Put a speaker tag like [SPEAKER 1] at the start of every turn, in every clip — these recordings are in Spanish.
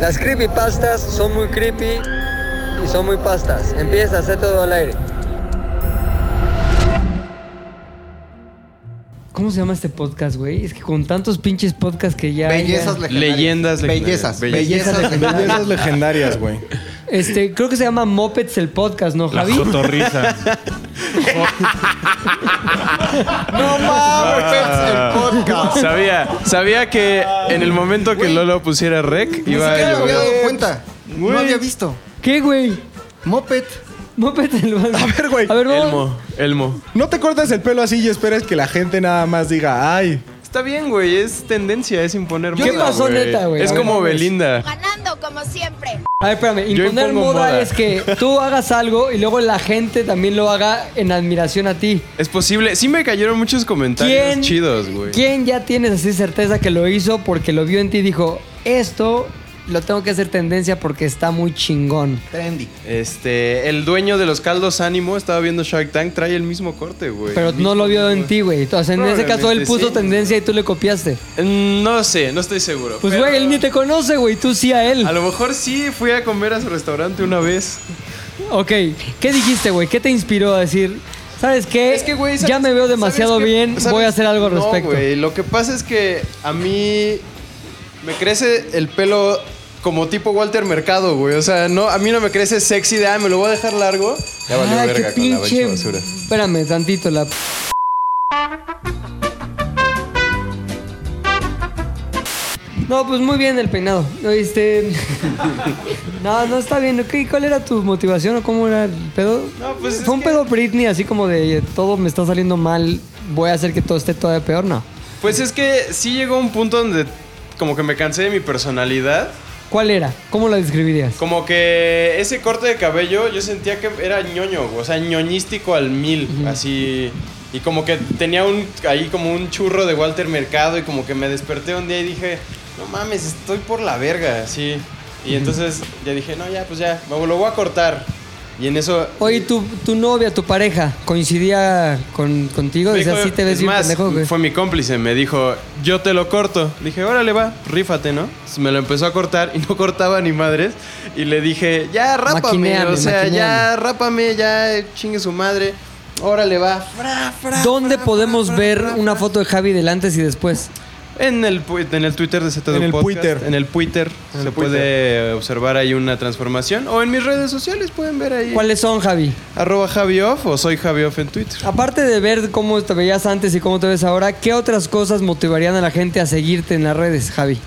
[SPEAKER 1] Las creepypastas son muy creepy y son muy pastas. Empieza, hacer todo al aire.
[SPEAKER 2] ¿Cómo se llama este podcast, güey? Es que con tantos pinches podcasts que ya.
[SPEAKER 3] Bellezas
[SPEAKER 2] ya-
[SPEAKER 3] legendarias.
[SPEAKER 4] Leyendas legendarias.
[SPEAKER 3] Bellezas.
[SPEAKER 4] Bellezas
[SPEAKER 3] Bellezas legendarias.
[SPEAKER 5] Bellezas legendarias, güey.
[SPEAKER 2] Este, creo que se llama Mopeds el podcast, ¿no,
[SPEAKER 6] La
[SPEAKER 2] Javi?
[SPEAKER 6] cotorriza.
[SPEAKER 3] No mames, el podcast.
[SPEAKER 4] Sabía, sabía que en el momento que Lolo pusiera rec,
[SPEAKER 3] Ni
[SPEAKER 4] iba a
[SPEAKER 3] siquiera me
[SPEAKER 4] llover.
[SPEAKER 3] había dado cuenta.
[SPEAKER 4] Güey.
[SPEAKER 3] No había visto.
[SPEAKER 2] ¿Qué, güey?
[SPEAKER 3] Moped.
[SPEAKER 2] Mopeds el podcast. A
[SPEAKER 5] ver, güey.
[SPEAKER 2] A ver, vamos.
[SPEAKER 4] Elmo, Elmo.
[SPEAKER 5] No te cortes el pelo así y esperes que la gente nada más diga, ay,
[SPEAKER 4] Está bien, güey, es tendencia, es imponer
[SPEAKER 2] ¿Qué pasó, neta, güey?
[SPEAKER 4] Es
[SPEAKER 2] A ver,
[SPEAKER 4] como
[SPEAKER 2] mames.
[SPEAKER 4] Belinda.
[SPEAKER 7] Ganando como siempre.
[SPEAKER 2] A ver, espérame.
[SPEAKER 4] Yo
[SPEAKER 2] Imponer
[SPEAKER 4] impongo
[SPEAKER 2] moda,
[SPEAKER 4] moda.
[SPEAKER 2] es que tú hagas algo y luego la gente también lo haga en admiración a ti.
[SPEAKER 4] Es posible. Sí me cayeron muchos comentarios
[SPEAKER 2] ¿Quién-
[SPEAKER 4] chidos, güey.
[SPEAKER 2] ¿Quién ya tienes así certeza que lo hizo porque lo vio en ti y dijo, esto lo tengo que hacer tendencia porque está muy chingón?
[SPEAKER 3] Trendy.
[SPEAKER 4] Este, el dueño de los caldos ánimo estaba viendo Shark Tank, trae el mismo corte, güey.
[SPEAKER 2] Pero
[SPEAKER 4] El
[SPEAKER 2] no lo
[SPEAKER 4] mismo,
[SPEAKER 2] vio en
[SPEAKER 4] güey.
[SPEAKER 2] ti, güey. Entonces, en ese caso, él
[SPEAKER 4] Probablemente
[SPEAKER 2] puso
[SPEAKER 4] sí.
[SPEAKER 2] tendencia y tú le copiaste.
[SPEAKER 4] Mm, No sé, no estoy seguro.
[SPEAKER 2] Pues,
[SPEAKER 4] pero-
[SPEAKER 2] güey, él ni te conoce, güey. Tú sí a él.
[SPEAKER 4] A lo mejor sí fui a comer a su restaurante una vez.
[SPEAKER 2] Ok. ¿Qué dijiste, güey? ¿Qué te inspiró a decir? ¿Sabes qué?
[SPEAKER 4] ¿sabes-
[SPEAKER 2] ya me veo demasiado
[SPEAKER 4] sabes qué?
[SPEAKER 2] bien. Voy
[SPEAKER 4] ¿Sabes?
[SPEAKER 2] a hacer algo al
[SPEAKER 4] No,
[SPEAKER 2] respecto.
[SPEAKER 4] güey, lo que pasa es que a mí me crece el pelo como tipo Walter Mercado, güey. O sea, no, a mí no me crece sexy de, ah, me lo voy a dejar largo. Ya valió
[SPEAKER 2] Ah,
[SPEAKER 4] verga
[SPEAKER 2] qué
[SPEAKER 4] con la pinche
[SPEAKER 2] pinche.
[SPEAKER 4] basura.
[SPEAKER 2] Espérame tantito la. p- No, pues muy bien el peinado. Este. No, no está bien. ¿Qué- ¿Cuál era tu motivación o cómo era el pedo?
[SPEAKER 4] No, pues, es
[SPEAKER 2] Fue un
[SPEAKER 4] que-
[SPEAKER 2] pedo Britney, así como de todo me está saliendo mal, voy a hacer que todo esté todavía peor, ¿no?
[SPEAKER 4] Pues es que sí llegó un punto donde como que me cansé de mi personalidad.
[SPEAKER 2] ¿Cuál era? ¿Cómo la describirías?
[SPEAKER 4] Como que ese corte de cabello yo sentía que era ñoño, güey, o sea, ñoñístico al mil, así. Y como que tenía un ahí como un churro de Walter Mercado y como que me desperté un día y dije, no mames, estoy por la verga, así. Y entonces ya dije, no, ya, pues ya, me lo voy a cortar. Y en eso...
[SPEAKER 2] Oye, tu, tu novia, tu pareja, coincidía con, contigo,
[SPEAKER 4] me
[SPEAKER 2] decía,
[SPEAKER 4] dijo-
[SPEAKER 2] sí te ves
[SPEAKER 4] es
[SPEAKER 2] bien
[SPEAKER 4] más,
[SPEAKER 2] pendejo, güey.
[SPEAKER 4] fue mi cómplice, me dijo, yo te lo corto. Dije, órale va, rífate, ¿no? Entonces me lo empezó a cortar y no cortaba ni madres. Y le dije, ya rápame,
[SPEAKER 2] Maquinéame,
[SPEAKER 4] o sea, ya
[SPEAKER 2] maquinéame.
[SPEAKER 4] rápame, ya chingue su madre. Órale va. Fra, fra,
[SPEAKER 2] ¿Dónde
[SPEAKER 4] fra,
[SPEAKER 2] podemos
[SPEAKER 4] fra, fra,
[SPEAKER 2] ver
[SPEAKER 4] fra,
[SPEAKER 2] una
[SPEAKER 4] fra.
[SPEAKER 2] foto de Javi del antes y después?
[SPEAKER 4] En el, pu- en el Twitter de ZDU
[SPEAKER 5] En el
[SPEAKER 4] Podcast,
[SPEAKER 5] Twitter.
[SPEAKER 4] En el Twitter.
[SPEAKER 5] En el
[SPEAKER 4] se puede observar ahí una transformación. O en mis redes sociales pueden ver ahí.
[SPEAKER 2] ¿Cuáles son, Javi?
[SPEAKER 4] Arroba Javioff o soy Javioff en Twitter.
[SPEAKER 2] Aparte de ver cómo te veías antes y cómo te ves ahora, ¿qué otras cosas motivarían a la gente a seguirte en las redes, Javi?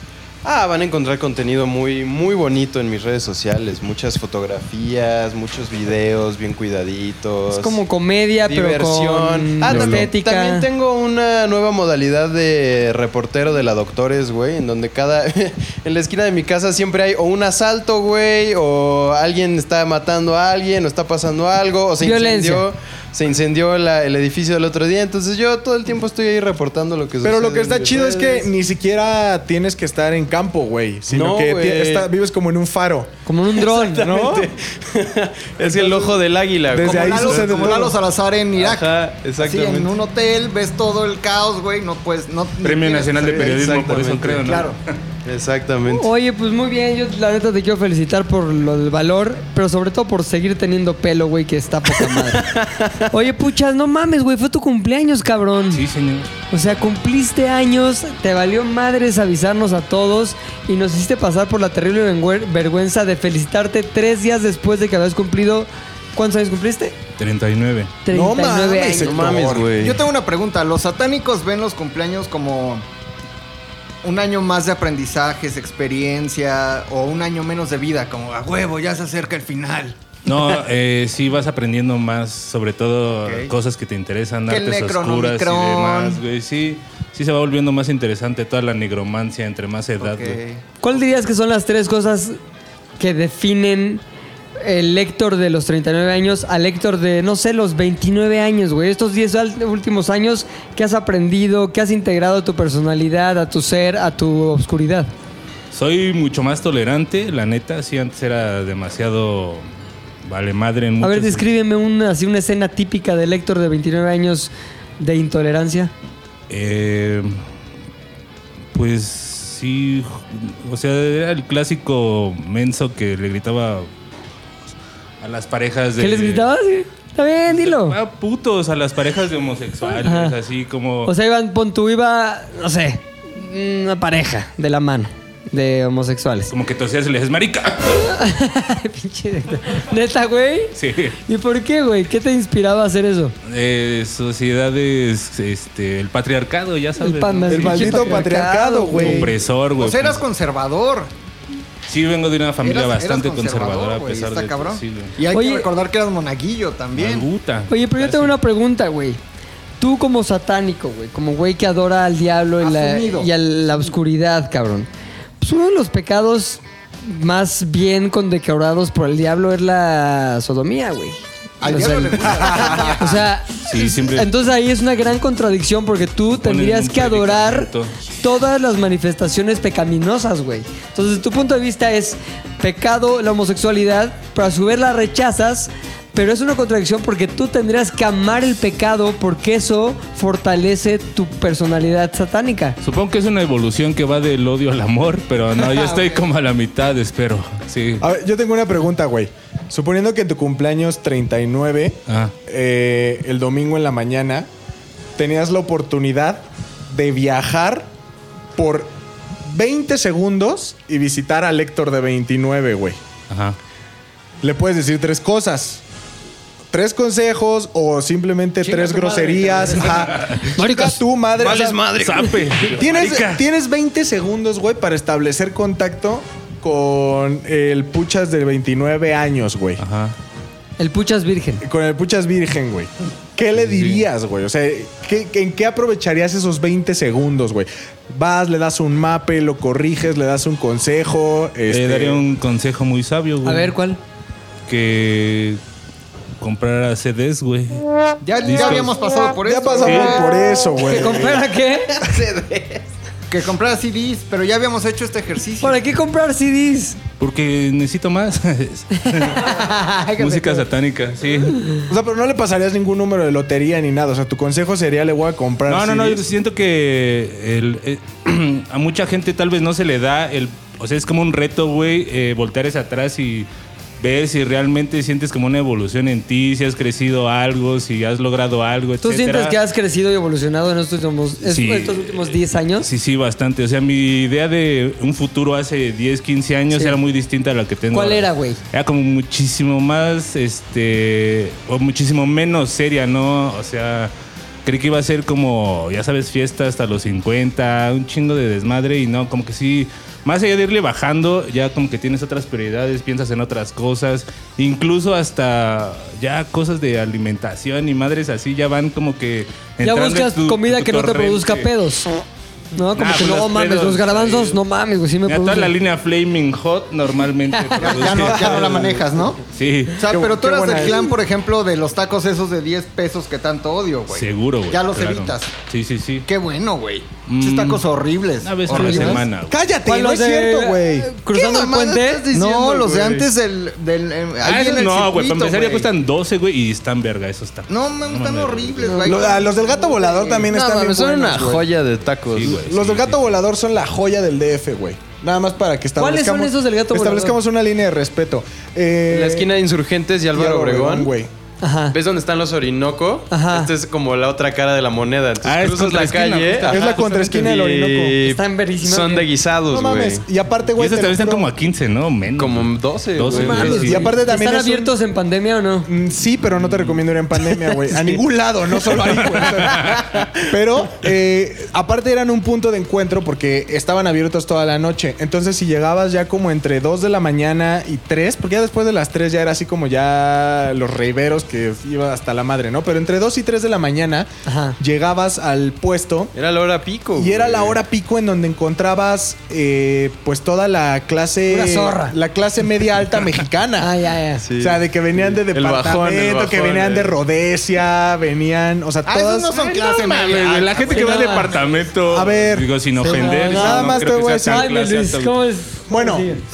[SPEAKER 4] Ah, van a encontrar contenido muy, muy bonito en mis redes sociales. Muchas fotografías, muchos videos bien cuidaditos.
[SPEAKER 2] Es como comedia,
[SPEAKER 4] Pues, diversión.
[SPEAKER 2] pero con
[SPEAKER 4] Ah, también-
[SPEAKER 2] estética.
[SPEAKER 4] También tengo una nueva modalidad de reportero de la Doctores, güey, en donde cada... en la esquina de mi casa siempre hay o un asalto, güey, o alguien está matando a alguien, o está pasando algo, o se
[SPEAKER 2] Violencia.
[SPEAKER 4] incendió, se incendió la- el edificio del otro día. Entonces yo todo el tiempo estoy ahí reportando lo que sucede.
[SPEAKER 5] Pero lo que
[SPEAKER 4] en
[SPEAKER 5] está
[SPEAKER 4] mis
[SPEAKER 5] chido es que
[SPEAKER 4] redes.
[SPEAKER 5] ni siquiera tienes que estar en campo, güey. Sino
[SPEAKER 4] No,
[SPEAKER 5] que
[SPEAKER 4] güey.
[SPEAKER 5] ti- está- vives como en un faro.
[SPEAKER 2] Como en un dron, ¿no?
[SPEAKER 4] es el ojo del águila.
[SPEAKER 5] Desde
[SPEAKER 4] como
[SPEAKER 5] ahí
[SPEAKER 4] Lalo-
[SPEAKER 5] sucede
[SPEAKER 3] como
[SPEAKER 5] todo.
[SPEAKER 3] Lalo Salazar en Irak.
[SPEAKER 4] Ajá,
[SPEAKER 3] Así, en
[SPEAKER 4] exactamente.
[SPEAKER 3] un hotel ves todo el caos, güey. No puedes. No,
[SPEAKER 8] Premio Nacional de Periodismo, por eso
[SPEAKER 4] Exactamente.
[SPEAKER 8] creo, ¿no?
[SPEAKER 3] Claro.
[SPEAKER 4] Exactamente.
[SPEAKER 2] Oye, pues muy bien, yo la neta te quiero felicitar por lo del valor, pero sobre todo por seguir teniendo pelo, güey, que está poca madre. Oye, puchas, no mames, güey, fue tu cumpleaños, cabrón.
[SPEAKER 8] Sí, señor.
[SPEAKER 2] O sea, cumpliste años, te valió madres avisarnos a todos y nos hiciste pasar por la terrible vengüe- vergüenza de felicitarte tres días después de que habías cumplido. ¿Cuántos años cumpliste?
[SPEAKER 8] 39.
[SPEAKER 2] 39
[SPEAKER 5] mames,
[SPEAKER 2] años.
[SPEAKER 4] No mames, güey.
[SPEAKER 3] Yo tengo una pregunta. ¿Los satánicos ven los cumpleaños como un año más de aprendizajes, experiencia o un año menos de vida? Como a huevo, ya se acerca el final.
[SPEAKER 8] No, eh, sí vas aprendiendo más, sobre todo
[SPEAKER 3] Ok.
[SPEAKER 8] cosas que te interesan,
[SPEAKER 3] Que el
[SPEAKER 8] artes oscuras y
[SPEAKER 3] Necronomicron.
[SPEAKER 8] demás, güey. Sí, sí se va volviendo más interesante toda la nigromancia entre más edad,
[SPEAKER 3] Ok.
[SPEAKER 8] güey.
[SPEAKER 2] ¿Cuál dirías que son las tres cosas que definen el Héctor de los 39 años al Héctor de, no sé, los 29 años, güey? Estos 10 al- últimos años, ¿qué has aprendido? ¿Qué has integrado a tu personalidad, a tu ser, a tu obscuridad?
[SPEAKER 8] Soy mucho más tolerante, la neta. Sí, antes era demasiado vale madre en
[SPEAKER 2] A ver,
[SPEAKER 8] muchos-
[SPEAKER 2] descríbeme una, así una escena típica del Héctor de 29 años de intolerancia.
[SPEAKER 8] Eh, pues sí, o sea, era el clásico menso que le gritaba a las parejas de...
[SPEAKER 2] ¿Qué les gritabas? Está bien, dilo.
[SPEAKER 8] A putos, a las parejas de homosexuales,
[SPEAKER 2] Ajá.
[SPEAKER 8] así como...
[SPEAKER 2] O sea, Iván, pon tú, iba, no sé, una pareja de la mano de homosexuales.
[SPEAKER 8] como que torcías y le dices, marica.
[SPEAKER 2] Pinche neta. ¿Neta, güey?
[SPEAKER 8] Sí.
[SPEAKER 2] ¿Y por qué, güey? ¿Qué te inspiraba a hacer eso?
[SPEAKER 8] Eh, sociedades, este, el patriarcado, ya sabes.
[SPEAKER 2] pan-
[SPEAKER 8] ¿no?
[SPEAKER 5] El
[SPEAKER 2] pinche
[SPEAKER 5] maldito patriarcado, güey.
[SPEAKER 8] Opresor, güey. pues,
[SPEAKER 3] O sea, eras conservador.
[SPEAKER 8] Sí, vengo de una Pues, familia
[SPEAKER 3] Eras- eras
[SPEAKER 8] bastante conservadora,
[SPEAKER 3] conservador, güey,
[SPEAKER 8] a pesar
[SPEAKER 3] está
[SPEAKER 8] de
[SPEAKER 3] cabrón.
[SPEAKER 8] Sí, güey.
[SPEAKER 3] Y hay
[SPEAKER 2] Oye-
[SPEAKER 3] que recordar que eras monaguillo también.
[SPEAKER 8] Malguta.
[SPEAKER 2] Oye, pero yo tengo
[SPEAKER 8] Casi.
[SPEAKER 2] una pregunta, güey. Tú como satánico, güey, como güey que adora al diablo y, la,
[SPEAKER 3] Asumido.
[SPEAKER 2] y a la oscuridad, cabrón. Pues uno de los pecados más bien condecorados por el diablo es la sodomía, güey.
[SPEAKER 3] Al
[SPEAKER 2] O
[SPEAKER 3] diablo
[SPEAKER 2] sea,
[SPEAKER 3] le gusta.
[SPEAKER 2] O sea,
[SPEAKER 8] Sí, siempre-
[SPEAKER 2] entonces ahí es una gran contradicción porque tú tendrías
[SPEAKER 8] un
[SPEAKER 2] que adorar
[SPEAKER 8] predicamento.
[SPEAKER 2] todas las manifestaciones pecaminosas, güey. Entonces tu punto de vista es pecado la homosexualidad, pero a su vez la rechazas, pero es una contradicción porque tú tendrías que amar el pecado porque eso fortalece tu personalidad satánica.
[SPEAKER 8] Supongo que es una evolución que va del odio al amor, pero no, yo estoy como a la mitad, espero. Sí.
[SPEAKER 5] A ver, yo tengo una pregunta, güey. Suponiendo que en tu cumpleaños 39,
[SPEAKER 8] Ah.
[SPEAKER 5] eh, el domingo en la mañana, tenías la oportunidad de viajar por 20 segundos y visitar al Héctor de 29, güey.
[SPEAKER 8] Ajá.
[SPEAKER 5] Le puedes decir tres cosas. Tres consejos o simplemente tres groserías. Ajá.
[SPEAKER 2] Maricas.
[SPEAKER 5] Tú, madre. o sea,
[SPEAKER 8] Sape.
[SPEAKER 5] Tienes,
[SPEAKER 8] Marica.
[SPEAKER 5] tienes 20 segundos, güey, para establecer contacto con el puchas de 29 años, güey.
[SPEAKER 8] Ajá.
[SPEAKER 2] El puchas virgen.
[SPEAKER 5] Con el puchas virgen, güey. ¿Qué le dirías, güey? O sea, ¿qué- ¿en qué aprovecharías esos 20 segundos, güey? Vas, le das un mape, lo corriges, le das un consejo.
[SPEAKER 8] Le
[SPEAKER 5] este,
[SPEAKER 8] Eh, daría un consejo muy sabio, güey.
[SPEAKER 2] A ver, ¿cuál?
[SPEAKER 8] Que comprara CDs, güey.
[SPEAKER 3] Ya, ya
[SPEAKER 8] Discos.
[SPEAKER 3] habíamos pasado por
[SPEAKER 5] Ya
[SPEAKER 3] eso.
[SPEAKER 5] pasamos por eso, güey.
[SPEAKER 2] ¿Que comprar qué?
[SPEAKER 3] Que comprar CDs, pero ya habíamos hecho este ejercicio.
[SPEAKER 2] ¿Para qué comprar CDs?
[SPEAKER 8] Porque necesito más. Música satánica, sí.
[SPEAKER 5] O sea, pero no le pasarías ningún número de lotería ni nada. O sea, tu consejo sería le voy a comprar.
[SPEAKER 8] No, no, no, yo
[SPEAKER 5] CDs.
[SPEAKER 8] siento que el- eh, a mucha gente tal vez no se le da el... O sea, es como un reto, güey, eh, voltear hacia atrás y ver si realmente sientes como una evolución en ti, si has crecido algo, si has logrado algo,
[SPEAKER 2] ¿Tú
[SPEAKER 8] etcétera.
[SPEAKER 2] sientes que has crecido y evolucionado en estos últimos, es-
[SPEAKER 8] Sí.
[SPEAKER 2] estos últimos 10 años?
[SPEAKER 8] Sí, sí, bastante. O sea, mi idea de un futuro hace 10, 15 años
[SPEAKER 2] Sí.
[SPEAKER 8] era muy distinta a la que tengo.
[SPEAKER 2] ¿Cuál
[SPEAKER 8] ahora.
[SPEAKER 2] era, güey?
[SPEAKER 8] Era como muchísimo más, este, o muchísimo menos seria, ¿no? O sea, creí que iba a ser como, ya sabes, fiesta hasta los 50, un chingo de desmadre y no, como que sí. Más allá de irle bajando, ya como que tienes otras prioridades, piensas en otras cosas, incluso hasta ya cosas de alimentación y madres así ya van como que...
[SPEAKER 2] Ya
[SPEAKER 8] entrando en
[SPEAKER 2] buscas
[SPEAKER 8] tu-
[SPEAKER 2] comida
[SPEAKER 8] tu
[SPEAKER 2] que no te
[SPEAKER 8] torrente.
[SPEAKER 2] produzca pedos. No, como
[SPEAKER 8] Nah,
[SPEAKER 2] que
[SPEAKER 8] pues
[SPEAKER 2] no
[SPEAKER 8] los
[SPEAKER 2] mames,
[SPEAKER 8] pedos,
[SPEAKER 2] los garbanzos,
[SPEAKER 8] ahí.
[SPEAKER 2] no mames, güey, sí me
[SPEAKER 8] Mira, toda
[SPEAKER 2] producen.
[SPEAKER 8] la línea Flaming Hot normalmente.
[SPEAKER 3] Ya, ya no, ya no la manejas, ¿no?
[SPEAKER 8] Sí,
[SPEAKER 3] O sea,
[SPEAKER 5] Qué-
[SPEAKER 3] pero tú
[SPEAKER 5] qué
[SPEAKER 3] eras
[SPEAKER 5] buena
[SPEAKER 3] del
[SPEAKER 5] es.
[SPEAKER 3] clan, por ejemplo, de los tacos esos de 10 pesos que tanto odio, güey.
[SPEAKER 8] seguro, güey.
[SPEAKER 3] Ya los
[SPEAKER 8] claro.
[SPEAKER 3] evitas.
[SPEAKER 8] Sí, sí, sí.
[SPEAKER 3] Qué bueno, güey.
[SPEAKER 8] Mm.
[SPEAKER 3] Esos tacos horribles.
[SPEAKER 8] Una vez a la
[SPEAKER 3] horribles.
[SPEAKER 8] semana, güey.
[SPEAKER 5] Cállate,
[SPEAKER 2] ¿Cuál,
[SPEAKER 5] no
[SPEAKER 2] los
[SPEAKER 5] es
[SPEAKER 2] de-
[SPEAKER 5] cierto, güey.
[SPEAKER 2] eh, Cruzando el
[SPEAKER 3] mamada
[SPEAKER 2] puente.
[SPEAKER 3] estás diciendo,
[SPEAKER 2] no,
[SPEAKER 3] no, los de
[SPEAKER 8] güey?
[SPEAKER 3] antes del. del eh, ahí
[SPEAKER 8] Ah,
[SPEAKER 3] en
[SPEAKER 8] esos
[SPEAKER 3] el
[SPEAKER 8] no, güey. Para
[SPEAKER 3] circuito,
[SPEAKER 8] empezar ya
[SPEAKER 3] güey.
[SPEAKER 8] cuestan 12, güey, y están verga, esos tacos.
[SPEAKER 3] No, mames, están
[SPEAKER 8] mames.
[SPEAKER 3] horribles, güey.
[SPEAKER 5] Lo- a los del gato volador también
[SPEAKER 6] No,
[SPEAKER 5] están
[SPEAKER 6] mames,
[SPEAKER 5] bien
[SPEAKER 6] son
[SPEAKER 5] buenos,
[SPEAKER 6] una
[SPEAKER 5] güey.
[SPEAKER 6] joya de tacos.
[SPEAKER 8] Sí, güey.
[SPEAKER 5] Los del
[SPEAKER 8] sí,
[SPEAKER 5] gato
[SPEAKER 8] sí.
[SPEAKER 5] volador son la joya del DF, güey. Nada más para que
[SPEAKER 2] ¿Cuáles
[SPEAKER 5] establezcamos...
[SPEAKER 2] son esos del gato volador?
[SPEAKER 5] Establezcamos una línea de respeto. Eh,
[SPEAKER 4] En la esquina de Insurgentes y
[SPEAKER 5] y
[SPEAKER 4] Álvaro Obregón.
[SPEAKER 5] güey.
[SPEAKER 2] Ajá.
[SPEAKER 4] ¿Ves dónde están los Orinoco?
[SPEAKER 2] Ajá.
[SPEAKER 4] Esta es como la otra cara de la moneda. Entonces
[SPEAKER 8] Ah, es
[SPEAKER 4] cruzas la
[SPEAKER 8] contraesquina,
[SPEAKER 4] calle.
[SPEAKER 8] justo.
[SPEAKER 4] ajá,
[SPEAKER 5] Es la contraesquina del
[SPEAKER 4] justamente,
[SPEAKER 5] Orinoco.
[SPEAKER 4] y
[SPEAKER 2] Están verguísimas,
[SPEAKER 4] Son de
[SPEAKER 2] güey.
[SPEAKER 5] No
[SPEAKER 4] guisados, güey.
[SPEAKER 5] mames. Y aparte,
[SPEAKER 8] Y
[SPEAKER 5] güey...
[SPEAKER 8] esos
[SPEAKER 5] te
[SPEAKER 8] también
[SPEAKER 5] lo
[SPEAKER 8] están
[SPEAKER 5] juro-
[SPEAKER 8] como a 15, ¿no? Menos.
[SPEAKER 4] como 12,
[SPEAKER 8] 12,
[SPEAKER 4] güey.
[SPEAKER 8] mames.
[SPEAKER 5] Y aparte también
[SPEAKER 2] ¿Están
[SPEAKER 5] es un-
[SPEAKER 2] abiertos en pandemia o no?
[SPEAKER 5] Mm, Sí, pero no te recomiendo ir en pandemia, güey. A ningún lado, no solo ahí, güey. O sea, Pero eh, aparte eran un punto de encuentro porque estaban abiertos toda la noche. Entonces, si llegabas ya como entre 2 de la mañana y 3, porque ya después de las 3 ya era así como ya los reiveros que iba hasta la madre, ¿no? Pero entre 2 y 3 de la mañana
[SPEAKER 2] Ajá.
[SPEAKER 5] llegabas al puesto
[SPEAKER 4] Era la hora pico.
[SPEAKER 5] y era
[SPEAKER 4] güey.
[SPEAKER 5] la hora pico en donde encontrabas eh, pues toda la
[SPEAKER 2] Pura
[SPEAKER 5] clase
[SPEAKER 2] zorra.
[SPEAKER 5] la clase media alta mexicana.
[SPEAKER 2] Ay, ay, ay.
[SPEAKER 4] Sí.
[SPEAKER 5] O sea, de que venían de
[SPEAKER 4] El bajón, el
[SPEAKER 5] departamento,
[SPEAKER 4] bajón,
[SPEAKER 5] que venían de
[SPEAKER 4] eh.
[SPEAKER 5] Rhodesia, venían, o sea,
[SPEAKER 3] Ah,
[SPEAKER 5] todas
[SPEAKER 3] esos no son
[SPEAKER 8] Ay,
[SPEAKER 3] clase
[SPEAKER 8] no mames,
[SPEAKER 3] media.
[SPEAKER 8] güey, La gente que va al
[SPEAKER 2] nada.
[SPEAKER 8] departamento.
[SPEAKER 5] A ver.
[SPEAKER 8] Digo, sin ofender.
[SPEAKER 2] nada
[SPEAKER 8] no
[SPEAKER 5] más
[SPEAKER 8] creo
[SPEAKER 5] te
[SPEAKER 8] que
[SPEAKER 5] voy a
[SPEAKER 8] sea
[SPEAKER 5] decir-
[SPEAKER 8] tan
[SPEAKER 2] Ay, mi
[SPEAKER 8] clase
[SPEAKER 2] Luis,
[SPEAKER 8] alta, güey.
[SPEAKER 2] ¿cómo es?
[SPEAKER 5] Bueno,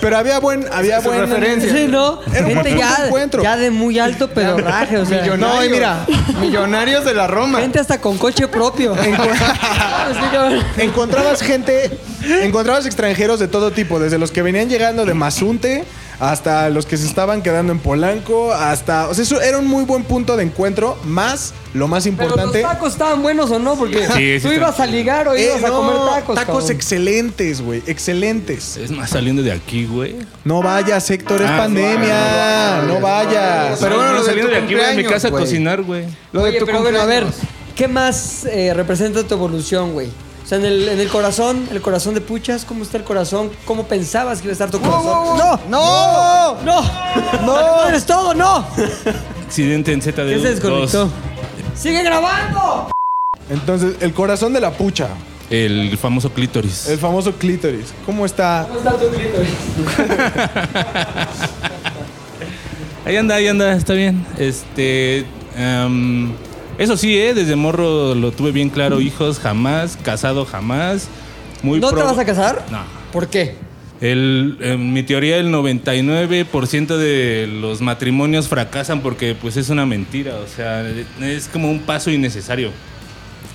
[SPEAKER 5] pero había buen, había
[SPEAKER 3] Su
[SPEAKER 5] buen
[SPEAKER 3] referencia.
[SPEAKER 2] Sí, ¿no?
[SPEAKER 5] Era un
[SPEAKER 2] Gente
[SPEAKER 5] buen
[SPEAKER 2] ya,
[SPEAKER 5] encuentro.
[SPEAKER 2] ya de muy alto pedorraje, o sea.
[SPEAKER 3] Millonarios.
[SPEAKER 5] No, y mira.
[SPEAKER 3] Millonarios de la Roma.
[SPEAKER 2] Gente hasta con coche propio. Ah, sí, cabrón.
[SPEAKER 5] Encontrabas gente, encontrabas extranjeros de todo tipo, desde los que venían llegando de Mazunte hasta los que se estaban quedando en Polanco, hasta, o sea, eso era un muy buen punto de encuentro, más lo más
[SPEAKER 2] Pero los
[SPEAKER 5] importante,
[SPEAKER 2] tacos estaban buenos o no, porque
[SPEAKER 8] Sí, sí
[SPEAKER 2] tú
[SPEAKER 8] está-
[SPEAKER 2] ibas a ligar o
[SPEAKER 5] Eh,
[SPEAKER 2] ibas a
[SPEAKER 5] no,
[SPEAKER 2] comer tacos. cabrón.
[SPEAKER 5] excelentes, güey, excelentes.
[SPEAKER 8] Es más, saliendo de aquí, güey.
[SPEAKER 5] No vayas, Héctor, es
[SPEAKER 8] Ah,
[SPEAKER 5] pandemia, no vayas.
[SPEAKER 3] Pero bueno, lo de
[SPEAKER 8] saliendo
[SPEAKER 3] tu
[SPEAKER 8] de aquí, güey, a mi
[SPEAKER 3] cumpleaños,
[SPEAKER 8] casa
[SPEAKER 3] güey.
[SPEAKER 8] a cocinar, güey.
[SPEAKER 3] Lo de
[SPEAKER 2] Oye,
[SPEAKER 3] tu
[SPEAKER 2] pero bueno, a ver,
[SPEAKER 3] cumpleaños.
[SPEAKER 2] ¿qué más eh, representa tu evolución, güey? O sea, en el, en el corazón, el corazón de Puchas, ¿cómo está el corazón? ¿Cómo pensabas que iba a estar tu corazón?
[SPEAKER 3] ¡No!
[SPEAKER 2] ¡No! ¡No! ¡No eres todo, no!
[SPEAKER 8] Accidente en Z
[SPEAKER 2] ¿Qué se desconectó? ¡Sigue grabando!
[SPEAKER 5] Entonces, el corazón de la pucha,
[SPEAKER 8] El famoso clítoris.
[SPEAKER 5] el famoso clítoris, ¿cómo está?
[SPEAKER 2] ¿Cómo está tu clítoris?
[SPEAKER 8] Ahí anda, ahí anda, está bien. Este. em, eso sí, ¿eh? Desde morro lo tuve bien claro. Hijos jamás, casado jamás. Muy
[SPEAKER 2] ¿No te
[SPEAKER 8] prob-
[SPEAKER 2] vas a casar?
[SPEAKER 8] No.
[SPEAKER 2] ¿Por qué?
[SPEAKER 8] El, en mi teoría, el 99% de los matrimonios fracasan porque pues es una mentira. O sea, es como un paso innecesario.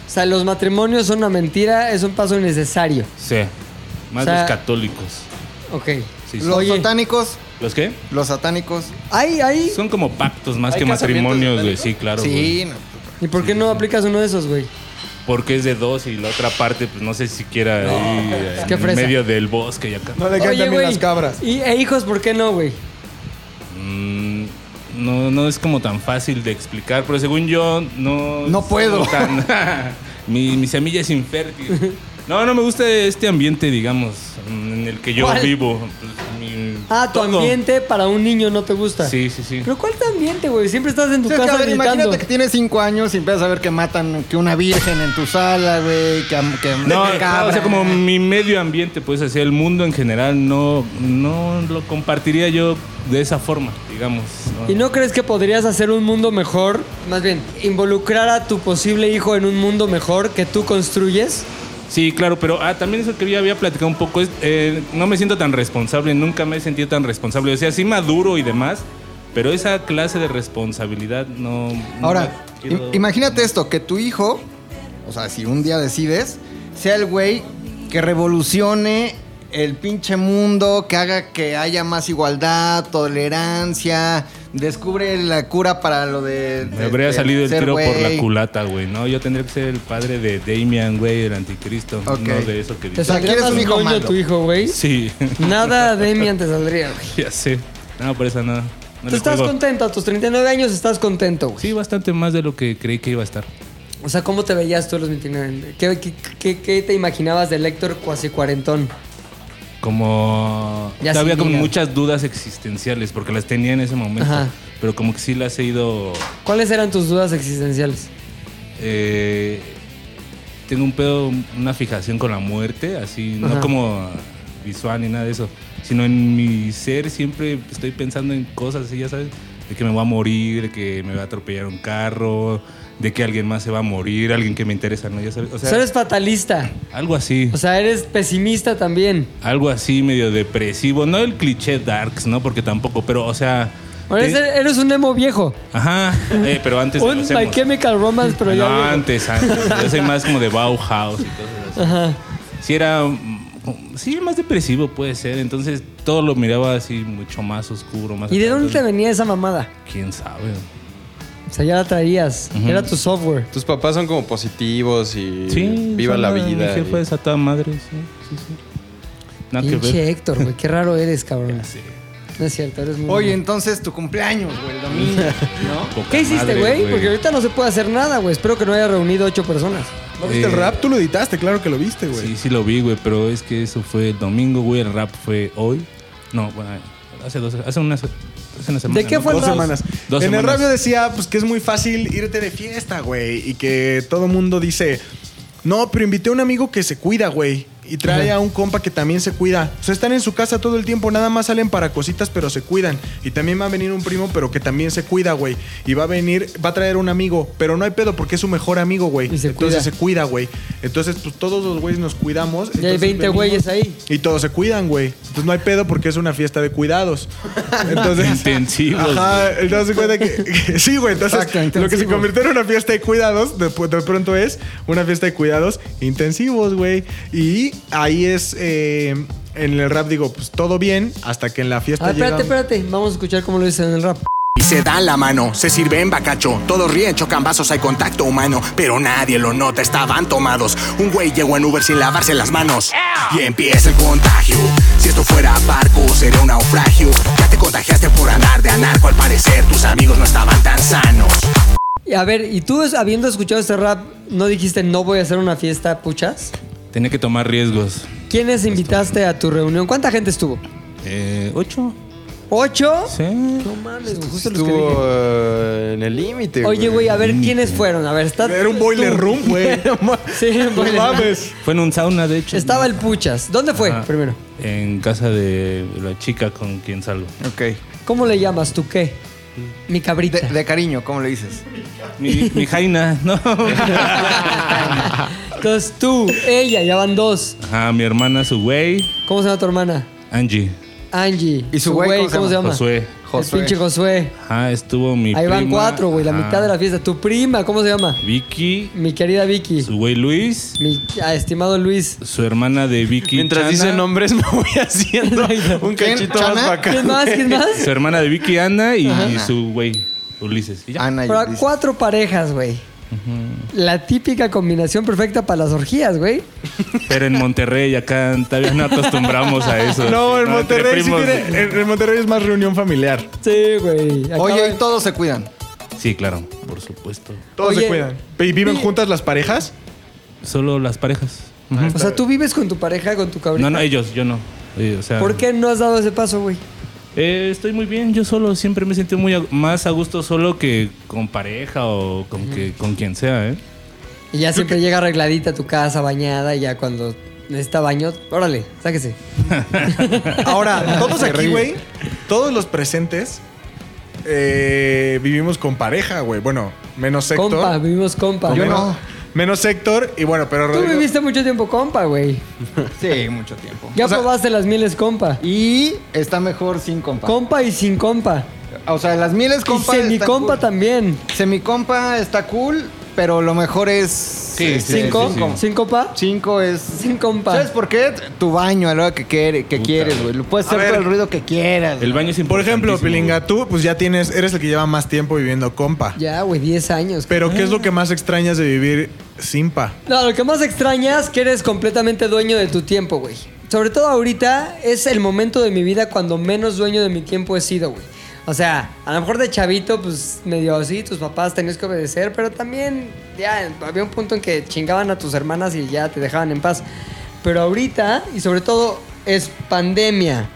[SPEAKER 2] O sea, los matrimonios son una mentira, es un paso innecesario.
[SPEAKER 8] Sí. Más
[SPEAKER 2] O sea-
[SPEAKER 8] los católicos.
[SPEAKER 2] Ok.
[SPEAKER 8] Sí, sí.
[SPEAKER 3] Los
[SPEAKER 2] Oye.
[SPEAKER 3] satánicos.
[SPEAKER 8] ¿Los qué?
[SPEAKER 3] Los satánicos.
[SPEAKER 2] ¿Hay, hay?
[SPEAKER 8] Son como pactos más
[SPEAKER 3] ¿Hay
[SPEAKER 8] que matrimonios,
[SPEAKER 3] casamientos
[SPEAKER 8] güey. Sí, claro. güey.
[SPEAKER 3] Sí, no.
[SPEAKER 2] ¿Y por qué no aplicas uno de esos, güey?
[SPEAKER 8] Porque es de dos y la otra parte, pues no sé siquiera ahí en
[SPEAKER 2] pues, Qué
[SPEAKER 8] el
[SPEAKER 2] fresa.
[SPEAKER 8] medio del bosque y acá.
[SPEAKER 5] No le
[SPEAKER 2] Oye,
[SPEAKER 5] cantan bien
[SPEAKER 2] güey,
[SPEAKER 5] las cabras.
[SPEAKER 2] ¿Y, e hijos, ¿por qué no, güey?
[SPEAKER 8] Mm, No, no es como tan fácil de explicar, pero según yo, no.
[SPEAKER 3] No puedo.
[SPEAKER 8] soy tan- mi, mi semilla es infértil. No, no me gusta este ambiente, digamos, en el que yo
[SPEAKER 2] ¿Cuál?
[SPEAKER 8] vivo. Pues, Mi-
[SPEAKER 2] Ah, tu
[SPEAKER 8] todo.
[SPEAKER 2] ambiente para un niño no te gusta.
[SPEAKER 8] Sí, sí, sí.
[SPEAKER 2] ¿Pero cuál ambiente, güey? Siempre estás en tu
[SPEAKER 3] Sí, es que,
[SPEAKER 2] casa
[SPEAKER 3] a ver,
[SPEAKER 2] gritando.
[SPEAKER 3] imagínate que tienes cinco años y empiezas a ver que matan que una virgen en tu sala, güey, que, am- que
[SPEAKER 8] No,
[SPEAKER 3] que
[SPEAKER 8] no, o sea, como mi medio ambiente, pues así, el mundo en general, no, no lo compartiría yo de esa forma, digamos. ¿no?
[SPEAKER 2] ¿Y no crees que podrías hacer un mundo mejor? Más bien, involucrar a tu posible hijo en un mundo mejor que tú construyes.
[SPEAKER 8] Sí, claro, pero ah, también eso que yo había platicado un poco es, eh, no me siento tan responsable, nunca me he sentido tan responsable. O sea, sí maduro y demás, pero esa clase de responsabilidad no... no
[SPEAKER 3] Ahora,
[SPEAKER 8] la quiero-
[SPEAKER 3] im- imagínate esto, que tu hijo, o sea, si un día decides, sea el güey que revolucione el pinche mundo, que haga que haya más igualdad, tolerancia, descubre la cura para lo de...
[SPEAKER 8] Me
[SPEAKER 3] de-
[SPEAKER 8] habría
[SPEAKER 3] de
[SPEAKER 8] salido el
[SPEAKER 3] ser
[SPEAKER 8] tiro por la
[SPEAKER 3] güey.
[SPEAKER 8] culata, güey, ¿no? Yo tendría que ser el padre de Damian, güey, el anticristo.
[SPEAKER 3] Ok.
[SPEAKER 8] No de eso que
[SPEAKER 2] ¿Te
[SPEAKER 8] dice.
[SPEAKER 3] sea,
[SPEAKER 2] saldría
[SPEAKER 3] ¿quieres
[SPEAKER 2] más
[SPEAKER 3] un hijo
[SPEAKER 2] ñoño
[SPEAKER 3] malo?
[SPEAKER 2] tu hijo, güey?
[SPEAKER 8] Sí,
[SPEAKER 2] Nada de mí antes saldría, güey.
[SPEAKER 8] ya sé. No, por esa nada. No
[SPEAKER 2] Tú
[SPEAKER 8] le
[SPEAKER 2] estás
[SPEAKER 8] juego.
[SPEAKER 2] contento, a tus 39 años estás contento, güey.
[SPEAKER 8] Sí, bastante más de lo que creí que iba a estar.
[SPEAKER 2] O sea, ¿cómo te veías tú a los 29? ¿Qué, qué, qué- qué te imaginabas de Héctor cuasi cuarentón?
[SPEAKER 8] como
[SPEAKER 2] Ya
[SPEAKER 8] había
[SPEAKER 2] sin
[SPEAKER 8] como
[SPEAKER 2] ligas.
[SPEAKER 8] muchas dudas existenciales porque las tenía en ese momento
[SPEAKER 2] Ajá.
[SPEAKER 8] pero como que sí las he ido
[SPEAKER 2] ¿Cuáles eran tus dudas existenciales?
[SPEAKER 8] eh, tengo un pedo una fijación con la muerte así
[SPEAKER 2] Ajá.
[SPEAKER 8] no como visual ni nada de eso sino en mi ser siempre estoy pensando en cosas así ya sabes de que me voy a morir de que me va a atropellar un carro de que alguien más se va a morir alguien que me interesa no ya sabes o
[SPEAKER 2] o
[SPEAKER 8] sea,
[SPEAKER 2] sea, eres fatalista.
[SPEAKER 8] algo así
[SPEAKER 2] O sea, eres pesimista también.
[SPEAKER 8] algo así medio depresivo no el cliché darks no porque tampoco pero o sea
[SPEAKER 2] O eres,
[SPEAKER 8] te-
[SPEAKER 2] eres un emo viejo.
[SPEAKER 8] Ajá, eh, pero antes de
[SPEAKER 2] Un
[SPEAKER 8] los
[SPEAKER 2] My
[SPEAKER 8] emos.
[SPEAKER 2] Chemical Romance, pero ya.
[SPEAKER 8] No,
[SPEAKER 2] viejo.
[SPEAKER 8] antes, antes. Yo soy más como de Bauhaus y cosas así.
[SPEAKER 2] Ajá.
[SPEAKER 8] Sí era... mm, Sí, más depresivo puede ser. Entonces todo lo miraba así mucho más oscuro, más...
[SPEAKER 2] ¿Y de dónde te venía esa mamada?
[SPEAKER 8] ¿Quién sabe?
[SPEAKER 2] O sea, ya la traías. Era tu software.
[SPEAKER 4] Tus papás son como positivos y viva
[SPEAKER 8] son
[SPEAKER 4] la
[SPEAKER 8] una-
[SPEAKER 4] vida. eh.
[SPEAKER 8] Mi
[SPEAKER 4] y-
[SPEAKER 8] jefa
[SPEAKER 5] pues.
[SPEAKER 8] es a toda madre, sí, sí, sí. Nada que
[SPEAKER 2] Pinche
[SPEAKER 8] ver.
[SPEAKER 2] Héctor, güey. Qué raro eres, cabrón.
[SPEAKER 8] Sí,
[SPEAKER 2] No es cierto, eres muy.
[SPEAKER 3] Oye, entonces tu cumpleaños, güey, el domingo, ¿no?
[SPEAKER 8] poca
[SPEAKER 2] ¿Qué hiciste,
[SPEAKER 8] madre,
[SPEAKER 2] güey? Porque ahorita no se puede hacer nada, güey. Espero que no haya reunido ocho personas.
[SPEAKER 5] ¿No viste el
[SPEAKER 8] Eh,
[SPEAKER 5] rap? Tú lo editaste, claro que lo viste, güey.
[SPEAKER 8] Sí, sí lo vi, güey, pero es que eso fue el domingo, güey. El rap fue hoy. No, bueno, hace dos... Hace una, hace una semana.
[SPEAKER 2] qué
[SPEAKER 8] ¿no?
[SPEAKER 2] fue el
[SPEAKER 5] Dos
[SPEAKER 2] rap?
[SPEAKER 5] semanas.
[SPEAKER 8] Dos
[SPEAKER 5] en el
[SPEAKER 8] semanas.
[SPEAKER 5] radio decía pues que es muy fácil irte de fiesta, güey. Y que todo mundo dice, no, pero invité a un amigo que se cuida, güey. Y y trae
[SPEAKER 2] Ajá.
[SPEAKER 5] a un compa que también se cuida. O sea, están en su casa todo el tiempo, nada más salen para cositas, pero se cuidan. Y también va a venir un primo, pero que también se cuida, güey. Y va a venir, va a traer un amigo, pero no hay pedo porque es su mejor amigo, güey.
[SPEAKER 2] Y se
[SPEAKER 5] Entonces
[SPEAKER 2] cuida.
[SPEAKER 5] se cuida, güey. Entonces, pues todos los güeyes nos cuidamos.
[SPEAKER 2] Ya hay
[SPEAKER 5] Entonces,
[SPEAKER 2] 20
[SPEAKER 5] venimos-
[SPEAKER 2] güeyes ahí.
[SPEAKER 5] Y todos se cuidan, güey. Entonces no hay pedo porque es una fiesta de cuidados. Entonces.
[SPEAKER 8] Intensivos,
[SPEAKER 5] Ajá, entonces se cuenta que, que- sí, güey. Entonces,
[SPEAKER 2] Exacto,
[SPEAKER 5] lo que se
[SPEAKER 2] intensivo.
[SPEAKER 5] convirtió en una fiesta de cuidados, de, pu- de pronto es una fiesta de cuidados intensivos, güey. Y ahí es, eh, en el rap digo, pues todo bien, hasta que en la fiesta.
[SPEAKER 2] Ah, espérate,
[SPEAKER 5] llega-
[SPEAKER 2] espérate. Vamos a escuchar cómo lo dicen en el rap.
[SPEAKER 6] Y se dan la mano, se sirven bacacho. Todos ríen, chocan vasos, hay contacto humano. Pero nadie lo nota, estaban tomados. Un güey llegó en Uber sin lavarse las manos. Y empieza el contagio. Si esto fuera barco, sería un naufragio. Ya te contagiaste por andar de anarco. Al parecer, tus amigos no estaban tan sanos.
[SPEAKER 2] Y A ver, ¿y tú es- habiendo escuchado este rap, no dijiste no voy a hacer una fiesta, puchas?
[SPEAKER 8] Tenía que tomar riesgos.
[SPEAKER 2] ¿Quiénes invitaste a tu reunión? ¿Cuánta gente estuvo?
[SPEAKER 8] Eh, ¿Ocho?
[SPEAKER 2] ¿Ocho?
[SPEAKER 8] Sí.
[SPEAKER 2] No mames, güey, justo los que
[SPEAKER 4] Estuvo
[SPEAKER 2] dije.
[SPEAKER 4] eh, en el límite,
[SPEAKER 2] Oye, güey, a ver, ¿quiénes fueron? A ver, está...
[SPEAKER 5] Era un boiler
[SPEAKER 2] tú.
[SPEAKER 5] room, güey.
[SPEAKER 2] Sí, un
[SPEAKER 5] No
[SPEAKER 2] boiler room.
[SPEAKER 5] mames.
[SPEAKER 8] Fue en un sauna, de hecho.
[SPEAKER 2] Estaba el puchas. ¿Dónde fue
[SPEAKER 8] Ajá.
[SPEAKER 2] primero?
[SPEAKER 8] En casa de la chica con quien salgo.
[SPEAKER 3] Ok.
[SPEAKER 2] ¿Cómo le llamas tú qué? Mi cabrita.
[SPEAKER 3] De, de cariño, ¿cómo le dices?
[SPEAKER 8] Mi, mi Jaina, ¿no?
[SPEAKER 2] Entonces tú, ella, ya van dos.
[SPEAKER 8] Ajá, mi hermana, su güey,
[SPEAKER 2] ¿Cómo se llama tu hermana?
[SPEAKER 8] Angie,
[SPEAKER 2] Angie.
[SPEAKER 3] ¿Y su güey cómo se
[SPEAKER 2] ¿Cómo se llama?
[SPEAKER 8] Josué.
[SPEAKER 2] El
[SPEAKER 3] Josué.
[SPEAKER 2] pinche Josué.
[SPEAKER 8] Ajá, estuvo mi
[SPEAKER 2] Ahí van
[SPEAKER 8] prima,
[SPEAKER 2] cuatro, güey, la
[SPEAKER 8] ajá,
[SPEAKER 2] mitad de la fiesta. Tu prima, ¿cómo se llama?
[SPEAKER 8] Vicky,
[SPEAKER 2] Mi querida Vicky.
[SPEAKER 8] su güey Luis,
[SPEAKER 2] Mi ah, estimado Luis.
[SPEAKER 8] su hermana de Vicky.
[SPEAKER 4] Mientras
[SPEAKER 8] Chana,
[SPEAKER 4] dicen nombres, me voy haciendo un
[SPEAKER 3] ¿Quién?
[SPEAKER 4] cachito más
[SPEAKER 3] ¿Chana?
[SPEAKER 4] para acá.
[SPEAKER 2] ¿Quién más? ¿Quién más?
[SPEAKER 8] Su hermana de Vicky, Ana, y su güey Ulises.
[SPEAKER 5] Ah.
[SPEAKER 8] Y ya.
[SPEAKER 3] Ana y
[SPEAKER 2] Para
[SPEAKER 3] Ulises.
[SPEAKER 2] cuatro parejas, güey. La típica combinación perfecta para las orgías, güey.
[SPEAKER 8] Pero en Monterrey acá todavía no acostumbramos a eso.
[SPEAKER 5] No, en
[SPEAKER 8] entre
[SPEAKER 5] Monterrey sí
[SPEAKER 8] primos.
[SPEAKER 5] tiene- en- en Monterrey es más reunión familiar.
[SPEAKER 2] Sí, güey. Acaba-
[SPEAKER 3] Oye, y todos se cuidan.
[SPEAKER 8] Sí, claro, por supuesto.
[SPEAKER 5] Todos
[SPEAKER 2] Oye,
[SPEAKER 5] se cuidan. ¿Y viven
[SPEAKER 2] y-
[SPEAKER 5] juntas las parejas?
[SPEAKER 8] Solo las parejas.
[SPEAKER 2] O sea, tú vives con tu pareja, con tu cabrita.
[SPEAKER 8] No, no, ellos, yo no. Eh, o sea,
[SPEAKER 2] ¿Por qué no has dado ese paso, güey?
[SPEAKER 8] Eh, estoy muy bien, yo solo siempre me siento muy a- más a gusto solo que con pareja o con que con quien sea, ¿eh?
[SPEAKER 2] Y ya siempre llega arregladita a tu casa, bañada, y ya cuando necesita baño, órale, sáquese.
[SPEAKER 5] Ahora, todos aquí, güey, todos los presentes eh, vivimos con pareja, güey. Bueno, menos Héctor.
[SPEAKER 2] Compa, vivimos compa.
[SPEAKER 5] Yo
[SPEAKER 3] no.
[SPEAKER 5] Menos Héctor y bueno, pero
[SPEAKER 2] Tú
[SPEAKER 5] Rodrigo-
[SPEAKER 2] viviste mucho tiempo compa, güey.
[SPEAKER 3] Sí, mucho tiempo.
[SPEAKER 2] Ya
[SPEAKER 3] O sea,
[SPEAKER 2] probaste las mieles compa.
[SPEAKER 3] y está mejor sin compa.
[SPEAKER 2] Compa y sin compa.
[SPEAKER 3] o sea, las mieles compa.
[SPEAKER 2] y semicompa
[SPEAKER 3] está cool.
[SPEAKER 2] también.
[SPEAKER 3] Semicompa está cool, pero lo mejor es. Sí,
[SPEAKER 2] sin, com- sin copa.
[SPEAKER 3] Cinco es.
[SPEAKER 2] Sin compa.
[SPEAKER 3] ¿Sabes por qué? Tu baño a la hora que, quiere- que
[SPEAKER 8] Puta,
[SPEAKER 3] quieres, güey. Lo puedes
[SPEAKER 5] A
[SPEAKER 3] hacer
[SPEAKER 5] ver.
[SPEAKER 3] todo el ruido que quieras.
[SPEAKER 8] El baño es
[SPEAKER 5] Por ejemplo,
[SPEAKER 8] importantísimo.
[SPEAKER 5] Pilinga, tú pues ya tienes, eres el que lleva más tiempo viviendo compa.
[SPEAKER 2] Ya, güey, 10 años.
[SPEAKER 5] Pero ¿qué es lo que más extrañas de vivir sin pa?
[SPEAKER 2] No, lo que más extrañas es que eres completamente dueño de tu tiempo, güey. Sobre todo ahorita es el momento de mi vida cuando menos dueño de mi tiempo he sido, güey. O sea, a lo mejor de chavito, pues medio así, tus papás tenías que obedecer, pero también ya había un punto en que chingaban a tus hermanas y ya te dejaban en paz. Pero ahorita, y sobre todo es pandemia,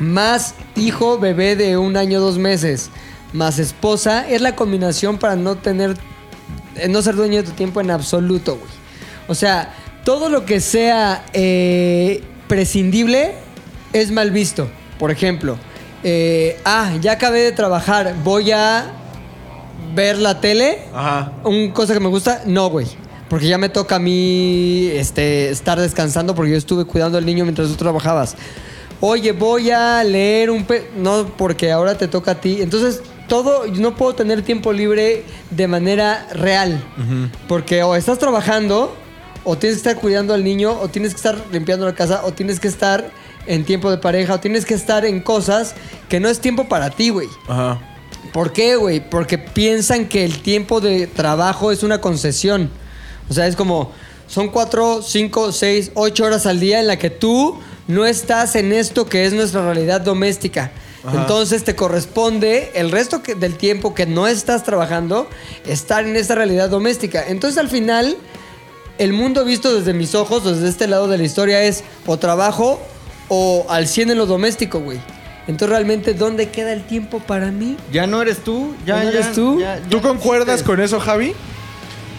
[SPEAKER 2] más hijo bebé de un año, dos meses, más esposa, es la combinación para no tener eh, no ser dueño de tu tiempo en absoluto, güey. O sea, todo lo que sea eh, prescindible es mal visto. Por ejemplo, eh, ah, ya acabé de trabajar, voy a ver la tele.
[SPEAKER 5] Ajá.
[SPEAKER 2] Un cosa que me gusta, no, güey. Porque ya me toca a mí este, estar descansando porque yo estuve cuidando al niño mientras tú trabajabas. Oye, voy a leer un... pe- no, porque ahora te toca a ti. Entonces, todo, yo no puedo tener tiempo libre de manera real. Porque o estás trabajando, o tienes que estar cuidando al niño, o tienes que estar limpiando la casa, o tienes que estar en tiempo de pareja, o tienes que estar en cosas que no es tiempo para ti, güey.
[SPEAKER 5] Ajá.
[SPEAKER 2] ¿Por qué, güey? Porque piensan que el tiempo de trabajo es una concesión. O sea, es como, son cuatro, cinco, seis, ocho horas al día en la que tú no estás en esto que es nuestra realidad doméstica. Entonces te corresponde el resto que- del tiempo que no estás trabajando estar en esta realidad doméstica. Entonces al final, el mundo visto desde mis ojos, desde este lado de la historia, es o trabajo o al 100 en lo doméstico, güey. Entonces realmente, ¿dónde queda el tiempo para mí?
[SPEAKER 3] Ya no eres tú. Ya,
[SPEAKER 2] ¿No eres
[SPEAKER 3] ya-
[SPEAKER 2] tú?
[SPEAKER 3] ya- ya
[SPEAKER 5] ¿Tú
[SPEAKER 3] no
[SPEAKER 5] concuerdas
[SPEAKER 3] existes.
[SPEAKER 5] con eso, Javi?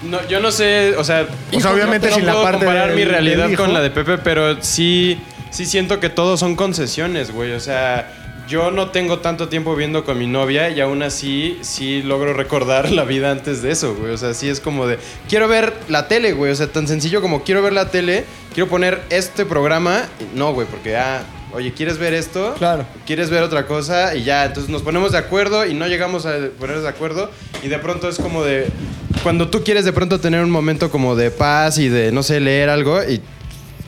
[SPEAKER 4] No, yo no sé, o sea,
[SPEAKER 5] O sea, obviamente
[SPEAKER 4] no,
[SPEAKER 5] sin la
[SPEAKER 4] puedo
[SPEAKER 5] parte
[SPEAKER 4] comparar
[SPEAKER 5] del-
[SPEAKER 4] mi realidad
[SPEAKER 5] del hijo.
[SPEAKER 4] con la de Pepe, pero sí, sí siento que todos son concesiones, güey. O sea, yo no tengo tanto tiempo viendo con mi novia y aún así sí logro recordar la vida antes de eso, güey. O sea, sí es como de, quiero ver la tele, güey. O sea, tan sencillo como quiero ver la tele, quiero poner este programa. No, güey, porque ah, Oye, ¿quieres ver esto?
[SPEAKER 2] Claro.
[SPEAKER 4] ¿Quieres ver otra cosa? Y ya, entonces nos ponemos de acuerdo y no llegamos a ponernos de acuerdo. Y de pronto es como de. Cuando tú quieres de pronto tener un momento como de paz y de, no sé, leer algo y.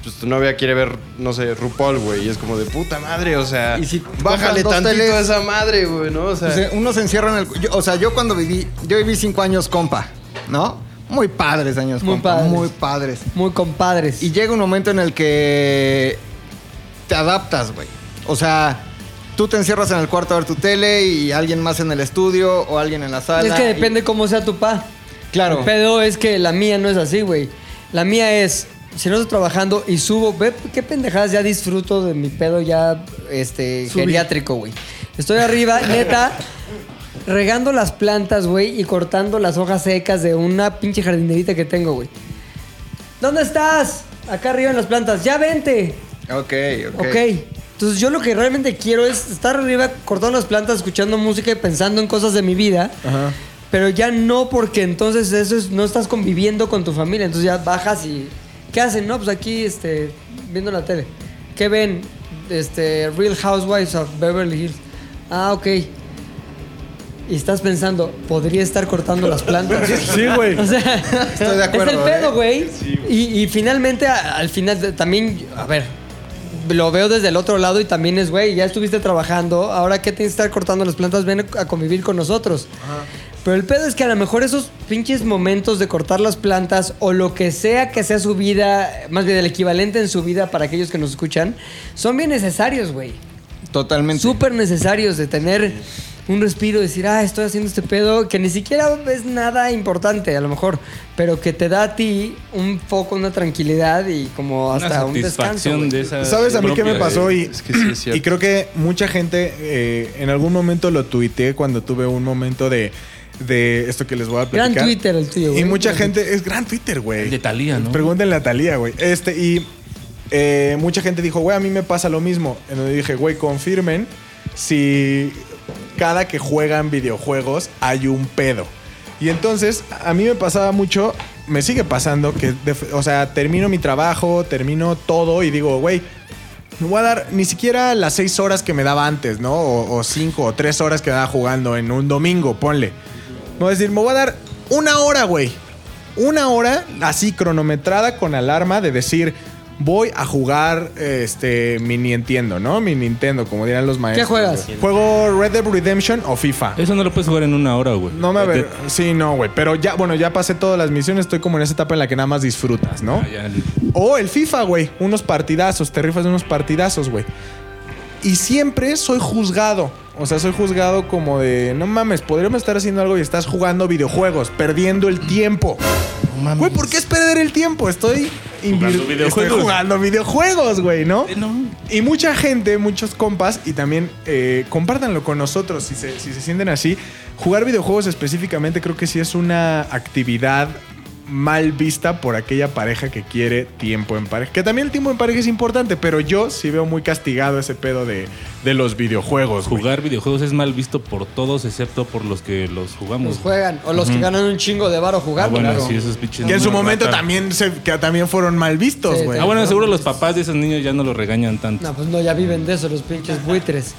[SPEAKER 4] Pues tu novia quiere ver, no sé, RuPaul, güey. Y es como de puta madre, o sea.
[SPEAKER 3] Y si
[SPEAKER 4] bájale
[SPEAKER 3] compras dos
[SPEAKER 4] tantito
[SPEAKER 3] teles-
[SPEAKER 4] a esa madre, güey, ¿no? O sea.
[SPEAKER 3] Pues, eh, uno se encierra en el. yo- o sea, yo cuando viví. Yo viví cinco años compa, ¿no? Muy padres años
[SPEAKER 2] Muy
[SPEAKER 3] compa.
[SPEAKER 2] padres.
[SPEAKER 3] Muy padres.
[SPEAKER 2] Muy compadres.
[SPEAKER 3] Y llega un momento en el que te adaptas, güey. O sea, tú te encierras en el cuarto a ver tu tele y alguien más en el estudio o alguien en la sala.
[SPEAKER 2] es que depende cómo sea tu pa.
[SPEAKER 3] Claro.
[SPEAKER 2] El pedo es que la mía no es así, güey. La mía es, si no estoy trabajando y subo, ve qué pendejadas ya disfruto de mi pedo ya este, geriátrico, güey. Estoy arriba, neta, regando las plantas, güey, y cortando las hojas secas de una pinche jardinerita que tengo, güey. ¿Dónde estás? Acá arriba en las plantas. Ya vente.
[SPEAKER 3] Y- Ok, ok.
[SPEAKER 2] Ok. Entonces yo lo que realmente quiero es estar arriba cortando las plantas, escuchando música y pensando en cosas de mi vida. Pero ya no porque entonces eso es, no estás conviviendo con tu familia. Entonces ya bajas y... ¿Qué hacen? No, pues aquí este, viendo la tele. ¿Qué ven? Este, Real Housewives of Beverly Hills. Ah, ok. Y estás pensando, podría estar cortando las plantas.
[SPEAKER 5] Sí, güey.
[SPEAKER 2] O sea,
[SPEAKER 3] Estoy de acuerdo,
[SPEAKER 2] es el pedo,
[SPEAKER 3] ¿eh?
[SPEAKER 2] güey. y, y finalmente, a- al final, de- también, a ver, lo veo desde el otro lado y también es, güey, ya estuviste trabajando, ahora que tienes que estar cortando las plantas, ven a convivir con nosotros. Pero el pedo es que a lo mejor esos pinches momentos de cortar las plantas o lo que sea que sea su vida, más bien el equivalente en su vida para aquellos que nos escuchan, son bien necesarios, güey
[SPEAKER 3] Totalmente.
[SPEAKER 2] súper necesarios de tener un respiro, decir, ah, estoy haciendo este pedo, que ni siquiera es nada importante, a lo mejor, pero que te da a ti un foco, una tranquilidad y como hasta
[SPEAKER 8] una
[SPEAKER 2] un descanso.
[SPEAKER 8] satisfacción
[SPEAKER 2] güey.
[SPEAKER 8] de esa.
[SPEAKER 5] ¿Sabes a mí qué me
[SPEAKER 8] propia,
[SPEAKER 5] pasó?
[SPEAKER 8] güey.
[SPEAKER 5] Y,
[SPEAKER 4] eh, Es que sí es cierto.
[SPEAKER 5] y creo que mucha gente eh, en algún momento lo tuiteé cuando tuve un momento de, de esto que les voy a platicar.
[SPEAKER 2] Gran Twitter el tuyo, güey.
[SPEAKER 5] Y mucha
[SPEAKER 2] Gran
[SPEAKER 5] gente, es gran Twitter, güey.
[SPEAKER 8] El de Thalía, ¿no?
[SPEAKER 5] Pregúntenle a Talía, güey. Este, y eh, mucha gente dijo, güey, a mí me pasa lo mismo. En donde dije, güey, confirmen si cada que juegan videojuegos hay un pedo. Y entonces, a mí me pasaba mucho, me sigue pasando, que, def- o sea, termino mi trabajo, termino todo y digo, güey, me voy a dar ni siquiera las seis horas que me daba antes, ¿no? O, o cinco o tres horas que me daba jugando en un domingo, ponle. Me voy a decir, me voy a dar una hora, güey. Una hora así cronometrada con alarma de decir, voy a jugar este, mi Nintendo, ¿no? Mi Nintendo, como dirán los maestros.
[SPEAKER 2] juegas?
[SPEAKER 5] güey. Juego Red Dead Redemption o FIFA.
[SPEAKER 8] Eso no lo puedes jugar en una hora, güey.
[SPEAKER 5] No me
[SPEAKER 8] Te-
[SPEAKER 5] aver... Sí, no, güey. Pero ya, bueno, ya pasé todas las misiones. Estoy como en esa etapa en la que nada más disfrutas, ¿no?
[SPEAKER 8] Ah, ya.
[SPEAKER 5] O el FIFA, güey. Unos partidazos. Te rifas de unos partidazos, güey. Y siempre soy juzgado. O sea, soy juzgado como de, no mames, podríamos estar haciendo algo y estás jugando videojuegos, perdiendo el tiempo. Güey, ¿por qué es perder el tiempo? Estoy,
[SPEAKER 8] Jugando
[SPEAKER 5] invir- estoy
[SPEAKER 8] videojuegos.
[SPEAKER 5] jugando videojuegos, güey, ¿no?
[SPEAKER 8] Eh, no.
[SPEAKER 5] Y mucha gente, muchos compas, y también eh, compártanlo con nosotros si se, si se sienten así. Jugar videojuegos específicamente creo que sí es una actividad mal vista por aquella pareja que quiere tiempo en pareja. Que también el tiempo en pareja es importante, pero yo sí veo muy castigado ese pedo de, de los videojuegos. güey.
[SPEAKER 8] Jugar videojuegos es mal visto por todos, excepto por los que los jugamos.
[SPEAKER 2] Los juegan, o los que ganan un chingo de varo
[SPEAKER 8] Ah,
[SPEAKER 2] jugando.
[SPEAKER 8] bueno,
[SPEAKER 2] claro.
[SPEAKER 8] sí, esos pinches.
[SPEAKER 5] Que en su
[SPEAKER 8] no,
[SPEAKER 5] momento
[SPEAKER 8] rata.
[SPEAKER 5] también, se, que también fueron mal vistos,
[SPEAKER 2] Sí,
[SPEAKER 5] güey.
[SPEAKER 2] también.
[SPEAKER 8] Ah, bueno, seguro los papás de esos niños ya no los regañan tanto.
[SPEAKER 2] No, pues no, ya viven de eso los pinches buitres.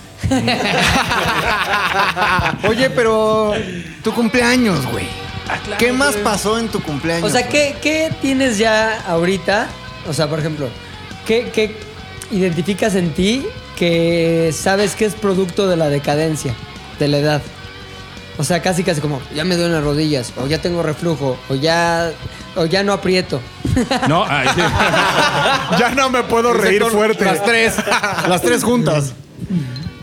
[SPEAKER 3] Ah, Oye, pero tu cumpleaños, güey. ¿Qué más pasó en tu cumpleaños?
[SPEAKER 2] Ah, O sea, ¿qué, qué tienes ya ahorita? O sea, por ejemplo, ¿qué, qué identificas en ti que sabes que es producto de la decadencia, de la edad? O sea, casi casi como, ya me duelen las rodillas, o ya tengo reflujo, o ya, o ya no aprieto.
[SPEAKER 8] No, ay, sí.
[SPEAKER 5] Ya no me puedo reír fuerte.
[SPEAKER 3] Las tres. Las tres juntas.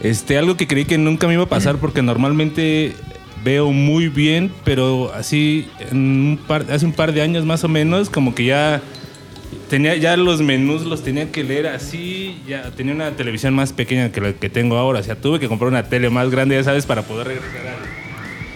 [SPEAKER 8] Este, algo que creí que nunca me iba a pasar porque normalmente veo muy bien, pero así en un par- hace un par de años más o menos, como que ya tenía ya los menús los tenía que leer así, ya tenía una televisión más pequeña que la que tengo ahora, o sea, tuve que comprar una tele más grande, ya sabes, para poder regresar. a-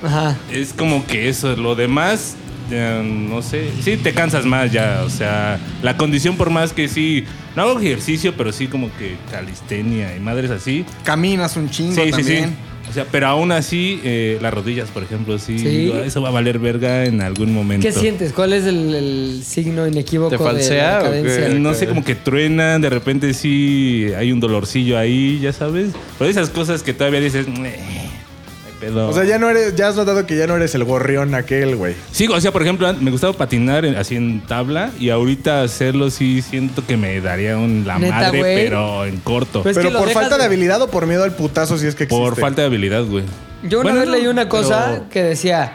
[SPEAKER 2] Ajá.
[SPEAKER 8] Es como que eso, lo demás eh, no sé, sí te cansas más ya, o sea, la condición por más que sí, no hago ejercicio, pero sí como que calistenia y madres así.
[SPEAKER 3] Caminas un chingo
[SPEAKER 8] Sí, sí, sí.
[SPEAKER 3] también.
[SPEAKER 8] O sea, pero aún así, eh, las rodillas, por ejemplo, sí,
[SPEAKER 2] Sí.
[SPEAKER 8] digo, "Ah, eso va a valer verga en algún momento.
[SPEAKER 2] ¿Qué sientes? ¿Cuál es el, el signo inequívoco
[SPEAKER 4] ¿Te falsea
[SPEAKER 2] de la
[SPEAKER 4] o
[SPEAKER 2] decadencia?
[SPEAKER 4] qué?
[SPEAKER 8] Eh, No sé, como que truenan, de repente sí hay un dolorcillo ahí, ya sabes. Pero esas cosas que todavía dices, "Meh, no hay pedo.
[SPEAKER 5] O sea, ya no eres, ya has notado que ya no eres el gorrión aquel, güey.
[SPEAKER 8] Sí, o sea, por ejemplo, me gustaba patinar en- así en tabla y ahorita hacerlo sí siento que me daría un la
[SPEAKER 2] Neta,
[SPEAKER 8] madre,
[SPEAKER 2] güey.
[SPEAKER 8] pero en corto.
[SPEAKER 2] Pues- Es que
[SPEAKER 5] Pero
[SPEAKER 2] lo
[SPEAKER 5] por
[SPEAKER 2] dejas
[SPEAKER 5] falta de...
[SPEAKER 2] de-
[SPEAKER 5] habilidad o por miedo al putazo, si es que existe.
[SPEAKER 8] por falta de habilidad, güey.
[SPEAKER 2] Yo una
[SPEAKER 8] Bueno,
[SPEAKER 2] vez
[SPEAKER 8] no,
[SPEAKER 2] leí una cosa
[SPEAKER 8] pero-
[SPEAKER 2] que decía,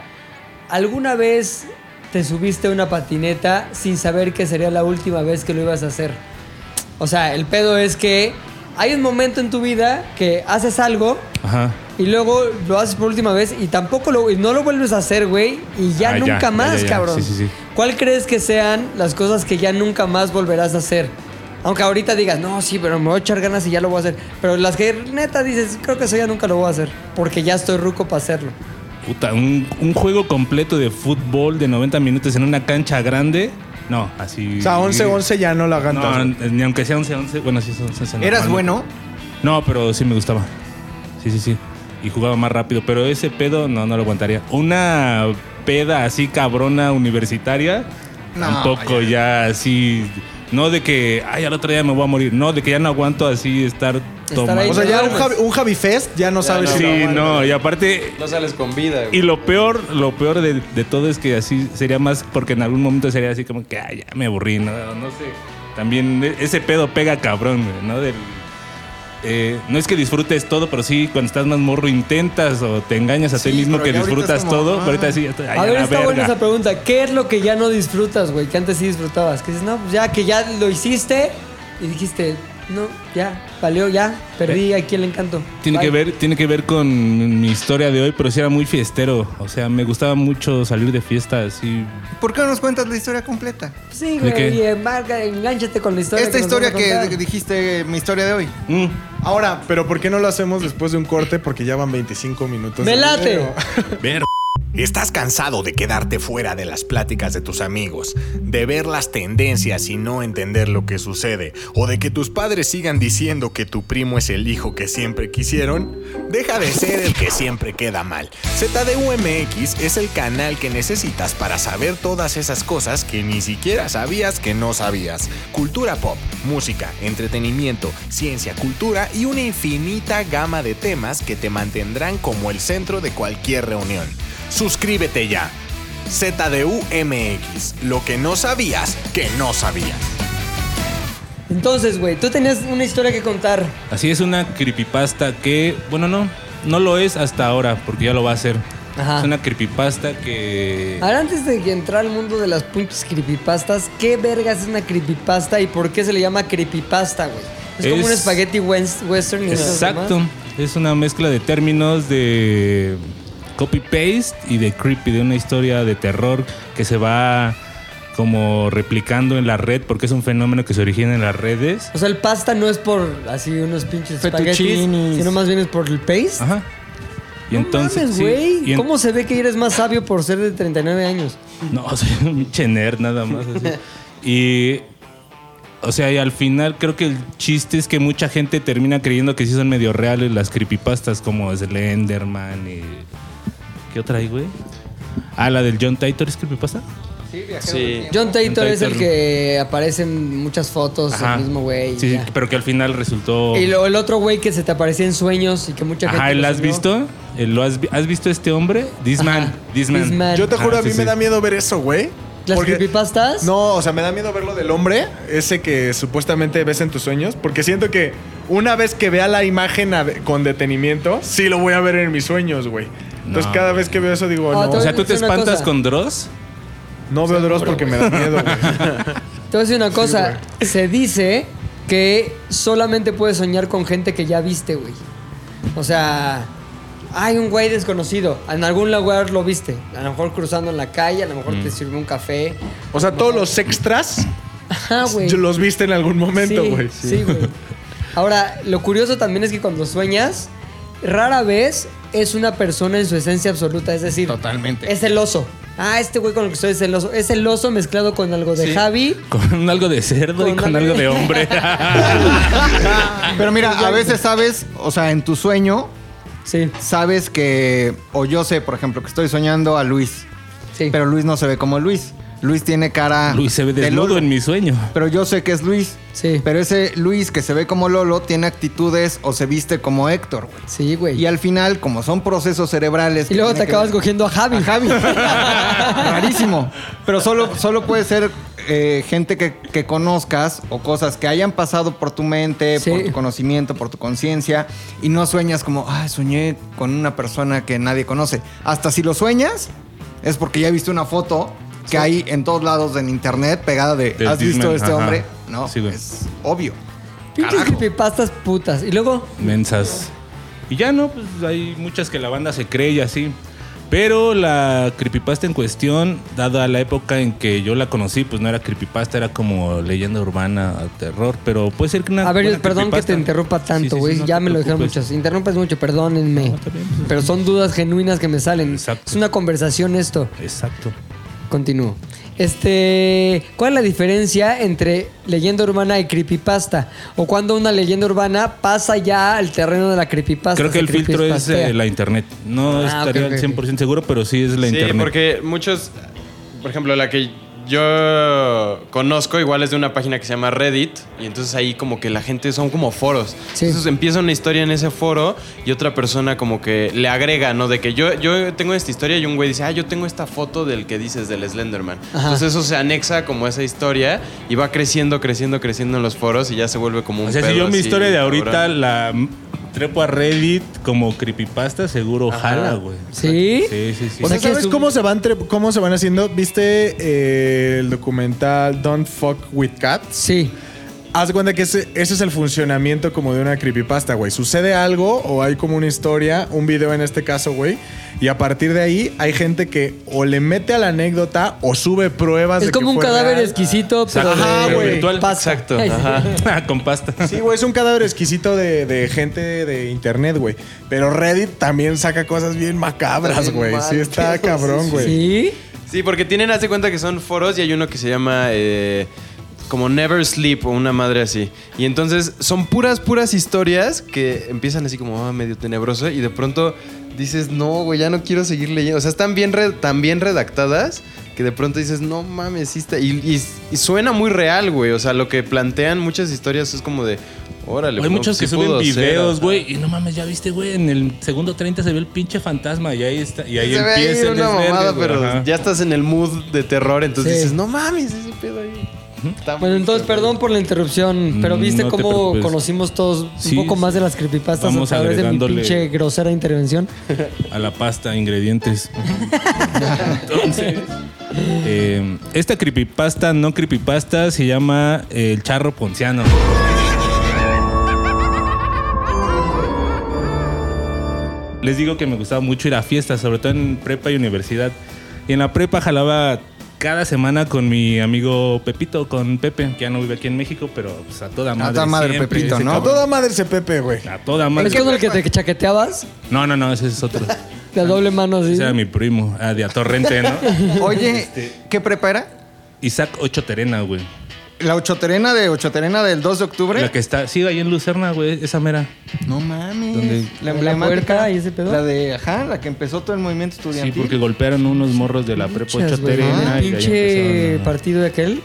[SPEAKER 2] ¿alguna vez te subiste a una patineta sin saber que sería la última vez que lo ibas a hacer? O sea, el pedo es que hay un momento en tu vida que haces algo
[SPEAKER 8] Ajá.
[SPEAKER 2] y luego lo haces por última vez y tampoco lo y no lo vuelves a hacer, güey, y ya
[SPEAKER 8] Ah, ya,
[SPEAKER 2] nunca
[SPEAKER 8] ya,
[SPEAKER 2] más,
[SPEAKER 8] ya, ya.
[SPEAKER 2] cabrón.
[SPEAKER 8] Sí, sí, sí.
[SPEAKER 2] ¿Cuál crees que sean las cosas que ya nunca más volverás a hacer? Aunque ahorita digas, no, sí, pero me voy a echar ganas y ya lo voy a hacer. Pero las que neta dices, creo que eso ya nunca lo voy a hacer. Porque ya estoy ruco para hacerlo.
[SPEAKER 8] Puta, un, un juego completo de fútbol de 90 minutos en una cancha grande. No, así.
[SPEAKER 5] O sea, 11-11 ya no la
[SPEAKER 8] No,
[SPEAKER 5] aguantas.
[SPEAKER 8] ni aunque sea 11-11. Bueno, sí, son 11 no,
[SPEAKER 3] ¿Eras
[SPEAKER 8] no.
[SPEAKER 3] bueno?
[SPEAKER 8] No, pero sí me gustaba. Sí, sí, sí. Y jugaba más rápido. Pero ese pedo, no, no lo aguantaría. Una peda así cabrona universitaria.
[SPEAKER 3] No,
[SPEAKER 8] tampoco ya. así. No de que, ay, al otro día me voy a morir. No, de que ya no aguanto así estar tomando.
[SPEAKER 2] ahí
[SPEAKER 5] o sea, ya un
[SPEAKER 2] Duermes.
[SPEAKER 5] Javi, un Javi Fest ya no sabes
[SPEAKER 4] no.
[SPEAKER 5] si
[SPEAKER 8] sí,
[SPEAKER 5] lo aguantas.
[SPEAKER 8] no. Y aparte,
[SPEAKER 4] No sales con vida,
[SPEAKER 8] y
[SPEAKER 4] güey.
[SPEAKER 8] lo peor, lo peor de, de todo es que así sería más, porque en algún momento sería así como que, ay, ya me aburrí, no, no sé. También e- ese pedo pega cabrón, güey, ¿no? Del, eh, no es que disfrutes todo, pero sí, cuando estás más morro intentas o te engañas a ti
[SPEAKER 3] Sí,
[SPEAKER 8] mismo
[SPEAKER 3] pero
[SPEAKER 8] que
[SPEAKER 3] ya ahorita
[SPEAKER 8] disfrutas
[SPEAKER 3] es como,
[SPEAKER 8] todo,
[SPEAKER 3] ah.
[SPEAKER 8] pero ahorita sí, ya estoy, ay,
[SPEAKER 2] a
[SPEAKER 8] a
[SPEAKER 2] ver,
[SPEAKER 8] la
[SPEAKER 2] está buena esa
[SPEAKER 8] verga.
[SPEAKER 2] pregunta. ¿Qué es lo que ya no disfrutas, güey? Que antes sí disfrutabas. Que dices, no, pues ya que ya lo hiciste y dijiste, no, ya, valió, ya, perdí aquí el encanto.
[SPEAKER 8] Tiene
[SPEAKER 2] Bye.
[SPEAKER 8] que, ver, tiene que ver con mi historia de hoy, pero sí era muy fiestero. O sea, me gustaba mucho salir de fiesta así.
[SPEAKER 3] ¿Por qué no nos cuentas la historia completa?
[SPEAKER 2] Sí,
[SPEAKER 8] ¿De qué?
[SPEAKER 2] güey, y embarca, engánchate con la historia.
[SPEAKER 3] Esta
[SPEAKER 2] nos
[SPEAKER 3] historia
[SPEAKER 2] vas a
[SPEAKER 3] que
[SPEAKER 2] contar.
[SPEAKER 3] que dijiste, mi historia de hoy.
[SPEAKER 8] mm,
[SPEAKER 5] Ahora, pero ¿por qué no lo hacemos después de un corte? Porque ya van 25 minutos.
[SPEAKER 2] ¡Me
[SPEAKER 5] de
[SPEAKER 2] late!
[SPEAKER 5] video.
[SPEAKER 8] ver.
[SPEAKER 6] ¿Estás cansado de quedarte fuera de las pláticas de tus amigos, de ver las tendencias y no entender lo que sucede, o de que tus padres sigan diciendo que tu primo es el hijo que siempre quisieron? Deja de ser el que siempre queda mal. ZDUMX es el canal que necesitas para saber todas esas cosas que ni siquiera sabías que no sabías. Cultura pop, música, entretenimiento, ciencia, cultura y una infinita gama de temas que te mantendrán como el centro de cualquier reunión. Suscríbete ya. ZDUMX, lo que no sabías que no sabías.
[SPEAKER 2] Entonces, güey, tú tenías una historia que contar.
[SPEAKER 8] Así es una creepypasta que, bueno, no, no lo es hasta ahora, porque ya lo va a hacer.
[SPEAKER 2] Ajá. Ah,
[SPEAKER 8] Es una creepypasta que...
[SPEAKER 2] Ahora, antes de entrar al mundo de las pinches creepypastas, ¿qué vergas es una creepypasta y por qué se le llama creepypasta, güey? Es, como
[SPEAKER 8] Es-
[SPEAKER 2] un espagueti wes- western. y esas
[SPEAKER 8] Exacto.
[SPEAKER 2] demás.
[SPEAKER 8] Es una mezcla de términos de copy-paste y de creepy, de una historia de terror que se va como replicando en la red, porque es un fenómeno que se origina en las redes.
[SPEAKER 2] O sea, el pasta no es por así unos pinches espaguetis,
[SPEAKER 5] Fettuccinis.
[SPEAKER 2] sino más bien es por el paste.
[SPEAKER 8] Ajá. Y
[SPEAKER 2] No
[SPEAKER 8] entonces...
[SPEAKER 2] mames,
[SPEAKER 8] Ah, sí,
[SPEAKER 2] güey.
[SPEAKER 8] y en-
[SPEAKER 2] ¿Cómo se ve que eres más sabio por ser de 39 años?
[SPEAKER 8] No, soy un chener nada más. así. Y. O sea, y al final creo que el chiste es que mucha gente termina creyendo que sí son medio reales las creepypastas como Slenderman y. ¿Qué otra hay, güey? Ah, la del John Titor es creepypasta.
[SPEAKER 4] Sí.
[SPEAKER 2] John Taylor es el
[SPEAKER 8] Taylor.
[SPEAKER 2] que aparece en muchas fotos,
[SPEAKER 8] Ajá.
[SPEAKER 2] Pues el mismo güey. y
[SPEAKER 8] Sí, sí,
[SPEAKER 2] ya.
[SPEAKER 8] pero que al final resultó.
[SPEAKER 2] Y luego el otro güey que se te aparecía en sueños y que mucha gente.
[SPEAKER 8] Ajá, ¿lo
[SPEAKER 2] lo
[SPEAKER 8] has
[SPEAKER 2] subió.
[SPEAKER 8] visto? Eh, ¿Lo has, vi- ¿Has visto este hombre? This
[SPEAKER 2] Ajá.
[SPEAKER 8] man. This man.
[SPEAKER 2] This man.
[SPEAKER 5] Yo te juro,
[SPEAKER 8] Ah,
[SPEAKER 5] a mí
[SPEAKER 8] sí,
[SPEAKER 5] me
[SPEAKER 8] sí.
[SPEAKER 5] da miedo ver eso, güey.
[SPEAKER 2] ¿Las
[SPEAKER 5] Porque-
[SPEAKER 2] creepypastas?
[SPEAKER 5] No, o sea, me da miedo verlo del hombre, ese que supuestamente ves en tus sueños, porque siento que una vez que vea la imagen a- con detenimiento, sí lo voy a ver en mis sueños, güey. Entonces
[SPEAKER 8] No,
[SPEAKER 5] cada vez que veo eso digo,
[SPEAKER 2] Ah,
[SPEAKER 5] no,
[SPEAKER 8] O sea, ¿tú te
[SPEAKER 2] Es una
[SPEAKER 8] espantas
[SPEAKER 2] cosa.
[SPEAKER 8] con Dross?
[SPEAKER 5] no veo Dross porque me da miedo, güey.
[SPEAKER 2] Te voy a decir una cosa. se dice que solamente puedes soñar con gente que ya viste, güey. O sea, hay un güey desconocido. En algún lugar lo viste. A lo mejor cruzando en la calle, a lo mejor
[SPEAKER 8] Mm.
[SPEAKER 2] te sirvió un café.
[SPEAKER 5] O sea, todos los extras
[SPEAKER 2] Ajá, güey.
[SPEAKER 5] los viste en algún momento,
[SPEAKER 2] Sí,
[SPEAKER 5] güey.
[SPEAKER 2] Sí, güey. Ahora, lo curioso también es que cuando sueñas, rara vez es una persona en su esencia absoluta. Es decir,
[SPEAKER 3] Totalmente.
[SPEAKER 2] es el oso. Ah, este güey con el que estoy es el oso. Es el oso mezclado con algo de Javi.
[SPEAKER 8] Con algo de cerdo y
[SPEAKER 2] Con
[SPEAKER 8] con
[SPEAKER 2] algo-
[SPEAKER 8] algo de hombre.
[SPEAKER 3] Pero mira, a veces sabes, o sea, en tu sueño,
[SPEAKER 2] Sí,
[SPEAKER 3] sabes que, o yo sé, por ejemplo, que estoy soñando a Luis,
[SPEAKER 2] sí.
[SPEAKER 3] pero Luis no se ve como Luis. Luis tiene cara.
[SPEAKER 8] Luis se ve
[SPEAKER 3] de
[SPEAKER 8] desnudo
[SPEAKER 3] Lolo,
[SPEAKER 8] en mi sueño.
[SPEAKER 3] Pero yo sé que es Luis.
[SPEAKER 2] Sí.
[SPEAKER 3] Pero ese Luis que se ve como Lolo tiene actitudes o se viste como Héctor, güey.
[SPEAKER 2] sí, güey.
[SPEAKER 3] Y al final, como son procesos
[SPEAKER 2] Y
[SPEAKER 3] cerebrales. que
[SPEAKER 2] luego te
[SPEAKER 3] tienen que
[SPEAKER 2] acabas
[SPEAKER 3] ver-
[SPEAKER 2] cogiendo a Javi.
[SPEAKER 3] A Javi. Rarísimo. Pero solo, solo puede ser eh, gente que, que conozcas o cosas que hayan pasado por tu mente,
[SPEAKER 2] Sí.
[SPEAKER 3] por tu conocimiento, por tu conciencia. Y no sueñas como, ah, soñé con una persona que nadie conoce. Hasta si lo sueñas, es porque ya viste una foto que hay en todos lados en internet pegada de,
[SPEAKER 8] Del
[SPEAKER 3] ¿has
[SPEAKER 8] Discman,
[SPEAKER 3] visto a este
[SPEAKER 8] ajá.
[SPEAKER 3] hombre? No,
[SPEAKER 8] Sí, güey.
[SPEAKER 3] es obvio.
[SPEAKER 2] Pinches creepypastas putas. Y luego,
[SPEAKER 8] Mensas. Y ya no, pues hay muchas que la banda se cree y así. Pero la creepypasta en cuestión, dada la época en que yo la conocí, pues no era creepypasta, era como leyenda urbana, terror. Pero puede ser que una.
[SPEAKER 2] a ver,
[SPEAKER 8] buena
[SPEAKER 2] perdón que
[SPEAKER 8] creepypasta-
[SPEAKER 2] te interrumpa
[SPEAKER 8] Sí, sí,
[SPEAKER 2] tanto,
[SPEAKER 8] sí,
[SPEAKER 2] güey.
[SPEAKER 8] no
[SPEAKER 2] ya
[SPEAKER 8] te
[SPEAKER 2] me lo dijeron
[SPEAKER 8] preocupes.
[SPEAKER 2] muchos. Interrumpes mucho, perdónenme.
[SPEAKER 8] está bien, pues,
[SPEAKER 2] pero son dudas genuinas que me salen.
[SPEAKER 8] Exacto.
[SPEAKER 2] Es una conversación esto.
[SPEAKER 8] Exacto.
[SPEAKER 2] Continúo. Este, ¿cuál es la diferencia entre leyenda urbana y creepypasta? O cuando una leyenda urbana pasa ya al terreno de la creepypasta.
[SPEAKER 8] Creo que
[SPEAKER 2] se
[SPEAKER 8] el filtro es
[SPEAKER 2] creepypastea?
[SPEAKER 8] eh, la internet. No
[SPEAKER 2] Ah,
[SPEAKER 8] estaría
[SPEAKER 2] ok, ok,
[SPEAKER 8] al 100% seguro, pero sí es la
[SPEAKER 4] sí,
[SPEAKER 8] internet.
[SPEAKER 4] porque muchos, por ejemplo, la que yo conozco igual es de una página que se llama Reddit y entonces ahí como que la gente son como foros.
[SPEAKER 2] Sí.
[SPEAKER 4] Entonces empieza una historia en ese foro y otra persona como que le agrega, ¿no? De que yo, yo tengo esta historia y un güey dice, ah, yo tengo esta foto del que dices del Slenderman.
[SPEAKER 2] Ajá.
[SPEAKER 4] Entonces eso se anexa como a esa historia y va creciendo, creciendo, creciendo en los foros y ya se vuelve como un...
[SPEAKER 8] O sea, si
[SPEAKER 4] pedo
[SPEAKER 8] yo mi
[SPEAKER 4] así,
[SPEAKER 8] historia de ahorita
[SPEAKER 4] cabrón.
[SPEAKER 8] la m- trepo a Reddit como creepypasta, seguro jala, güey.
[SPEAKER 2] ¿Sí?
[SPEAKER 8] Sí, sí, sí.
[SPEAKER 5] O sea,
[SPEAKER 2] que
[SPEAKER 5] ¿sabes
[SPEAKER 2] es un-
[SPEAKER 5] cómo, se van tre- cómo se van haciendo? ¿Viste eh, el documental Don't Fuck with Cats?
[SPEAKER 2] Sí.
[SPEAKER 5] Haz de cuenta que ese, ese es el funcionamiento como de una creepypasta, güey. Sucede algo o hay como una historia, un video en este caso, güey. Y a partir de ahí hay gente que o le mete a la anécdota o sube pruebas
[SPEAKER 2] Es
[SPEAKER 5] de que
[SPEAKER 2] como un
[SPEAKER 5] fue
[SPEAKER 2] cadáver
[SPEAKER 5] real.
[SPEAKER 2] exquisito, pero
[SPEAKER 8] Exacto,
[SPEAKER 5] Ajá,
[SPEAKER 2] de-
[SPEAKER 5] güey.
[SPEAKER 8] virtual.
[SPEAKER 2] pasta.
[SPEAKER 4] Exacto, ajá.
[SPEAKER 8] Ah, con pasta.
[SPEAKER 5] Sí, güey, es un cadáver exquisito de, de gente de internet, güey. Pero Reddit también saca cosas bien macabras,
[SPEAKER 3] También
[SPEAKER 5] güey.
[SPEAKER 3] mal,
[SPEAKER 5] Sí, está
[SPEAKER 3] sí,
[SPEAKER 5] cabrón, güey.
[SPEAKER 2] ¿Sí?
[SPEAKER 4] Sí, porque tienen, hace cuenta que son foros y hay uno que se llama eh, como Never Sleep o una madre así. Y entonces son puras, puras historias que empiezan así como ah, medio tenebroso y de pronto dices, no, güey, ya no quiero seguir leyendo. O sea, están bien, re- tan bien redactadas que de pronto dices, no mames, sí está. Y, y- y suena muy real, güey. O sea, lo que plantean muchas historias es como de, órale.
[SPEAKER 8] Hay
[SPEAKER 4] pues,
[SPEAKER 8] muchos
[SPEAKER 4] sí
[SPEAKER 8] que suben
[SPEAKER 4] pudo ser,
[SPEAKER 8] videos,
[SPEAKER 4] ajá.
[SPEAKER 8] güey, y no mames, ya viste, güey, en el segundo 30 se ve el pinche fantasma y ahí está, y ahí
[SPEAKER 4] Se ve ahí
[SPEAKER 8] empieza el
[SPEAKER 4] una
[SPEAKER 8] desvergue,
[SPEAKER 4] mamada,
[SPEAKER 8] güey,
[SPEAKER 4] pero
[SPEAKER 8] ajá.
[SPEAKER 4] ya estás en el mood de terror, entonces
[SPEAKER 2] Sí.
[SPEAKER 4] dices, no mames, ese pedo ahí. Está
[SPEAKER 2] Bueno, entonces,
[SPEAKER 4] muy-
[SPEAKER 2] perdón por la interrupción, pero
[SPEAKER 8] Mm,
[SPEAKER 2] viste
[SPEAKER 8] no te
[SPEAKER 2] cómo
[SPEAKER 8] preocupes.
[SPEAKER 2] conocimos todos un
[SPEAKER 8] Sí,
[SPEAKER 2] poco
[SPEAKER 8] sí.
[SPEAKER 2] más de las creepypastas
[SPEAKER 8] Vamos
[SPEAKER 2] a través de mi
[SPEAKER 8] agregándole-
[SPEAKER 2] pinche grosera intervención.
[SPEAKER 8] a la pasta, ingredientes. Entonces, eh, esta creepypasta, no creepypasta, se llama eh, El Charro Ponciano. Les digo que me gustaba mucho ir a fiestas, sobre todo en prepa y universidad. Y en la prepa jalaba cada semana con mi amigo Pepito, con Pepe, que ya no vive aquí en México, pero pues, a toda madre.
[SPEAKER 3] toda madre,
[SPEAKER 8] siempre,
[SPEAKER 3] Pepito,
[SPEAKER 8] ese
[SPEAKER 3] ¿no?
[SPEAKER 5] A
[SPEAKER 8] cabrón.
[SPEAKER 5] toda madre ese Pepe, güey.
[SPEAKER 8] A toda madre.
[SPEAKER 2] ¿Es con el que te chaqueteabas?
[SPEAKER 8] No, no, no, ese es otro.
[SPEAKER 2] De a doble mano así.
[SPEAKER 8] Ese era Ah, mi primo, ah, de Atorrente, ¿no?
[SPEAKER 3] Oye, ¿qué prepara?
[SPEAKER 8] Isaac Ocho Terena, güey.
[SPEAKER 3] La ochoterena de ochoterena del 2 de octubre.
[SPEAKER 8] La que está, sí, ahí en Lucerna, güey, esa mera.
[SPEAKER 3] No mames.
[SPEAKER 8] ¿Dónde?
[SPEAKER 3] La
[SPEAKER 2] ¿La puerca y ese pedo?
[SPEAKER 3] La de, ajá, la que empezó todo el movimiento
[SPEAKER 8] Sí,
[SPEAKER 3] estudiantil.
[SPEAKER 8] porque golpearon unos morros de la prepa
[SPEAKER 2] Muchas,
[SPEAKER 8] Ocho
[SPEAKER 2] güey.
[SPEAKER 8] Terena. y ahí
[SPEAKER 2] pinche
[SPEAKER 8] empezaron a-
[SPEAKER 2] partido de aquel.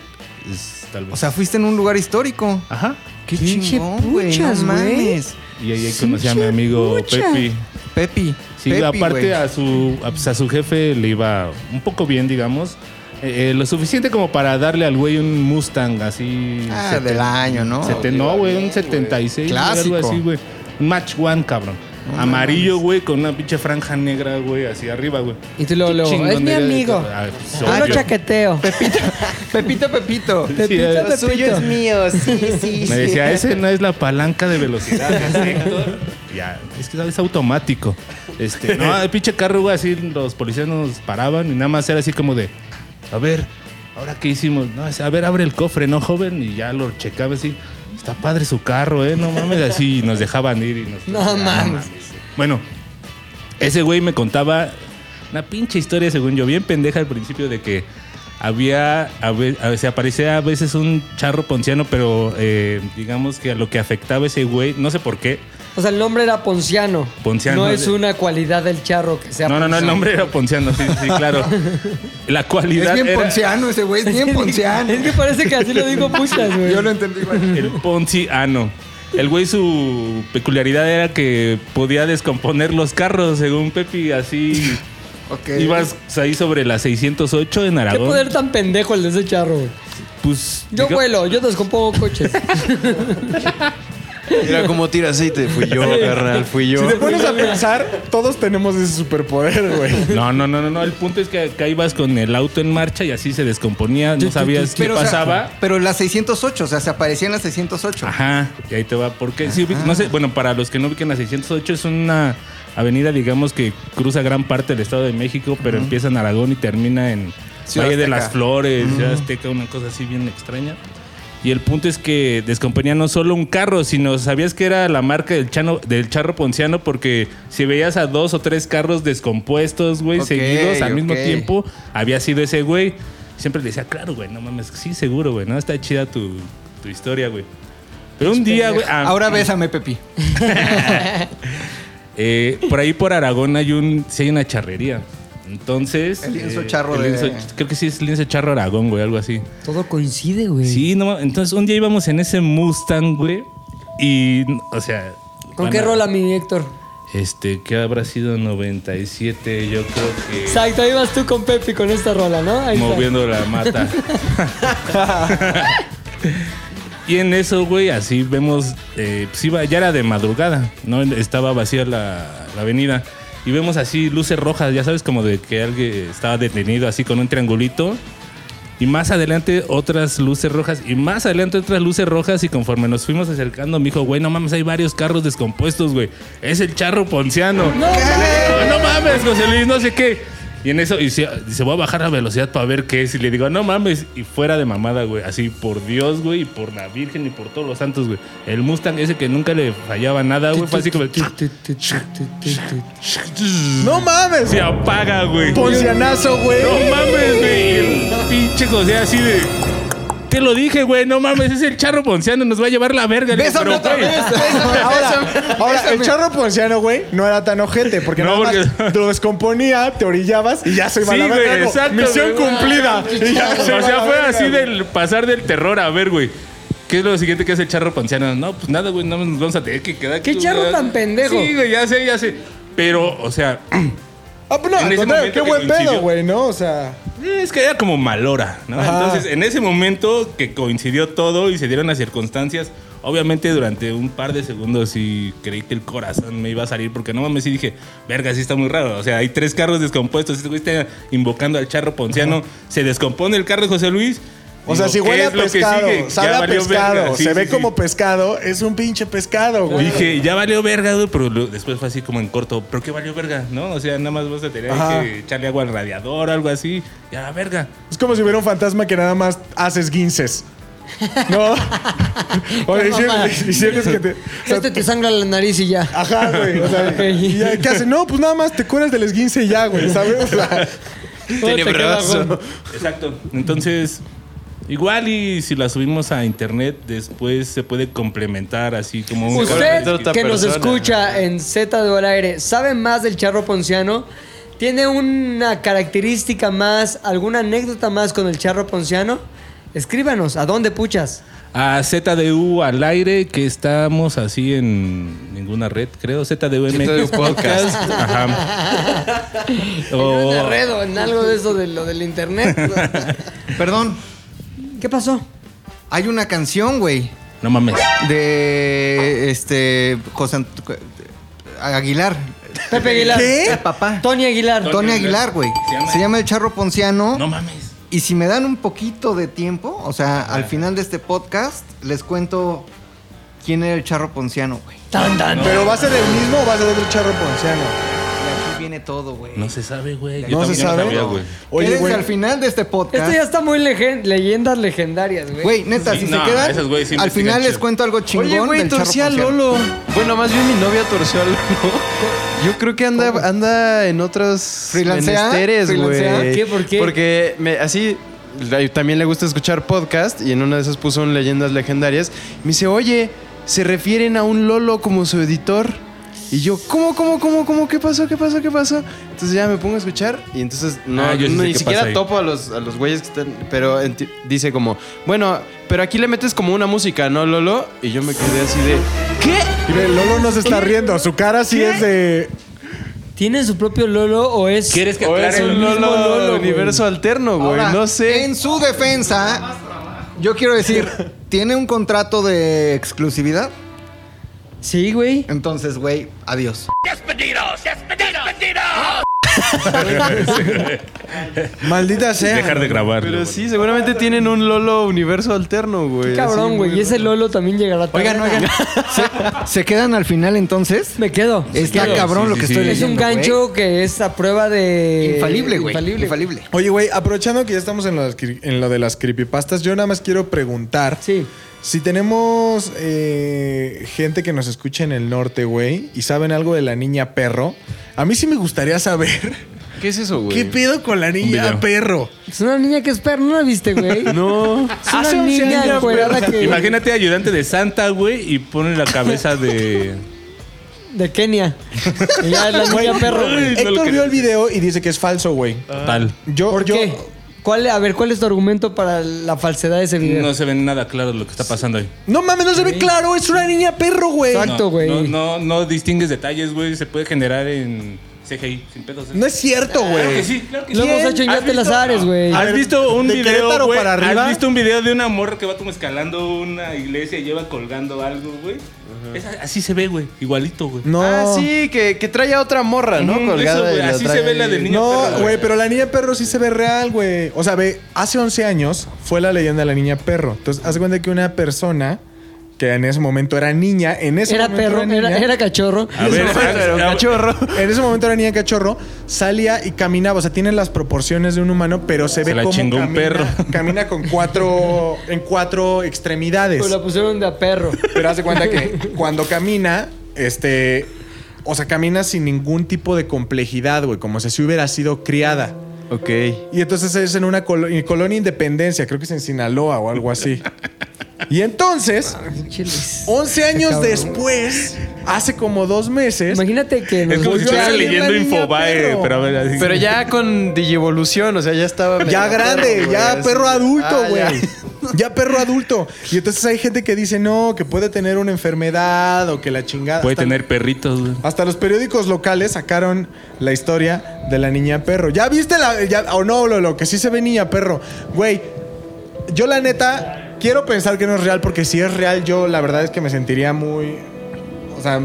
[SPEAKER 8] Es- tal vez.
[SPEAKER 3] O sea, fuiste en un lugar histórico.
[SPEAKER 8] Ajá.
[SPEAKER 3] Qué
[SPEAKER 2] Pinche
[SPEAKER 3] chingón, güey. No
[SPEAKER 2] puchas, güey.
[SPEAKER 3] mames.
[SPEAKER 8] Y ahí, ahí conocí a mi amigo
[SPEAKER 2] Mucha.
[SPEAKER 8] Pepi.
[SPEAKER 3] Pepi.
[SPEAKER 8] Sí,
[SPEAKER 3] Pepi,
[SPEAKER 8] aparte
[SPEAKER 3] güey.
[SPEAKER 8] a su, a, pues, a su jefe le iba un poco bien, digamos. Eh, eh, lo suficiente como para darle al güey un Mustang así.
[SPEAKER 3] Ah,
[SPEAKER 8] seten-
[SPEAKER 3] del año, ¿no?
[SPEAKER 8] seten- no, güey, un 76. güey,
[SPEAKER 3] Clásico.
[SPEAKER 8] Algo así, güey. Un match one, cabrón. Amarillo, güey, con una pinche franja negra, güey, así arriba, güey.
[SPEAKER 2] Y tú luego, luego, es mi
[SPEAKER 8] Chingonería de-
[SPEAKER 2] amigo.
[SPEAKER 8] Ah, pues,
[SPEAKER 2] Yo lo
[SPEAKER 8] obvio.
[SPEAKER 2] chaqueteo.
[SPEAKER 3] Pepito, Pepito.
[SPEAKER 8] Sí, eh,
[SPEAKER 2] Pepito, Pepito.
[SPEAKER 3] mío. Sí, sí,
[SPEAKER 8] Me decía, ese no es la palanca de velocidad, es Héctor". Ya, es que ¿sabes? es automático. Este, no, el pinche carro, güey, así los policías nos paraban y nada más era así como de, a ver, ahora qué hicimos. No, es, a ver, abre el cofre, ¿no, joven? Y ya lo checaba así. Está padre su carro, ¿eh? No mames, así y nos dejaban ir y nos...
[SPEAKER 2] No mames.
[SPEAKER 8] Bueno, ese güey me contaba Una pinche historia, según yo, bien pendeja al principio de que había, a ve- a- se aparecía a veces un charro ponciano, pero eh, digamos que a lo que afectaba ese güey, no sé por qué.
[SPEAKER 2] O sea, el nombre era Ponciano.
[SPEAKER 8] Ponciano.
[SPEAKER 2] No es una cualidad del charro que sea
[SPEAKER 8] No, no, no, el
[SPEAKER 2] Ponciano.
[SPEAKER 8] nombre era ponciano, sí, sí, claro. La
[SPEAKER 3] Es
[SPEAKER 8] cualidad
[SPEAKER 3] bien
[SPEAKER 8] era
[SPEAKER 3] ponciano ese güey, es bien ponciano.
[SPEAKER 2] Es que parece que así lo digo muchas, güey.
[SPEAKER 3] Yo lo entendí igual.
[SPEAKER 8] el ponciano. El güey su peculiaridad era que podía descomponer los carros, según Pepi, así
[SPEAKER 3] Ok.
[SPEAKER 8] ibas ahí sobre la 608 en
[SPEAKER 2] Qué
[SPEAKER 8] Aragón.
[SPEAKER 2] poder tan pendejo el de ese charro, güey.
[SPEAKER 8] Pues,
[SPEAKER 2] Yo
[SPEAKER 8] diga-
[SPEAKER 2] vuelo, yo descompongo coches.
[SPEAKER 4] Mira cómo tira aceite. Fui yo, carnal, fui yo.
[SPEAKER 5] Si te pones a pensar, todos tenemos ese superpoder, güey.
[SPEAKER 8] No, no, no, no, no. El punto es que acá ibas con el auto en marcha y así se descomponía, no sabías qué
[SPEAKER 3] Pero, o sea,
[SPEAKER 8] pasaba.
[SPEAKER 3] pero la 608, o sea, se aparecía en la 608.
[SPEAKER 8] Ajá, y ahí te va. Porque sí, ubic- no
[SPEAKER 3] Ah.
[SPEAKER 8] sé, bueno, para los que no ubiquen, la 608 es una avenida, digamos, que cruza gran parte del Estado de México, pero empieza en Aragón y termina en
[SPEAKER 3] Ciudad
[SPEAKER 8] Valle de
[SPEAKER 3] Azteca.
[SPEAKER 8] las Flores, Ciudad Azteca, una cosa así bien extraña. Y el punto es que descomponía no solo un carro, sino sabías que era la marca del, chano, del charro ponciano, porque si veías a dos o tres carros descompuestos, güey,
[SPEAKER 3] Ok,
[SPEAKER 8] seguidos al mismo
[SPEAKER 3] ok.
[SPEAKER 8] tiempo, había sido ese güey. Siempre le decía, claro, güey, no mames, sí, seguro, güey, ¿no? Está chida tu, tu historia, güey. Pero un día, güey. ah,
[SPEAKER 3] Ahora bésame, Pepi.
[SPEAKER 8] eh, por ahí por Aragón hay un. sí hay una charrería. Entonces. eh,
[SPEAKER 3] El lienzo charro
[SPEAKER 8] el lienzo-
[SPEAKER 3] de-
[SPEAKER 8] Creo que sí es lienzo charro Aragón, güey, algo así.
[SPEAKER 2] Todo coincide, güey.
[SPEAKER 8] Sí, no mames, Entonces un día íbamos en ese Mustang, güey. Y. O sea.
[SPEAKER 2] ¿Con
[SPEAKER 8] van
[SPEAKER 2] qué
[SPEAKER 8] a-
[SPEAKER 2] rola, mi Héctor?
[SPEAKER 8] Este, que habrá sido 97, yo creo que.
[SPEAKER 2] Exacto, ahí vas tú con Pepe con esta rola, ¿no? Ahí está.
[SPEAKER 8] moviendo la mata. y en eso, güey, así vemos, eh, pues iba, ya era de madrugada, ¿no? Estaba vacía la, la avenida. Y vemos así luces rojas, ya sabes, como de que alguien estaba detenido así con un triangulito. Y más adelante otras luces rojas. Y más adelante otras luces rojas. Y conforme nos fuimos acercando, me dijo, güey, no mames, hay varios carros descompuestos, güey. Es el charro ponciano. No, no mames, José Luis, no sé qué. Y en eso, y se, dice, voy a bajar la velocidad para ver qué es. Y le digo, no mames. Y fuera de mamada, güey. Así por Dios, güey. Y por la Virgen y por todos los santos, güey. El Mustang ese que nunca le fallaba nada, güey. Fue así como.
[SPEAKER 5] No mames.
[SPEAKER 8] Se apaga, güey.
[SPEAKER 5] Poncianazo, güey.
[SPEAKER 8] No mames, güey. El pinche José así de. Te lo dije, güey. No mames, es el charro ponciano. Nos va a llevar la verga. Le digo,
[SPEAKER 3] Bésame
[SPEAKER 8] "Pero,
[SPEAKER 3] otra
[SPEAKER 8] güey".
[SPEAKER 3] vez. Bésame, bésame,
[SPEAKER 5] Ahora, ahora el
[SPEAKER 3] bésame.
[SPEAKER 5] charro ponciano, güey, no era tan ojete, porque
[SPEAKER 8] No,
[SPEAKER 5] nada más
[SPEAKER 8] porque-
[SPEAKER 5] lo descomponía, te orillabas y ya soy
[SPEAKER 8] Sí,
[SPEAKER 5] mala
[SPEAKER 8] güey,
[SPEAKER 5] verga, algo.
[SPEAKER 8] exacto,
[SPEAKER 5] Misión
[SPEAKER 8] güey.
[SPEAKER 5] cumplida. Y ya soy
[SPEAKER 8] O sea,
[SPEAKER 5] mala
[SPEAKER 8] fue
[SPEAKER 5] verga,
[SPEAKER 8] así
[SPEAKER 5] güey.
[SPEAKER 8] del pasar del terror a ver, güey. ¿Qué es lo siguiente que hace el charro ponciano? No, pues nada, güey, nada más nos vamos a tener que quedar aquí.
[SPEAKER 2] ¿Qué charro
[SPEAKER 8] güey.
[SPEAKER 2] tan pendejo?
[SPEAKER 8] Sí, güey, ya sé, ya sé. Pero, o sea,
[SPEAKER 5] Ah, pues no,
[SPEAKER 8] en
[SPEAKER 5] al
[SPEAKER 8] ese
[SPEAKER 5] contrario,
[SPEAKER 8] momento
[SPEAKER 5] qué
[SPEAKER 8] que
[SPEAKER 5] buen pedo,
[SPEAKER 8] coincidió.
[SPEAKER 5] güey, ¿no? O sea,
[SPEAKER 8] Eh, es que era como malora, ¿no?
[SPEAKER 5] Ajá.
[SPEAKER 8] Entonces, en ese momento que coincidió todo y se dieron las circunstancias, obviamente durante un par de segundos sí creí que el corazón me iba a salir, porque no mames, sí dije, verga, sí está muy raro. O sea, hay tres carros descompuestos, este güey está invocando al charro ponciano, se descompone el carro de José Luis.
[SPEAKER 5] o sea,
[SPEAKER 8] Digo,
[SPEAKER 5] si
[SPEAKER 8] ¿qué
[SPEAKER 5] huele a
[SPEAKER 8] es lo que
[SPEAKER 5] pescado,
[SPEAKER 8] sigue? Ya
[SPEAKER 5] sabe a
[SPEAKER 8] valió
[SPEAKER 5] pescado,
[SPEAKER 8] verga. Sí,
[SPEAKER 5] se
[SPEAKER 8] sí,
[SPEAKER 5] ve
[SPEAKER 8] sí.
[SPEAKER 5] como pescado, es un pinche pescado, güey.
[SPEAKER 8] Dije, ya valió verga, güey, pero lo- después fue así como en corto, ¿pero qué valió verga? ¿No? O sea, nada más vas a tener
[SPEAKER 5] Ajá.
[SPEAKER 8] que echarle agua al radiador, algo así, ya la verga.
[SPEAKER 5] Es como si hubiera un fantasma que nada más haces guinces. ¿No? o y
[SPEAKER 2] mamada.
[SPEAKER 5] sientes, y sientes que te. o sea,
[SPEAKER 2] Este te sangra la nariz y ya.
[SPEAKER 5] Ajá, güey. O sea,
[SPEAKER 2] Ok.
[SPEAKER 5] ¿y ya ¿Qué hace? No, pues nada más te curas del esguince y ya, güey, ¿sabes? O sea,
[SPEAKER 4] Tenebroso.
[SPEAKER 8] Exacto. Entonces, igual y si la subimos a internet, después se puede complementar así como un...
[SPEAKER 2] Usted
[SPEAKER 4] Seguramente otra
[SPEAKER 2] que nos
[SPEAKER 4] persona.
[SPEAKER 2] escucha en Z de al aire, ¿sabe más del charro ponciano? ¿Tiene una característica más, alguna anécdota más con el charro ponciano? Escríbanos, ¿a dónde puchas?
[SPEAKER 8] A ZDU al aire, que estamos así en ninguna red, creo. ZDUMX
[SPEAKER 4] ZDU
[SPEAKER 8] Podcast.
[SPEAKER 4] Podcast.
[SPEAKER 8] Ajá. Oh.
[SPEAKER 2] En
[SPEAKER 8] O-
[SPEAKER 2] un enredo, en algo de eso de lo del internet.
[SPEAKER 3] Perdón,
[SPEAKER 2] ¿Qué pasó?
[SPEAKER 3] hay una canción, güey,
[SPEAKER 8] no mames.
[SPEAKER 3] de este José Ant- Aguilar.
[SPEAKER 2] Pepe Aguilar.
[SPEAKER 3] ¿Qué? El papá.
[SPEAKER 2] Tony Aguilar.
[SPEAKER 3] Tony Aguilar, güey.
[SPEAKER 8] Se llama-
[SPEAKER 3] Se llama El Charro Ponciano.
[SPEAKER 8] No mames.
[SPEAKER 3] Y si me dan un poquito de tiempo, o sea, al final de este podcast, les cuento quién era el Charro Ponciano, güey.
[SPEAKER 2] Tan, tan.
[SPEAKER 5] ¿Pero va a ser el mismo o va a ser el charro ponciano?
[SPEAKER 3] Y aquí viene tiene todo, güey.
[SPEAKER 8] No se sabe, güey. Yo
[SPEAKER 5] No se
[SPEAKER 8] también
[SPEAKER 5] sabe.
[SPEAKER 8] sabía,
[SPEAKER 7] güey.
[SPEAKER 5] Oye,
[SPEAKER 3] Quédense
[SPEAKER 5] güey.
[SPEAKER 3] al final de este podcast.
[SPEAKER 2] Esto ya está muy legen- leyendas legendarias, güey.
[SPEAKER 3] Güey, neta,
[SPEAKER 8] Sí,
[SPEAKER 3] si
[SPEAKER 8] no,
[SPEAKER 3] se quedan,
[SPEAKER 8] esos güeyes sí
[SPEAKER 3] al
[SPEAKER 8] investigan
[SPEAKER 3] final les
[SPEAKER 8] chido.
[SPEAKER 3] cuento algo chingón
[SPEAKER 7] Oye, güey,
[SPEAKER 3] del Charro
[SPEAKER 7] torcí a
[SPEAKER 3] Concierto.
[SPEAKER 7] Lolo. Bueno, más bien mi novia torció a Lolo. Yo creo que anda, anda en otros
[SPEAKER 3] ¿Freelancea?
[SPEAKER 7] menesteres,
[SPEAKER 3] ¿Freelancea?
[SPEAKER 7] güey.
[SPEAKER 2] ¿Qué? ¿Por qué?
[SPEAKER 7] Porque me- así la- también le gusta escuchar podcast y en una de esas puso un leyendas legendarias. Me dice, oye, se refieren a un Lolo como su editor. Y yo, ¿cómo, cómo, cómo, cómo? ¿Qué pasó? ¿Qué pasó? ¿Qué pasó? Entonces ya me pongo a escuchar y entonces no,
[SPEAKER 8] Ah, yo sí
[SPEAKER 7] no,
[SPEAKER 8] sé
[SPEAKER 7] ni
[SPEAKER 8] qué
[SPEAKER 7] siquiera
[SPEAKER 8] pasa ahí.
[SPEAKER 7] topo a los, a los güeyes que están. Pero enti- dice como, bueno, pero aquí le metes como una música, ¿no, Lolo? Y yo me quedé así de.
[SPEAKER 5] Y ve, Lolo no se está riendo. Su cara sí es de.
[SPEAKER 2] ¿Tiene su propio Lolo o es.
[SPEAKER 8] ¿Quieres que
[SPEAKER 7] O "Oh, es
[SPEAKER 8] aclare el
[SPEAKER 7] un
[SPEAKER 8] mismo
[SPEAKER 7] Lolo,
[SPEAKER 8] Lolo, güey?
[SPEAKER 7] universo alterno, güey.
[SPEAKER 3] Ahora,
[SPEAKER 7] No sé.
[SPEAKER 3] En su defensa, yo quiero decir, tiene un contrato de exclusividad.
[SPEAKER 2] Sí, güey.
[SPEAKER 3] Entonces, güey, adiós.
[SPEAKER 5] Maldita sea.
[SPEAKER 8] Dejar de grabar.
[SPEAKER 7] Pero sí, seguramente tienen un Lolo universo alterno, güey.
[SPEAKER 2] Qué
[SPEAKER 7] Así,
[SPEAKER 2] cabrón, güey. Y ese Lolo también llegará tarde.
[SPEAKER 3] Oigan, oigan. ¿se, se quedan al final entonces?
[SPEAKER 2] Me quedo. me
[SPEAKER 3] Está
[SPEAKER 2] quedo.
[SPEAKER 3] cabrón lo que estoy
[SPEAKER 2] Es un
[SPEAKER 3] leyendo, güey.
[SPEAKER 2] gancho que es a prueba de.
[SPEAKER 3] Infalible, güey.
[SPEAKER 2] Infalible.
[SPEAKER 3] Infalible.
[SPEAKER 5] Oye, güey, aprovechando que ya estamos en lo, de las cri- en lo de las creepypastas, yo nada más quiero preguntar
[SPEAKER 2] Sí.
[SPEAKER 5] si tenemos eh, gente que nos escucha en el norte, güey, y saben algo de la niña perro. A mí sí me gustaría saber
[SPEAKER 7] ¿Qué es eso, güey?
[SPEAKER 5] qué pedo con la
[SPEAKER 8] video.
[SPEAKER 5] niña perro.
[SPEAKER 2] Es una niña que es perro, ¿no la viste, güey?
[SPEAKER 7] No.
[SPEAKER 2] Es una niña
[SPEAKER 5] años,
[SPEAKER 2] encuerada que.
[SPEAKER 8] Imagínate ayudante de Santa, güey, y pone la cabeza de.
[SPEAKER 2] De Kenia. Y ya es la niña perro, güey.
[SPEAKER 5] Héctor vio el video y dice que es falso, güey.
[SPEAKER 7] Ah.
[SPEAKER 8] Tal.
[SPEAKER 5] Yo,
[SPEAKER 2] ¿Por
[SPEAKER 5] yo-
[SPEAKER 2] qué? ¿Cuál, a ver, ¿cuál es tu argumento para la falsedad de ese video?
[SPEAKER 8] No se ve nada claro lo que está pasando ahí.
[SPEAKER 5] No mames, no se ve claro, es una niña perro, güey.
[SPEAKER 2] Exacto.
[SPEAKER 8] No,
[SPEAKER 2] güey.
[SPEAKER 8] No, no, no distingues detalles, güey. Se puede generar en CGI, sin pedos.
[SPEAKER 5] No es cierto,
[SPEAKER 8] Claro que
[SPEAKER 5] güey.
[SPEAKER 8] sí, claro que
[SPEAKER 2] Lo
[SPEAKER 8] sí.
[SPEAKER 2] hemos hecho en
[SPEAKER 8] ¿Has
[SPEAKER 2] Ya te las
[SPEAKER 8] visto?
[SPEAKER 2] ares, güey.
[SPEAKER 8] ¿Has visto un
[SPEAKER 5] de
[SPEAKER 8] video,
[SPEAKER 5] Querétaro
[SPEAKER 8] güey?
[SPEAKER 5] para arriba.
[SPEAKER 8] ¿Has visto un video de una morra que va como escalando una iglesia y lleva colgando algo, güey? Es- Así se ve, güey. Igualito, güey.
[SPEAKER 5] No.
[SPEAKER 7] Ah, sí, que, que trae a otra morra, ¿no?
[SPEAKER 8] Ujú,
[SPEAKER 7] Colgada
[SPEAKER 8] eso, güey,
[SPEAKER 7] y la
[SPEAKER 8] así
[SPEAKER 7] trae
[SPEAKER 8] se ve
[SPEAKER 7] ahí.
[SPEAKER 8] la del niño perro,
[SPEAKER 5] No,
[SPEAKER 8] güey.
[SPEAKER 5] güey, pues, pero la niña perro sí se ve real, güey. O sea, ve, hace 11 años fue la leyenda de la niña perro. Entonces, haz cuenta que una persona que en ese momento era niña, en ese
[SPEAKER 2] Era
[SPEAKER 5] momento
[SPEAKER 2] perro,
[SPEAKER 5] niña,
[SPEAKER 2] era, era cachorro.
[SPEAKER 8] A ver,
[SPEAKER 7] Pero
[SPEAKER 8] a- a-
[SPEAKER 7] cachorro.
[SPEAKER 5] en ese momento era niña cachorro, salía y caminaba, o sea, tiene las proporciones de un humano, pero se, ve
[SPEAKER 8] la
[SPEAKER 5] como
[SPEAKER 8] chingó un perro.
[SPEAKER 5] camina con cuatro en cuatro extremidades.
[SPEAKER 2] Pero la pusieron de a perro.
[SPEAKER 5] Pero haz de cuenta que cuando camina, este. O sea, camina sin ningún tipo de complejidad, güey. Como si se hubiera sido criada.
[SPEAKER 7] Ok.
[SPEAKER 5] Y entonces es en una colo- en colonia Independencia, creo que es en Sinaloa o algo así. Y entonces, 11 años después, hace como dos meses.
[SPEAKER 2] Imagínate que nos
[SPEAKER 8] Es como si
[SPEAKER 5] Volvió a
[SPEAKER 8] estuviera
[SPEAKER 5] salir la
[SPEAKER 8] leyendo
[SPEAKER 5] niña
[SPEAKER 8] Infobae,
[SPEAKER 5] perro.
[SPEAKER 8] pero a ver, así.
[SPEAKER 7] Pero ya con Digivolución, o sea, ya estaba. medio
[SPEAKER 5] Ya grande,
[SPEAKER 7] güey,
[SPEAKER 5] ya
[SPEAKER 7] así.
[SPEAKER 5] perro adulto,
[SPEAKER 7] Ah,
[SPEAKER 5] güey.
[SPEAKER 7] ya.
[SPEAKER 5] ya. perro adulto. Y entonces hay gente que dice, no, que puede tener una enfermedad o que la chingada.
[SPEAKER 8] Puede
[SPEAKER 5] Hasta-
[SPEAKER 8] tener perritos, güey.
[SPEAKER 5] Hasta los periódicos locales sacaron la historia de la niña perro. ¿Ya viste la.? ya- o no, lo, que sí se ve niña perro. Güey, yo la neta quiero pensar que no es real, porque si es real, yo la verdad es que me sentiría muy. O sea,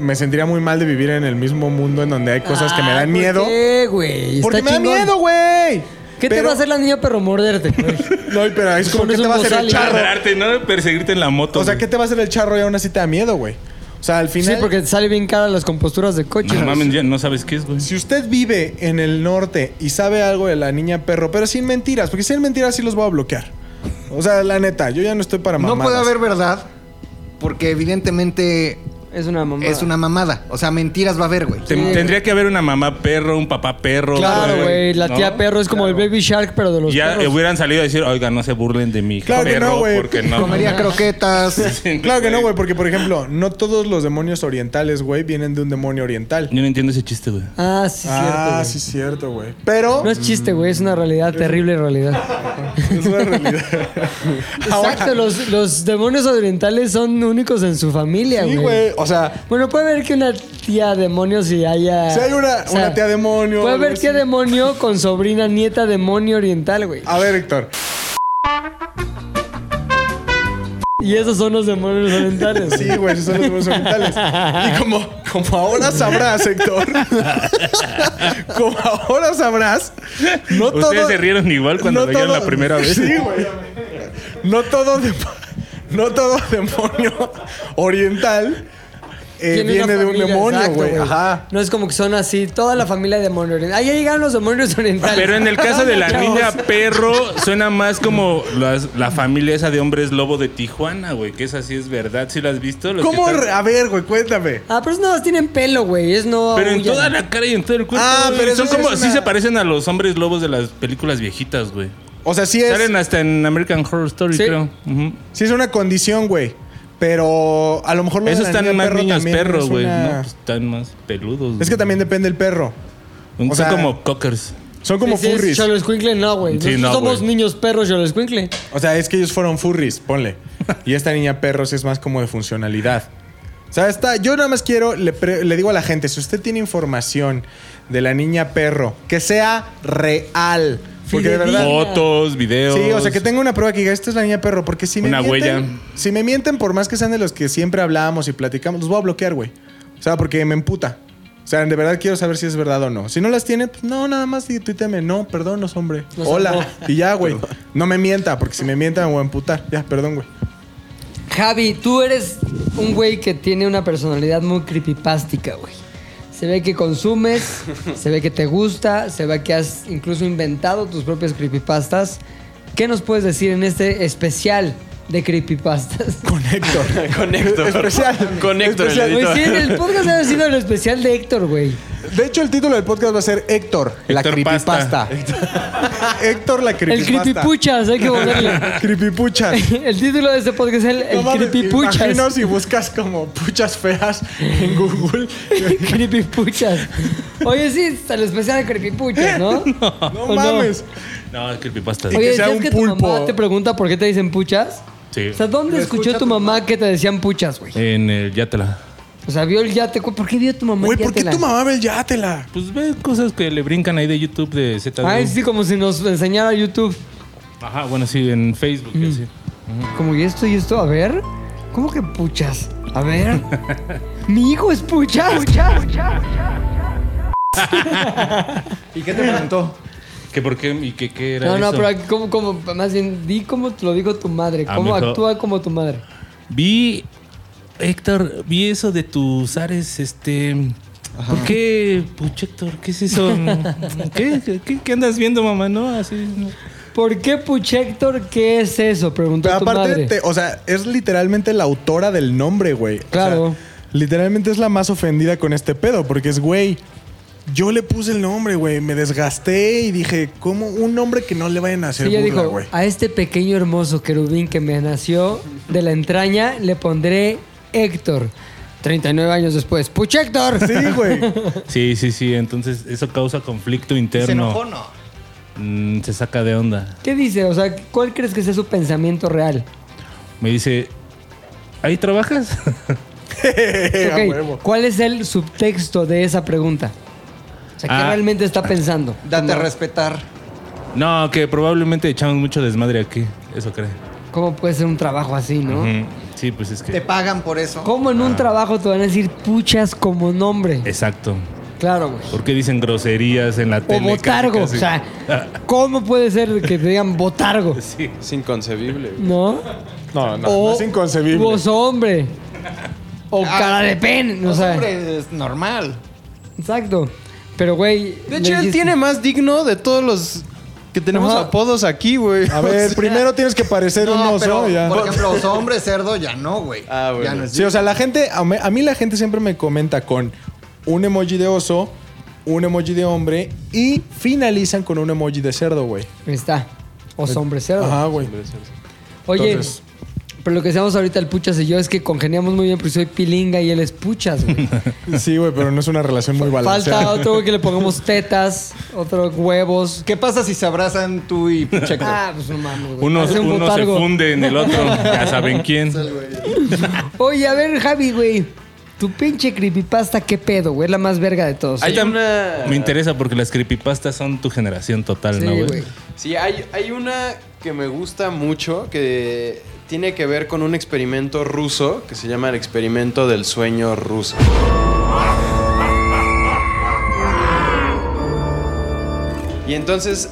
[SPEAKER 5] me sentiría muy mal de vivir en el mismo mundo en donde hay cosas que me
[SPEAKER 2] Ah,
[SPEAKER 5] dan
[SPEAKER 2] ¿por
[SPEAKER 5] miedo.
[SPEAKER 2] qué, güey?
[SPEAKER 5] Porque
[SPEAKER 2] Está
[SPEAKER 5] me da
[SPEAKER 2] chingón.
[SPEAKER 5] miedo, güey.
[SPEAKER 2] ¿Qué te
[SPEAKER 5] Pero-
[SPEAKER 2] va a hacer la niña perro morderte? güey?
[SPEAKER 5] No, pero es como,
[SPEAKER 2] Pones
[SPEAKER 5] ¿qué Pues te
[SPEAKER 2] un
[SPEAKER 5] va a hacer el
[SPEAKER 2] bozal y-
[SPEAKER 5] charro?
[SPEAKER 8] Agarrarte, no perseguirte en la moto.
[SPEAKER 5] O sea,
[SPEAKER 8] güey.
[SPEAKER 5] ¿qué te va a hacer el charro y aún así te da miedo, güey? O sea, al final.
[SPEAKER 2] Sí, porque te sale bien cara las composturas de coche.
[SPEAKER 8] No mames, ya no sabes qué es, güey.
[SPEAKER 5] Si usted vive en el norte y sabe algo de la niña perro, pero sin mentiras, porque si hay mentiras sí los voy a bloquear. O sea, la neta, yo ya no estoy para
[SPEAKER 3] No
[SPEAKER 5] mamadas.
[SPEAKER 3] puede haber verdad, porque evidentemente
[SPEAKER 2] Es una mamá.
[SPEAKER 3] es una mamada. O sea, mentiras va a haber, güey.
[SPEAKER 8] Te- Tendría que haber una mamá perro, un papá perro.
[SPEAKER 2] Claro, güey. La
[SPEAKER 8] ¿no?
[SPEAKER 2] tía perro es como el baby shark, pero de los
[SPEAKER 8] Ya
[SPEAKER 2] perros.
[SPEAKER 8] hubieran salido a decir, oiga, no se burlen de mi hija
[SPEAKER 5] Claro que
[SPEAKER 8] perro,
[SPEAKER 5] no, güey.
[SPEAKER 8] porque no.
[SPEAKER 3] Comería croquetas.
[SPEAKER 5] Claro que no, güey, porque por ejemplo, no todos los demonios orientales, güey, vienen de un demonio oriental.
[SPEAKER 8] Yo no entiendo ese chiste, güey.
[SPEAKER 2] Ah, sí, cierto.
[SPEAKER 5] ah,
[SPEAKER 2] güey.
[SPEAKER 5] sí, cierto, güey. Pero
[SPEAKER 2] No es chiste, güey, es una realidad, terrible realidad.
[SPEAKER 5] es una realidad.
[SPEAKER 2] Exacto, los, los demonios orientales son únicos en su familia,
[SPEAKER 5] Sí,
[SPEAKER 2] güey.
[SPEAKER 5] güey. O sea,
[SPEAKER 2] Bueno, puede haber que una tía demonio si haya.
[SPEAKER 5] si hay una,
[SPEAKER 2] o sea,
[SPEAKER 5] una tía demonio.
[SPEAKER 2] Puede
[SPEAKER 5] algo
[SPEAKER 2] haber tía
[SPEAKER 5] así. Ah,
[SPEAKER 2] demonio con sobrina nieta demonio oriental, güey.
[SPEAKER 5] A ver, Héctor.
[SPEAKER 2] Y esos son los demonios orientales.
[SPEAKER 5] Sí, eh, güey, esos son los demonios orientales. Y como, como ahora sabrás, Héctor. como ahora sabrás, no
[SPEAKER 8] Ustedes
[SPEAKER 5] todo-
[SPEAKER 8] se rieron igual cuando
[SPEAKER 5] no
[SPEAKER 8] lo vieron
[SPEAKER 5] todo-
[SPEAKER 8] la primera vez.
[SPEAKER 5] Sí, güey. No todo, de- no todo demonio oriental eh,
[SPEAKER 2] tiene una
[SPEAKER 5] viene de un
[SPEAKER 2] familia,
[SPEAKER 5] demonio,
[SPEAKER 2] exacto,
[SPEAKER 5] güey. Ajá.
[SPEAKER 2] No es como que son así, toda la familia de demonios orientales. Ahí llegan los demonios orientales.
[SPEAKER 8] Pero en el caso de la
[SPEAKER 2] Chavos.
[SPEAKER 8] niña perro, suena más como las- la familia esa de hombres lobo de Tijuana, güey. Que esa sí es verdad. ¿Sí la has visto? Los que
[SPEAKER 5] ¿Cómo?
[SPEAKER 8] están-
[SPEAKER 5] re- A ver, güey, cuéntame.
[SPEAKER 2] Ah, pero esos nada más tienen pelo, güey. Es no.
[SPEAKER 8] Pero en
[SPEAKER 2] huyen.
[SPEAKER 8] toda la cara y en todo el cuerpo.
[SPEAKER 5] Ah,
[SPEAKER 8] güey.
[SPEAKER 5] pero eso sí
[SPEAKER 8] Son como.
[SPEAKER 5] es
[SPEAKER 8] Sí
[SPEAKER 5] una-
[SPEAKER 8] se parecen a los hombres lobos de las películas viejitas, güey.
[SPEAKER 5] O sea, sí es,
[SPEAKER 8] Salen hasta en American Horror Story,
[SPEAKER 2] Sí.
[SPEAKER 8] creo. Ujú.
[SPEAKER 5] sí es una condición, güey. Pero a lo mejor lo de
[SPEAKER 8] Esos
[SPEAKER 5] la
[SPEAKER 8] están
[SPEAKER 5] niña
[SPEAKER 8] más
[SPEAKER 5] perro
[SPEAKER 8] niños
[SPEAKER 5] también
[SPEAKER 8] perros,
[SPEAKER 5] es
[SPEAKER 8] güey.
[SPEAKER 5] una-
[SPEAKER 8] No, pues están más peludos.
[SPEAKER 5] Es que
[SPEAKER 8] güey.
[SPEAKER 5] también depende el perro.
[SPEAKER 8] Son
[SPEAKER 5] o sea-
[SPEAKER 8] como cockers.
[SPEAKER 5] Son como
[SPEAKER 2] Sí, sí, es
[SPEAKER 5] furries.
[SPEAKER 2] Cholo Escuincle, no, güey.
[SPEAKER 8] Sí,
[SPEAKER 2] Nosotros
[SPEAKER 8] no,
[SPEAKER 2] somos
[SPEAKER 8] güey.
[SPEAKER 2] niños perros, Cholo Escuincle.
[SPEAKER 5] O sea, es que ellos fueron furries, ponle. Y esta niña perros es más como de funcionalidad. O sea, está, yo nada más quiero, le, pre- le digo a la gente, si usted tiene información de la niña perro, que sea real. Porque de verdad...
[SPEAKER 8] Fotos, videos.
[SPEAKER 5] Sí, o sea, que tenga una prueba que diga, esta es la niña perro, porque si me
[SPEAKER 8] Una
[SPEAKER 5] mienten,
[SPEAKER 8] huella.
[SPEAKER 5] si me mienten, por más que sean de los que siempre hablábamos y platicamos, los voy a bloquear, güey. O sea, porque me emputa. O sea, de verdad quiero saber si es verdad o no. Si no las tiene, pues no, nada más di- tuíteme. No, perdón, no, hombre.
[SPEAKER 2] No,
[SPEAKER 5] Hola.
[SPEAKER 2] no.
[SPEAKER 5] Y ya, güey. No me mienta, porque si me mienta me voy a emputar. Ya, perdón, güey.
[SPEAKER 2] Javi, tú eres un güey que tiene una personalidad muy creepypástica, güey. Se ve que consumes, se ve que te gusta, se ve que has incluso inventado tus propias creepypastas. ¿Qué nos puedes decir en este especial de creepypastas?
[SPEAKER 5] Con Héctor.
[SPEAKER 4] Con Héctor.
[SPEAKER 5] Especial.
[SPEAKER 4] Con Héctor, el
[SPEAKER 5] Especial.
[SPEAKER 2] Güey,
[SPEAKER 4] editor.
[SPEAKER 2] sí, en el podcast ha sido el especial de Héctor, güey.
[SPEAKER 5] De hecho, el título del podcast va a ser Héctor, la
[SPEAKER 8] Héctor Pasta.
[SPEAKER 5] creepypasta. Héctor, la
[SPEAKER 2] El
[SPEAKER 5] creepypasta.
[SPEAKER 2] creepypuchas, hay que ponerle.
[SPEAKER 5] Creepypuchas.
[SPEAKER 2] El título de este podcast es el, el
[SPEAKER 5] No mames,
[SPEAKER 2] creepypuchas.
[SPEAKER 5] Imagino si buscas como puchas feas en Google.
[SPEAKER 2] Creepypuchas. Oye, sí, está el especial de creepypuchas, ¿no?
[SPEAKER 5] No,
[SPEAKER 2] ¿O
[SPEAKER 5] mames.
[SPEAKER 8] No, es creepypasta.
[SPEAKER 2] Oye,
[SPEAKER 5] que sea
[SPEAKER 2] ¿sabes
[SPEAKER 5] un
[SPEAKER 2] que tu
[SPEAKER 5] pulpo.
[SPEAKER 2] mamá te pregunta por qué te dicen puchas?
[SPEAKER 8] Sí.
[SPEAKER 2] O sea, ¿dónde escuchó tu mamá que te decían puchas, güey?
[SPEAKER 8] En el Yatla.
[SPEAKER 2] O sea, vio el yate. güey, ¿Por qué vio tu mamá
[SPEAKER 5] Güey,
[SPEAKER 2] el
[SPEAKER 5] ¿por qué
[SPEAKER 2] yatela?
[SPEAKER 5] tu mamá ve el yátela?
[SPEAKER 8] Pues ve cosas que le brincan ahí de YouTube de ZD.
[SPEAKER 5] Ah,
[SPEAKER 2] Ay, sí, como si nos enseñara YouTube.
[SPEAKER 8] Ajá, bueno, sí, en Facebook.
[SPEAKER 5] Mm.
[SPEAKER 8] y así.
[SPEAKER 2] Como, ¿y esto y esto? A ver. ¿Cómo que puchas? A ver. Mi hijo es pucha.
[SPEAKER 5] ¿Y qué te preguntó?
[SPEAKER 8] ¿Que por qué? ¿Y que qué era
[SPEAKER 2] No, no,
[SPEAKER 8] eso?
[SPEAKER 2] pero como, como, más bien, di cómo te lo dijo tu madre.
[SPEAKER 8] Ah,
[SPEAKER 2] Cómo
[SPEAKER 8] mejor.
[SPEAKER 2] actúa como tu madre.
[SPEAKER 8] Vi, Héctor, vi eso de tus ares, este... ¿Por qué, pucha, Héctor? ¿Qué es eso? ¿Qué, qué- qué, qué andas viendo, mamá? No, así... no.
[SPEAKER 2] ¿Por qué Puchector? ¿Qué es eso? Preguntó
[SPEAKER 5] Pero
[SPEAKER 2] tu
[SPEAKER 5] aparte,
[SPEAKER 2] madre.
[SPEAKER 5] te- o sea, es literalmente la autora del nombre, güey. O sea,
[SPEAKER 2] Claro.
[SPEAKER 5] literalmente es la más ofendida con este pedo, porque es, güey, yo le puse el nombre, güey. Me desgasté y dije, ¿cómo un nombre que no le vayan a hacer
[SPEAKER 2] Ella
[SPEAKER 5] burla,
[SPEAKER 2] dijo,
[SPEAKER 5] güey?
[SPEAKER 2] a este pequeño hermoso querubín que me nació de la entraña le pondré Héctor. 39 años después, ¡Puchector!
[SPEAKER 5] Sí, güey.
[SPEAKER 8] Sí, sí, sí, entonces eso causa conflicto interno.
[SPEAKER 3] ¿Se enojó no?
[SPEAKER 8] Mm, se saca de onda.
[SPEAKER 2] ¿Qué dice? O sea, ¿cuál crees que sea su pensamiento real?
[SPEAKER 8] Me dice, ¿ahí trabajas?
[SPEAKER 5] Eh, a
[SPEAKER 2] Ok,
[SPEAKER 5] huevo.
[SPEAKER 2] ¿Cuál es el subtexto de esa pregunta? O sea, ¿qué
[SPEAKER 8] Ah.
[SPEAKER 2] realmente está pensando?
[SPEAKER 3] Date a respetar.
[SPEAKER 8] no, que probablemente echamos mucho desmadre aquí, eso cree.
[SPEAKER 2] ¿Cómo puede ser un trabajo así, no?
[SPEAKER 8] Ujú. Sí, pues es que...
[SPEAKER 3] Te pagan por eso.
[SPEAKER 2] ¿Cómo
[SPEAKER 8] Ah.
[SPEAKER 2] en un trabajo te van a decir puchas como nombre?
[SPEAKER 8] Exacto.
[SPEAKER 2] Claro, güey.
[SPEAKER 8] ¿Por qué dicen groserías en la
[SPEAKER 2] O
[SPEAKER 8] tele?
[SPEAKER 2] botargo.
[SPEAKER 8] Casi,
[SPEAKER 2] O
[SPEAKER 8] Ah.
[SPEAKER 2] sea,
[SPEAKER 8] casi.
[SPEAKER 2] ¿cómo puede ser que te digan botargo?
[SPEAKER 8] Sí.
[SPEAKER 4] Es inconcebible. güey.
[SPEAKER 2] ¿No?
[SPEAKER 5] No, no,
[SPEAKER 2] o
[SPEAKER 5] no es inconcebible.
[SPEAKER 2] Vos hombre. O
[SPEAKER 3] Ah,
[SPEAKER 2] cara de pen. O
[SPEAKER 3] No,
[SPEAKER 2] sea,
[SPEAKER 3] hombre, es normal.
[SPEAKER 2] exacto. Pero, güey.
[SPEAKER 4] De hecho,
[SPEAKER 2] le
[SPEAKER 4] él
[SPEAKER 2] dijiste-
[SPEAKER 4] tiene más digno de todos los que tenemos
[SPEAKER 2] Ajá.
[SPEAKER 4] apodos aquí, güey.
[SPEAKER 5] A ver, primero tienes que parecer un
[SPEAKER 3] No,
[SPEAKER 5] oso.
[SPEAKER 3] pero,
[SPEAKER 5] ya.
[SPEAKER 3] por ejemplo, los hombres cerdo ya no, güey.
[SPEAKER 4] Ah, bueno.
[SPEAKER 3] Ya no es
[SPEAKER 5] Sí, o sea, la gente, a, me- a mí la gente siempre me comenta con un emoji de oso, un emoji de hombre y finalizan con un emoji de cerdo, güey.
[SPEAKER 2] Ahí está. O
[SPEAKER 8] Pues,
[SPEAKER 2] hombre cerdo.
[SPEAKER 5] Ajá, güey.
[SPEAKER 2] Oye.
[SPEAKER 5] entonces-
[SPEAKER 2] Pero lo que seamos ahorita el Puchas y yo es que congeniamos muy bien porque soy pilinga y él es Puchas, güey.
[SPEAKER 5] Sí, güey, pero no es una relación muy balanceada.
[SPEAKER 2] Falta otro güey que le pongamos tetas, otro huevos.
[SPEAKER 3] ¿Qué pasa si se abrazan tú y Checo?
[SPEAKER 2] Ah, pues no mames, güey.
[SPEAKER 8] Uno,
[SPEAKER 2] Hace un
[SPEAKER 8] uno se
[SPEAKER 2] botargo.
[SPEAKER 8] funde en el otro, ya saben quién.
[SPEAKER 2] Oye, a ver, Javi, güey. Tu pinche creepypasta, qué pedo, güey. Es la más verga de todos.
[SPEAKER 4] Hay
[SPEAKER 8] Ahí tam-
[SPEAKER 4] una-
[SPEAKER 8] Me interesa porque las creepypastas son tu generación total,
[SPEAKER 2] Sí,
[SPEAKER 8] ¿no, güey?
[SPEAKER 2] güey.
[SPEAKER 4] Sí, hay, hay una que me gusta mucho que tiene que ver con un experimento ruso que se llama el experimento del sueño ruso. Y entonces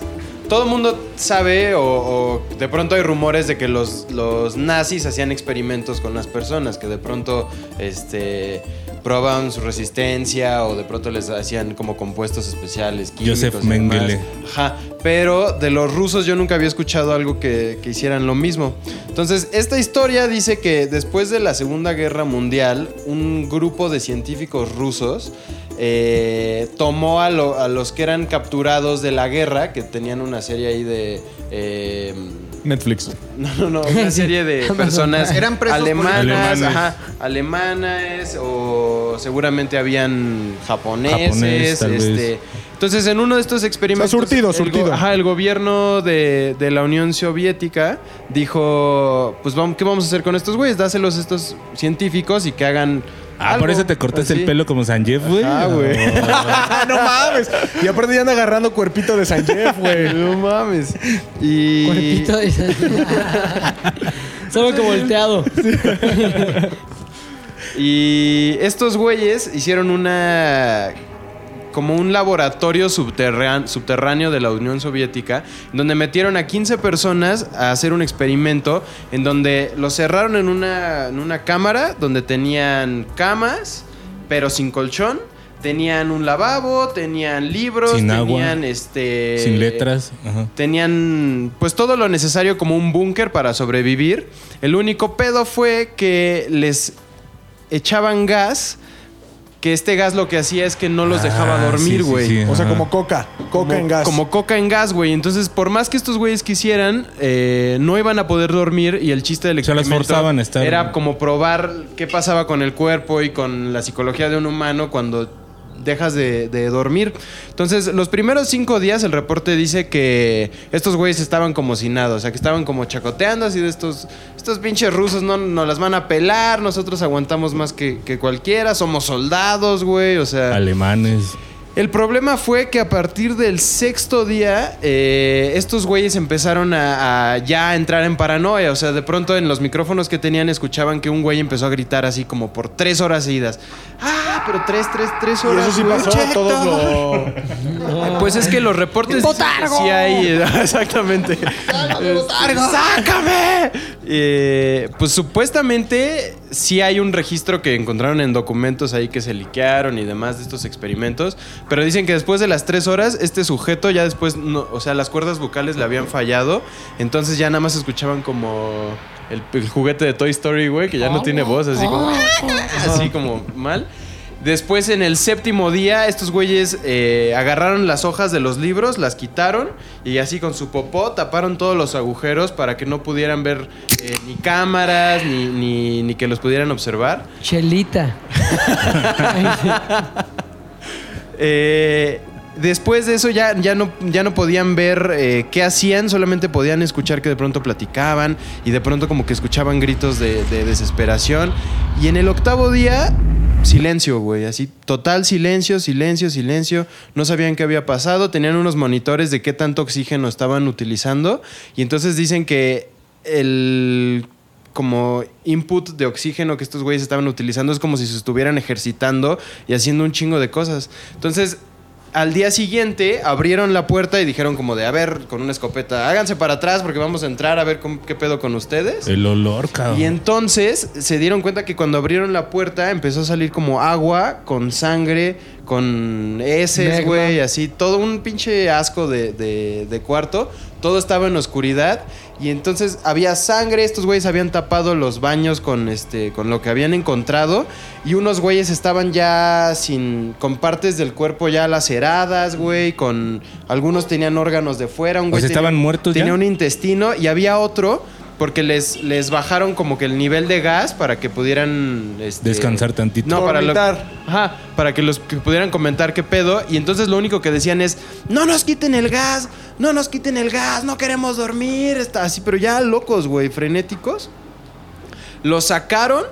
[SPEAKER 4] todo el mundo sabe o, o de pronto hay rumores de que los, los nazis hacían experimentos con las personas, que de pronto este, probaban su resistencia o de pronto les hacían como compuestos especiales. Químicos
[SPEAKER 8] Joseph
[SPEAKER 4] y demás.
[SPEAKER 8] Mengele.
[SPEAKER 4] Ajá, pero de los rusos yo nunca había escuchado algo que, que hicieran lo mismo. Entonces, esta historia dice que después de la Segunda Guerra Mundial, un grupo de científicos rusos eh, tomó a, lo- a los que eran capturados de la guerra, que tenían una serie ahí de... eh,
[SPEAKER 5] Netflix.
[SPEAKER 4] no, no, no, una serie de personas
[SPEAKER 3] Eran presos
[SPEAKER 4] alemanas,
[SPEAKER 8] políticos.
[SPEAKER 4] ajá, alemanas o seguramente habían japoneses,
[SPEAKER 8] Japonés, tal vez.
[SPEAKER 4] este. Entonces, en uno de estos experimentos,
[SPEAKER 5] O sea, surtido,
[SPEAKER 4] el go-
[SPEAKER 5] surtido.
[SPEAKER 4] ajá, el gobierno de, de la Unión Soviética dijo, pues vamos, ¿qué vamos a hacer con estos güeyes? Dáselos a estos científicos y que hagan
[SPEAKER 8] Ah,
[SPEAKER 4] algo".
[SPEAKER 8] por eso te cortaste
[SPEAKER 4] Así.
[SPEAKER 8] el pelo como San Jeff, güey.
[SPEAKER 4] Ah, Pues güey.
[SPEAKER 5] no mames. Y aparte ya anda agarrando cuerpito de San Jeff, güey.
[SPEAKER 4] No mames. Y
[SPEAKER 2] Cuerpito. Solo que volteado.
[SPEAKER 4] Y estos güeyes hicieron una. como un laboratorio subterrán- subterráneo de la Unión Soviética, donde metieron a 15 personas a hacer un experimento, en donde los cerraron en una, en una cámara, donde tenían camas, pero sin colchón. Tenían un lavabo, tenían libros,
[SPEAKER 8] Sin agua.
[SPEAKER 4] tenían este.
[SPEAKER 8] Sin letras. Ajá.
[SPEAKER 4] Tenían pues todo lo necesario como un búnker para sobrevivir. El único pedo fue que les echaban gas, que este gas lo que hacía es que no los dejaba
[SPEAKER 8] Ah, sí,
[SPEAKER 4] dormir,
[SPEAKER 8] sí,
[SPEAKER 4] güey.
[SPEAKER 8] sí,
[SPEAKER 5] O sea,
[SPEAKER 8] ajá.
[SPEAKER 5] como coca. Coca en gas.
[SPEAKER 4] Como coca en gas, güey. Entonces, por más que estos güeyes quisieran, eh, no iban a poder dormir y el chiste del
[SPEAKER 8] O sea, las
[SPEAKER 4] experimento
[SPEAKER 8] forzaban a estar-
[SPEAKER 4] era como probar qué pasaba con el cuerpo y con la psicología de un humano cuando dejas de, de dormir. Entonces, los primeros cinco días el reporte dice que estos güeyes estaban como sin nada, o sea, que estaban como chacoteando así de estos, estos pinches rusos, no nos las van a pelar, nosotros aguantamos más que, que cualquiera, somos soldados, güey, o sea...
[SPEAKER 8] Alemanes.
[SPEAKER 4] El problema fue que a partir del sexto día, eh, estos güeyes empezaron a, a ya entrar en paranoia. O sea, de pronto en los micrófonos que tenían escuchaban que un güey empezó a gritar así como por tres horas seguidas. Ah, pero tres, tres, tres
[SPEAKER 5] Y
[SPEAKER 4] horas.
[SPEAKER 5] eso sí
[SPEAKER 4] güey,
[SPEAKER 5] pasó
[SPEAKER 4] check,
[SPEAKER 5] todos
[SPEAKER 4] todo".
[SPEAKER 5] los...
[SPEAKER 4] Pues es que los reportes dicen que sí hay, exactamente. Este, ¡Sácame! Eh, pues supuestamente sí hay un registro que encontraron en documentos ahí que se liquearon y demás de estos experimentos, pero dicen que después de las tres horas este sujeto ya después, no, o sea, las cuerdas vocales le habían fallado, entonces ya nada más escuchaban como el, el juguete de Toy Story, güey, que ya no tiene voz, así como así como mal. Después, en el séptimo día, estos güeyes eh, agarraron las hojas de los libros, las quitaron y así con su popó taparon todos los agujeros para que no pudieran ver eh, ni cámaras ni, ni- ni que los pudieran observar.
[SPEAKER 2] Chelita.
[SPEAKER 4] Eh, después de eso ya, ya, no, ya no podían ver eh, qué hacían, solamente podían escuchar que de pronto platicaban y de pronto como que escuchaban gritos de, de desesperación. Y en el octavo día, silencio, güey, así, total silencio, silencio, silencio. No sabían qué había pasado, tenían unos monitores de qué tanto oxígeno estaban utilizando y entonces dicen que el como input de oxígeno que estos güeyes estaban utilizando es como si se estuvieran ejercitando y haciendo un chingo de cosas. Entonces, al día siguiente abrieron la puerta y dijeron como de, a ver, con una escopeta, háganse para atrás porque vamos a entrar a ver cómo- qué pedo con ustedes.
[SPEAKER 8] El olor, cabrón.
[SPEAKER 4] Y entonces se dieron cuenta que cuando abrieron la puerta empezó a salir como agua, con sangre, con heces,
[SPEAKER 2] Negro.
[SPEAKER 4] güey, así, todo un pinche asco de, de- de cuarto. Todo estaba en oscuridad y entonces había sangre, estos güeyes habían tapado los baños con, este, con lo que habían encontrado y unos güeyes estaban ya sin, con partes del cuerpo ya laceradas, güey, con algunos tenían órganos de fuera, un
[SPEAKER 8] O
[SPEAKER 4] güey
[SPEAKER 8] sea,
[SPEAKER 4] tenía-
[SPEAKER 8] estaban muertos ya.
[SPEAKER 4] tenía un intestino y había otro porque les, les bajaron como que el nivel de gas para que pudieran este,
[SPEAKER 8] Descansar tantito.
[SPEAKER 4] No, para lo-
[SPEAKER 5] Vomitar.
[SPEAKER 4] ajá, para que los que pudieran comentar qué pedo y entonces lo único que decían es no nos quiten el gas, no nos quiten el gas, no queremos dormir, está así, pero ya locos, güey, frenéticos. Lo sacaron.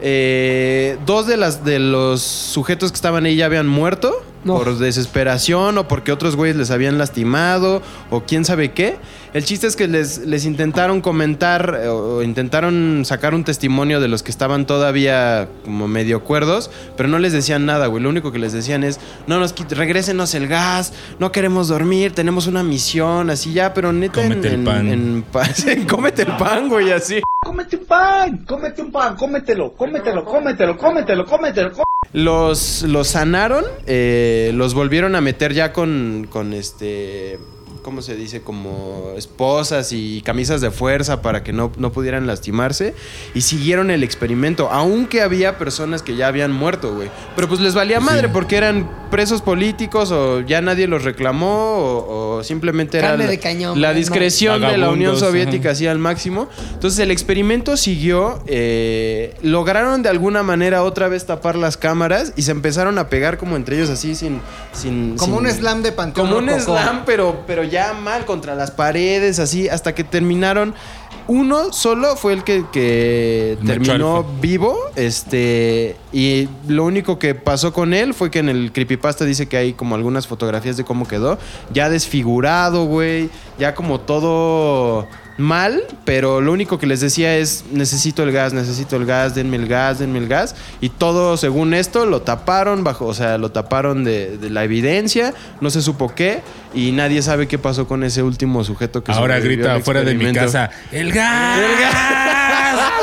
[SPEAKER 4] eh, dos de, las, de los sujetos que estaban ahí ya habían muerto.
[SPEAKER 2] No.
[SPEAKER 4] por desesperación o porque otros güeyes les habían lastimado o quién sabe qué. El chiste es que les, les intentaron comentar eh, o intentaron sacar un testimonio de los que estaban todavía como medio cuerdos, pero no les decían nada, güey. Lo único que les decían es, no nos quit- regrésenos el gas, no queremos dormir, tenemos una misión, así ya, pero neta en-
[SPEAKER 8] Cómete el
[SPEAKER 4] en-
[SPEAKER 8] pan.
[SPEAKER 4] en pa- sí, cómete el pan, güey, así.
[SPEAKER 9] Cómete un pan, cómete un pan, cómetelo, cómetelo, cómetelo, cómetelo, cómetelo. có-
[SPEAKER 4] Los, los sanaron, eh, los volvieron a meter ya con, con este, ¿cómo se dice? Como esposas y camisas de fuerza para que no, no pudieran lastimarse. Y siguieron el experimento, aunque había personas que ya habían muerto, güey. Pero pues les valía madre porque eran presos políticos o ya nadie los reclamó o, o simplemente era
[SPEAKER 2] Carne
[SPEAKER 4] la,
[SPEAKER 2] de cañón,
[SPEAKER 4] la
[SPEAKER 2] ¿no?
[SPEAKER 4] discreción de la
[SPEAKER 8] Vagabundos,
[SPEAKER 4] Unión
[SPEAKER 8] ajá.
[SPEAKER 4] Soviética así al máximo. Entonces el experimento siguió, eh, lograron de alguna manera otra vez tapar las cámaras y se empezaron a pegar como entre ellos así sin... sin
[SPEAKER 3] Como
[SPEAKER 4] sin-
[SPEAKER 3] un slam de panteón.
[SPEAKER 4] Como un
[SPEAKER 3] rococó.
[SPEAKER 4] slam, pero, pero ya mal, contra las paredes, así, hasta que terminaron... Uno solo fue el que, que
[SPEAKER 8] Una
[SPEAKER 4] terminó
[SPEAKER 8] chalfa.
[SPEAKER 4] vivo, este, y lo único que pasó con él fue que en el creepypasta dice que hay como algunas fotografías de cómo quedó, ya desfigurado, güey, ya como todo mal, pero lo único que les decía es necesito el gas, necesito el gas, denme el gas, denme el gas, y todo según esto lo taparon bajo, o sea, lo taparon de, de la evidencia, no se supo qué, y nadie sabe qué pasó con ese último sujeto que
[SPEAKER 8] Ahora
[SPEAKER 4] sobrevivió
[SPEAKER 8] grita
[SPEAKER 4] al
[SPEAKER 8] fuera de mi
[SPEAKER 4] experimento.
[SPEAKER 8] casa. ¡El gas!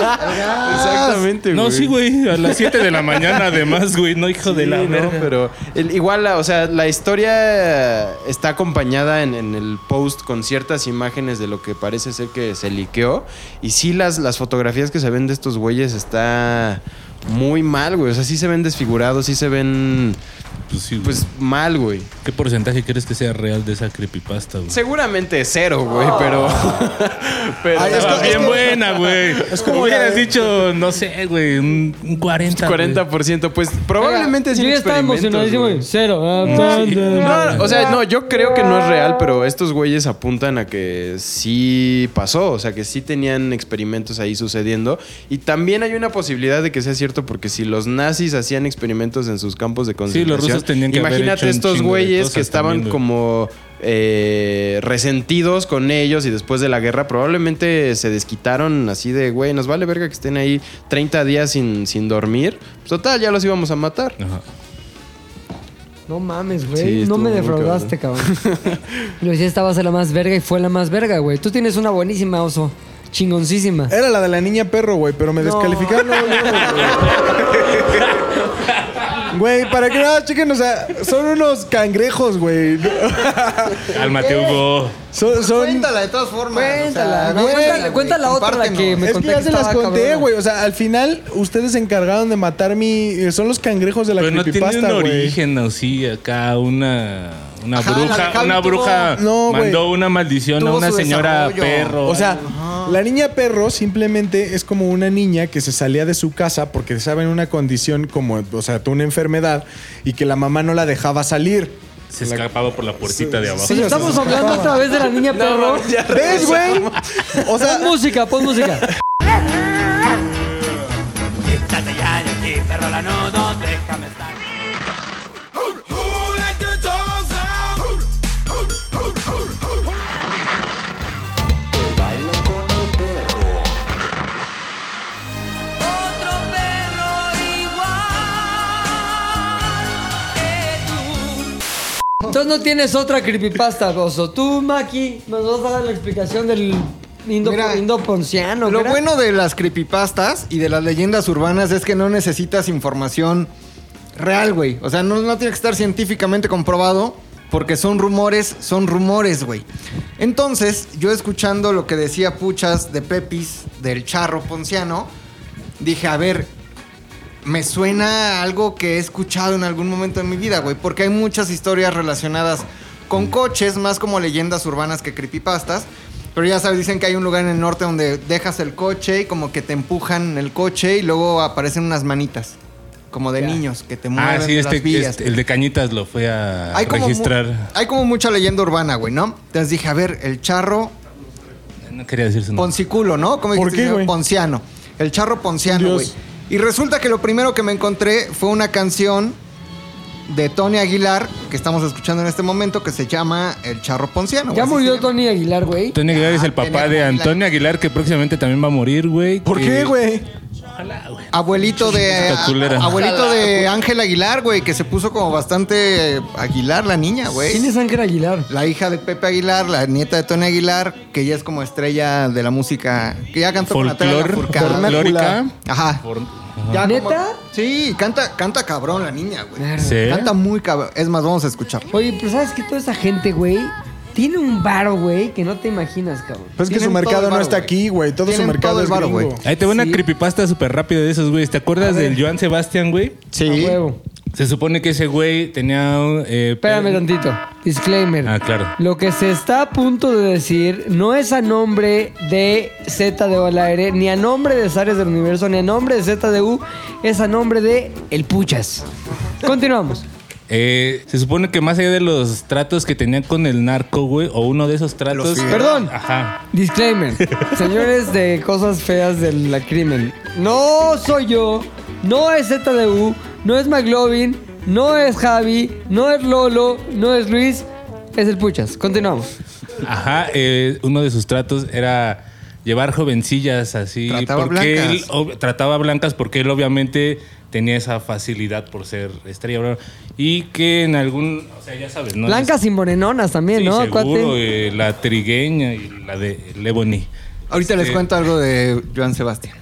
[SPEAKER 4] Exactamente,
[SPEAKER 8] No, sí, güey. A las 7 de la mañana, además, güey. No, hijo de
[SPEAKER 4] Sí,
[SPEAKER 8] la
[SPEAKER 4] no,
[SPEAKER 8] verga.
[SPEAKER 4] pero el- igual, la- o sea, la historia está acompañada en, en el post con ciertas imágenes de lo que parece ser que se liqueó. Y sí, las, las fotografías que se ven de estos güeyes está muy mal, güey. O sea, sí se ven desfigurados, sí se ven,
[SPEAKER 8] Pues sí, güey.
[SPEAKER 4] pues, mal, güey.
[SPEAKER 8] ¿Qué porcentaje crees que sea real de esa creepypasta, güey?
[SPEAKER 4] Seguramente cero, güey, pero... pero
[SPEAKER 5] Ay,
[SPEAKER 8] Estaba
[SPEAKER 5] esto-
[SPEAKER 8] Ah, bien
[SPEAKER 5] esto-
[SPEAKER 8] buena, güey. Es como
[SPEAKER 5] como la
[SPEAKER 8] hubieras
[SPEAKER 5] de-
[SPEAKER 8] dicho, no sé, güey, un un 40. güey.
[SPEAKER 4] 40%, pues probablemente es
[SPEAKER 2] Yo
[SPEAKER 4] un
[SPEAKER 2] ya estaba
[SPEAKER 4] experimento,
[SPEAKER 2] emocionadísimo,
[SPEAKER 4] güey.
[SPEAKER 2] güey. Cero. Ah,
[SPEAKER 4] No, o sea, no, yo creo que no es real, pero estos güeyes apuntan a que sí pasó, o sea, que sí tenían experimentos ahí sucediendo. Y también hay una posibilidad de que sea cierto, porque si los nazis hacían experimentos en sus campos de concentración,
[SPEAKER 8] los rusos tenían que haber
[SPEAKER 4] imagínate
[SPEAKER 8] hecho un
[SPEAKER 4] estos
[SPEAKER 8] chingo de
[SPEAKER 4] güeyes
[SPEAKER 8] cosas
[SPEAKER 4] que estaban
[SPEAKER 8] también, güey.
[SPEAKER 4] como eh, resentidos con ellos y después de la guerra probablemente se desquitaron así de, güey, nos vale verga que estén ahí 30 días sin, sin dormir. Pues, total, ya los íbamos a matar.
[SPEAKER 8] Ajá.
[SPEAKER 2] No mames, güey.
[SPEAKER 4] Sí,
[SPEAKER 2] no
[SPEAKER 4] estuvo
[SPEAKER 2] me
[SPEAKER 4] muy
[SPEAKER 2] defraudaste, cabrón. Lo decía, esta va a ser la más verga y fue la más verga, güey. Tú tienes una buenísima, oso. Chingoncísima.
[SPEAKER 4] Eh,
[SPEAKER 5] Era la de la niña perro, güey, pero me descalificaron. No, no, güey. Güey, para que nada, chequen, o sea, son unos cangrejos, güey.
[SPEAKER 8] Cálmate, Hugo.
[SPEAKER 5] Son, son,
[SPEAKER 3] Cuéntala de todas formas.
[SPEAKER 2] Cuéntala, no,
[SPEAKER 5] güey,
[SPEAKER 2] cuéntala, cuenta la otra, la que
[SPEAKER 3] compártenos.
[SPEAKER 2] me
[SPEAKER 5] es
[SPEAKER 2] conté
[SPEAKER 5] que ya
[SPEAKER 2] que
[SPEAKER 5] se las
[SPEAKER 2] estaba
[SPEAKER 5] conté,
[SPEAKER 2] cabrona.
[SPEAKER 5] güey. O sea, al final ustedes se encargaron de matar mi. eh, Son los cangrejos de la
[SPEAKER 8] Pero no tiene un
[SPEAKER 5] creepypasta, güey.
[SPEAKER 8] origen, o sí, acá una, una
[SPEAKER 3] Ajá, la de
[SPEAKER 8] bruja,
[SPEAKER 3] Javi
[SPEAKER 8] una
[SPEAKER 3] tuvo-
[SPEAKER 8] bruja
[SPEAKER 5] No, güey.
[SPEAKER 8] mandó una maldición a
[SPEAKER 3] Tuvo
[SPEAKER 8] una
[SPEAKER 3] su
[SPEAKER 8] señora
[SPEAKER 3] desarrollo.
[SPEAKER 8] perro.
[SPEAKER 5] O sea, la niña perro simplemente es como una niña que se salía de su casa porque estaba en una condición como, o sea, tuvo una enfermedad y que la mamá no la dejaba salir.
[SPEAKER 8] se escapaba por la puertita de abajo.
[SPEAKER 5] Sí, o sea,
[SPEAKER 2] Estamos hablando otra vez de la niña perro.
[SPEAKER 5] ¿Ves, güey? O sea,
[SPEAKER 2] Pon música, pon música. Entonces no tienes otra creepypasta, Gozo. Tú, Maki, nos vas a dar la explicación del indo,
[SPEAKER 3] Mira,
[SPEAKER 2] indoponciano.
[SPEAKER 3] Lo
[SPEAKER 2] ¿verdad?
[SPEAKER 3] bueno de las creepypastas y de las leyendas urbanas es que no necesitas información real, güey. O sea, no, no tiene que estar científicamente comprobado porque son rumores, son rumores, güey. Entonces, yo escuchando lo que decía Puchas de Pepis, del charro ponciano, dije, a ver, me suena a algo que he escuchado en algún momento de mi vida, güey, porque hay muchas historias relacionadas con coches, más como leyendas urbanas que creepypastas. Pero ya sabes, dicen que hay un lugar en el norte donde dejas el coche y como que te empujan el coche y luego aparecen unas manitas, como de niños que te mueven
[SPEAKER 8] ah, sí,
[SPEAKER 3] las
[SPEAKER 8] este,
[SPEAKER 3] vías.
[SPEAKER 8] este- el de Cañitas lo fue a
[SPEAKER 3] hay, como mu-
[SPEAKER 8] registrar.
[SPEAKER 3] hay como mucha leyenda urbana, güey, ¿no? Entonces dije, a ver, el charro
[SPEAKER 8] No quería decir su nombre.
[SPEAKER 3] Ponciculo, ¿no? ¿Cómo
[SPEAKER 5] ¿Por
[SPEAKER 3] dijiste?
[SPEAKER 5] qué, güey?
[SPEAKER 3] Ponciano. El charro ponciano,
[SPEAKER 5] Dios.
[SPEAKER 3] güey. Y resulta que lo primero que me encontré fue una canción de Tony Aguilar que estamos escuchando en este momento que se llama El Charro Ponciano. güey,
[SPEAKER 2] Ya
[SPEAKER 3] así se
[SPEAKER 2] murió
[SPEAKER 3] llama.
[SPEAKER 2] Tony Aguilar, güey.
[SPEAKER 8] Antonio Aguilar es el
[SPEAKER 3] Antonio
[SPEAKER 8] papá de
[SPEAKER 3] Aguilar.
[SPEAKER 8] Antonio Aguilar, que próximamente también va a morir, güey.
[SPEAKER 5] ¿Por
[SPEAKER 8] que-
[SPEAKER 5] qué, güey?
[SPEAKER 3] Abuelito de
[SPEAKER 8] Está culera.
[SPEAKER 3] abuelito de Ángel Aguilar, güey, que se puso como bastante Aguilar la niña, güey.
[SPEAKER 2] ¿Quién es Ángel Aguilar?
[SPEAKER 3] La hija de Pepe Aguilar, la nieta de Tony Aguilar, que ya es como estrella de la música, que ya cantó con Natalia
[SPEAKER 8] Folclor,
[SPEAKER 3] Lafourcade.
[SPEAKER 8] folclórica.
[SPEAKER 3] Ajá. Ya como-
[SPEAKER 2] ¿Neta?
[SPEAKER 3] sí, canta, canta cabrón la niña, güey.
[SPEAKER 8] Sí.
[SPEAKER 3] Canta muy cabrón. Es más, vamos a escuchar.
[SPEAKER 2] Oye, pero ¿sabes que Toda esa gente, güey, tiene un varo, güey, que no te imaginas, cabrón.
[SPEAKER 5] Pues es que su
[SPEAKER 3] Tienen todo
[SPEAKER 5] mercado
[SPEAKER 3] el
[SPEAKER 5] no
[SPEAKER 3] varo,
[SPEAKER 5] está
[SPEAKER 3] güey.
[SPEAKER 5] aquí, güey. Todo
[SPEAKER 3] Tienen
[SPEAKER 5] su mercado
[SPEAKER 3] todo el
[SPEAKER 5] es
[SPEAKER 3] varo, güey.
[SPEAKER 5] gringo.
[SPEAKER 8] Ahí te va
[SPEAKER 2] Sí.
[SPEAKER 8] una creepypasta súper rápido de esos, güey. ¿Te acuerdas del Joan Sebastián, güey?
[SPEAKER 2] A huevo.
[SPEAKER 8] Se supone que ese güey tenía... eh,
[SPEAKER 2] Espérame
[SPEAKER 8] eh,
[SPEAKER 2] tantito. Disclaimer.
[SPEAKER 8] Ah, claro.
[SPEAKER 2] Lo que se está a punto de decir no es a nombre de Z de O al aire, ni a nombre de Zares del Universo, ni a nombre de Z de U, es a nombre de El Puchas. Continuamos.
[SPEAKER 8] Eh, se supone que más allá de los tratos que tenían con el narco, güey, o uno de esos tratos...
[SPEAKER 2] Perdón.
[SPEAKER 8] Ajá.
[SPEAKER 2] Disclaimer. Señores de cosas feas del la crimen. No soy yo, no es ZDU, no es McLovin, no es Javi, no es Lolo, no es Luis, es el Puchas. Continuamos.
[SPEAKER 8] Ajá. eh, uno de sus tratos era llevar jovencillas así.
[SPEAKER 3] Trataba blancas.
[SPEAKER 8] él ob- trataba blancas porque él obviamente tenía esa facilidad por ser estrella. bla, bla, Y que en algún... O sea, ya sabes, ¿no?
[SPEAKER 2] Blancas y morenonas también,
[SPEAKER 8] Sí,
[SPEAKER 2] ¿no?
[SPEAKER 8] seguro, eh, la trigueña y la de Leboni. Eh,
[SPEAKER 3] Ahorita les cuento algo de Joan Sebastián.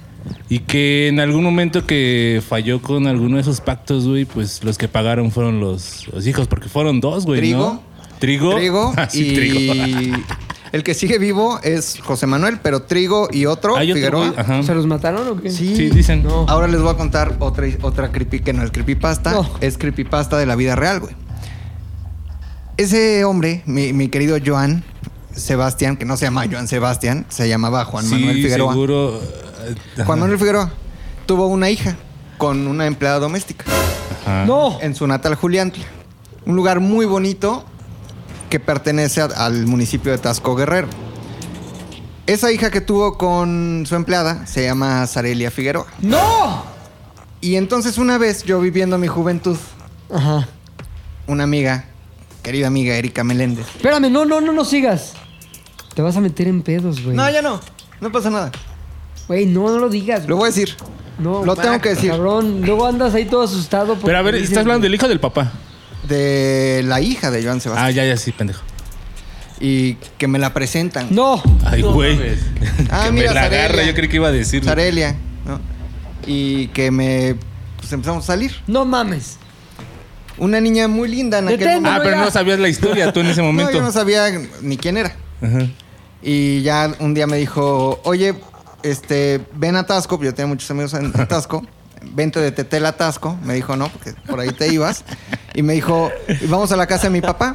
[SPEAKER 8] Y que en algún momento que falló con alguno de esos pactos, güey, pues los que pagaron fueron los, los hijos, porque fueron dos, güey,
[SPEAKER 3] Trigo.
[SPEAKER 8] ¿no? Trigo.
[SPEAKER 3] Trigo
[SPEAKER 8] Ah, sí,
[SPEAKER 3] y
[SPEAKER 8] trigo.
[SPEAKER 3] el que sigue vivo es José Manuel, pero Trigo y otro,
[SPEAKER 8] Hay otro,
[SPEAKER 3] Figueroa.
[SPEAKER 8] güey, Ah, ajá.
[SPEAKER 2] ¿Se los mataron o qué?
[SPEAKER 8] Sí, dicen.
[SPEAKER 2] No.
[SPEAKER 3] Ahora les voy a contar otra, otra creepy que no es creepypasta.
[SPEAKER 2] No.
[SPEAKER 3] Es creepypasta de la vida real, güey. Ese hombre, mi, mi querido Joan Sebastián, que no se llama Joan Sebastián, se llamaba Juan
[SPEAKER 8] Sí,
[SPEAKER 3] Manuel Figueroa.
[SPEAKER 8] seguro. ajá,
[SPEAKER 3] Juan Manuel Figueroa tuvo una hija con una empleada doméstica
[SPEAKER 8] ajá.
[SPEAKER 2] No.
[SPEAKER 3] en su natal Juliantla. Un lugar muy bonito que pertenece a- al municipio de Tasco Guerrero. Esa hija que tuvo con su empleada se llama Sarelia Figueroa.
[SPEAKER 2] ¡No!
[SPEAKER 3] Y entonces una vez yo viviendo mi juventud,
[SPEAKER 2] Ajá.
[SPEAKER 3] una amiga, querida amiga Erika Meléndez.
[SPEAKER 2] Espérame, no, no, no, no sigas. Te vas a meter en pedos, güey.
[SPEAKER 3] No, ya no, no pasa nada.
[SPEAKER 2] Güey, no, no lo digas. güey.
[SPEAKER 3] Lo voy a decir.
[SPEAKER 2] No,
[SPEAKER 3] lo tengo que decir.
[SPEAKER 2] Cabrón, luego andas ahí todo asustado. porque
[SPEAKER 8] Pero a ver,
[SPEAKER 2] dices-
[SPEAKER 8] estás hablando del hijo del papá.
[SPEAKER 3] De la hija de Joan Sebastián.
[SPEAKER 8] Ah, ya, ya, sí, pendejo.
[SPEAKER 3] Y que me la presentan.
[SPEAKER 2] No.
[SPEAKER 8] Ay, güey.
[SPEAKER 3] Ah,
[SPEAKER 8] que
[SPEAKER 3] mira,
[SPEAKER 8] me la
[SPEAKER 3] Sarelia.
[SPEAKER 8] agarra, yo creí que iba a decir.
[SPEAKER 3] Sarelia, ¿no? Y que me... Pues empezamos a salir.
[SPEAKER 2] No mames.
[SPEAKER 3] Una niña muy linda en aquel
[SPEAKER 2] Detente,
[SPEAKER 3] momento.
[SPEAKER 8] Ah, pero no sabías la historia tú en ese
[SPEAKER 3] No,
[SPEAKER 8] momento.
[SPEAKER 3] yo no sabía ni quién era.
[SPEAKER 8] Ajá.
[SPEAKER 3] Y ya un día me dijo, oye, este, ven a Tasco, yo tenía muchos amigos en Tasco, vente de Tetel a Tasco, me dijo, no, porque por ahí te ibas. Y me dijo, "Y vamos a la casa de mi papá.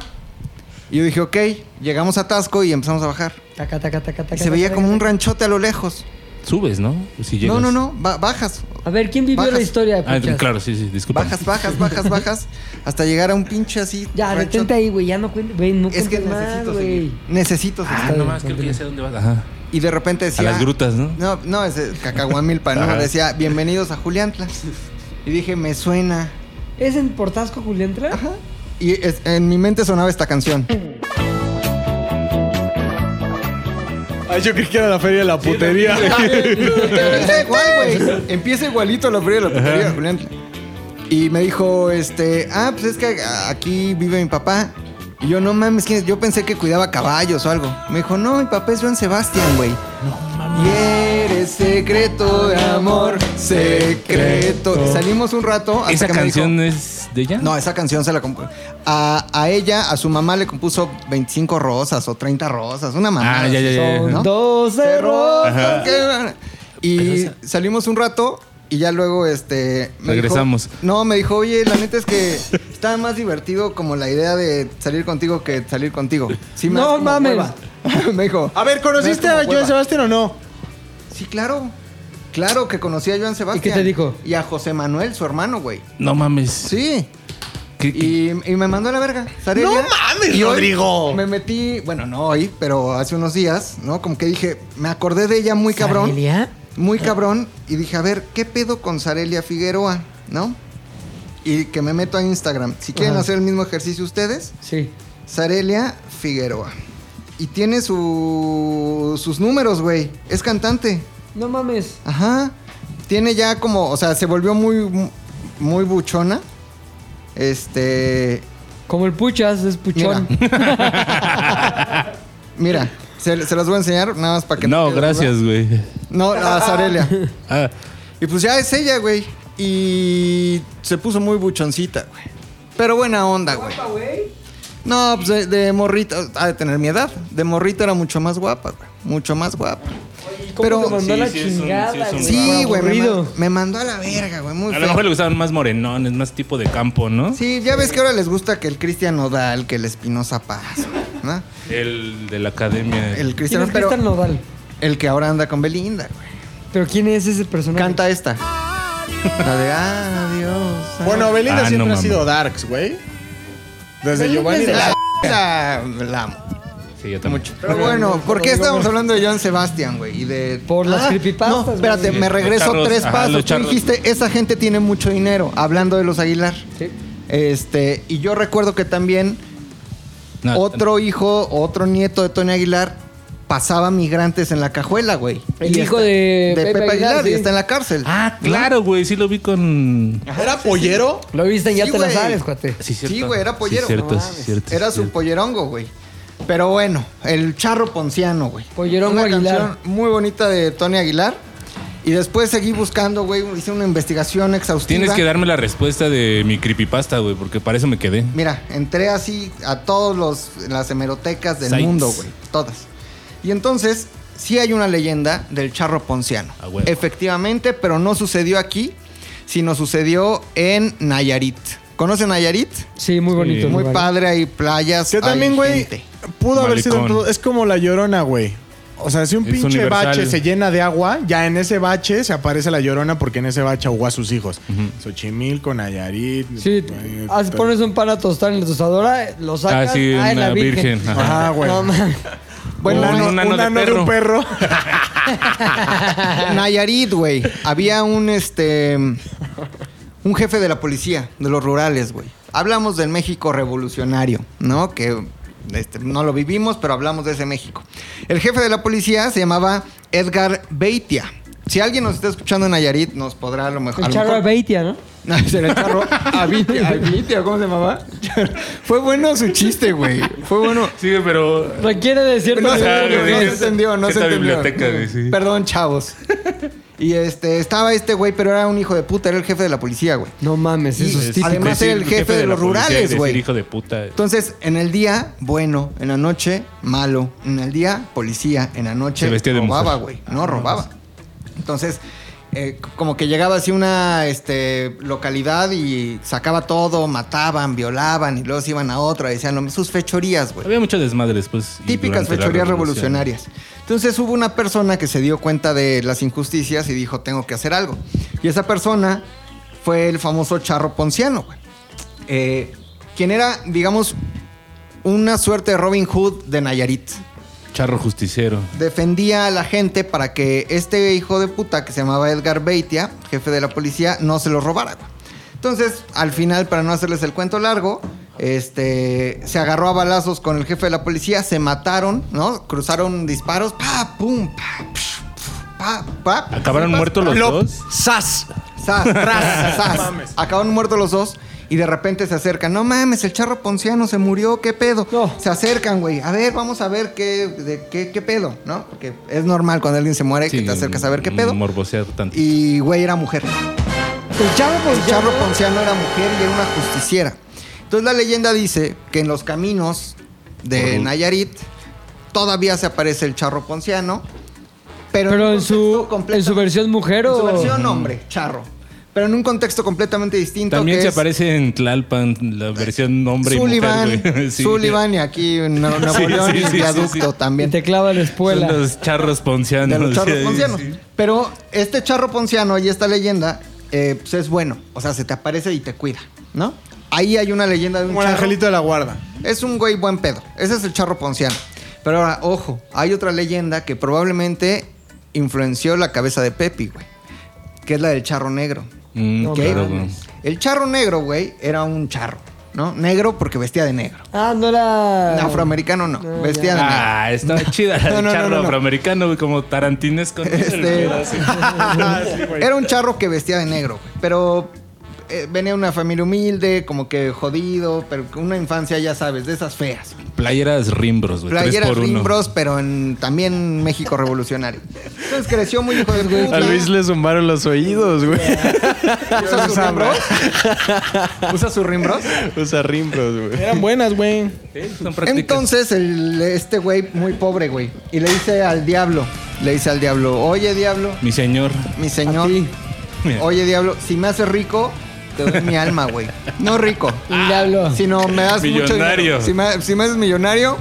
[SPEAKER 3] Y yo dije, ok, llegamos a Tasco y empezamos a bajar.
[SPEAKER 2] Taca, taca, taca, taca,
[SPEAKER 3] Y se veía
[SPEAKER 2] taca,
[SPEAKER 3] como un
[SPEAKER 2] taca.
[SPEAKER 3] ranchote a lo lejos.
[SPEAKER 8] Subes, ¿no? Si llegas.
[SPEAKER 3] No, no, no, ba- bajas,
[SPEAKER 2] A ver, ¿quién vivió
[SPEAKER 3] Bajas.
[SPEAKER 2] la historia de
[SPEAKER 8] Ah,
[SPEAKER 2] Puchas?
[SPEAKER 8] claro, sí, sí, disculpa.
[SPEAKER 3] bajas, bajas, bajas, bajas, hasta llegar a un pinche así.
[SPEAKER 2] Ya,
[SPEAKER 3] ranchote.
[SPEAKER 2] detente ahí, güey. Ya no cuentes. Güey, no
[SPEAKER 3] Es que
[SPEAKER 2] cuentes más,
[SPEAKER 3] necesito
[SPEAKER 2] güey.
[SPEAKER 3] seguir. Necesito seguir.
[SPEAKER 8] Ah, nomás creo que ya sé dónde vas. Ajá.
[SPEAKER 3] Y de repente decía.
[SPEAKER 8] las grutas, ¿no?
[SPEAKER 3] No, no, es eh, Cacahuamilpa, ¿no?
[SPEAKER 8] Ajá.
[SPEAKER 3] Decía, bienvenidos a Juliantla. Y dije, me suena.
[SPEAKER 2] ¿Es en Portasco, Juliantra? Ajá.
[SPEAKER 3] Y es- en mi mente sonaba esta canción.
[SPEAKER 5] Ay, yo creí que era la feria de la putería.
[SPEAKER 3] Empieza igual, güey. Empieza igualito la feria de la putería, Juliantla. Y me dijo, este, ah, pues es que a- aquí vive mi papá. Y yo, no mames, ¿quién es? yo pensé que cuidaba caballos o algo. Me dijo, no, mi papá es Juan Sebastián, güey. Y eres secreto de amor, secreto. Y salimos un rato. hasta
[SPEAKER 8] ¿Esa
[SPEAKER 3] que me dijo-
[SPEAKER 8] canción es de ella?
[SPEAKER 3] No, esa canción se la compuso. A, a ella, a su mamá le compuso 25 rosas o 30 rosas, una mamá.
[SPEAKER 8] Ah, ya, ya, ya.
[SPEAKER 2] Son
[SPEAKER 3] ¿No?
[SPEAKER 2] 12 rosas.
[SPEAKER 3] Y salimos un rato y ya luego este me dijo-
[SPEAKER 8] Regresamos.
[SPEAKER 3] no, me dijo, "Oye, la neta es que está más divertido como la idea de salir contigo que salir contigo." Sí, me
[SPEAKER 2] No
[SPEAKER 3] das como
[SPEAKER 2] mames.
[SPEAKER 3] hueva. me dijo,
[SPEAKER 5] A ver, ¿conociste
[SPEAKER 3] Me
[SPEAKER 5] a
[SPEAKER 3] da como
[SPEAKER 5] Joan
[SPEAKER 3] hueva.
[SPEAKER 5] Sebastián o no?
[SPEAKER 3] "Sí, claro." Claro que conocí a Joan Sebastián.
[SPEAKER 2] te dijo?
[SPEAKER 3] Y a José Manuel, su hermano, güey.
[SPEAKER 8] No mames.
[SPEAKER 3] Sí.
[SPEAKER 8] ¿Qué- qué-
[SPEAKER 3] Y, y me mandó a la verga. ¡No mames, Rodrigo! Me metí, bueno, no hoy, pero hace unos días, ¿no? Como que dije, me acordé de ella muy cabrón.
[SPEAKER 2] ¿Familia?
[SPEAKER 3] Muy cabrón. Y dije, a ver, ¿qué pedo con Sarelia Figueroa? ¿No? y que me meto a Instagram. Si quieren
[SPEAKER 2] Ajá.
[SPEAKER 3] hacer el mismo ejercicio ustedes,
[SPEAKER 2] Sí.
[SPEAKER 3] Sarelia Figueroa. Y tiene su- sus números, güey. Es cantante.
[SPEAKER 2] No mames.
[SPEAKER 3] Ajá. Tiene ya como, o sea, se volvió muy, muy buchona. Este,
[SPEAKER 2] Como el puchas es puchón.
[SPEAKER 3] mira, se, se las voy a enseñar nada más para que
[SPEAKER 8] No,
[SPEAKER 3] quede duda.
[SPEAKER 8] gracias, güey.
[SPEAKER 3] No, a Sarelia.
[SPEAKER 8] Ah,
[SPEAKER 3] Y pues ya es ella, güey. Y se puso muy buchoncita, güey. Pero buena onda, güey. No, pues de, de morrita, ha de tener mi edad. De morrita era mucho más guapa, güey. Mucho más guapa.
[SPEAKER 2] ¿Cómo
[SPEAKER 3] Pero-
[SPEAKER 2] te mandó
[SPEAKER 8] Sí,
[SPEAKER 2] la
[SPEAKER 8] sí es un-
[SPEAKER 2] chingada?
[SPEAKER 8] sí es un
[SPEAKER 2] güey?
[SPEAKER 3] Sí,
[SPEAKER 2] Por
[SPEAKER 3] güey. Me,
[SPEAKER 2] aburrido.
[SPEAKER 3] man- me mandó a la verga, güey. Muy
[SPEAKER 8] a lo
[SPEAKER 3] feo.
[SPEAKER 8] mejor le gustaban más morenones, más tipo de campo, ¿no?
[SPEAKER 3] Sí, ya ves que ahora les gusta que el Cristian Nodal, que el Espinosa Paz, güey, ¿no?
[SPEAKER 8] El de la academia.
[SPEAKER 3] El
[SPEAKER 2] ¿Quién
[SPEAKER 3] Cristian,
[SPEAKER 2] es
[SPEAKER 3] pero
[SPEAKER 2] Cristian Nodal?
[SPEAKER 3] el que ahora anda con Belinda, güey.
[SPEAKER 2] ¿Pero quién es ese personaje?
[SPEAKER 3] Canta esta. La de adiós.
[SPEAKER 5] Bueno, Belinda
[SPEAKER 8] Ah,
[SPEAKER 5] siempre
[SPEAKER 8] no
[SPEAKER 5] ha sido
[SPEAKER 8] mames.
[SPEAKER 5] darks, güey. Desde Giovanni.
[SPEAKER 3] la, la, la amo.
[SPEAKER 8] Sí, yo también.
[SPEAKER 3] Pero bueno, ¿por qué estamos hablando de Joan Sebastián, güey? Y de... Ah,
[SPEAKER 2] Por las creepypastas,
[SPEAKER 3] No, espérate,
[SPEAKER 8] güey.
[SPEAKER 3] me regreso
[SPEAKER 8] Los charros,
[SPEAKER 3] tres
[SPEAKER 8] ajá,
[SPEAKER 3] pasos.
[SPEAKER 8] los
[SPEAKER 3] Tú
[SPEAKER 8] charros.
[SPEAKER 3] dijiste, esa gente tiene mucho dinero, hablando de los Aguilar.
[SPEAKER 2] Sí.
[SPEAKER 3] Este, y yo recuerdo que también
[SPEAKER 8] No,
[SPEAKER 3] otro hijo, otro nieto de Tony Aguilar pasaba migrantes en la cajuela, güey.
[SPEAKER 2] El
[SPEAKER 3] Y
[SPEAKER 2] hijo
[SPEAKER 3] está-
[SPEAKER 2] de
[SPEAKER 3] Pepe, Aguilar, y
[SPEAKER 2] sí.
[SPEAKER 3] está en la cárcel.
[SPEAKER 8] Ah, claro, güey. Sí lo vi con.
[SPEAKER 5] ¿Era pollero?
[SPEAKER 2] Lo viste en Ya
[SPEAKER 3] Sí,
[SPEAKER 2] te la
[SPEAKER 3] güey.
[SPEAKER 2] sabes, cuate.
[SPEAKER 8] Sí, cierto.
[SPEAKER 3] Sí, güey, era pollero.
[SPEAKER 8] Sí, cierto,
[SPEAKER 3] No
[SPEAKER 8] sí,
[SPEAKER 3] mames.
[SPEAKER 8] cierto,
[SPEAKER 3] Era
[SPEAKER 8] sí,
[SPEAKER 3] su
[SPEAKER 8] cierto.
[SPEAKER 3] pollerongo, güey. Pero bueno, el charro ponciano, güey.
[SPEAKER 2] Pollerongo
[SPEAKER 3] Una
[SPEAKER 2] Aguilar.
[SPEAKER 3] canción muy bonita de Tony Aguilar. Y después seguí buscando, güey. Hice una investigación exhaustiva.
[SPEAKER 8] Tienes que darme la respuesta de mi creepypasta, güey, porque para eso me quedé.
[SPEAKER 3] Mira, entré así a todas las hemerotecas del
[SPEAKER 8] Sites.
[SPEAKER 3] mundo, güey. Todas. Y entonces, sí hay una leyenda del charro ponciano.
[SPEAKER 8] A huevo.
[SPEAKER 3] Efectivamente, pero no sucedió aquí, sino sucedió en Nayarit. ¿Conocen Nayarit?
[SPEAKER 2] Sí, muy bonito.
[SPEAKER 8] Sí.
[SPEAKER 2] el
[SPEAKER 3] Muy
[SPEAKER 2] lugar.
[SPEAKER 3] padre, hay playas.
[SPEAKER 5] Que
[SPEAKER 3] hay
[SPEAKER 5] también, güey,
[SPEAKER 3] gente.
[SPEAKER 5] pudo haber sido en
[SPEAKER 8] Malecón.
[SPEAKER 5] todo. Es como la llorona, güey. O sea, si un
[SPEAKER 8] Es
[SPEAKER 5] pinche
[SPEAKER 8] universal.
[SPEAKER 5] bache se llena de agua, ya en ese bache se aparece la llorona porque en ese bache ahogó a sus hijos. Xochimilco, Nayarit.
[SPEAKER 2] Sí,
[SPEAKER 5] eh,
[SPEAKER 2] haz-
[SPEAKER 5] tal.
[SPEAKER 2] pones un pan a tostar en la tostadora, lo sacas.
[SPEAKER 8] Ah, sí,
[SPEAKER 2] ah, en
[SPEAKER 8] una
[SPEAKER 2] la virgen.
[SPEAKER 8] virgen, ajá.
[SPEAKER 5] Ajá, güey.
[SPEAKER 2] No, mames.
[SPEAKER 3] Bueno,
[SPEAKER 8] Oh, Un
[SPEAKER 5] ano-
[SPEAKER 8] ano de
[SPEAKER 5] ano un perro.
[SPEAKER 3] Nayarit, güey. Había un este un jefe de la policía de los rurales, güey. Hablamos del México revolucionario, ¿no? Que este, no lo vivimos, pero hablamos de ese México. El jefe de la policía se llamaba Edgar Beitia. Si alguien nos está escuchando en Nayarit, nos podrá a lo mejor. a
[SPEAKER 2] El
[SPEAKER 3] lo
[SPEAKER 2] charro
[SPEAKER 3] mejor-
[SPEAKER 2] de Beitia, ¿no?
[SPEAKER 3] no, ese era el charro Abitia, Abitia, ¿cómo se llamaba? Fue bueno su chiste, güey. Fue bueno.
[SPEAKER 8] Sí, pero.
[SPEAKER 2] Requiere de cierto.
[SPEAKER 3] No,
[SPEAKER 8] Claro,
[SPEAKER 3] se
[SPEAKER 8] güey,
[SPEAKER 3] entendió, no se
[SPEAKER 8] es-
[SPEAKER 3] entendió, no
[SPEAKER 8] es
[SPEAKER 3] se
[SPEAKER 8] la
[SPEAKER 3] entendió.
[SPEAKER 8] biblioteca, güey, sí.
[SPEAKER 3] Perdón, chavos. Y este, estaba este güey, pero era un hijo de puta, era el jefe de la policía, güey.
[SPEAKER 2] No mames, eso es
[SPEAKER 3] Y-
[SPEAKER 2] típico.
[SPEAKER 3] además-
[SPEAKER 8] Decir
[SPEAKER 3] era el jefe de los
[SPEAKER 8] la policía y
[SPEAKER 3] rurales,
[SPEAKER 8] decir
[SPEAKER 3] güey.
[SPEAKER 8] hijo de puta.
[SPEAKER 3] Entonces, en el día, bueno, en la noche, malo. En el día, policía, en la noche,
[SPEAKER 8] Se vestía de mujer.
[SPEAKER 3] robaba,
[SPEAKER 8] Ah, pues.
[SPEAKER 3] güey. No, robaba. Entonces, eh, c- como que llegaba así una este, localidad y sacaba todo, mataban, violaban y luego se iban a otra, decían lo- sus fechorías, güey.
[SPEAKER 8] Había mucho desmadre después. y
[SPEAKER 3] Típicas
[SPEAKER 8] durante la
[SPEAKER 3] fechorías
[SPEAKER 8] revolución.
[SPEAKER 3] revolucionarias. Entonces hubo una persona que se dio cuenta de las injusticias y dijo, tengo que hacer algo. Y esa persona fue el famoso Charro Ponciano, güey. Eh, quien era, digamos, una suerte de Robin Hood de Nayarit.
[SPEAKER 8] Charro justiciero.
[SPEAKER 3] Defendía a la gente para que este hijo de puta que se llamaba Edgar Beitia, jefe de la policía, no se lo robara, güey. Entonces, al final, para no hacerles el cuento largo, este, se agarró a balazos con el jefe de la policía, se mataron, ¿no? Cruzaron disparos, pa, pum, pa, psh, pf, pa, pa.
[SPEAKER 8] ¿Acabaron
[SPEAKER 3] pa,
[SPEAKER 8] muertos los
[SPEAKER 3] lo-
[SPEAKER 8] dos?
[SPEAKER 2] ¡Sas!
[SPEAKER 3] Zas, zas, zas. Acaban muertos los dos y de repente se acercan. No mames, el charro ponciano se murió, ¿qué pedo?
[SPEAKER 2] No.
[SPEAKER 3] Se acercan, güey. A ver, vamos a ver qué, de- qué, qué pedo, ¿no? Porque es normal cuando alguien se muere que te acercas a ver qué pedo.
[SPEAKER 8] Morbosear mm, tanto.
[SPEAKER 3] Y, güey, era mujer.
[SPEAKER 2] El charro, pues.
[SPEAKER 3] El charro ponciano era mujer y era una justiciera. Entonces la leyenda dice que en los caminos de
[SPEAKER 8] Ujú.
[SPEAKER 3] Nayarit todavía se aparece el charro ponciano. Pero,
[SPEAKER 2] Pero
[SPEAKER 3] un
[SPEAKER 2] en su,
[SPEAKER 3] contexto
[SPEAKER 2] en su
[SPEAKER 3] completamente-
[SPEAKER 2] versión mujer o.
[SPEAKER 3] en su versión hombre, charro. Pero en un contexto completamente distinto.
[SPEAKER 8] También
[SPEAKER 3] que
[SPEAKER 8] se
[SPEAKER 3] es
[SPEAKER 8] aparece en Tlalpan la versión hombre
[SPEAKER 3] Sullivan,
[SPEAKER 8] y mujer, güey. Sí.
[SPEAKER 3] Sullivan y aquí en Nuevo
[SPEAKER 8] Sí,
[SPEAKER 3] León
[SPEAKER 8] sí,
[SPEAKER 3] y en
[SPEAKER 8] sí, sí,
[SPEAKER 3] Viaducto
[SPEAKER 8] sí.
[SPEAKER 2] Y
[SPEAKER 3] también.
[SPEAKER 2] te clava la
[SPEAKER 8] Son
[SPEAKER 2] espuela.
[SPEAKER 8] los charros poncianos.
[SPEAKER 3] de los charros
[SPEAKER 8] sí,
[SPEAKER 3] poncianos.
[SPEAKER 8] sí.
[SPEAKER 3] Pero este charro ponciano y esta leyenda, eh, pues es bueno. O sea, se te aparece y te cuida, ¿no? Ahí hay una leyenda de un
[SPEAKER 5] Como el
[SPEAKER 3] charro.
[SPEAKER 5] angelito de la guarda.
[SPEAKER 3] Es un güey buen pedo. Ese es el charro ponciano. Pero ahora, ojo, hay otra leyenda que probablemente influenció la cabeza de Pepi, güey. Que es la del charro negro.
[SPEAKER 8] Mm,
[SPEAKER 3] ¿ok?
[SPEAKER 8] claro, güey.
[SPEAKER 3] El charro negro, güey, era un charro, ¿no? Negro porque vestía de negro.
[SPEAKER 2] Ah, no era.
[SPEAKER 3] Afroamericano no,
[SPEAKER 2] No,
[SPEAKER 3] vestía de negro.
[SPEAKER 8] Ah, está chida la
[SPEAKER 3] No,
[SPEAKER 8] del
[SPEAKER 3] no, no,
[SPEAKER 8] charro
[SPEAKER 3] no, no.
[SPEAKER 8] afroamericano, güey, como tarantinesco. ¿no?
[SPEAKER 3] Este-
[SPEAKER 8] El- así.
[SPEAKER 3] Era un charro que vestía de negro, güey, pero eh, venía de una familia humilde, como que jodido, pero con una infancia, ya sabes, de esas feas. güey.
[SPEAKER 8] Playeras rimbros, güey. Playeras
[SPEAKER 3] Playeras
[SPEAKER 8] por uno.
[SPEAKER 3] rimbros, pero en, también México revolucionario. Entonces creció muy hijo de puta.
[SPEAKER 7] A Luis le zumbaron los oídos, güey.
[SPEAKER 3] usa sus rimbros. Usa sus rimbros.
[SPEAKER 7] Usa rimbros, güey.
[SPEAKER 5] Eran buenas, güey.
[SPEAKER 8] Sí, son prácticas.
[SPEAKER 3] Entonces, el, este güey, muy pobre, güey. Y le dice al diablo, le dice al diablo, oye diablo,
[SPEAKER 8] Mi señor.
[SPEAKER 3] mi señor,
[SPEAKER 8] Mira.
[SPEAKER 3] oye diablo, si me haces rico, te doy mi alma, güey. No rico,
[SPEAKER 2] El diablo.
[SPEAKER 3] Si no, me das mucho dinero.
[SPEAKER 8] Millonario.
[SPEAKER 3] Si me, si me haces millonario,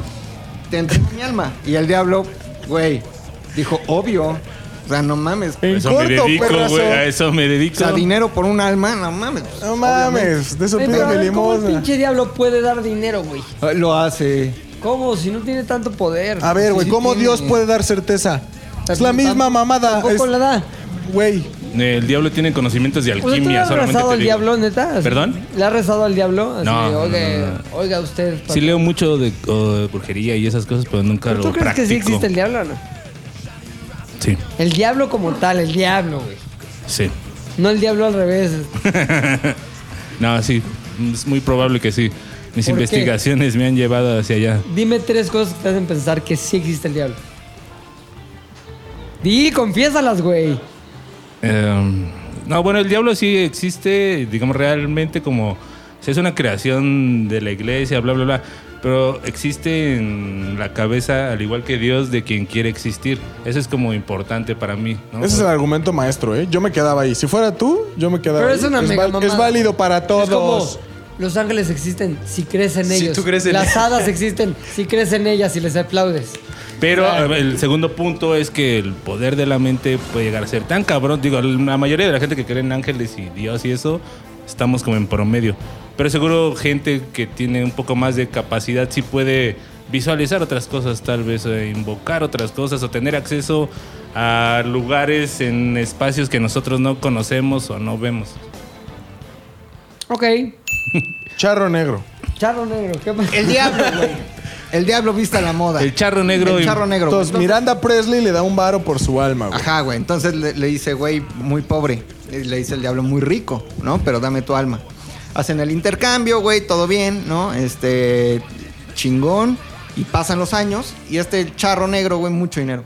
[SPEAKER 3] te entrego mi alma. Y el diablo, güey, dijo, obvio. O sea, no mames.
[SPEAKER 5] En
[SPEAKER 8] Eso me
[SPEAKER 5] corto,
[SPEAKER 8] dedico,
[SPEAKER 5] perrazo.
[SPEAKER 8] güey. A eso me
[SPEAKER 3] O
[SPEAKER 8] dedico.
[SPEAKER 3] sea, dinero por un alma, no mames.
[SPEAKER 5] No mames, de eso
[SPEAKER 2] Güey, pero a
[SPEAKER 5] pídeme
[SPEAKER 2] ver, ¿Cómo el
[SPEAKER 5] limosna.
[SPEAKER 2] pinche diablo puede dar dinero, güey?
[SPEAKER 3] Ah, Lo hace.
[SPEAKER 2] ¿Cómo? Si no tiene tanto poder.
[SPEAKER 5] A ver, güey,
[SPEAKER 3] Sí,
[SPEAKER 5] ¿cómo
[SPEAKER 3] tiene-
[SPEAKER 5] Dios puede dar certeza? Es la misma mamada.
[SPEAKER 2] Tampoco
[SPEAKER 5] es-
[SPEAKER 2] la da.
[SPEAKER 5] Güey,
[SPEAKER 8] Eh, El diablo tiene conocimientos de
[SPEAKER 2] ¿Usted le
[SPEAKER 8] alquimia.
[SPEAKER 2] ha
[SPEAKER 8] solamente
[SPEAKER 2] rezado
[SPEAKER 8] te
[SPEAKER 2] al
[SPEAKER 8] digo.
[SPEAKER 2] diablo, neta? Así-
[SPEAKER 8] ¿Perdón?
[SPEAKER 2] ¿Le ha rezado al diablo? Así
[SPEAKER 8] No,
[SPEAKER 2] de,
[SPEAKER 8] no,
[SPEAKER 2] oiga,
[SPEAKER 8] no, no.
[SPEAKER 2] oiga usted. papá.
[SPEAKER 8] Sí leo mucho de o de brujería y esas cosas, pero nunca
[SPEAKER 2] ¿Tú
[SPEAKER 8] lo
[SPEAKER 2] crees que sí
[SPEAKER 8] practico.
[SPEAKER 2] existe el diablo o no?
[SPEAKER 8] Sí,
[SPEAKER 2] El diablo como tal, el diablo, güey.
[SPEAKER 8] sí.
[SPEAKER 2] No el diablo al revés.
[SPEAKER 8] no, sí, es muy probable que sí.
[SPEAKER 2] ¿Por
[SPEAKER 8] Mis
[SPEAKER 2] qué?
[SPEAKER 8] investigaciones me han llevado hacia allá.
[SPEAKER 2] Dime tres cosas que te hacen pensar que sí existe el diablo. Di, confiésalas, güey.
[SPEAKER 8] Em, no, bueno, el diablo sí existe, digamos, realmente como... o sea, Es una creación de la iglesia, bla, bla, bla. Pero existe en la cabeza, al igual que Dios, de quien quiere existir. Eso es como importante para mí. ¿no?
[SPEAKER 5] ese es el argumento maestro, ¿eh? Yo me quedaba ahí. Si fuera tú, yo me quedaba
[SPEAKER 2] Pero
[SPEAKER 5] ahí.
[SPEAKER 2] es una mega
[SPEAKER 5] val-
[SPEAKER 2] mamada.
[SPEAKER 5] es válido para
[SPEAKER 2] Es como,
[SPEAKER 5] todos.
[SPEAKER 2] los ángeles existen si crees en
[SPEAKER 4] Si
[SPEAKER 2] ellos.
[SPEAKER 4] tú crees en
[SPEAKER 2] Las
[SPEAKER 4] ellos.
[SPEAKER 2] hadas existen si crees en ellas y les aplaudes.
[SPEAKER 8] Pero eh, el segundo punto es que el poder de la mente puede llegar a ser tan cabrón. Digo, la mayoría de la gente que cree en ángeles y Dios y eso, estamos como en promedio. Pero seguro gente que tiene un poco más de capacidad sí puede visualizar otras cosas, tal vez eh, invocar otras cosas o tener acceso a lugares en espacios que nosotros no conocemos o no vemos.
[SPEAKER 2] Ok.
[SPEAKER 5] Charro negro.
[SPEAKER 2] Charro negro, ¿qué pasa?
[SPEAKER 3] El diablo, güey. El diablo vista la moda.
[SPEAKER 8] El charro negro
[SPEAKER 3] El
[SPEAKER 8] y-
[SPEAKER 3] charro negro. güey.
[SPEAKER 5] Entonces, Miranda Presley le da un varo por su alma, güey.
[SPEAKER 3] Ajá, güey. Entonces le, le dice, güey, muy pobre. Y Le dice el diablo, muy rico, ¿no? Pero dame tu alma. Hacen el intercambio, güey, todo bien, ¿no? Este, chingón. Y pasan los años. Y este charro negro, güey, mucho dinero.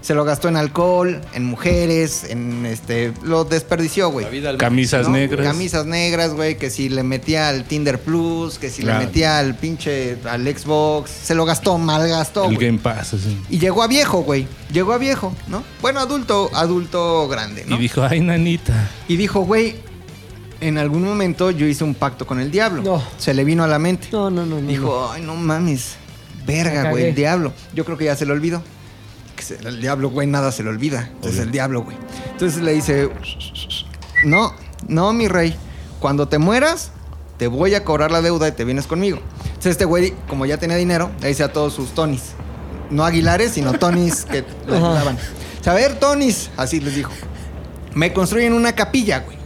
[SPEAKER 3] Se lo gastó en alcohol, en mujeres, en este. Lo desperdició, güey.
[SPEAKER 4] La vida al
[SPEAKER 8] Camisas
[SPEAKER 3] ¿no?
[SPEAKER 8] negras.
[SPEAKER 3] Camisas negras, güey, que si le metía al Tinder Plus, que si
[SPEAKER 8] Claro.
[SPEAKER 3] le metía al pinche, al Xbox, se lo gastó, malgastó.
[SPEAKER 8] el
[SPEAKER 3] güey.
[SPEAKER 8] Game Pass, así.
[SPEAKER 3] Y llegó a viejo, güey. Llegó a viejo, ¿no? Bueno, adulto, adulto grande, ¿no?
[SPEAKER 8] Y dijo, ay, nanita.
[SPEAKER 3] Y dijo, güey, en algún momento yo hice un pacto con el diablo.
[SPEAKER 2] No.
[SPEAKER 3] Se le vino a la mente.
[SPEAKER 2] No, no, no, no. no.
[SPEAKER 3] Dijo, ay, no mames.
[SPEAKER 2] La
[SPEAKER 3] Verga, güey,
[SPEAKER 2] cagué.
[SPEAKER 3] el diablo. Yo creo que ya se lo olvidó. Que se- El diablo, güey, nada se le olvida. Es el diablo, güey. Entonces le dice, no, no, mi rey. Cuando te mueras, te voy a cobrar la deuda y te vienes conmigo. Entonces este güey, como ya tenía dinero, le dice a todos sus tonis. No aguilares, sino tonis que le
[SPEAKER 2] Ajá.
[SPEAKER 3] ayudaban. O sea, a ver, tonis, así les dijo. Me construyen una capilla, güey.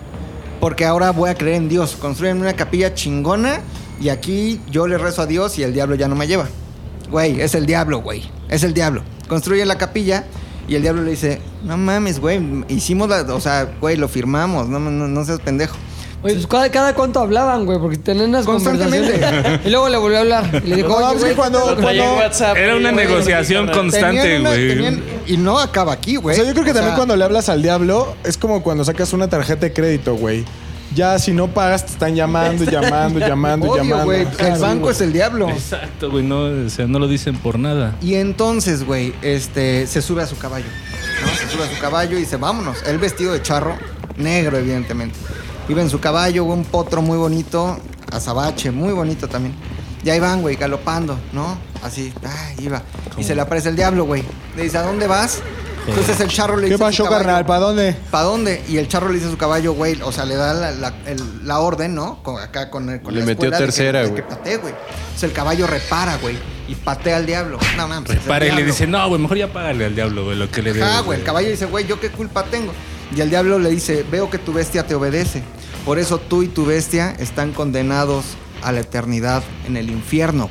[SPEAKER 3] Porque ahora voy a creer en Dios. Construyen una capilla chingona y aquí yo le rezo a Dios y el diablo ya no me lleva. Güey, es el diablo, güey. Es el diablo. Construye la capilla y el diablo le dice, no mames, güey, hicimos la... O sea, güey, lo firmamos, no, no, no seas pendejo.
[SPEAKER 2] Oye, pues cada, cada cuánto hablaban, güey, porque tenían unas
[SPEAKER 3] Constantemente.
[SPEAKER 2] conversaciones. Y luego le volvió a hablar. Y le dijo,
[SPEAKER 5] No,
[SPEAKER 2] oye,
[SPEAKER 5] es que
[SPEAKER 2] güey,
[SPEAKER 5] cuando-
[SPEAKER 4] Lo traía en WhatsApp,
[SPEAKER 8] Era una
[SPEAKER 4] güey,
[SPEAKER 8] negociación
[SPEAKER 4] güey, cabrón.
[SPEAKER 8] Constante,
[SPEAKER 3] Tenían una-
[SPEAKER 8] güey.
[SPEAKER 3] tenían- Y no acaba aquí,
[SPEAKER 5] O
[SPEAKER 3] güey.
[SPEAKER 5] sea, yo creo que
[SPEAKER 3] O
[SPEAKER 5] también
[SPEAKER 3] sea,
[SPEAKER 5] cuando le hablas al diablo, es como cuando sacas una tarjeta de crédito, güey. Ya si no pagas, te están llamando, y llamando, y llamando, y
[SPEAKER 3] obvio,
[SPEAKER 5] llamando.
[SPEAKER 3] güey, pues, el banco es el diablo.
[SPEAKER 8] Exacto, güey, no, o sea, no lo dicen por nada.
[SPEAKER 3] Y entonces, güey, este, se sube a su caballo. ¿no? Se sube a su caballo y dice, vámonos. Él vestido de charro, negro, evidentemente. Iba en su caballo, güey, un potro muy bonito, azabache, muy bonito también. Y ahí van, güey, galopando, ¿no? Así, ah, iba. Y se le aparece el diablo, güey. Le dice, ¿a dónde vas? Entonces el charro le dice.
[SPEAKER 5] ¿Qué
[SPEAKER 3] a su
[SPEAKER 5] pasó,
[SPEAKER 3] caballo,
[SPEAKER 5] carnal? ¿Para dónde?
[SPEAKER 3] ¿Para dónde? Y el charro le dice a su caballo, güey, o sea, le da la, la- el- la orden, ¿no? Con, acá con, el- con
[SPEAKER 7] Le
[SPEAKER 3] la
[SPEAKER 7] metió
[SPEAKER 3] escuela de que-
[SPEAKER 7] tercera,
[SPEAKER 3] de que
[SPEAKER 7] güey.
[SPEAKER 3] patee, güey. Entonces el caballo repara, güey, y patea al diablo. No mames. es el
[SPEAKER 8] Para y le
[SPEAKER 3] Pues, diablo.
[SPEAKER 8] dice, no, güey, mejor ya págale al diablo, güey, lo que le debes.
[SPEAKER 3] Ajá, güey, el caballo dice, güey, ¿yo qué culpa tengo? Y el diablo le dice, veo que tu bestia te obedece. Por eso tú y tu bestia están condenados a la eternidad en el infierno.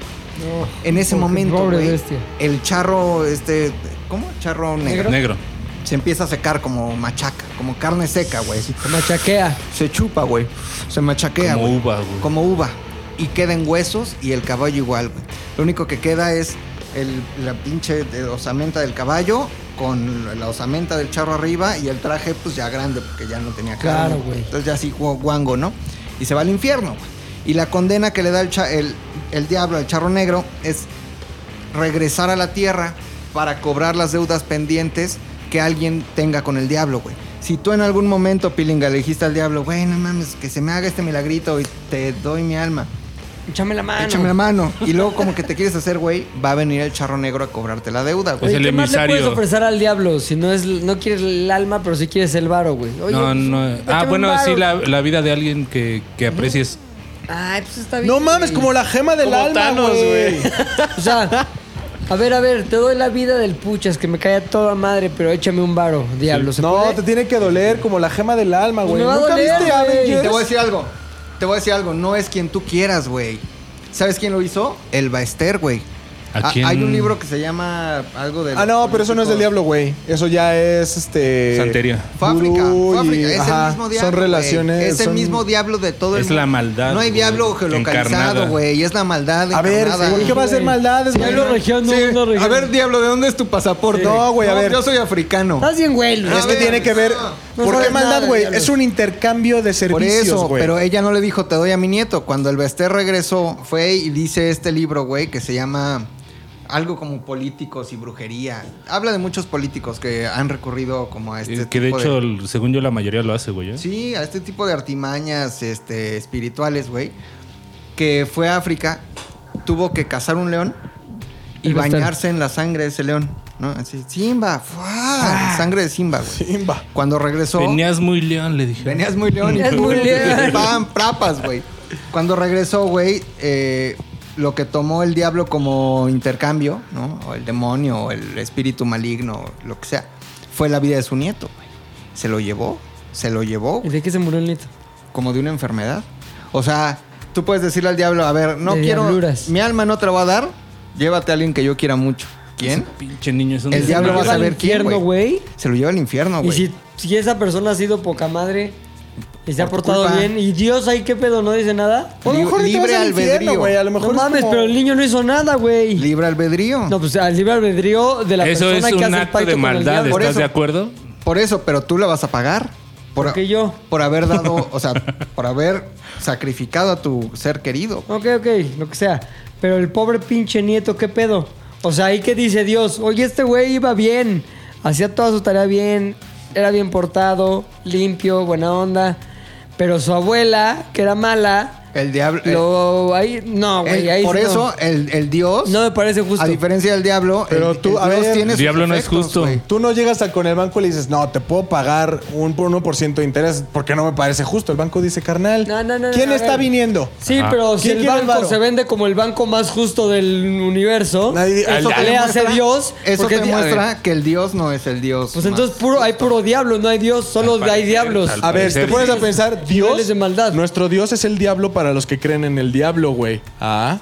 [SPEAKER 3] en ese
[SPEAKER 2] pobre-
[SPEAKER 3] momento,
[SPEAKER 2] pobre
[SPEAKER 3] güey,
[SPEAKER 2] bestia.
[SPEAKER 3] el charro, este, ¿cómo? Charro negro.
[SPEAKER 8] Negro.
[SPEAKER 3] Se empieza a secar como machaca, como carne seca, güey.
[SPEAKER 2] Se machaquea.
[SPEAKER 3] Se chupa, güey. Se machaquea,
[SPEAKER 8] Como
[SPEAKER 3] güey.
[SPEAKER 8] uva, güey.
[SPEAKER 3] Como uva. Y quedan huesos y el caballo igual, güey. Lo único que queda es el- la pinche de- osamenta del caballo con la osamenta del charro arriba y el traje, pues ya grande, porque ya no tenía carne.
[SPEAKER 2] Claro, güey.
[SPEAKER 3] Entonces ya así gu- guango, ¿no? Y se va al infierno, güey. Y la condena que le da el, cha- el, el diablo al charro negro es regresar a la tierra para cobrar las deudas pendientes que alguien tenga con el diablo, güey. Si tú en algún momento, Pilinga, le dijiste al diablo, güey, no mames, que se me haga este milagrito y te doy mi alma,
[SPEAKER 2] Échame la mano.
[SPEAKER 3] échame la mano. Y luego como que te quieres hacer, güey, va a venir el charro negro a cobrarte la deuda, güey.
[SPEAKER 8] Es
[SPEAKER 2] Oye,
[SPEAKER 8] el
[SPEAKER 2] ¿qué más le puedes
[SPEAKER 8] emisario.
[SPEAKER 2] ofrecer al diablo si no es no quieres el alma, pero si quieres el varo, güey? Oye,
[SPEAKER 8] No,
[SPEAKER 2] pues,
[SPEAKER 8] no. Ah,
[SPEAKER 2] échame un
[SPEAKER 8] bueno,
[SPEAKER 2] varo.
[SPEAKER 8] sí, la, la vida de alguien que, que aprecies.
[SPEAKER 2] Ay, pues está bien.
[SPEAKER 5] No mames,
[SPEAKER 2] güey.
[SPEAKER 5] como la gema del
[SPEAKER 4] Como
[SPEAKER 5] alma,
[SPEAKER 4] Thanos, güey.
[SPEAKER 5] güey.
[SPEAKER 2] O sea, a ver, a ver, te doy la vida del puchas que me cae a toda madre, pero échame un varo, diablo. Pues ¿se
[SPEAKER 5] No,
[SPEAKER 2] puede?
[SPEAKER 5] te tiene que doler como la gema del alma,
[SPEAKER 2] Pues
[SPEAKER 5] güey.
[SPEAKER 2] me va a
[SPEAKER 5] ¿Nunca
[SPEAKER 2] doler,
[SPEAKER 5] viste
[SPEAKER 2] güey.
[SPEAKER 5] Avengers?
[SPEAKER 3] Y te voy a decir algo. Te voy a decir algo. No es quien tú quieras, güey. ¿Sabes quién lo hizo? El Baester, güey.
[SPEAKER 8] ¿A
[SPEAKER 3] Ah,
[SPEAKER 8] quién?
[SPEAKER 3] Hay un libro que se llama algo del...
[SPEAKER 5] Ah, no, pero eso no es del diablo, güey. Eso ya es
[SPEAKER 3] Eh,
[SPEAKER 5] este.
[SPEAKER 8] Santería.
[SPEAKER 3] Fábrica,
[SPEAKER 5] Gurú y-
[SPEAKER 3] fábrica, es
[SPEAKER 5] ajá,
[SPEAKER 3] el mismo diablo.
[SPEAKER 5] Son
[SPEAKER 3] güey.
[SPEAKER 5] relaciones.
[SPEAKER 3] Es el
[SPEAKER 5] son-
[SPEAKER 3] mismo diablo de todo el
[SPEAKER 8] Es la maldad,
[SPEAKER 3] No hay
[SPEAKER 8] güey,
[SPEAKER 3] diablo
[SPEAKER 8] encarnada.
[SPEAKER 3] geolocalizado, güey. Es la maldad.
[SPEAKER 5] A ver,
[SPEAKER 3] encarnada,
[SPEAKER 5] ¿por qué va a ser maldades, güey?
[SPEAKER 2] Diablo región, no,
[SPEAKER 3] Sí,
[SPEAKER 2] no región.
[SPEAKER 3] A ver, diablo, ¿de dónde es tu pasaporte?
[SPEAKER 5] Sí. No, güey, a ver.
[SPEAKER 3] Yo soy africano.
[SPEAKER 2] Estás bien, güey. este-
[SPEAKER 5] Es
[SPEAKER 3] A
[SPEAKER 5] que
[SPEAKER 3] ver,
[SPEAKER 5] tiene que ver.
[SPEAKER 3] no
[SPEAKER 5] ¿Por qué
[SPEAKER 3] sabes
[SPEAKER 5] maldad,
[SPEAKER 3] nada,
[SPEAKER 5] güey?
[SPEAKER 3] diablo.
[SPEAKER 5] Es un intercambio de
[SPEAKER 3] Por
[SPEAKER 5] servicios,
[SPEAKER 3] eso,
[SPEAKER 5] güey.
[SPEAKER 3] pero ella no le dijo, te doy a mi nieto. Cuando el Bester regresó, fue y dice este libro, güey, que se llama algo como políticos y brujería. Habla de muchos políticos que han recurrido como a este
[SPEAKER 8] Eh, que de
[SPEAKER 3] tipo
[SPEAKER 8] hecho, el- según yo, la mayoría lo hace, güey. ¿eh?
[SPEAKER 3] Sí, a este tipo de artimañas este, espirituales, güey. Que fue a África, tuvo que cazar un león y
[SPEAKER 2] El bastardo.
[SPEAKER 3] bañarse en la sangre de ese león. ¿no? Así, Simba,
[SPEAKER 2] Ah.
[SPEAKER 3] ¡fua! sangre de Simba, güey.
[SPEAKER 5] Simba.
[SPEAKER 3] Cuando regresó.
[SPEAKER 8] Venías muy león, le dije.
[SPEAKER 3] Venías muy león.
[SPEAKER 2] Venías
[SPEAKER 3] hijo.
[SPEAKER 2] muy león.
[SPEAKER 3] Pam, prapas, güey. Cuando regresó, güey, eh, lo que tomó el diablo como intercambio, ¿no? O el demonio, o el espíritu maligno, lo que sea, fue la vida de su nieto, güey. Se lo llevó, se lo llevó,
[SPEAKER 2] ¿Y de qué se murió el nieto?
[SPEAKER 3] como de una enfermedad. O sea, tú puedes decirle al diablo, a ver, no
[SPEAKER 2] De
[SPEAKER 3] quiero,
[SPEAKER 2] diabluras.
[SPEAKER 3] mi alma no te la va a dar, llévate a alguien que yo quiera mucho. ¿Quién?
[SPEAKER 8] Pinche niño, es un
[SPEAKER 3] El
[SPEAKER 8] desmadre.
[SPEAKER 3] diablo va a
[SPEAKER 2] Al
[SPEAKER 3] saber quién,
[SPEAKER 2] infierno, güey.
[SPEAKER 3] Se lo lleva al infierno,
[SPEAKER 2] Y
[SPEAKER 3] güey.
[SPEAKER 2] si, si esa persona ha sido poca madre y se ha
[SPEAKER 3] Por tu
[SPEAKER 2] portado
[SPEAKER 3] culpa.
[SPEAKER 2] bien, y Dios ahí qué pedo, no dice nada.
[SPEAKER 5] O a lo mejor ni te vas
[SPEAKER 3] Libre
[SPEAKER 5] al infierno,
[SPEAKER 3] albedrío.
[SPEAKER 5] güey. A lo mejor
[SPEAKER 2] no
[SPEAKER 5] es
[SPEAKER 2] mames,
[SPEAKER 5] como-
[SPEAKER 2] pero el niño no hizo nada, güey.
[SPEAKER 3] Libre albedrío.
[SPEAKER 2] No, pues al libre albedrío de la
[SPEAKER 8] Eso es
[SPEAKER 2] persona que
[SPEAKER 8] un
[SPEAKER 2] hace el
[SPEAKER 8] acto
[SPEAKER 2] pacto
[SPEAKER 8] de
[SPEAKER 2] con el
[SPEAKER 8] maldad,
[SPEAKER 2] diablo.
[SPEAKER 3] Por
[SPEAKER 8] ¿estás
[SPEAKER 3] eso-
[SPEAKER 8] de acuerdo?
[SPEAKER 3] Por eso, pero tú la vas a pagar. Por,
[SPEAKER 2] ¿Por qué yo?
[SPEAKER 3] Por haber dado, o sea, por haber sacrificado a tu ser querido.
[SPEAKER 2] Ok, ok, lo que sea. Pero el pobre pinche nieto, ¿qué pedo? O sea, ahí que dice Dios, oye, este güey iba bien, hacía toda su tarea bien, era bien portado, limpio, buena onda. Pero su abuela, que era mala,
[SPEAKER 3] El diablo. el-
[SPEAKER 2] lo ahí. No, güey,
[SPEAKER 3] el-
[SPEAKER 2] ahí
[SPEAKER 3] Eh, por
[SPEAKER 2] sí no.
[SPEAKER 3] eso, el, el Dios.
[SPEAKER 2] No me parece justo.
[SPEAKER 3] A diferencia del diablo,
[SPEAKER 5] Pero
[SPEAKER 3] el,
[SPEAKER 5] tú,
[SPEAKER 3] el
[SPEAKER 5] a ver,
[SPEAKER 3] tiene
[SPEAKER 8] El
[SPEAKER 3] sus
[SPEAKER 8] diablo no es
[SPEAKER 3] defectos,
[SPEAKER 8] justo.
[SPEAKER 3] güey.
[SPEAKER 5] Tú no llegas a- con el banco y le dices, no, te puedo pagar un por 1% de interés porque no me parece justo. El banco dice, carnal,
[SPEAKER 2] No, no, no,
[SPEAKER 5] ¿quién
[SPEAKER 2] no, a
[SPEAKER 5] está
[SPEAKER 2] ver.
[SPEAKER 5] viniendo?
[SPEAKER 2] Sí,
[SPEAKER 8] Ajá.
[SPEAKER 2] pero si
[SPEAKER 5] ¿Quién
[SPEAKER 2] el
[SPEAKER 5] quiere el
[SPEAKER 2] banco
[SPEAKER 5] varo?
[SPEAKER 2] se vende como el banco más justo del universo,
[SPEAKER 5] Nadie-
[SPEAKER 2] eso
[SPEAKER 5] Al-
[SPEAKER 2] que le hace
[SPEAKER 3] demuestra-
[SPEAKER 2] Dios.
[SPEAKER 3] Eso
[SPEAKER 2] porque
[SPEAKER 3] te
[SPEAKER 2] di- a ver,
[SPEAKER 3] muestra que el Dios no es el Dios.
[SPEAKER 2] Pues
[SPEAKER 3] más.
[SPEAKER 2] entonces puro, hay puro diablo, no hay Dios, solo
[SPEAKER 8] Al
[SPEAKER 2] hay
[SPEAKER 8] parecer,
[SPEAKER 2] diablos.
[SPEAKER 8] al
[SPEAKER 5] A ver, si te
[SPEAKER 8] parecer,
[SPEAKER 5] pones
[SPEAKER 8] sí.
[SPEAKER 5] a pensar, Dios.
[SPEAKER 2] Niveles de maldad.
[SPEAKER 5] Nuestro Dios es el diablo para los que creen en el diablo, güey. Ah.